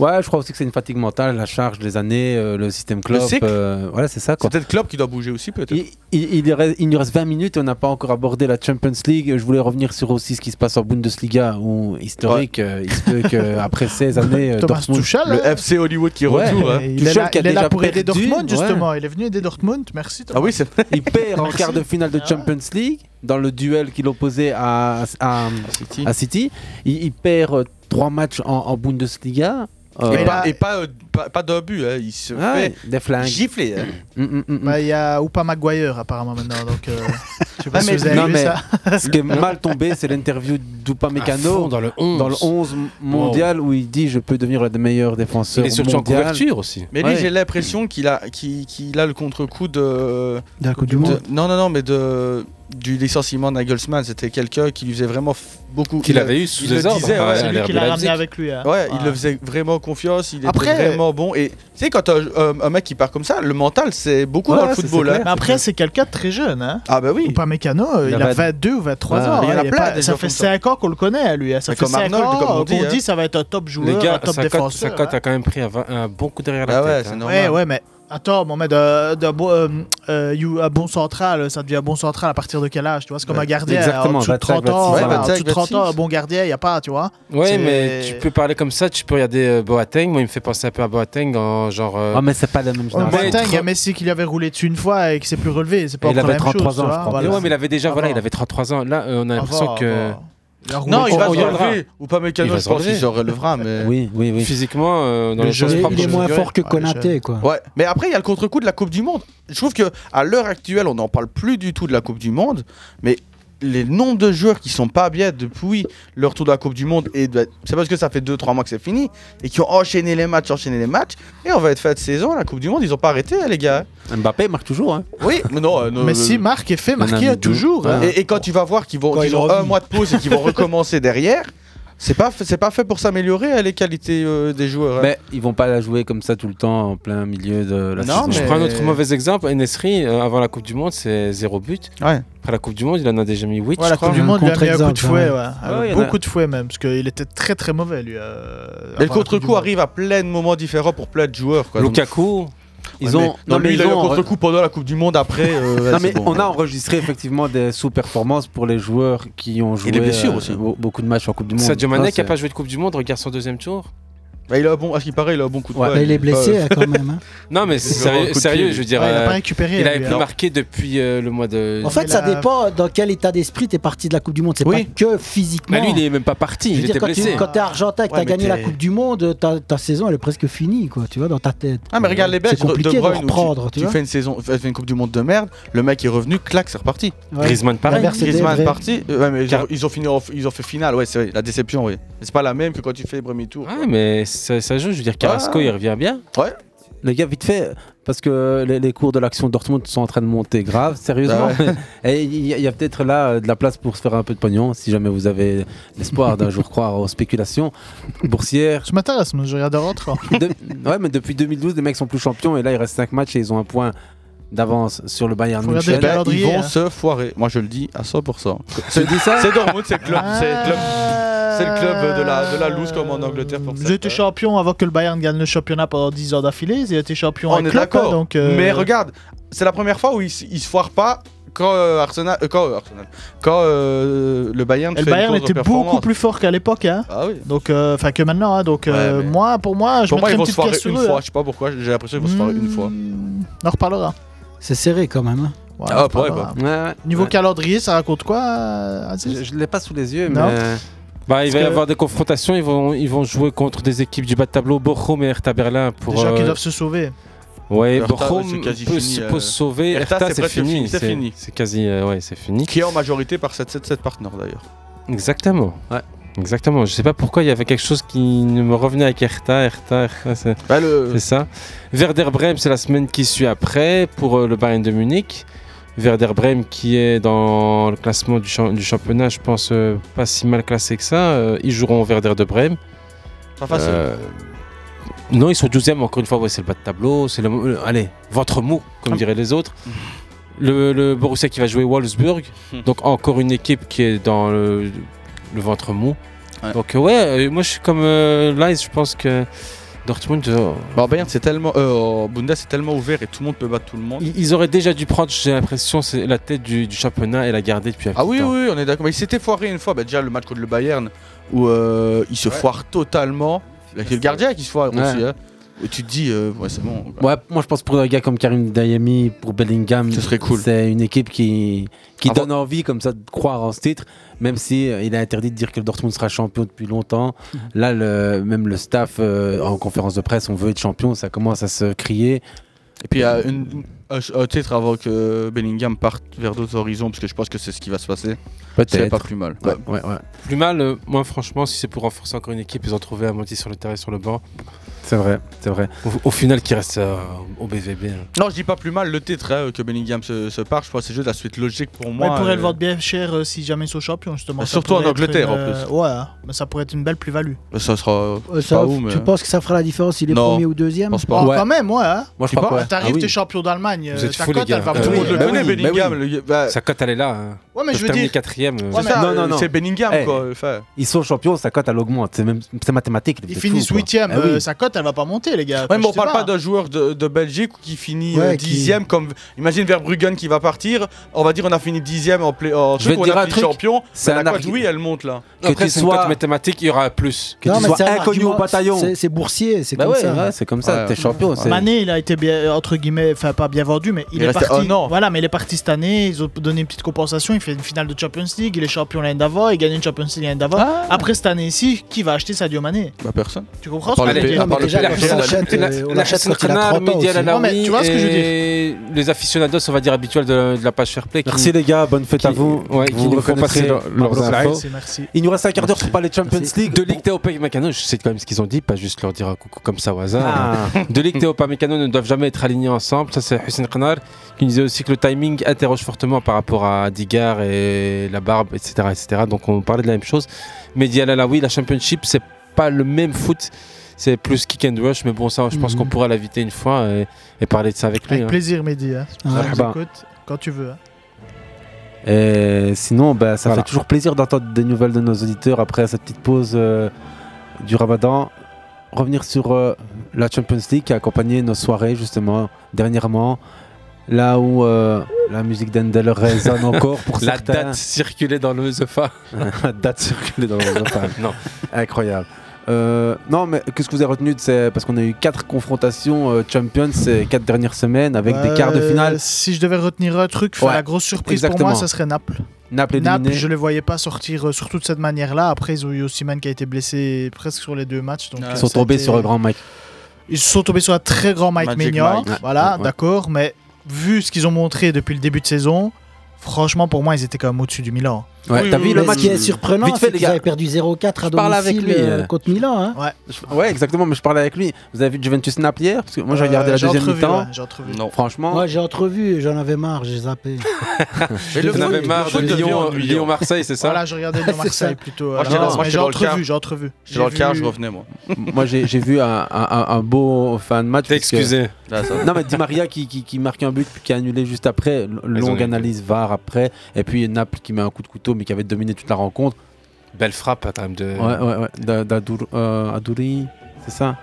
Speaker 7: Ouais, je crois aussi que c'est une fatigue mentale, la charge, les années, euh, le système club.
Speaker 9: cycle.
Speaker 7: voilà, c'est ça.
Speaker 9: C'est peut-être Klopp qui doit bouger aussi, peut-être.
Speaker 7: Il, il- il reste- il nous reste 20 minutes et on n'a pas encore abordé la Champions League. Je voulais revenir sur aussi ce qui se passe en Bundesliga, où historique, euh, il se peut
Speaker 9: (laughs)
Speaker 7: qu'après 16 années, euh,
Speaker 10: Thomas
Speaker 7: Dortmund-
Speaker 10: Tuchel, hein.
Speaker 9: Le FC Hollywood qui
Speaker 7: Ouais.
Speaker 9: retourne. hein.
Speaker 10: Il est
Speaker 7: Tuchel
Speaker 10: là,
Speaker 7: qui a
Speaker 10: il est là
Speaker 7: déjà
Speaker 10: pour aider
Speaker 7: perdu,
Speaker 10: Dortmund,
Speaker 7: ouais.
Speaker 10: justement. Il est venu aider Dortmund, merci. Thomas.
Speaker 9: Ah oui, c'est
Speaker 7: Il perd en
Speaker 10: Merci.
Speaker 7: quart de finale
Speaker 10: Ah.
Speaker 7: de Champions League dans le duel qu'il opposait à, à, à- à City. Il, il perd euh, trois matchs en, en Bundesliga. Euh,
Speaker 9: Et, pas, et pas, euh, pas, pas d'un but, hein. il se
Speaker 7: Ah ouais,
Speaker 9: fait
Speaker 7: des flingues.
Speaker 9: gifler. hein.
Speaker 10: Bah, Il y a Oupa Maguire apparemment maintenant, donc euh, je sais pas
Speaker 7: Ah,
Speaker 10: si
Speaker 7: mais-
Speaker 10: vous avez
Speaker 7: non,
Speaker 10: vu
Speaker 7: mais (laughs)
Speaker 10: ça.
Speaker 7: ce
Speaker 10: (laughs)
Speaker 7: qui est mal tombé, c'est l'interview d'Upa Mécano
Speaker 22: fond dans le 11.
Speaker 7: dans le 11 mondial où il dit Je peux devenir le meilleur défenseur.
Speaker 22: Il est surtout en
Speaker 7: mondial.
Speaker 22: couverture aussi.
Speaker 9: Mais
Speaker 7: Ouais.
Speaker 9: lui, j'ai l'impression qu'il a, qu'il, qu'il a le contre-coup de.
Speaker 2: De la Coupe du
Speaker 9: de-
Speaker 2: Monde.
Speaker 9: Non, non, non, mais de, du licenciement de Nagelsmann. C'était quelqu'un qui lui faisait vraiment f- beaucoup.
Speaker 22: Qu'il
Speaker 9: il a-
Speaker 22: avait eu
Speaker 9: il
Speaker 22: sous
Speaker 9: le
Speaker 22: les ordres,
Speaker 9: disait,
Speaker 22: à
Speaker 9: ouais.
Speaker 22: l'herbe de Leipzig.
Speaker 10: hein.
Speaker 9: Ouais, il le faisait vraiment confiance, il
Speaker 10: Après-
Speaker 9: était vraiment bon. Et tu sais, quand un, un- un mec qui part comme ça, le mental, c'est beaucoup dans le football. hein.
Speaker 10: Mais après, c'est quelqu'un de très jeune. Hein.
Speaker 9: Ah bah oui.
Speaker 10: Oupa Mécano, euh,
Speaker 9: Il
Speaker 10: il,
Speaker 9: a
Speaker 10: a
Speaker 9: vingt-
Speaker 10: 22 ou 23
Speaker 9: Ouais.
Speaker 10: ans.
Speaker 9: Il y en a
Speaker 10: hein, est
Speaker 9: plein,
Speaker 10: pas-
Speaker 9: des
Speaker 10: ça
Speaker 9: joueurs
Speaker 10: fait
Speaker 9: comme ça.
Speaker 10: 5 ans qu'on le connaît, lui. hein. Ça
Speaker 9: Mais
Speaker 10: fait
Speaker 9: comme
Speaker 10: 5
Speaker 9: Arnold, comme on
Speaker 10: ans euh,
Speaker 9: dit,
Speaker 10: qu'on
Speaker 9: hein.
Speaker 10: dit ça va être un top joueur,
Speaker 22: Les gars,
Speaker 10: un top
Speaker 22: Saka,
Speaker 10: défenseur.
Speaker 22: Saka
Speaker 10: hein.
Speaker 22: t'as quand même pris un, va- un bon coup derrière la
Speaker 9: Ah ouais,
Speaker 22: tête.
Speaker 9: c'est
Speaker 22: hein.
Speaker 10: Ouais, ouais, mais attends, Mohamed, euh, d'un bon, euh, euh, you- un bon central, ça devient un bon central à partir de quel âge Tu vois, c'est comme
Speaker 22: Ouais.
Speaker 10: un gardien. hein,
Speaker 22: Exactement,
Speaker 10: en dessous de
Speaker 22: 25,
Speaker 10: 30 ans,
Speaker 22: 26,
Speaker 10: voilà, en dessous de
Speaker 22: 25,
Speaker 10: 30 ans, un bon gardien, il n'y a pas, tu vois.
Speaker 22: Ouais,
Speaker 10: C'est-
Speaker 22: mais tu peux parler comme ça, tu peux regarder euh, Boateng. Moi, il me fait penser un peu à Boateng dans genre. euh,
Speaker 7: Ah, mais c'est pas la même
Speaker 10: Oh,
Speaker 22: Ouais,
Speaker 10: Boateng,
Speaker 22: il
Speaker 10: il y a Messi qui lui avait roulé dessus une fois et qui s'est plus relevé. C'est pas
Speaker 22: il
Speaker 10: encore
Speaker 22: avait
Speaker 10: la même chose.
Speaker 22: 33
Speaker 10: tu
Speaker 22: ans, je
Speaker 7: hein,
Speaker 10: vois,
Speaker 22: crois.
Speaker 10: voilà.
Speaker 22: Ouais, mais il avait
Speaker 10: Ah
Speaker 22: déjà, voilà, il avait 33 ans. Là, euh, on a l'impression
Speaker 10: Avant,
Speaker 22: que.
Speaker 10: ah Il a roulé
Speaker 9: Non, il
Speaker 10: dessus.
Speaker 9: va
Speaker 10: Oh,
Speaker 9: se
Speaker 10: il reviendra.
Speaker 9: relever. Ou pas
Speaker 22: Il
Speaker 9: Mécano,
Speaker 22: va
Speaker 9: je
Speaker 22: se
Speaker 9: pense qu'il
Speaker 22: relever.
Speaker 9: se relèvera. Mais...
Speaker 7: Oui, oui, oui.
Speaker 22: Physiquement, euh, dans
Speaker 9: Le
Speaker 22: les
Speaker 9: jeu-
Speaker 22: choses propres,
Speaker 2: Il est
Speaker 22: je
Speaker 2: moins
Speaker 22: dirais.
Speaker 2: fort que Konaté, quoi.
Speaker 9: Ouais, mais après il y a le contre-coup de la Coupe du Monde. Je trouve que à l'heure actuelle, on n'en parle plus du tout de la Coupe du Monde, mais les nombres de joueurs qui sont pas bien depuis le retour de la Coupe du Monde et de- c'est parce que ça fait 2-3 mois que c'est fini et qui ont enchaîné les matchs, enchaîné les matchs et on va être fait de saison la Coupe du Monde, ils ont pas arrêté hein, les gars.
Speaker 7: Mbappé marque toujours. Hein.
Speaker 9: Oui, mais non, euh, non,
Speaker 10: Messi
Speaker 9: euh,
Speaker 10: marque et fait
Speaker 9: Il y en a
Speaker 10: marquer
Speaker 9: mis
Speaker 10: euh,
Speaker 9: deux.
Speaker 10: toujours. hein.
Speaker 9: Et, et quand tu vas voir qu'ils vont
Speaker 10: Quand
Speaker 9: qu'ils
Speaker 10: il
Speaker 9: ont
Speaker 10: revit.
Speaker 9: un mois de pause et qu'ils vont recommencer derrière, c'est pas fait- c'est pas fait pour s'améliorer hein, les qualités euh, des joueurs. hein.
Speaker 7: Mais ils vont pas la jouer comme ça tout le temps en plein milieu de la saison.
Speaker 22: Je prends un autre mauvais exemple. Enesri, euh, avant la Coupe du Monde, c'est zéro but. Après la Coupe du Monde, il en a déjà mis 8.
Speaker 10: Ouais, la
Speaker 22: je crois.
Speaker 10: Coupe du Monde lui a mis un coup de fouet, ouais.
Speaker 7: hein.
Speaker 22: Ouais, il y en a-
Speaker 10: beaucoup de fouet même, parce qu'il était très très mauvais lui. euh,
Speaker 9: Mais le
Speaker 10: avant la Coupe du
Speaker 9: contre-coup arrive à plein de moments différents pour plein de joueurs. Quoi. Donc,
Speaker 22: Lukaku.
Speaker 9: Ouais,
Speaker 7: Ils ont.
Speaker 9: mais- non, lui, il a eu un
Speaker 22: euh,
Speaker 9: contre-coup pendant la Coupe du Monde après. euh, ouais,
Speaker 7: non,
Speaker 9: c'est
Speaker 7: mais
Speaker 9: bon.
Speaker 7: on a enregistré effectivement des sous-performances pour les joueurs qui ont joué
Speaker 9: les blessures aussi.
Speaker 7: be- beaucoup de matchs en Coupe du Monde.
Speaker 22: Sadio
Speaker 7: Non,
Speaker 22: Mané qui a
Speaker 7: c'est-
Speaker 22: pas joué de Coupe du Monde, regarde son deuxième tour.
Speaker 9: Bah, il a un bon, à ce qui paraît, il a un bon coup de
Speaker 22: Ouais.
Speaker 9: poing.
Speaker 22: Bah, il est blessé,
Speaker 9: euh,
Speaker 22: quand même, Non mais
Speaker 9: Il
Speaker 22: c'est
Speaker 9: peut avoir un coup
Speaker 22: sérieux,
Speaker 9: de
Speaker 22: sérieux,
Speaker 9: pied.
Speaker 22: je veux dire.
Speaker 9: Ah, il a
Speaker 22: euh,
Speaker 9: pas récupéré,
Speaker 22: Il
Speaker 9: lui,
Speaker 22: avait plus
Speaker 9: alors.
Speaker 22: marqué depuis euh, le mois de.
Speaker 2: En fait, ça dépend dans quel état d'esprit tu es parti de la Coupe du Monde. C'est
Speaker 22: Oui.
Speaker 2: pas que physiquement.
Speaker 22: Mais Bah, lui, il est même pas parti,
Speaker 2: Je veux
Speaker 22: il
Speaker 2: dire,
Speaker 22: était
Speaker 2: quand tu
Speaker 22: blessé.
Speaker 2: es argentin et que
Speaker 22: Ouais,
Speaker 2: tu as
Speaker 22: mais
Speaker 2: gagné la
Speaker 22: t'es-
Speaker 2: Coupe du Monde, ta, ta saison, elle est presque finie, quoi, tu vois, dans ta tête.
Speaker 9: Ah, mais regarde les Belges,
Speaker 2: Euh, C'est compliqué de,
Speaker 9: Bruyne, où tu-
Speaker 2: reprendre, tu,
Speaker 9: tu,
Speaker 2: vois.
Speaker 9: fais une saison, tu fais une Coupe du Monde de merde, le mec est revenu, clac, c'est reparti.
Speaker 2: Ouais. Griezmann, pareil. L'inverse était
Speaker 9: Griezmann
Speaker 2: vrai.
Speaker 9: parti. euh, ouais, mais ils, ont, ils ont fini, en- ils ont fait finale, ouais, c'est vrai, la déception, oui. C'est pas la même que quand tu fais le premier tour.
Speaker 22: Ouais, mais ça, ça joue, je veux dire, Carrasco,
Speaker 7: Ouais.
Speaker 22: il revient bien.
Speaker 9: Ouais.
Speaker 7: Les gars, vite fait, parce que les, les cours de l'action Dortmund sont en train de monter grave, sérieusement.
Speaker 9: Ah
Speaker 22: Bah
Speaker 7: (laughs) Et il y a, il y a peut-être là euh, de la place pour se faire un peu de pognon, si jamais vous avez l'espoir d'un jour croire aux spéculations boursières.
Speaker 10: Je m'intéresse, mais je regarde en rentrant.
Speaker 7: De- Ouais, mais depuis 2012, les mecs sont plus champions et là, il reste 5 matchs et ils ont un point d'avance sur le Bayern
Speaker 9: Eh
Speaker 7: Munich.
Speaker 9: ben, ils
Speaker 10: hein.
Speaker 9: vont se foirer, moi je le dis à 100%.
Speaker 7: Tu dis ça
Speaker 9: C'est Dortmund, c'est le club,
Speaker 22: Ah.
Speaker 9: c'est le club, c'est le club de la, de la loose comme en Angleterre pour
Speaker 10: Ils ont
Speaker 22: euh,
Speaker 10: été champions avant que le Bayern gagne le championnat pendant 10 ans d'affilée. Ils ont été champions
Speaker 9: On
Speaker 10: avec
Speaker 9: est
Speaker 10: Klopp, hein,
Speaker 9: d'accord.
Speaker 10: donc, euh,
Speaker 9: Mais regarde, c'est la première fois où ils il se foirent pas quand euh, Arsenal, euh, quand, euh, Arsenal- quand, euh, le Bayern.
Speaker 10: Et le
Speaker 9: fait une
Speaker 10: Bayern
Speaker 9: contre-
Speaker 10: était beaucoup
Speaker 9: performance.
Speaker 10: plus fort qu'à l'époque, hein. Donc, euh, enfin que maintenant, hein. Donc, euh,
Speaker 9: mais-
Speaker 10: moi, pour moi, je
Speaker 9: Pour moi,
Speaker 10: mettrais
Speaker 9: ils vont
Speaker 10: une
Speaker 9: se
Speaker 10: petite
Speaker 9: foirer
Speaker 10: pièce sur
Speaker 9: une
Speaker 10: eux,
Speaker 9: fois.
Speaker 10: hein.
Speaker 9: Je sais pas pourquoi. J'ai l'impression qu'ils vont se foirer une fois.
Speaker 22: Hmm.
Speaker 10: On en reparlera.
Speaker 2: C'est serré quand même. hein.
Speaker 9: Ah, ouais, bah.
Speaker 10: Niveau calendrier, ça raconte quoi euh, Aziz
Speaker 7: Je ne l'ai pas sous les yeux,
Speaker 10: Non.
Speaker 7: mais.
Speaker 22: Bah, il
Speaker 10: Parce
Speaker 22: va y
Speaker 10: que-
Speaker 22: avoir des confrontations, ils vont, ils vont jouer contre des équipes du bas de tableau, Bochum et Hertha Berlin. Pour,
Speaker 10: Déjà qu'ils
Speaker 22: euh,
Speaker 10: doivent se sauver.
Speaker 22: Ouais,
Speaker 9: Hertha,
Speaker 22: Bochum
Speaker 9: c'est quasi
Speaker 22: peut,
Speaker 9: fini,
Speaker 22: se-
Speaker 9: euh.
Speaker 22: peut se sauver.
Speaker 9: Hertha,
Speaker 22: Hertha,
Speaker 9: c'est
Speaker 22: c'est
Speaker 9: presque
Speaker 22: fini.
Speaker 9: fini, c'est
Speaker 22: C'est
Speaker 9: fini.
Speaker 22: C'est quasi. euh, ouais, c'est fini.
Speaker 9: Qui est en majorité par 7-7-7 partner d'ailleurs.
Speaker 22: Exactement. Exactement. Je sais pas pourquoi il y avait quelque chose qui ne me revenait avec Hertha. Hertha, Hertha, c'est c'est ça. Werder Bremen, c'est la semaine qui suit après pour euh, le Bayern de Munich. Werder Bremen qui est dans le classement du, champ- du championnat, je pense euh, pas si mal classé que ça. Euh, ils joueront au Werder de Bremen. Euh,
Speaker 9: Pas facile.
Speaker 22: non, ils sont 12e encore une fois. Ouais, c'est le bas de tableau. C'est le, le- allez, ventre mou, comme diraient les autres. Le, le Borussia qui va jouer Wolfsburg. Donc encore une équipe qui est dans le, le ventre mou. Donc euh, ouais, euh, moi je suis comme euh, Lies, je pense que Dortmund. euh,
Speaker 9: Bah, en Bayern, c'est tellement. Euh, en Bundesliga, c'est tellement ouvert et tout le monde peut battre tout le monde.
Speaker 22: ils ils auraient déjà dû prendre, j'ai l'impression, c'est la tête du, du championnat et la garder depuis un
Speaker 9: Ah
Speaker 22: petit
Speaker 9: oui,
Speaker 22: temps.
Speaker 9: oui, on est d'accord. Mais il s'était foiré une fois. Bah, déjà, le match contre le Bayern, où euh, il se foire totalement. Là, C'est le gardien qui se foire
Speaker 7: Ouais.
Speaker 9: aussi. hein. Où tu te dis, euh, ouais, c'est bon.
Speaker 7: Ouais, moi je pense pour un gars comme Karim Dayami, pour Bellingham, C'est une équipe qui, qui donne envie comme ça de croire en ce titre, même si euh, il est interdit de dire que le Dortmund sera champion depuis
Speaker 22: (laughs)
Speaker 7: longtemps. Là, le, même le staff euh, en conférence de presse, on veut être champion, ça commence à se crier.
Speaker 9: Et puis, il y a une- un, un titre avant que Bellingham parte vers d'autres horizons, parce que je pense que c'est ce qui va se passer. C'est
Speaker 22: Peut-être.
Speaker 9: pas plus mal.
Speaker 22: Ouais,
Speaker 7: ouais, ouais.
Speaker 22: Plus mal, euh, moi franchement, si c'est pour renforcer encore une équipe, ils ont trouvé à moitié sur le terrain et sur le banc.
Speaker 7: C'est vrai, c'est vrai.
Speaker 22: Au, au final, qui reste euh, au BVB. hein.
Speaker 9: Non, je dis pas plus mal le titre hein, que Bellingham se, se part. Je pense que c'est juste la suite logique pour moi.
Speaker 10: Ouais, ils pourraient
Speaker 9: euh,
Speaker 10: le vendre bien cher euh, si jamais ils sont champions, justement.
Speaker 9: Bah,
Speaker 10: Ça
Speaker 9: surtout en
Speaker 10: pourrait être
Speaker 9: Angleterre,
Speaker 10: une,
Speaker 9: en
Speaker 10: euh,
Speaker 9: plus.
Speaker 10: Ouais, hein. mais ça pourrait être une belle plus-value.
Speaker 9: Ça sera.
Speaker 2: Euh,
Speaker 9: Oh, je sais
Speaker 2: ça-
Speaker 9: pas où, mais-
Speaker 2: Tu penses que ça fera la différence s'il est
Speaker 9: Non.
Speaker 2: premier ou deuxième
Speaker 9: Je pense pas.
Speaker 10: Oh,
Speaker 9: Ouais.
Speaker 10: Quand même, ouais. hein.
Speaker 22: Moi, je Tu crois penses pas.
Speaker 10: T'arrives,
Speaker 22: Ah oui.
Speaker 10: t'es champion d'Allemagne.
Speaker 22: Vous
Speaker 10: euh,
Speaker 22: êtes
Speaker 10: Ta
Speaker 22: fous, les
Speaker 10: cote,
Speaker 22: gars.
Speaker 10: elle va
Speaker 22: Euh,
Speaker 10: monter.
Speaker 22: oui, bah oui, bah
Speaker 9: Bellingham,
Speaker 22: oui.
Speaker 9: le- bah-
Speaker 22: Sa cote, elle est là. hein.
Speaker 10: Ouais, mais
Speaker 22: Ils peuvent
Speaker 10: je veux
Speaker 22: terminer
Speaker 10: dire-
Speaker 22: quatrième. euh.
Speaker 10: Ouais, mais-
Speaker 9: Ah, euh, C'est Bellingham,
Speaker 7: Eh,
Speaker 9: quoi. enfin.
Speaker 7: Ils sont champions, sa cote elle augmente, c'est même c'est mathématique.
Speaker 10: Ils finissent 8
Speaker 7: huitième.
Speaker 10: e Sa cote, elle va pas monter, les gars.
Speaker 9: Ouais,
Speaker 10: Enfin,
Speaker 9: mais
Speaker 10: je
Speaker 9: on
Speaker 10: sais
Speaker 9: parle pas, d'un joueur de, de Belgique qui finit euh,
Speaker 10: Ouais, qui-
Speaker 9: dixième comme imagine Verbruggen qui va partir. On va dire on a fini dixième en play en
Speaker 22: Je vais
Speaker 9: truc,
Speaker 22: te
Speaker 9: on
Speaker 22: dire
Speaker 9: a
Speaker 22: un
Speaker 9: fini
Speaker 22: truc.
Speaker 9: champion.
Speaker 22: C'est
Speaker 9: Bah,
Speaker 22: un
Speaker 9: la cote,
Speaker 22: argument.
Speaker 9: oui, elle monte là.
Speaker 22: Que Après, tu c'est une sois- cote mathématique, il y aura plus.
Speaker 7: Que tu sois
Speaker 2: hein. c'est un
Speaker 7: inconnu
Speaker 2: argument-
Speaker 7: au bataillon.
Speaker 2: c'est- C'est boursier, c'est
Speaker 7: Bah
Speaker 2: comme
Speaker 7: ouais,
Speaker 2: ça. hein.
Speaker 7: ouais, c'est comme ça, Ouais. t'es champion, Ouais. c'est-
Speaker 10: Mané, il a été bien, entre guillemets, enfin pas bien vendu, mais il,
Speaker 9: Il
Speaker 10: est oh,
Speaker 9: restait
Speaker 10: parti.
Speaker 9: un an.
Speaker 10: Voilà, mais il est parti cette année. Ils ont donné une petite compensation. Il fait une finale de Champions League. Il est champion l'année d'avant. Il gagne une Champions League l'année d'avant. Après cette année-ci, qui va acheter Sadio Mané
Speaker 9: Bah personne.
Speaker 10: Tu comprends ce que je veux dire
Speaker 7: euh,
Speaker 10: Non, mais tu vois ce que je veux dire
Speaker 22: dire Les aficionados, on va dire, habituels de, de la page Fairplay. qui-
Speaker 7: Merci les gars, bonne fête
Speaker 22: qui-
Speaker 7: à vous.
Speaker 22: Ouais, qui
Speaker 7: vous
Speaker 22: nous font passer
Speaker 7: reconnaîtrez
Speaker 22: leur- leurs
Speaker 7: Pablo
Speaker 22: infos.
Speaker 7: Flores. Il nous reste un quart d'heure pour parler de Champions League.
Speaker 22: De Ligue Théopa et Mécano, je sais quand même ce qu'ils ont dit, pas juste leur dire un coucou comme ça au hasard.
Speaker 7: Ah.
Speaker 22: De Ligue Théopa et Mécano ne doivent jamais être alignés ensemble. Ça, c'est Hussein Khanar qui nous disait aussi que le timing interroge fortement par rapport à Digar et la barbe, etc. etc. Donc on parlait de la même chose. Mais Dialala, oui, la Championship, c'est pas le même foot. C'est plus kick and rush, mais bon, ça, je
Speaker 7: Mhm.
Speaker 22: pense qu'on pourra l'inviter une fois et, et parler de ça avec lui.
Speaker 10: Avec
Speaker 22: hein.
Speaker 10: plaisir, Mehdi. hein.
Speaker 22: Ouais.
Speaker 10: On vous
Speaker 22: Bah.
Speaker 10: écoute quand tu veux. hein.
Speaker 7: Et sinon, bah, ça
Speaker 22: Voilà.
Speaker 7: fait toujours plaisir d'entendre des nouvelles de nos auditeurs après cette petite pause euh, du ramadan. Revenir sur euh, la Champions League qui a accompagné nos soirées justement dernièrement. Là où euh, la musique d'Endel résonne encore pour
Speaker 22: (laughs) La
Speaker 7: certains.
Speaker 22: date circulée dans le Zepha.
Speaker 7: (laughs) la date circulée dans le
Speaker 22: (laughs)
Speaker 7: enfin, Non, incroyable. Euh, non, mais qu'est-ce que vous avez retenu de ces... Parce qu'on a eu quatre confrontations euh, Champions ces quatre dernières semaines avec des quarts de
Speaker 10: Euh,
Speaker 7: finale.
Speaker 10: Si je devais retenir un truc, faire
Speaker 7: Ouais,
Speaker 10: la grosse surprise pour
Speaker 7: exactement.
Speaker 10: moi, ce serait Naples.
Speaker 7: Naples éliminé.
Speaker 10: Naples, je ne les voyais pas sortir euh, surtout de cette manière-là. Après, ils ont eu Osimhen qui a été blessé presque sur les deux matchs. Donc, euh,
Speaker 7: Ils sont
Speaker 10: ça a
Speaker 7: tombés
Speaker 10: été-
Speaker 7: sur le grand Mike.
Speaker 10: Ils sont tombés sur un très grand Mike
Speaker 7: Magic
Speaker 10: Maignan.
Speaker 7: Mike. Ouais,
Speaker 10: Voilà,
Speaker 7: ouais.
Speaker 10: d'accord. Mais vu ce qu'ils ont montré depuis le début de saison, franchement, pour moi, ils étaient quand même au-dessus du Milan.
Speaker 7: Ouais, Oui, t'as oui, vu le
Speaker 2: Mais ce qui est surprenant,
Speaker 10: Vite fait,
Speaker 2: c'est
Speaker 10: les
Speaker 2: qu'ils
Speaker 10: gars.
Speaker 2: avaient perdu 0-4 à
Speaker 10: Je parle avec
Speaker 2: domicile
Speaker 10: lui,
Speaker 2: euh,
Speaker 10: euh.
Speaker 2: contre Milan. hein.
Speaker 7: Ouais. exactement, mais je parlais avec lui. Vous avez vu Juventus Naples hier Parce que moi, j'ai
Speaker 2: Euh,
Speaker 7: regardé la
Speaker 2: j'ai
Speaker 7: deuxième
Speaker 2: entrevu,
Speaker 7: mi-temps.
Speaker 2: ouais, j'ai entrevu.
Speaker 7: Non. Franchement.
Speaker 2: (laughs) Moi, j'ai entrevu, et j'en avais marre, j'ai zappé.
Speaker 22: Mais le
Speaker 7: J'en
Speaker 22: foot,
Speaker 7: avais
Speaker 22: le
Speaker 7: marre
Speaker 22: foot
Speaker 7: de
Speaker 22: devient
Speaker 7: Lyon-
Speaker 22: ennuyant. Lyon-Marseille, c'est ça
Speaker 10: Voilà, je
Speaker 2: (laughs)
Speaker 10: regardais le
Speaker 22: C'est
Speaker 10: Marseille
Speaker 22: ça.
Speaker 10: plutôt.
Speaker 22: Moi,
Speaker 10: Moi,
Speaker 22: j'étais dans- moi,
Speaker 10: j'ai
Speaker 22: j'étais dans le
Speaker 10: entrevu,
Speaker 22: car.
Speaker 10: j'ai entrevu.
Speaker 9: J'étais dans
Speaker 10: J'ai
Speaker 9: le car,
Speaker 10: vu-
Speaker 9: je revenais, moi.
Speaker 7: Moi, j'ai j'ai vu un, un- un- un beau fan de match. T'es
Speaker 22: excusé. Là, ça va.
Speaker 7: Non, mais Di Maria qui, qui- qui marque un but puis qui est annulé juste après. l- Longue
Speaker 22: ont-
Speaker 7: analyse VAR après. Et puis Naples qui met un coup de couteau mais qui avait dominé toute la rencontre.
Speaker 22: Belle frappe hein, quand même de.
Speaker 7: Ouais, ouais, ouais. D'a- d'Adour- euh, Adouri, c'est ça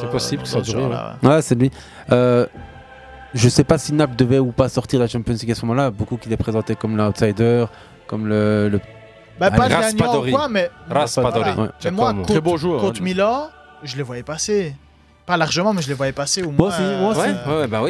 Speaker 22: C'est possible,
Speaker 10: dans
Speaker 22: ça
Speaker 10: ce
Speaker 22: durait.
Speaker 10: genre-là,
Speaker 22: ouais.
Speaker 7: Ouais, c'est lui. Euh, je sais pas si Naples devait ou pas sortir la Champions League à ce moment-là. Beaucoup qui les présentaient comme l'outsider, comme le. le...
Speaker 10: Bah, pas
Speaker 7: Allez.
Speaker 10: le gagnant ou quoi, mais.
Speaker 7: Raspadori.
Speaker 10: Voilà.
Speaker 7: Ouais.
Speaker 10: Mais moi,
Speaker 7: Giacomo.
Speaker 10: contre,
Speaker 7: Très beau joueur,
Speaker 10: contre
Speaker 7: hein.
Speaker 10: Milan, je les voyais passer. Pas largement, mais je les voyais passer au moins.
Speaker 2: Moi aussi, moi aussi.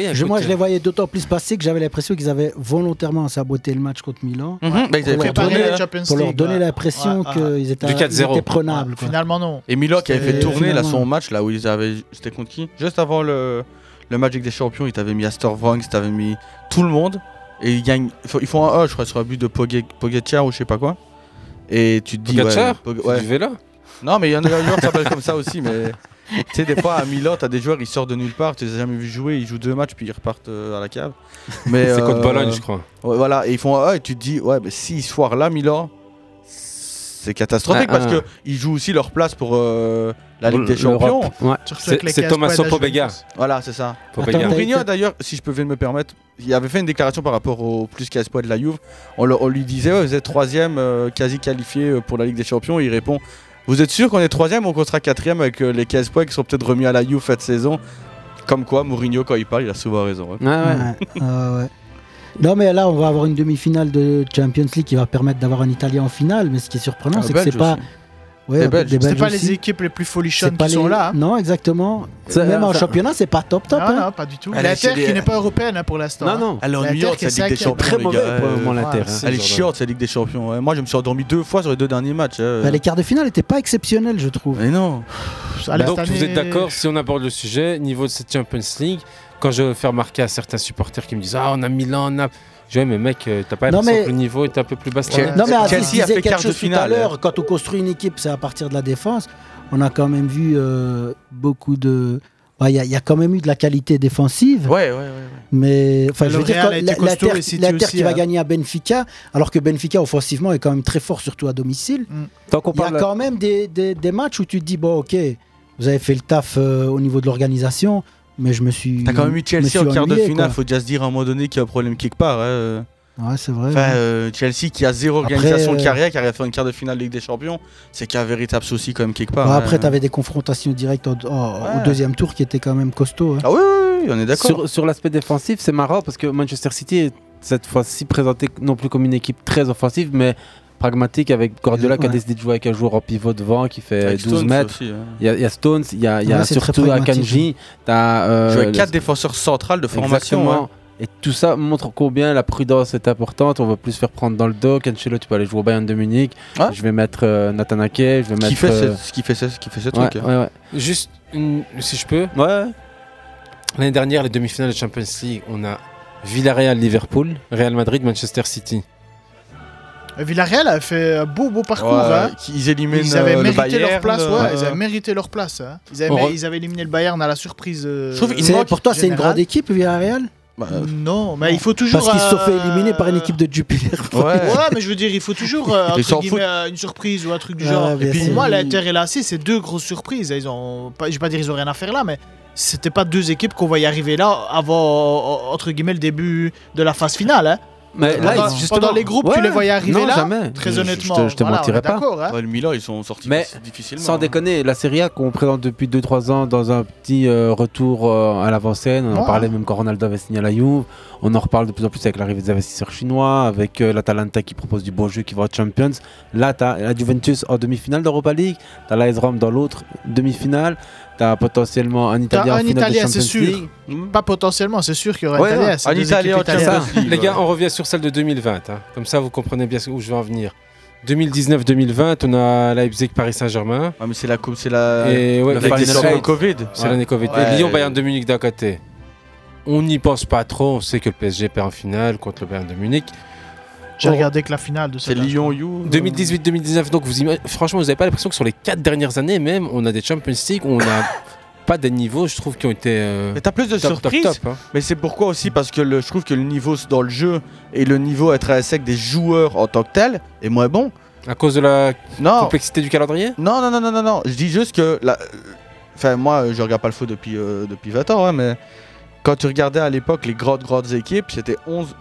Speaker 10: euh,
Speaker 2: Je- moi, je les voyais d'autant plus passer que j'avais l'impression qu'ils avaient volontairement saboté le match contre Milan
Speaker 10: Mhm, bah, ils avaient
Speaker 2: pour,
Speaker 10: fait
Speaker 2: leur
Speaker 10: tourner,
Speaker 2: donner,
Speaker 10: hein. Champions
Speaker 2: pour leur
Speaker 10: League,
Speaker 2: donner
Speaker 10: ouais.
Speaker 2: l'impression
Speaker 10: Ouais, ouais.
Speaker 2: qu'ils étaient,
Speaker 9: Du 4-0.
Speaker 2: ils étaient prenables. quoi.
Speaker 10: Finalement, non.
Speaker 9: Et Milan qui avait fait
Speaker 10: C'était-
Speaker 9: tourner là, son
Speaker 10: finalement.
Speaker 9: match là où ils avaient. C'était contre qui Juste avant le, le Magic des Champions, ils t'avaient mis Astor Vangs, ils t'avaient mis tout le monde. Et ils gagnent. Ils font- ils font un 1, je crois, sur un but de Pogue- Pogacar ou je sais pas quoi. Et tu te dis.
Speaker 22: Pogacar
Speaker 9: ouais, Pog-
Speaker 22: C'est du vélo
Speaker 9: Non, mais il y en a un
Speaker 22: (laughs)
Speaker 9: joueur qui s'appelle comme ça aussi, mais. Tu sais, des fois à Milan, t'as des joueurs, ils sortent de nulle part, tu les as jamais vus jouer, ils jouent deux matchs, puis ils repartent euh, à la
Speaker 22: (laughs)
Speaker 9: cave. Mais, euh,
Speaker 22: C'est contre Bologne, je crois.
Speaker 9: ouais, voilà, et ils font un 1 et tu te dis, ouais, mais si ce soir-là, Milan, c'est catastrophique
Speaker 22: Ah,
Speaker 9: parce
Speaker 22: ah.
Speaker 9: que ils jouent aussi leur place pour euh, la Ligue des
Speaker 22: L'Europe.
Speaker 9: Champions.
Speaker 22: Ouais. C'est- c'est Tommaso Pobega.
Speaker 9: Voilà, c'est ça.
Speaker 22: Pobega. Attends, t'as
Speaker 9: Mourinho,
Speaker 22: été-
Speaker 9: d'ailleurs, si je pouvais me permettre, il avait fait une déclaration par rapport au plus casse-poids de la Juve. On, le- on lui disait, ouais, vous êtes troisième, euh, quasi qualifié euh, pour la Ligue des Champions. Et il répond, vous êtes sûr qu'on est troisième ou qu'on sera quatrième avec euh, les casse-poids qui sont peut-être remis à la Juve cette saison Comme quoi, Mourinho, quand il parle, il a souvent raison. hein.
Speaker 2: Ouais, ouais, ouais. Non, mais là, on va avoir une demi-finale de Champions League qui va permettre d'avoir un Italien en finale. Mais ce qui est surprenant,
Speaker 9: Un
Speaker 2: c'est que c'est
Speaker 9: Belge
Speaker 2: pas.
Speaker 9: aussi.
Speaker 2: Ouais,
Speaker 9: Des Belges.
Speaker 2: des
Speaker 10: C'est
Speaker 2: Belges
Speaker 10: pas
Speaker 2: aussi.
Speaker 10: les équipes les plus folichonnes
Speaker 2: C'est pas
Speaker 10: qui sont
Speaker 2: les-
Speaker 10: là. hein.
Speaker 2: Non, exactement.
Speaker 10: C'est-
Speaker 2: Même en
Speaker 10: ça- Ah,
Speaker 2: championnat, c'est pas top top.
Speaker 10: Non,
Speaker 2: hein.
Speaker 10: non, pas du tout.
Speaker 2: Allez,
Speaker 10: L'Inter
Speaker 2: c'est des-
Speaker 10: qui n'est pas européenne hein, pour l'instant.
Speaker 2: Non, non.
Speaker 10: hein.
Speaker 9: Elle est
Speaker 10: L'Inter
Speaker 9: ennuyante,
Speaker 10: qui est
Speaker 9: cette Ligue des
Speaker 10: cinquième.
Speaker 9: Champions. les gars. Euh,
Speaker 22: hein.
Speaker 9: Elle est chiante, cette Ligue des Champions. ouais. Moi, je me suis endormi deux fois sur les deux derniers matchs. euh.
Speaker 2: Bah, les quarts de finale n'étaient pas exceptionnels, je trouve.
Speaker 9: Mais non.
Speaker 2: Ah,
Speaker 10: Ah,
Speaker 22: Donc vous êtes d'accord si on aborde le sujet niveau de cette Champions League quand je fais remarquer à certains supporters qui me disent ah on a Milan on a je dis mais mec euh, t'as pas
Speaker 2: Non,
Speaker 22: l'impression
Speaker 2: mais-
Speaker 22: que le niveau est un peu plus bas cette année
Speaker 2: Non, mais Aziz
Speaker 22: Chelsea
Speaker 2: disait quelque chose tout à
Speaker 9: hein.
Speaker 2: l'heure. Quand on construit une équipe, c'est à partir de la défense. On a quand même vu euh, beaucoup de. Bah, Il y, a- il y a quand même eu de la qualité défensive.
Speaker 9: Ouais, ouais, ouais.
Speaker 2: Mais enfin,
Speaker 10: Le
Speaker 2: je veux dire,
Speaker 10: Real
Speaker 2: quand
Speaker 10: a été
Speaker 2: la-
Speaker 10: costaud
Speaker 2: l'Inter
Speaker 10: et City
Speaker 2: l'Inter qui
Speaker 10: aussi,
Speaker 2: va
Speaker 10: hein.
Speaker 2: gagner à Benfica, alors que Benfica offensivement est quand même très fort, surtout à domicile.
Speaker 10: Mm.
Speaker 2: Il y a
Speaker 7: parle-
Speaker 2: quand même des, des- des matchs où tu te dis bon, ok, vous avez fait le taf euh, au niveau de l'organisation, mais je me suis.
Speaker 9: T'as quand même eu
Speaker 2: je me
Speaker 9: Chelsea
Speaker 2: suis
Speaker 9: en quart de
Speaker 2: ennuyé,
Speaker 9: finale,
Speaker 2: quoi.
Speaker 9: faut déjà se dire à un moment donné qu'il y a un problème quelque part. hein.
Speaker 2: Ouais, c'est vrai.
Speaker 9: Enfin,
Speaker 2: ouais.
Speaker 9: euh, Chelsea qui a zéro
Speaker 2: Après,
Speaker 9: organisation de
Speaker 2: euh,
Speaker 9: carrière, qui arrive à faire une quart de finale Ligue des Champions, c'est qu'il y a un véritable souci quand même quelque part.
Speaker 2: Bon,
Speaker 9: hein.
Speaker 2: après, tu avais des confrontations directes au, au- au deuxième tour qui étaient quand même costauds. hein.
Speaker 9: Ah oui, oui, oui, on est d'accord.
Speaker 7: Sur, sur l'aspect défensif, c'est marrant parce que Manchester City est cette fois-ci présenté non plus comme une équipe très offensive, mais pragmatique avec Guardiola qui a
Speaker 2: Ouais.
Speaker 7: décidé de jouer avec un joueur en pivot devant qui fait
Speaker 9: Avec
Speaker 7: 12
Speaker 9: Stones
Speaker 7: mètres.
Speaker 9: aussi, hein.
Speaker 7: Il y, a- il y a Stones, il y a, il y a
Speaker 9: Ouais, c'est très
Speaker 7: surtout
Speaker 9: pragmatique.
Speaker 7: Akanji. t'as, euh,
Speaker 9: Jouer
Speaker 7: le-
Speaker 9: quatre défenseurs centrales de formation. hein.
Speaker 7: Exactement.
Speaker 9: ouais.
Speaker 7: hein. Et tout ça montre combien la prudence est importante. On va plus se faire prendre dans le dos. Cancelo, tu peux aller jouer au Bayern de Munich. Je vais mettre euh, Nathan Ake. Je vais mettre.
Speaker 9: fait ce-
Speaker 7: euh,
Speaker 9: ce Ah. qui fait ce- ce qui fait ce
Speaker 7: ouais,
Speaker 9: truc, hein.
Speaker 7: ouais, ouais.
Speaker 22: Juste, une- si je peux.
Speaker 7: Ouais.
Speaker 22: L'année dernière, les demi-finales de Champions League, on a Villarreal, Liverpool, Real Madrid, Manchester City.
Speaker 10: Euh, Villarreal a fait un beau, beau parcours.
Speaker 22: Ouais,
Speaker 10: hein.
Speaker 9: qui- ils éliminent,
Speaker 10: Ils avaient
Speaker 9: euh, le
Speaker 10: mérité leur
Speaker 9: Bayern,
Speaker 10: place. ouais,
Speaker 9: euh,
Speaker 10: Ils avaient mérité leur place. hein. Ils, avaient,
Speaker 9: On re-
Speaker 10: ils avaient éliminé le Bayern à la surprise. euh,
Speaker 2: C'est- pour toi, c'est une grande équipe, Villarreal
Speaker 10: Bah, Non, mais il faut toujours.
Speaker 2: Parce qu'ils se sont
Speaker 10: euh,
Speaker 2: fait éliminer par une équipe de Jupiler. (laughs)
Speaker 10: Ouais. mais je veux dire, il faut toujours euh,
Speaker 2: Ils
Speaker 10: entre
Speaker 2: s'en
Speaker 10: guillemets,
Speaker 2: foutent.
Speaker 10: euh, une surprise ou un truc du
Speaker 2: Ah,
Speaker 10: genre.
Speaker 2: bien
Speaker 10: Et puis,
Speaker 2: sûr.
Speaker 10: pour moi, l'Inter et l'AC, c'est deux grosses surprises. Ils ont, pas, je vais pas dire ils ont rien à faire là, mais c'était pas deux équipes qu'on va y arriver là avant euh, entre guillemets le début de la phase finale. hein.
Speaker 7: Mais là,
Speaker 10: Pendant-
Speaker 7: justement-
Speaker 10: pendant les groupes, tu
Speaker 7: Ouais.
Speaker 10: les voyais arriver
Speaker 7: Non,
Speaker 10: là
Speaker 7: jamais.
Speaker 10: Très
Speaker 7: Je- je-
Speaker 10: honnêtement,
Speaker 7: je te- je te
Speaker 10: voilà, on
Speaker 7: mentirais
Speaker 10: est
Speaker 7: pas.
Speaker 10: d'accord, hein.
Speaker 9: Ouais, le Milan, ils sont sortis faci- difficilement.
Speaker 7: Sans déconner, la Serie A qu'on présente depuis 2-3 ans dans un petit euh, retour euh, à l'avant-scène, on en
Speaker 9: Ouais.
Speaker 7: parlait même quand Ronaldo avait signé à la Juve, on en reparle de plus en plus avec l'arrivée des investisseurs chinois, avec euh, l'Atalanta qui propose du beau jeu, qui va aux Champions. Là, tu la Juventus en demi-finale d'Europa League, tu as la AS Rome dans l'autre demi-finale, tu as potentiellement un
Speaker 10: T'as
Speaker 7: Italien en
Speaker 10: un
Speaker 7: finale
Speaker 10: Italien,
Speaker 7: de
Speaker 10: c'est
Speaker 7: Champions
Speaker 10: sûr.
Speaker 7: League.
Speaker 10: Pas potentiellement, c'est sûr qu'il y aura Hmm. un Italien. c'est deux équipes italiennes.
Speaker 22: Les gars, on revient sur celle de 2020. hein. Comme ça, vous comprenez bien où je veux en venir. 2019-2020, on a Leipzig, Paris Saint-Germain.
Speaker 9: mais c'est la coupe, c'est la.
Speaker 22: Et ouais,
Speaker 9: la
Speaker 22: Paris
Speaker 9: question
Speaker 22: Saint-
Speaker 9: de Covid.
Speaker 22: C'est l'année Covid.
Speaker 9: Ouais.
Speaker 22: Et Lyon, Bayern de Munich d'un côté. On n'y pense pas trop. On sait que le PSG perd en finale contre le Bayern de Munich.
Speaker 10: J'ai
Speaker 22: On-
Speaker 10: regardé que la finale de cette.
Speaker 22: C'est
Speaker 9: Lyon-You.
Speaker 22: 2018-2019, donc vous ima- franchement, vous n'avez pas l'impression que sur les 4 dernières années, même, on a (laughs) des Champions League, où on n'a pas des niveaux, je trouve, qui ont été. euh,
Speaker 9: Mais t'as plus de
Speaker 22: top, top,
Speaker 9: surprises.
Speaker 22: top, hein.
Speaker 9: Mais c'est pourquoi aussi parce que le- je trouve que le niveau dans le jeu et le niveau intrinsèque des joueurs en tant que tel est moins bon.
Speaker 22: À cause de la
Speaker 9: complexité
Speaker 22: du calendrier
Speaker 9: Non, non, non, non, non, non. Je dis juste que. la- Enfin, moi, euh, je regarde pas le foot depuis, euh, depuis 20 ans, hein, mais quand tu regardais à l'époque les grandes, grandes équipes, c'était 11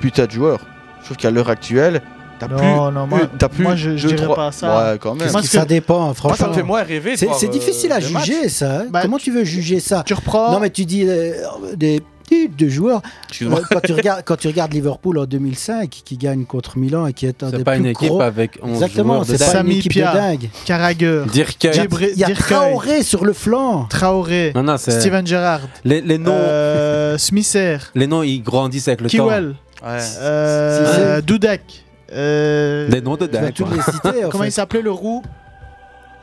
Speaker 9: putains de joueurs. Je trouve qu'à l'heure actuelle, t'as plus.
Speaker 10: Non, non, moi-
Speaker 9: eu- t'as plus
Speaker 10: moi, je- je
Speaker 9: deux,
Speaker 10: dirais
Speaker 9: trois-
Speaker 10: pas ça.
Speaker 9: Ouais, quand même.
Speaker 10: Qu'est-ce
Speaker 9: Moi,
Speaker 10: qui-
Speaker 9: c'est-
Speaker 10: ça dépend,
Speaker 9: Moi, ça
Speaker 10: franchement.
Speaker 9: me fait moins rêver. de
Speaker 2: C'est
Speaker 9: voir,
Speaker 2: c'est
Speaker 9: euh,
Speaker 2: difficile à
Speaker 9: des
Speaker 2: juger
Speaker 9: matchs.
Speaker 2: ça. hein. Comment tu veux juger ça Tu reprends. Non mais tu dis euh, des de joueurs.
Speaker 9: Excuse-moi.
Speaker 2: Euh, quand, tu regardes, quand tu regardes Liverpool en 2005 qui gagne contre Milan et qui est un
Speaker 7: C'est
Speaker 2: des
Speaker 7: pas
Speaker 2: plus
Speaker 7: une équipe
Speaker 2: gros-
Speaker 7: avec 11
Speaker 2: Exactement,
Speaker 7: joueurs de
Speaker 2: c'est pas une
Speaker 7: Sami
Speaker 2: équipe
Speaker 7: Pia.
Speaker 2: de dingue.
Speaker 10: Carragher.
Speaker 7: Dirk Kuyt.
Speaker 10: Djibril-
Speaker 2: Il y a
Speaker 10: Dirk Kuyt.
Speaker 2: Traoré sur le flanc.
Speaker 10: Traoré.
Speaker 7: Non, non, c'est-
Speaker 10: Steven Gerrard.
Speaker 7: Les, les noms, (laughs)
Speaker 10: Euh, Smither.
Speaker 7: les noms, ils grandissent avec le
Speaker 10: Kiwell.
Speaker 7: temps.
Speaker 10: Euh, Dudek. euh,
Speaker 7: Des noms de dingue,
Speaker 10: tous
Speaker 7: quoi.
Speaker 10: les (laughs) citer, en
Speaker 2: Comment
Speaker 10: fait.
Speaker 2: il
Speaker 10: s'appelait le roux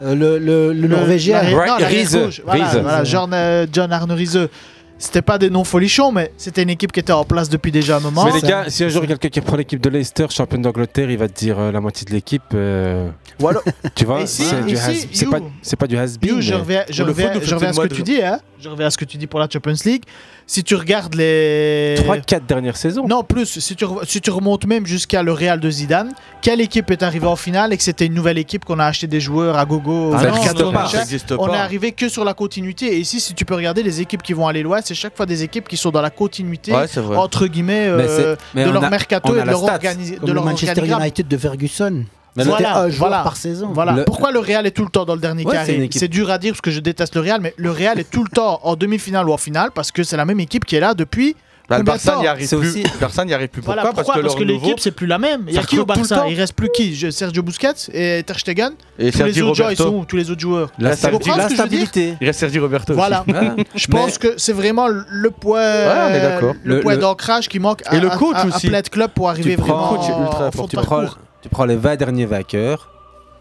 Speaker 2: Euh, le, le, le Norvégien.
Speaker 10: l'arrière- non, l'arrière
Speaker 2: Riese.
Speaker 10: gauche. Voilà,
Speaker 2: Riese. Mm.
Speaker 10: voilà, John, euh, John Arne Riese. C'était pas des noms folichons, mais c'était une équipe qui était en place depuis déjà un moment.
Speaker 22: Mais les gars, si un jour il y a quelqu'un qui prend l'équipe de Leicester, champion d'Angleterre, il va te dire euh, la moitié de l'équipe. euh, (laughs) tu vois,
Speaker 10: Et si-
Speaker 22: c'est du
Speaker 10: et si,
Speaker 22: has- c'est
Speaker 10: you-
Speaker 22: pas, c'est pas du has-been.
Speaker 10: Yo, je
Speaker 22: mais-
Speaker 10: reviens, je reviens, je reviens à ce que tu dis, hein. Je reviens à ce que tu dis pour la Champions League. Si tu regardes les
Speaker 22: 3-4 dernières saisons.
Speaker 10: Non, plus. Si tu, re- si tu remontes même jusqu'à le Real de Zidane, quelle équipe est arrivée en finale et que c'était une nouvelle équipe qu'on a acheté des joueurs à gogo
Speaker 9: Ah
Speaker 10: au
Speaker 9: non,
Speaker 10: mercato,
Speaker 9: ça
Speaker 10: machin,
Speaker 9: n'existe
Speaker 10: On
Speaker 9: pas.
Speaker 10: est arrivé que sur la continuité. Et ici, si tu peux regarder les équipes qui vont aller loin, c'est chaque fois des équipes qui sont dans la continuité
Speaker 9: Ouais, c'est vrai.
Speaker 10: entre guillemets
Speaker 9: Mais
Speaker 10: euh,
Speaker 9: c'est- mais
Speaker 10: de
Speaker 9: on
Speaker 10: leur
Speaker 9: a-
Speaker 10: mercato
Speaker 9: on
Speaker 10: et
Speaker 9: a
Speaker 10: de
Speaker 9: la
Speaker 10: leur,
Speaker 9: stats,
Speaker 10: organi-
Speaker 2: Comme
Speaker 10: de
Speaker 2: le
Speaker 10: leur
Speaker 2: Manchester
Speaker 10: organigramme.
Speaker 2: United de Ferguson.
Speaker 10: Mais Ah,
Speaker 2: C'était
Speaker 10: voilà,
Speaker 2: un joueur
Speaker 10: voilà.
Speaker 2: par saison.
Speaker 10: Voilà. Pourquoi le Real est tout le temps dans le dernier
Speaker 2: Ouais, c'est une
Speaker 10: carré
Speaker 2: équipe.
Speaker 10: C'est dur à dire parce que je déteste le Real, mais le Real est tout le temps en demi-finale ou en finale parce que c'est la même équipe qui est là depuis.
Speaker 9: Bah, le
Speaker 10: combien de
Speaker 9: Barça
Speaker 10: temps
Speaker 9: n'y arrive, (laughs) plus. Barça n'y arrive plus. Pourquoi,
Speaker 10: Voilà, pourquoi Parce que,
Speaker 9: leur nouveau-
Speaker 10: l'équipe c'est plus la même. Il y
Speaker 9: Ça
Speaker 10: a qui au
Speaker 9: recrute tout le
Speaker 10: Barça
Speaker 9: temps.
Speaker 10: Il reste plus qui Je- Sergio Busquets et Ter Stegen.
Speaker 9: Et
Speaker 10: tous
Speaker 9: Sergi
Speaker 10: les autres joueurs, ils
Speaker 9: Roberto.
Speaker 10: sont où Tous les autres joueurs.
Speaker 9: La
Speaker 10: Tu comprends
Speaker 9: stabilité. Hein
Speaker 10: ce que je veux dire
Speaker 9: Il reste Sergi Roberto.
Speaker 10: Voilà. (laughs) je pense que c'est vraiment le point,
Speaker 9: Ouais, on est d'accord.
Speaker 10: le,
Speaker 9: Le-
Speaker 10: point
Speaker 9: le-
Speaker 10: d'ancrage qui manque à,
Speaker 9: Et le
Speaker 10: à-
Speaker 9: coach
Speaker 10: à- à
Speaker 9: aussi.
Speaker 10: plein de clubs pour arriver vraiment en fond de
Speaker 7: tu,
Speaker 10: parcours.
Speaker 7: prends, tu prends les 20 derniers vainqueurs,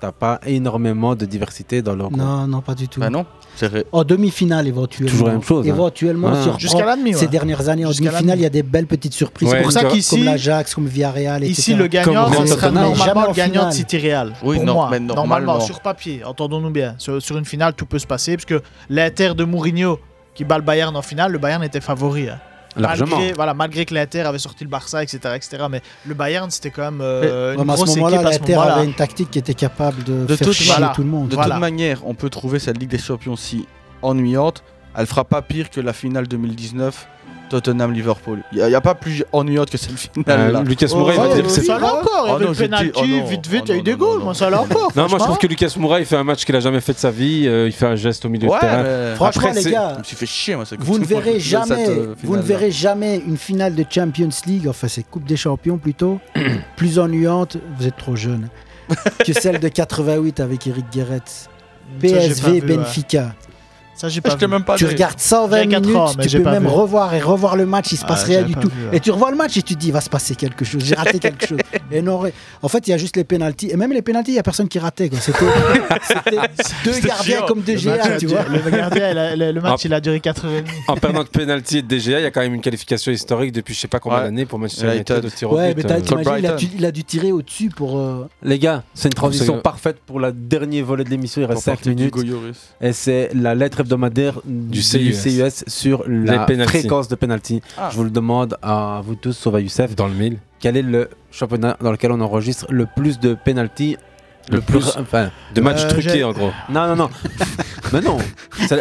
Speaker 7: t'as pas énormément de diversité dans leur
Speaker 2: Non, non, pas du tout.
Speaker 9: Bah non, c'est vrai.
Speaker 2: En demi-finale éventuellement.
Speaker 7: Toujours la même chose, hein.
Speaker 2: Éventuellement,
Speaker 7: Ouais.
Speaker 2: si on reprend
Speaker 10: Jusqu'à la demi, ouais.
Speaker 2: Ces dernières années, en
Speaker 10: Jusqu'à la
Speaker 2: demi-finale,
Speaker 10: demi.
Speaker 2: il y a des belles petites surprises.
Speaker 10: C'est pour ça
Speaker 2: comme-
Speaker 10: qu'ici-
Speaker 2: Comme l'Ajax, comme Villarreal, etc.
Speaker 10: Ici, le gagnant, ce sera normalement le gagnant de City
Speaker 2: City
Speaker 10: Real.
Speaker 2: Oui,
Speaker 10: pour
Speaker 2: non,
Speaker 10: moi,
Speaker 2: mais
Speaker 10: normalement,
Speaker 2: normalement.
Speaker 10: sur papier, entendons-nous bien. Sur, sur une finale, tout peut se passer, parce que l'Inter de Mourinho qui bat le Bayern en finale, le Bayern était favori. hein.
Speaker 2: Largement.
Speaker 10: Malgré, voilà, malgré que l'Inter avait sorti le Barça, etc., etc. Mais le Bayern, c'était quand même euh,
Speaker 2: Ouais,
Speaker 10: une
Speaker 2: mais à ce
Speaker 10: grosse équipe
Speaker 2: moment-là,
Speaker 10: à ce
Speaker 2: l'Inter
Speaker 10: moment-là.
Speaker 2: avait une tactique qui était capable de,
Speaker 9: de
Speaker 2: faire
Speaker 9: toute,
Speaker 2: chier
Speaker 9: voilà.
Speaker 2: tout le monde.
Speaker 9: De
Speaker 2: Voilà.
Speaker 9: toute manière, on peut trouver cette Ligue des Champions si ennuyante. Elle fera pas pire que la finale 2019 Tottenham-Liverpool. Il n'y a, pas plus ennuyante que cette finale.
Speaker 22: Euh, Lucas Moura, il va dire que c'est-
Speaker 10: Ça là Ah, encore, il y
Speaker 9: Oh
Speaker 10: avait
Speaker 9: non,
Speaker 10: le
Speaker 9: j'ai dit-
Speaker 10: penalty,
Speaker 9: oh non,
Speaker 10: vite, vite, il y a eu des goals, moi, ça là encore.
Speaker 22: Non, moi je
Speaker 10: franchement.
Speaker 22: trouve que Lucas Moura il fait un match qu'il a jamais fait de sa vie, euh, il fait un geste au milieu
Speaker 9: Ouais,
Speaker 22: de terrain.
Speaker 9: mais-
Speaker 2: Franchement, les
Speaker 22: c'est-
Speaker 2: gars,
Speaker 9: Je me suis fait chier, moi, cette
Speaker 2: Vous ne
Speaker 9: coupe du monde,
Speaker 2: verrez
Speaker 9: cette, euh,
Speaker 2: jamais, vous ne
Speaker 9: finale-là.
Speaker 2: verrez (laughs) jamais une finale de Champions League, enfin c'est Coupe des
Speaker 10: (clears throat)
Speaker 2: Champions plutôt, plus ennuyante. Vous êtes
Speaker 10: (laughs)
Speaker 2: trop jeune que celle de 88 avec Eric Guéret.
Speaker 10: j'ai pas
Speaker 2: PSV
Speaker 10: vu, ouais.
Speaker 2: Benfica.
Speaker 10: Ça, j'ai pas. vu.
Speaker 2: tu regardes 120
Speaker 10: J'avais quatre
Speaker 2: minutes,
Speaker 10: ans, mais
Speaker 2: tu
Speaker 10: j'ai
Speaker 2: peux
Speaker 10: pas
Speaker 2: même
Speaker 10: vu.
Speaker 2: revoir et revoir le match, il se
Speaker 10: Ah,
Speaker 2: passe rien
Speaker 10: j'avais
Speaker 2: du
Speaker 10: pas
Speaker 2: tout.
Speaker 10: vu, ouais.
Speaker 2: Et tu revois le match et tu te dis, il va se passer quelque chose,
Speaker 10: (laughs)
Speaker 2: j'ai raté quelque chose. Et non, ré- en fait, il y a juste les pénalties. Et même les pénalties, il n'y a personne qui ratait. quoi.
Speaker 10: (laughs)
Speaker 2: C'était c'était deux
Speaker 10: C'était
Speaker 2: gardiens
Speaker 10: chiant.
Speaker 2: comme deux
Speaker 10: Le match,
Speaker 2: GA, tu vois.
Speaker 10: Le gardien, il a- le le match,
Speaker 22: Ah.
Speaker 10: il a duré 80
Speaker 22: En perdant de penalty et de DGA, il y a quand même une qualification historique depuis je sais pas combien
Speaker 9: Ouais.
Speaker 22: d'années pour Manchester
Speaker 9: United.
Speaker 22: United au tir au
Speaker 2: Ouais, mais
Speaker 22: but.
Speaker 2: t'as-
Speaker 22: euh.
Speaker 2: t'imagines, il, a dû- il a dû tirer au-dessus pour. euh,
Speaker 7: Les gars, c'est une transition
Speaker 22: Absolument.
Speaker 7: parfaite pour le dernier volet de l'émission. Il reste
Speaker 9: Pour
Speaker 7: 5
Speaker 9: partir du
Speaker 7: minutes.
Speaker 9: Goyoris.
Speaker 7: Et c'est la lettre hebdomadaire du
Speaker 22: CUS.
Speaker 7: sur
Speaker 22: Les
Speaker 7: la
Speaker 22: pénaltys.
Speaker 7: fréquence de penalty.
Speaker 9: Ah.
Speaker 7: Je vous le demande à vous tous, sauf à Youssef. Dans le mille. Quel est le championnat dans lequel on enregistre le plus de penalty
Speaker 22: Le plus de
Speaker 9: Euh,
Speaker 22: matchs truqués,
Speaker 7: Euh, j'ai-
Speaker 22: en gros.
Speaker 7: Non, non, non.
Speaker 9: (laughs)
Speaker 7: Mais non. Ça-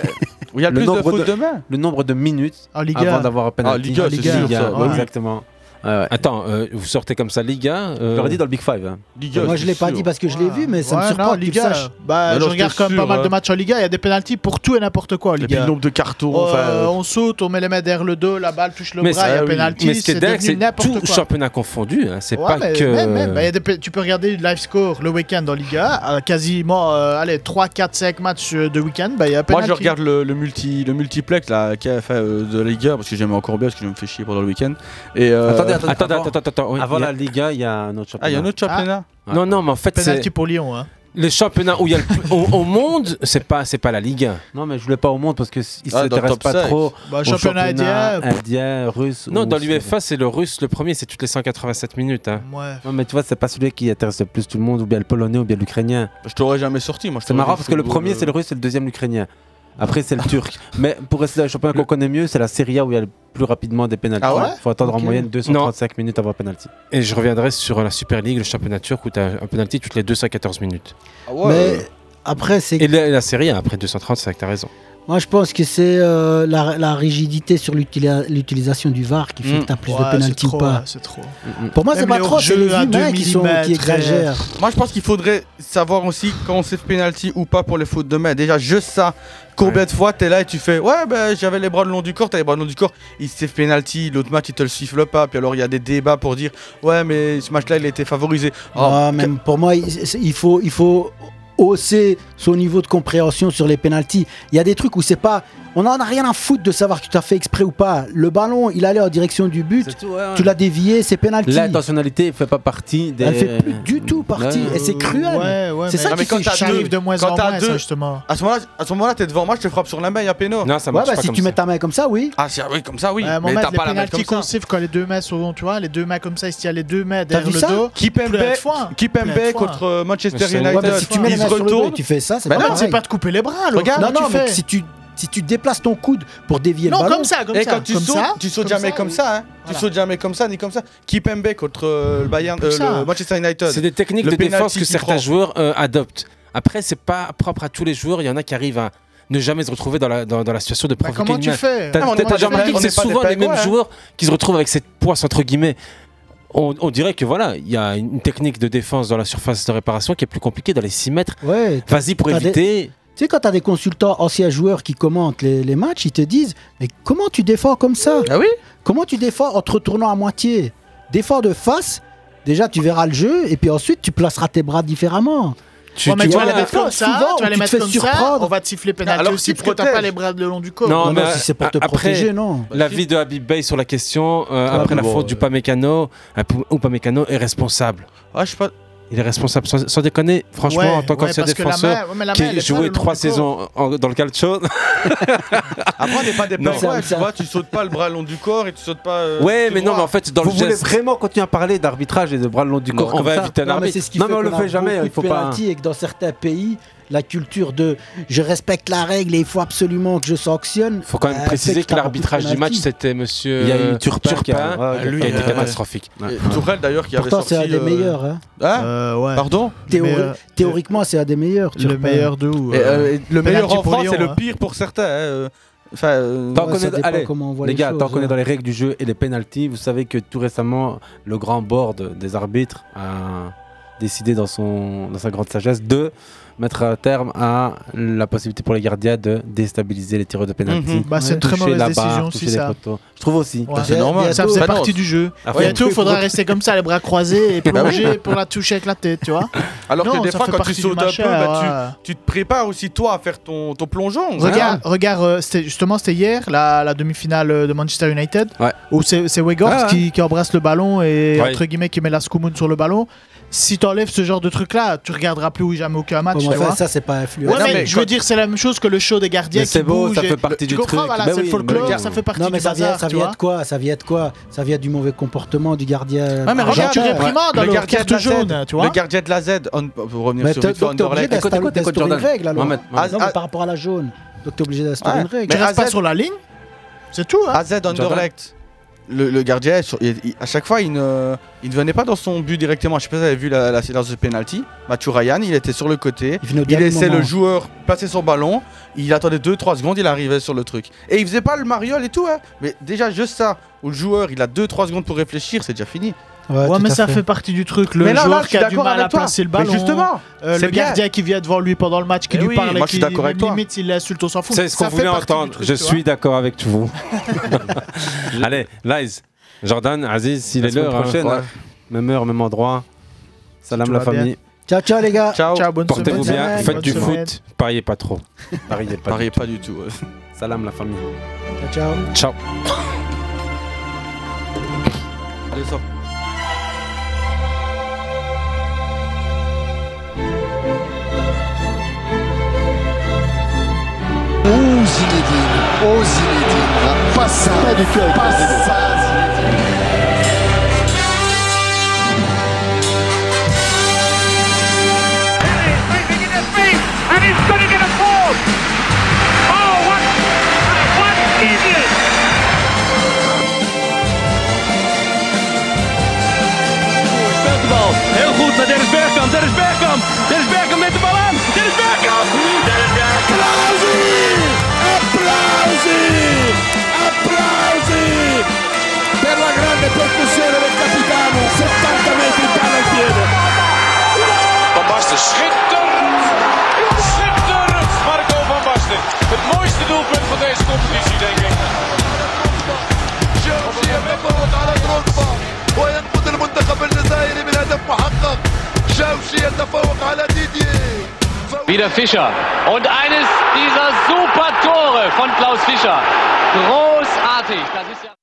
Speaker 9: il y a le plus de
Speaker 7: nombre
Speaker 9: fautes de main.
Speaker 7: Le nombre de minutes
Speaker 2: Ah,
Speaker 9: En Liga.
Speaker 22: Ah,
Speaker 7: avant d'avoir un penalty.
Speaker 9: En Liga, c'est sûr, ça.
Speaker 7: ouais,
Speaker 9: Ouais.
Speaker 7: Exactement. Ah ouais.
Speaker 22: bah Attends, euh, vous sortez comme ça Liga euh,
Speaker 7: Je l'aurais dit dans le Big Five. hein.
Speaker 2: Moi, je l'ai pas dit parce que je l'ai vu, mais ça me
Speaker 10: Ouais,
Speaker 2: surprend
Speaker 10: non,
Speaker 2: que tu le
Speaker 10: Liga,
Speaker 2: saches.
Speaker 10: Bah, je regarde quand même pas
Speaker 22: hein.
Speaker 10: mal de matchs en Liga. Il y a des pénalties pour tout et n'importe quoi. en Liga.
Speaker 9: puis le nombre de cartons,
Speaker 10: Euh,
Speaker 9: enfin, euh.
Speaker 10: On saute, on met les mains derrière le dos, la balle touche le
Speaker 22: mais
Speaker 10: bras, il y a
Speaker 22: c'est- ah
Speaker 10: pénalty.
Speaker 22: mais ce qui est dingue,
Speaker 10: devenu
Speaker 22: c'est
Speaker 10: n'importe
Speaker 22: tout
Speaker 10: quoi.
Speaker 22: championnat confondu. hein, C'est
Speaker 10: Ouais,
Speaker 22: pas
Speaker 10: mais
Speaker 22: que.
Speaker 10: même, même. Bah, y a des pe- tu peux regarder le live score le week-end en Liga, à quasiment euh, allez, 3, 4, 5 matchs euh, de week-end. bah, il y a
Speaker 9: Moi,
Speaker 10: penalty.
Speaker 9: je regarde le, le multi, le multiplex là, qui a fait, euh, de la Liga parce que j'aime encore bien parce que je me fais chier pendant le week-end. Et euh,
Speaker 22: Attendez, attendez, Attendez, avant- attendez, attendez, oui,
Speaker 7: Avant
Speaker 22: il y a-
Speaker 7: la Liga, il y a un autre championnat.
Speaker 9: Ah, il y a un autre championnat
Speaker 7: Ouais.
Speaker 22: Non, non, mais en fait,
Speaker 10: Penalty
Speaker 22: c'est-
Speaker 10: pour Lyon. hein.
Speaker 22: les championnats où il y a le plus- au, au monde, c'est pas, c'est pas la Ligue 1.
Speaker 7: Non, mais je voulais pas au monde parce qu'ils ne
Speaker 22: Ah, dans le
Speaker 7: s'intéressent
Speaker 22: top
Speaker 7: pas
Speaker 22: cinq.
Speaker 7: trop.
Speaker 22: Bah,
Speaker 7: au
Speaker 22: championnat
Speaker 7: championnat
Speaker 22: indien,
Speaker 7: indien, russe.
Speaker 22: Non,
Speaker 7: ou
Speaker 22: dans
Speaker 7: c'est-
Speaker 22: l'UEFA, c'est le russe le premier, c'est toutes les 187 minutes. hein.
Speaker 7: Non, mais tu vois, c'est pas celui qui intéresse le plus tout le monde, ou bien le polonais, ou bien l'ukrainien.
Speaker 9: Je t'aurais jamais sorti, moi. je
Speaker 7: C'est
Speaker 9: t'aurais
Speaker 7: marrant
Speaker 9: dit
Speaker 7: parce que le
Speaker 9: football,
Speaker 7: premier,
Speaker 9: euh,
Speaker 7: c'est le russe, et le deuxième, l'ukrainien. Après, c'est le
Speaker 22: Ah.
Speaker 7: turc. Mais pour rester dans le championnat qu'on connaît mieux, c'est la Serie A où il y a le plus rapidement des pénalties.
Speaker 22: Ah ouais
Speaker 7: faut attendre
Speaker 22: Ok.
Speaker 7: en moyenne 235 minutes avant pénalty.
Speaker 22: Et je reviendrai sur la Super League, le championnat turc, où tu as un penalty toutes les 214 minutes.
Speaker 2: Mais Ah après, c'est
Speaker 22: Et la, la série, après 235, t'as raison.
Speaker 2: Moi, je pense que c'est euh, la, la rigidité sur l'utili- l'utilisation du VAR qui fait
Speaker 22: Mm.
Speaker 2: que tu as plus
Speaker 10: Ouais,
Speaker 2: de pénalty
Speaker 10: c'est
Speaker 2: ou
Speaker 10: trop,
Speaker 2: pas.
Speaker 10: ouais, c'est trop.
Speaker 2: Pour
Speaker 10: Eh,
Speaker 2: moi, c'est
Speaker 9: Même
Speaker 2: pas
Speaker 9: les
Speaker 2: trop, c'est
Speaker 9: hors-jeux
Speaker 2: les
Speaker 9: à
Speaker 2: humains
Speaker 9: 2
Speaker 2: qui, sont,
Speaker 9: millimètres,
Speaker 2: qui
Speaker 9: euh,
Speaker 2: exagèrent.
Speaker 9: Moi, je pense qu'il faudrait savoir aussi quand on siffle penalty ou pas pour les fautes de main. Déjà, juste ça. Combien de fois t'es là et tu fais Ouais, ben j'avais les bras le long du corps, t'as les bras le long du corps, il siffle penalty, l'autre match il te le siffle pas. Puis alors, il y a des débats pour dire Ouais, mais ce match-là il était favorisé. Oh,
Speaker 2: Ah, même pour moi, il, c'est- il faut, il faut hausser son niveau de compréhension sur les pénalties. Il y a des trucs où c'est pas. On n'en a rien à foutre de savoir que tu as fait exprès ou pas. Le ballon, il allait en direction du but. Tu l'as dévié, c'est pénalty.
Speaker 7: L'intentionnalité ne fait pas partie des. Euh,
Speaker 2: Elle fait plus du tout partie.
Speaker 7: Ouais.
Speaker 2: Et c'est cruel.
Speaker 10: Ouais, ouais,
Speaker 2: c'est
Speaker 10: mais-
Speaker 2: ça
Speaker 10: Ah,
Speaker 2: qui
Speaker 10: mais
Speaker 2: fait
Speaker 10: quand t'as
Speaker 2: chier.
Speaker 10: deux- De moins en moins, ça, justement.
Speaker 9: À ce moment-là, à ce moment-là, t'es devant moi, je te frappe sur la main, il y a péno.
Speaker 22: Non, ça
Speaker 2: Ouais, bah, si tu mets ta main comme ça, oui.
Speaker 9: Ah, si, ah oui, comme ça, oui.
Speaker 10: Ouais, à mon
Speaker 9: mais
Speaker 10: maître,
Speaker 9: t'as pas
Speaker 10: les
Speaker 9: la main comme
Speaker 10: pénalties
Speaker 9: ça.
Speaker 10: qu'on siffle quand les deux mains sont, tu vois, les deux mains comme ça, ils se tirent les deux mains
Speaker 9: T'as
Speaker 10: derrière
Speaker 9: vu
Speaker 10: le
Speaker 9: ça
Speaker 10: dos.
Speaker 9: Kipembe-
Speaker 10: plein de fois,
Speaker 9: Kipembe
Speaker 10: plein de fois.
Speaker 9: contre, euh, Manchester Mais c'est- United.
Speaker 2: Ouais, mais si tu mets
Speaker 9: Ils
Speaker 2: les mains
Speaker 9: se
Speaker 2: sur le dos
Speaker 9: retournent.
Speaker 2: et tu fais ça, c'est
Speaker 9: Mais
Speaker 2: pas
Speaker 9: non,
Speaker 2: pareil.
Speaker 9: c'est pas
Speaker 10: de couper les bras, alors.
Speaker 2: Regarde,
Speaker 10: Comment
Speaker 2: non, non,
Speaker 10: tu
Speaker 2: mais
Speaker 10: fais
Speaker 2: si tu, si tu déplaces ton coude pour dévier
Speaker 9: Non,
Speaker 2: le ballon.
Speaker 9: comme ça, comme ça.
Speaker 2: ça,
Speaker 9: tu sautes jamais comme ça, hein. Tu sautes jamais comme ça, ni comme ça. Kipembe contre euh, le Bayern, euh,
Speaker 22: Comme ça.
Speaker 9: le Manchester United.
Speaker 22: C'est des techniques
Speaker 9: Le
Speaker 22: de défense
Speaker 9: penalty
Speaker 22: que
Speaker 9: qu'il
Speaker 22: certains
Speaker 9: prend.
Speaker 22: joueurs euh, adoptent. Après, c'est pas propre à tous les joueurs. Il y en a qui arrivent à ne jamais se retrouver dans la, dans, dans la situation de provoquer
Speaker 10: Bah, comment
Speaker 22: une
Speaker 10: tu
Speaker 22: main.
Speaker 10: fais
Speaker 22: T'as-
Speaker 10: Ah, mais on
Speaker 22: t'as
Speaker 10: est pas
Speaker 22: déjà
Speaker 10: des
Speaker 22: remarqué que
Speaker 10: pingouins,
Speaker 22: c'est
Speaker 10: on est pas
Speaker 22: souvent
Speaker 10: des
Speaker 22: les mêmes
Speaker 10: pingouins, hein.
Speaker 22: joueurs qui se retrouvent avec cette poisse entre guillemets. On, on dirait que voilà, il y a une technique de défense dans la surface de réparation qui est plus compliquée dans les 6 mètres.
Speaker 2: Ouais.
Speaker 22: Vas-y pour
Speaker 2: T'as des-
Speaker 22: éviter.
Speaker 2: Tu sais, quand tu as des consultants anciens joueurs qui commentent les, les matchs, ils te disent Mais comment tu défends comme ça
Speaker 9: Ah oui
Speaker 2: Comment tu défends en te retournant à moitié Défends de face, déjà tu verras le jeu, et puis ensuite tu placeras tes bras différemment.
Speaker 10: Ouais, mais tu vas les
Speaker 2: vois,
Speaker 10: mettre comme ça,
Speaker 2: souvent,
Speaker 10: tu vas
Speaker 2: où
Speaker 10: les
Speaker 2: te
Speaker 10: mettre
Speaker 2: fais
Speaker 10: comme ça,
Speaker 2: surprendre.
Speaker 10: on va te siffler pénalty
Speaker 22: Alors
Speaker 10: aussi
Speaker 22: que tu
Speaker 10: parce que t'as
Speaker 22: protèges.
Speaker 10: pas les bras le long du corps.
Speaker 22: mais a- après, L'avis de Habib Bey sur la question, euh,
Speaker 10: Ah,
Speaker 22: après
Speaker 10: mais
Speaker 22: la
Speaker 10: bon,
Speaker 22: faute du Pamecano, euh, Pou- Upamecano est responsable.
Speaker 9: Ah, je sais pas.
Speaker 22: Il est responsable, sans, sans déconner, franchement,
Speaker 10: Ouais,
Speaker 22: en tant
Speaker 10: ouais,
Speaker 22: qu'ancien
Speaker 10: parce que la main-
Speaker 22: défenseur,
Speaker 10: ouais, mais la
Speaker 22: qui
Speaker 10: main,
Speaker 22: a
Speaker 10: elle est pas le Euh,
Speaker 22: joué
Speaker 10: long
Speaker 22: trois
Speaker 10: du
Speaker 22: saison en- dans le calcio.
Speaker 9: Après, on n'est pas des
Speaker 22: (laughs) Non.
Speaker 9: pingouins,
Speaker 22: Ça-
Speaker 9: tu vois. Tu sautes pas le bras le long du corps et tu sautes pas. euh,
Speaker 22: (laughs) Ouais,
Speaker 9: tout
Speaker 22: mais non,
Speaker 9: droit.
Speaker 22: mais en fait, dans
Speaker 7: Vous
Speaker 22: le
Speaker 7: voulez
Speaker 22: geste.
Speaker 7: vraiment continuer à parler d'arbitrage et de bras le long du corps
Speaker 22: on
Speaker 7: comme
Speaker 22: va
Speaker 7: ça
Speaker 22: inviter un
Speaker 7: Non, mais
Speaker 22: arbitre.
Speaker 7: c'est ce qui
Speaker 22: Non,
Speaker 7: fait
Speaker 22: mais on
Speaker 7: qu'on
Speaker 22: le
Speaker 7: a
Speaker 22: fait jamais,
Speaker 7: beaucoup
Speaker 22: il faut
Speaker 7: de
Speaker 22: pas-
Speaker 7: pénalties.
Speaker 2: Et que dans certains pays, la culture de je respecte la règle et il faut absolument que je sanctionne. euh,
Speaker 22: Faut
Speaker 7: Euh,
Speaker 22: quand même préciser que l'arbitrage du match, c'était monsieur euh,
Speaker 7: Il y a eu Turpin
Speaker 22: Turpin.
Speaker 7: qui a-
Speaker 10: Ah,
Speaker 7: ouais,
Speaker 22: Lui,
Speaker 7: qui a-
Speaker 22: il était
Speaker 10: euh,
Speaker 7: ouais.
Speaker 22: catastrophique.
Speaker 7: Ouais.
Speaker 9: Tourelle d'ailleurs qui avait
Speaker 2: Pourtant,
Speaker 9: sorti.
Speaker 2: c'est un des
Speaker 9: euh,
Speaker 2: meilleurs. hein.
Speaker 9: Hein
Speaker 10: Euh,
Speaker 9: Pardon
Speaker 2: Théori-
Speaker 9: Mais, euh,
Speaker 2: Théoriquement, c'est un des meilleurs. tu repères.
Speaker 9: Et, euh, et Le meilleur en France, c'est le pire pour certains. hein, euh. Enfin, euh,
Speaker 7: Tant qu'on est- allez, les gars, tant
Speaker 10: hein.
Speaker 2: hein.
Speaker 7: qu'on est dans les règles du jeu et les pénalties, vous savez que tout récemment, le grand board des arbitres a décidé dans, son, dans sa grande sagesse de mettre un terme à la possibilité pour les gardiens de déstabiliser les tireurs de pénalty.
Speaker 10: Mhm. Bah, c'est une très
Speaker 7: Toucher
Speaker 10: mauvaise
Speaker 7: la
Speaker 10: décision
Speaker 7: barre,
Speaker 10: aussi,
Speaker 7: toucher les
Speaker 10: ça.
Speaker 7: poteaux. Je trouve aussi. Ah
Speaker 10: Ouais. Ça faisait partie du jeu.
Speaker 7: Après,
Speaker 10: et tout,
Speaker 7: (laughs)
Speaker 10: il faudra rester comme ça, les bras croisés et
Speaker 9: Bah oui.
Speaker 10: plonger pour la toucher avec la tête, tu vois.
Speaker 9: Alors
Speaker 10: Non,
Speaker 9: que des
Speaker 10: ça
Speaker 9: fois,
Speaker 10: fait
Speaker 9: quand tu
Speaker 10: partie du
Speaker 9: sautes un
Speaker 10: match, euh,
Speaker 9: peu, bah,
Speaker 10: ouais.
Speaker 9: tu, tu te prépares aussi toi à faire ton, ton plongeon. Hein
Speaker 10: Regarde, regarde euh, c'était- justement, c'était hier, la, la demi-finale euh, de Manchester United,
Speaker 22: Ouais.
Speaker 10: où c'est c'est Weghorst
Speaker 9: Ah, ouais.
Speaker 10: qui, qui embrasse le ballon et,
Speaker 22: Ouais.
Speaker 10: entre guillemets, qui met la scoumoune sur le ballon. Si t'enlèves ce genre de truc-là, tu regarderas plus jamais aucun match.
Speaker 2: Comment
Speaker 10: tu
Speaker 2: faire
Speaker 10: vois.
Speaker 2: ça, c'est pas influent.
Speaker 10: Ouais, mais, je veux dire, c'est la même chose que le show des gardiens.
Speaker 2: Mais c'est
Speaker 10: qui
Speaker 2: beau,
Speaker 10: bouge
Speaker 2: ça
Speaker 10: et-
Speaker 2: fait partie
Speaker 10: tu
Speaker 2: du
Speaker 10: comprends,
Speaker 2: truc.
Speaker 10: Voilà,
Speaker 2: Bah
Speaker 10: c'est le
Speaker 2: oui,
Speaker 10: folklore,
Speaker 2: mais-
Speaker 10: ça fait partie
Speaker 2: non, mais
Speaker 10: du
Speaker 2: ça vient,
Speaker 10: bazar,
Speaker 2: ça
Speaker 10: tu
Speaker 2: vient
Speaker 10: vois.
Speaker 2: de quoi Ça vient de quoi Ça vient du mauvais comportement du gardien.
Speaker 9: Ouais, mais
Speaker 2: argentin.
Speaker 9: regarde,
Speaker 10: tu réprimandes Ah, dans le carte
Speaker 9: de la
Speaker 10: jaune,
Speaker 9: Z,
Speaker 10: tu vois.
Speaker 9: Le gardien de la Z, on- pour revenir
Speaker 2: Mais
Speaker 9: sur
Speaker 2: t'es-
Speaker 9: Victor
Speaker 2: donc t'es obligé
Speaker 9: Anderlecht. Ah,
Speaker 2: d'instaurer
Speaker 9: Écoute, écoute, écoute,
Speaker 2: d'instaurer une
Speaker 9: Jordan.
Speaker 2: règle alors. Ah
Speaker 9: Mohamed,
Speaker 2: Non, mais
Speaker 9: Az-
Speaker 2: par rapport à la jaune. Donc t'es obligé d'instaurer
Speaker 9: Ouais.
Speaker 2: une règle.
Speaker 9: Mais Tu restes pas AZ sur
Speaker 10: la ligne
Speaker 9: C'est tout, hein AZ
Speaker 2: Jordan.
Speaker 9: Anderlecht. le, le gardien, sur- il- il- à chaque fois, il ne, il ne venait pas dans son but directement. Je sais pas si vous avez vu la, la séance de penalty. Mathieu Ryan, il était sur le côté.
Speaker 2: Il, dernier
Speaker 9: laissait
Speaker 2: moment.
Speaker 9: le joueur placer son ballon. Il attendait 2-3 secondes, il arrivait sur le truc. Et il faisait pas le mariole et tout. hein. Mais déjà, juste ça, où le joueur, il a 2-3 secondes pour réfléchir, c'est déjà fini.
Speaker 10: Ouais, mais ça fait. partie du truc. Le
Speaker 9: Mais là, là,
Speaker 10: joueur
Speaker 9: je suis
Speaker 10: qui a du
Speaker 9: d'accord
Speaker 10: mal
Speaker 9: avec
Speaker 10: à
Speaker 9: toi.
Speaker 10: placer le
Speaker 9: Mais
Speaker 10: ballon.
Speaker 9: justement,
Speaker 10: euh,
Speaker 9: c'est
Speaker 10: le
Speaker 9: bien.
Speaker 10: gardien qui vient devant lui pendant le match, qui
Speaker 9: Mais
Speaker 10: lui
Speaker 9: oui,
Speaker 10: parle,
Speaker 9: moi, je
Speaker 10: qui
Speaker 9: suis d'accord avec toi.
Speaker 10: limite il l'insulte, on s'en fout.
Speaker 22: C'est ce
Speaker 10: Ça
Speaker 22: qu'on
Speaker 10: fait
Speaker 22: voulait
Speaker 10: partie du
Speaker 22: entendre.
Speaker 10: truc,
Speaker 22: Je
Speaker 10: tu vois.
Speaker 22: suis d'accord avec
Speaker 10: (laughs)
Speaker 22: vous.
Speaker 7: Allez,
Speaker 22: Lies,
Speaker 7: Jordan, Aziz, s'il
Speaker 22: est l'heure, hein. Ouais.
Speaker 7: Même heure, même endroit. Salam
Speaker 22: tout
Speaker 7: la
Speaker 22: va bien.
Speaker 7: famille.
Speaker 2: Ciao, ciao les gars.
Speaker 7: Portez-vous bien, faites du foot,
Speaker 22: pariez pas trop.
Speaker 7: Pariez pas,
Speaker 9: (laughs) Pariez pas du tout.
Speaker 7: Salam la famille.
Speaker 2: Ciao.
Speaker 7: Ciao.
Speaker 9: Allez, sors.
Speaker 19: Oh Zinedine, oh Zinedine, la passe pas du tout avec
Speaker 4: and he's going to get a fourth. Oh, what, what is it?
Speaker 6: Speelt de bal. Heel goed naar Dennis Bergkamp. Dennis Bergkamp. Dennis Bergkamp met de bal aan. Dennis Bergkamp. Dennis Bergkamp. Applausie. Applausie. Applausie. Per la grande percussione del capitano. 70 metri in palla al piede. Van Basten schitterend. Schitterend. Marco van Basten. Het mooiste doelpunt van deze competitie, denk ik.
Speaker 13: شيرفي يفوت على اوروبا وينقذ المنتخب الجزائري من هدف محقق شاوشي يتفوق على ديدييه
Speaker 6: Wieder Fischer. Und eines dieser super Tore von Klaus Fischer. Großartig. Das ist ja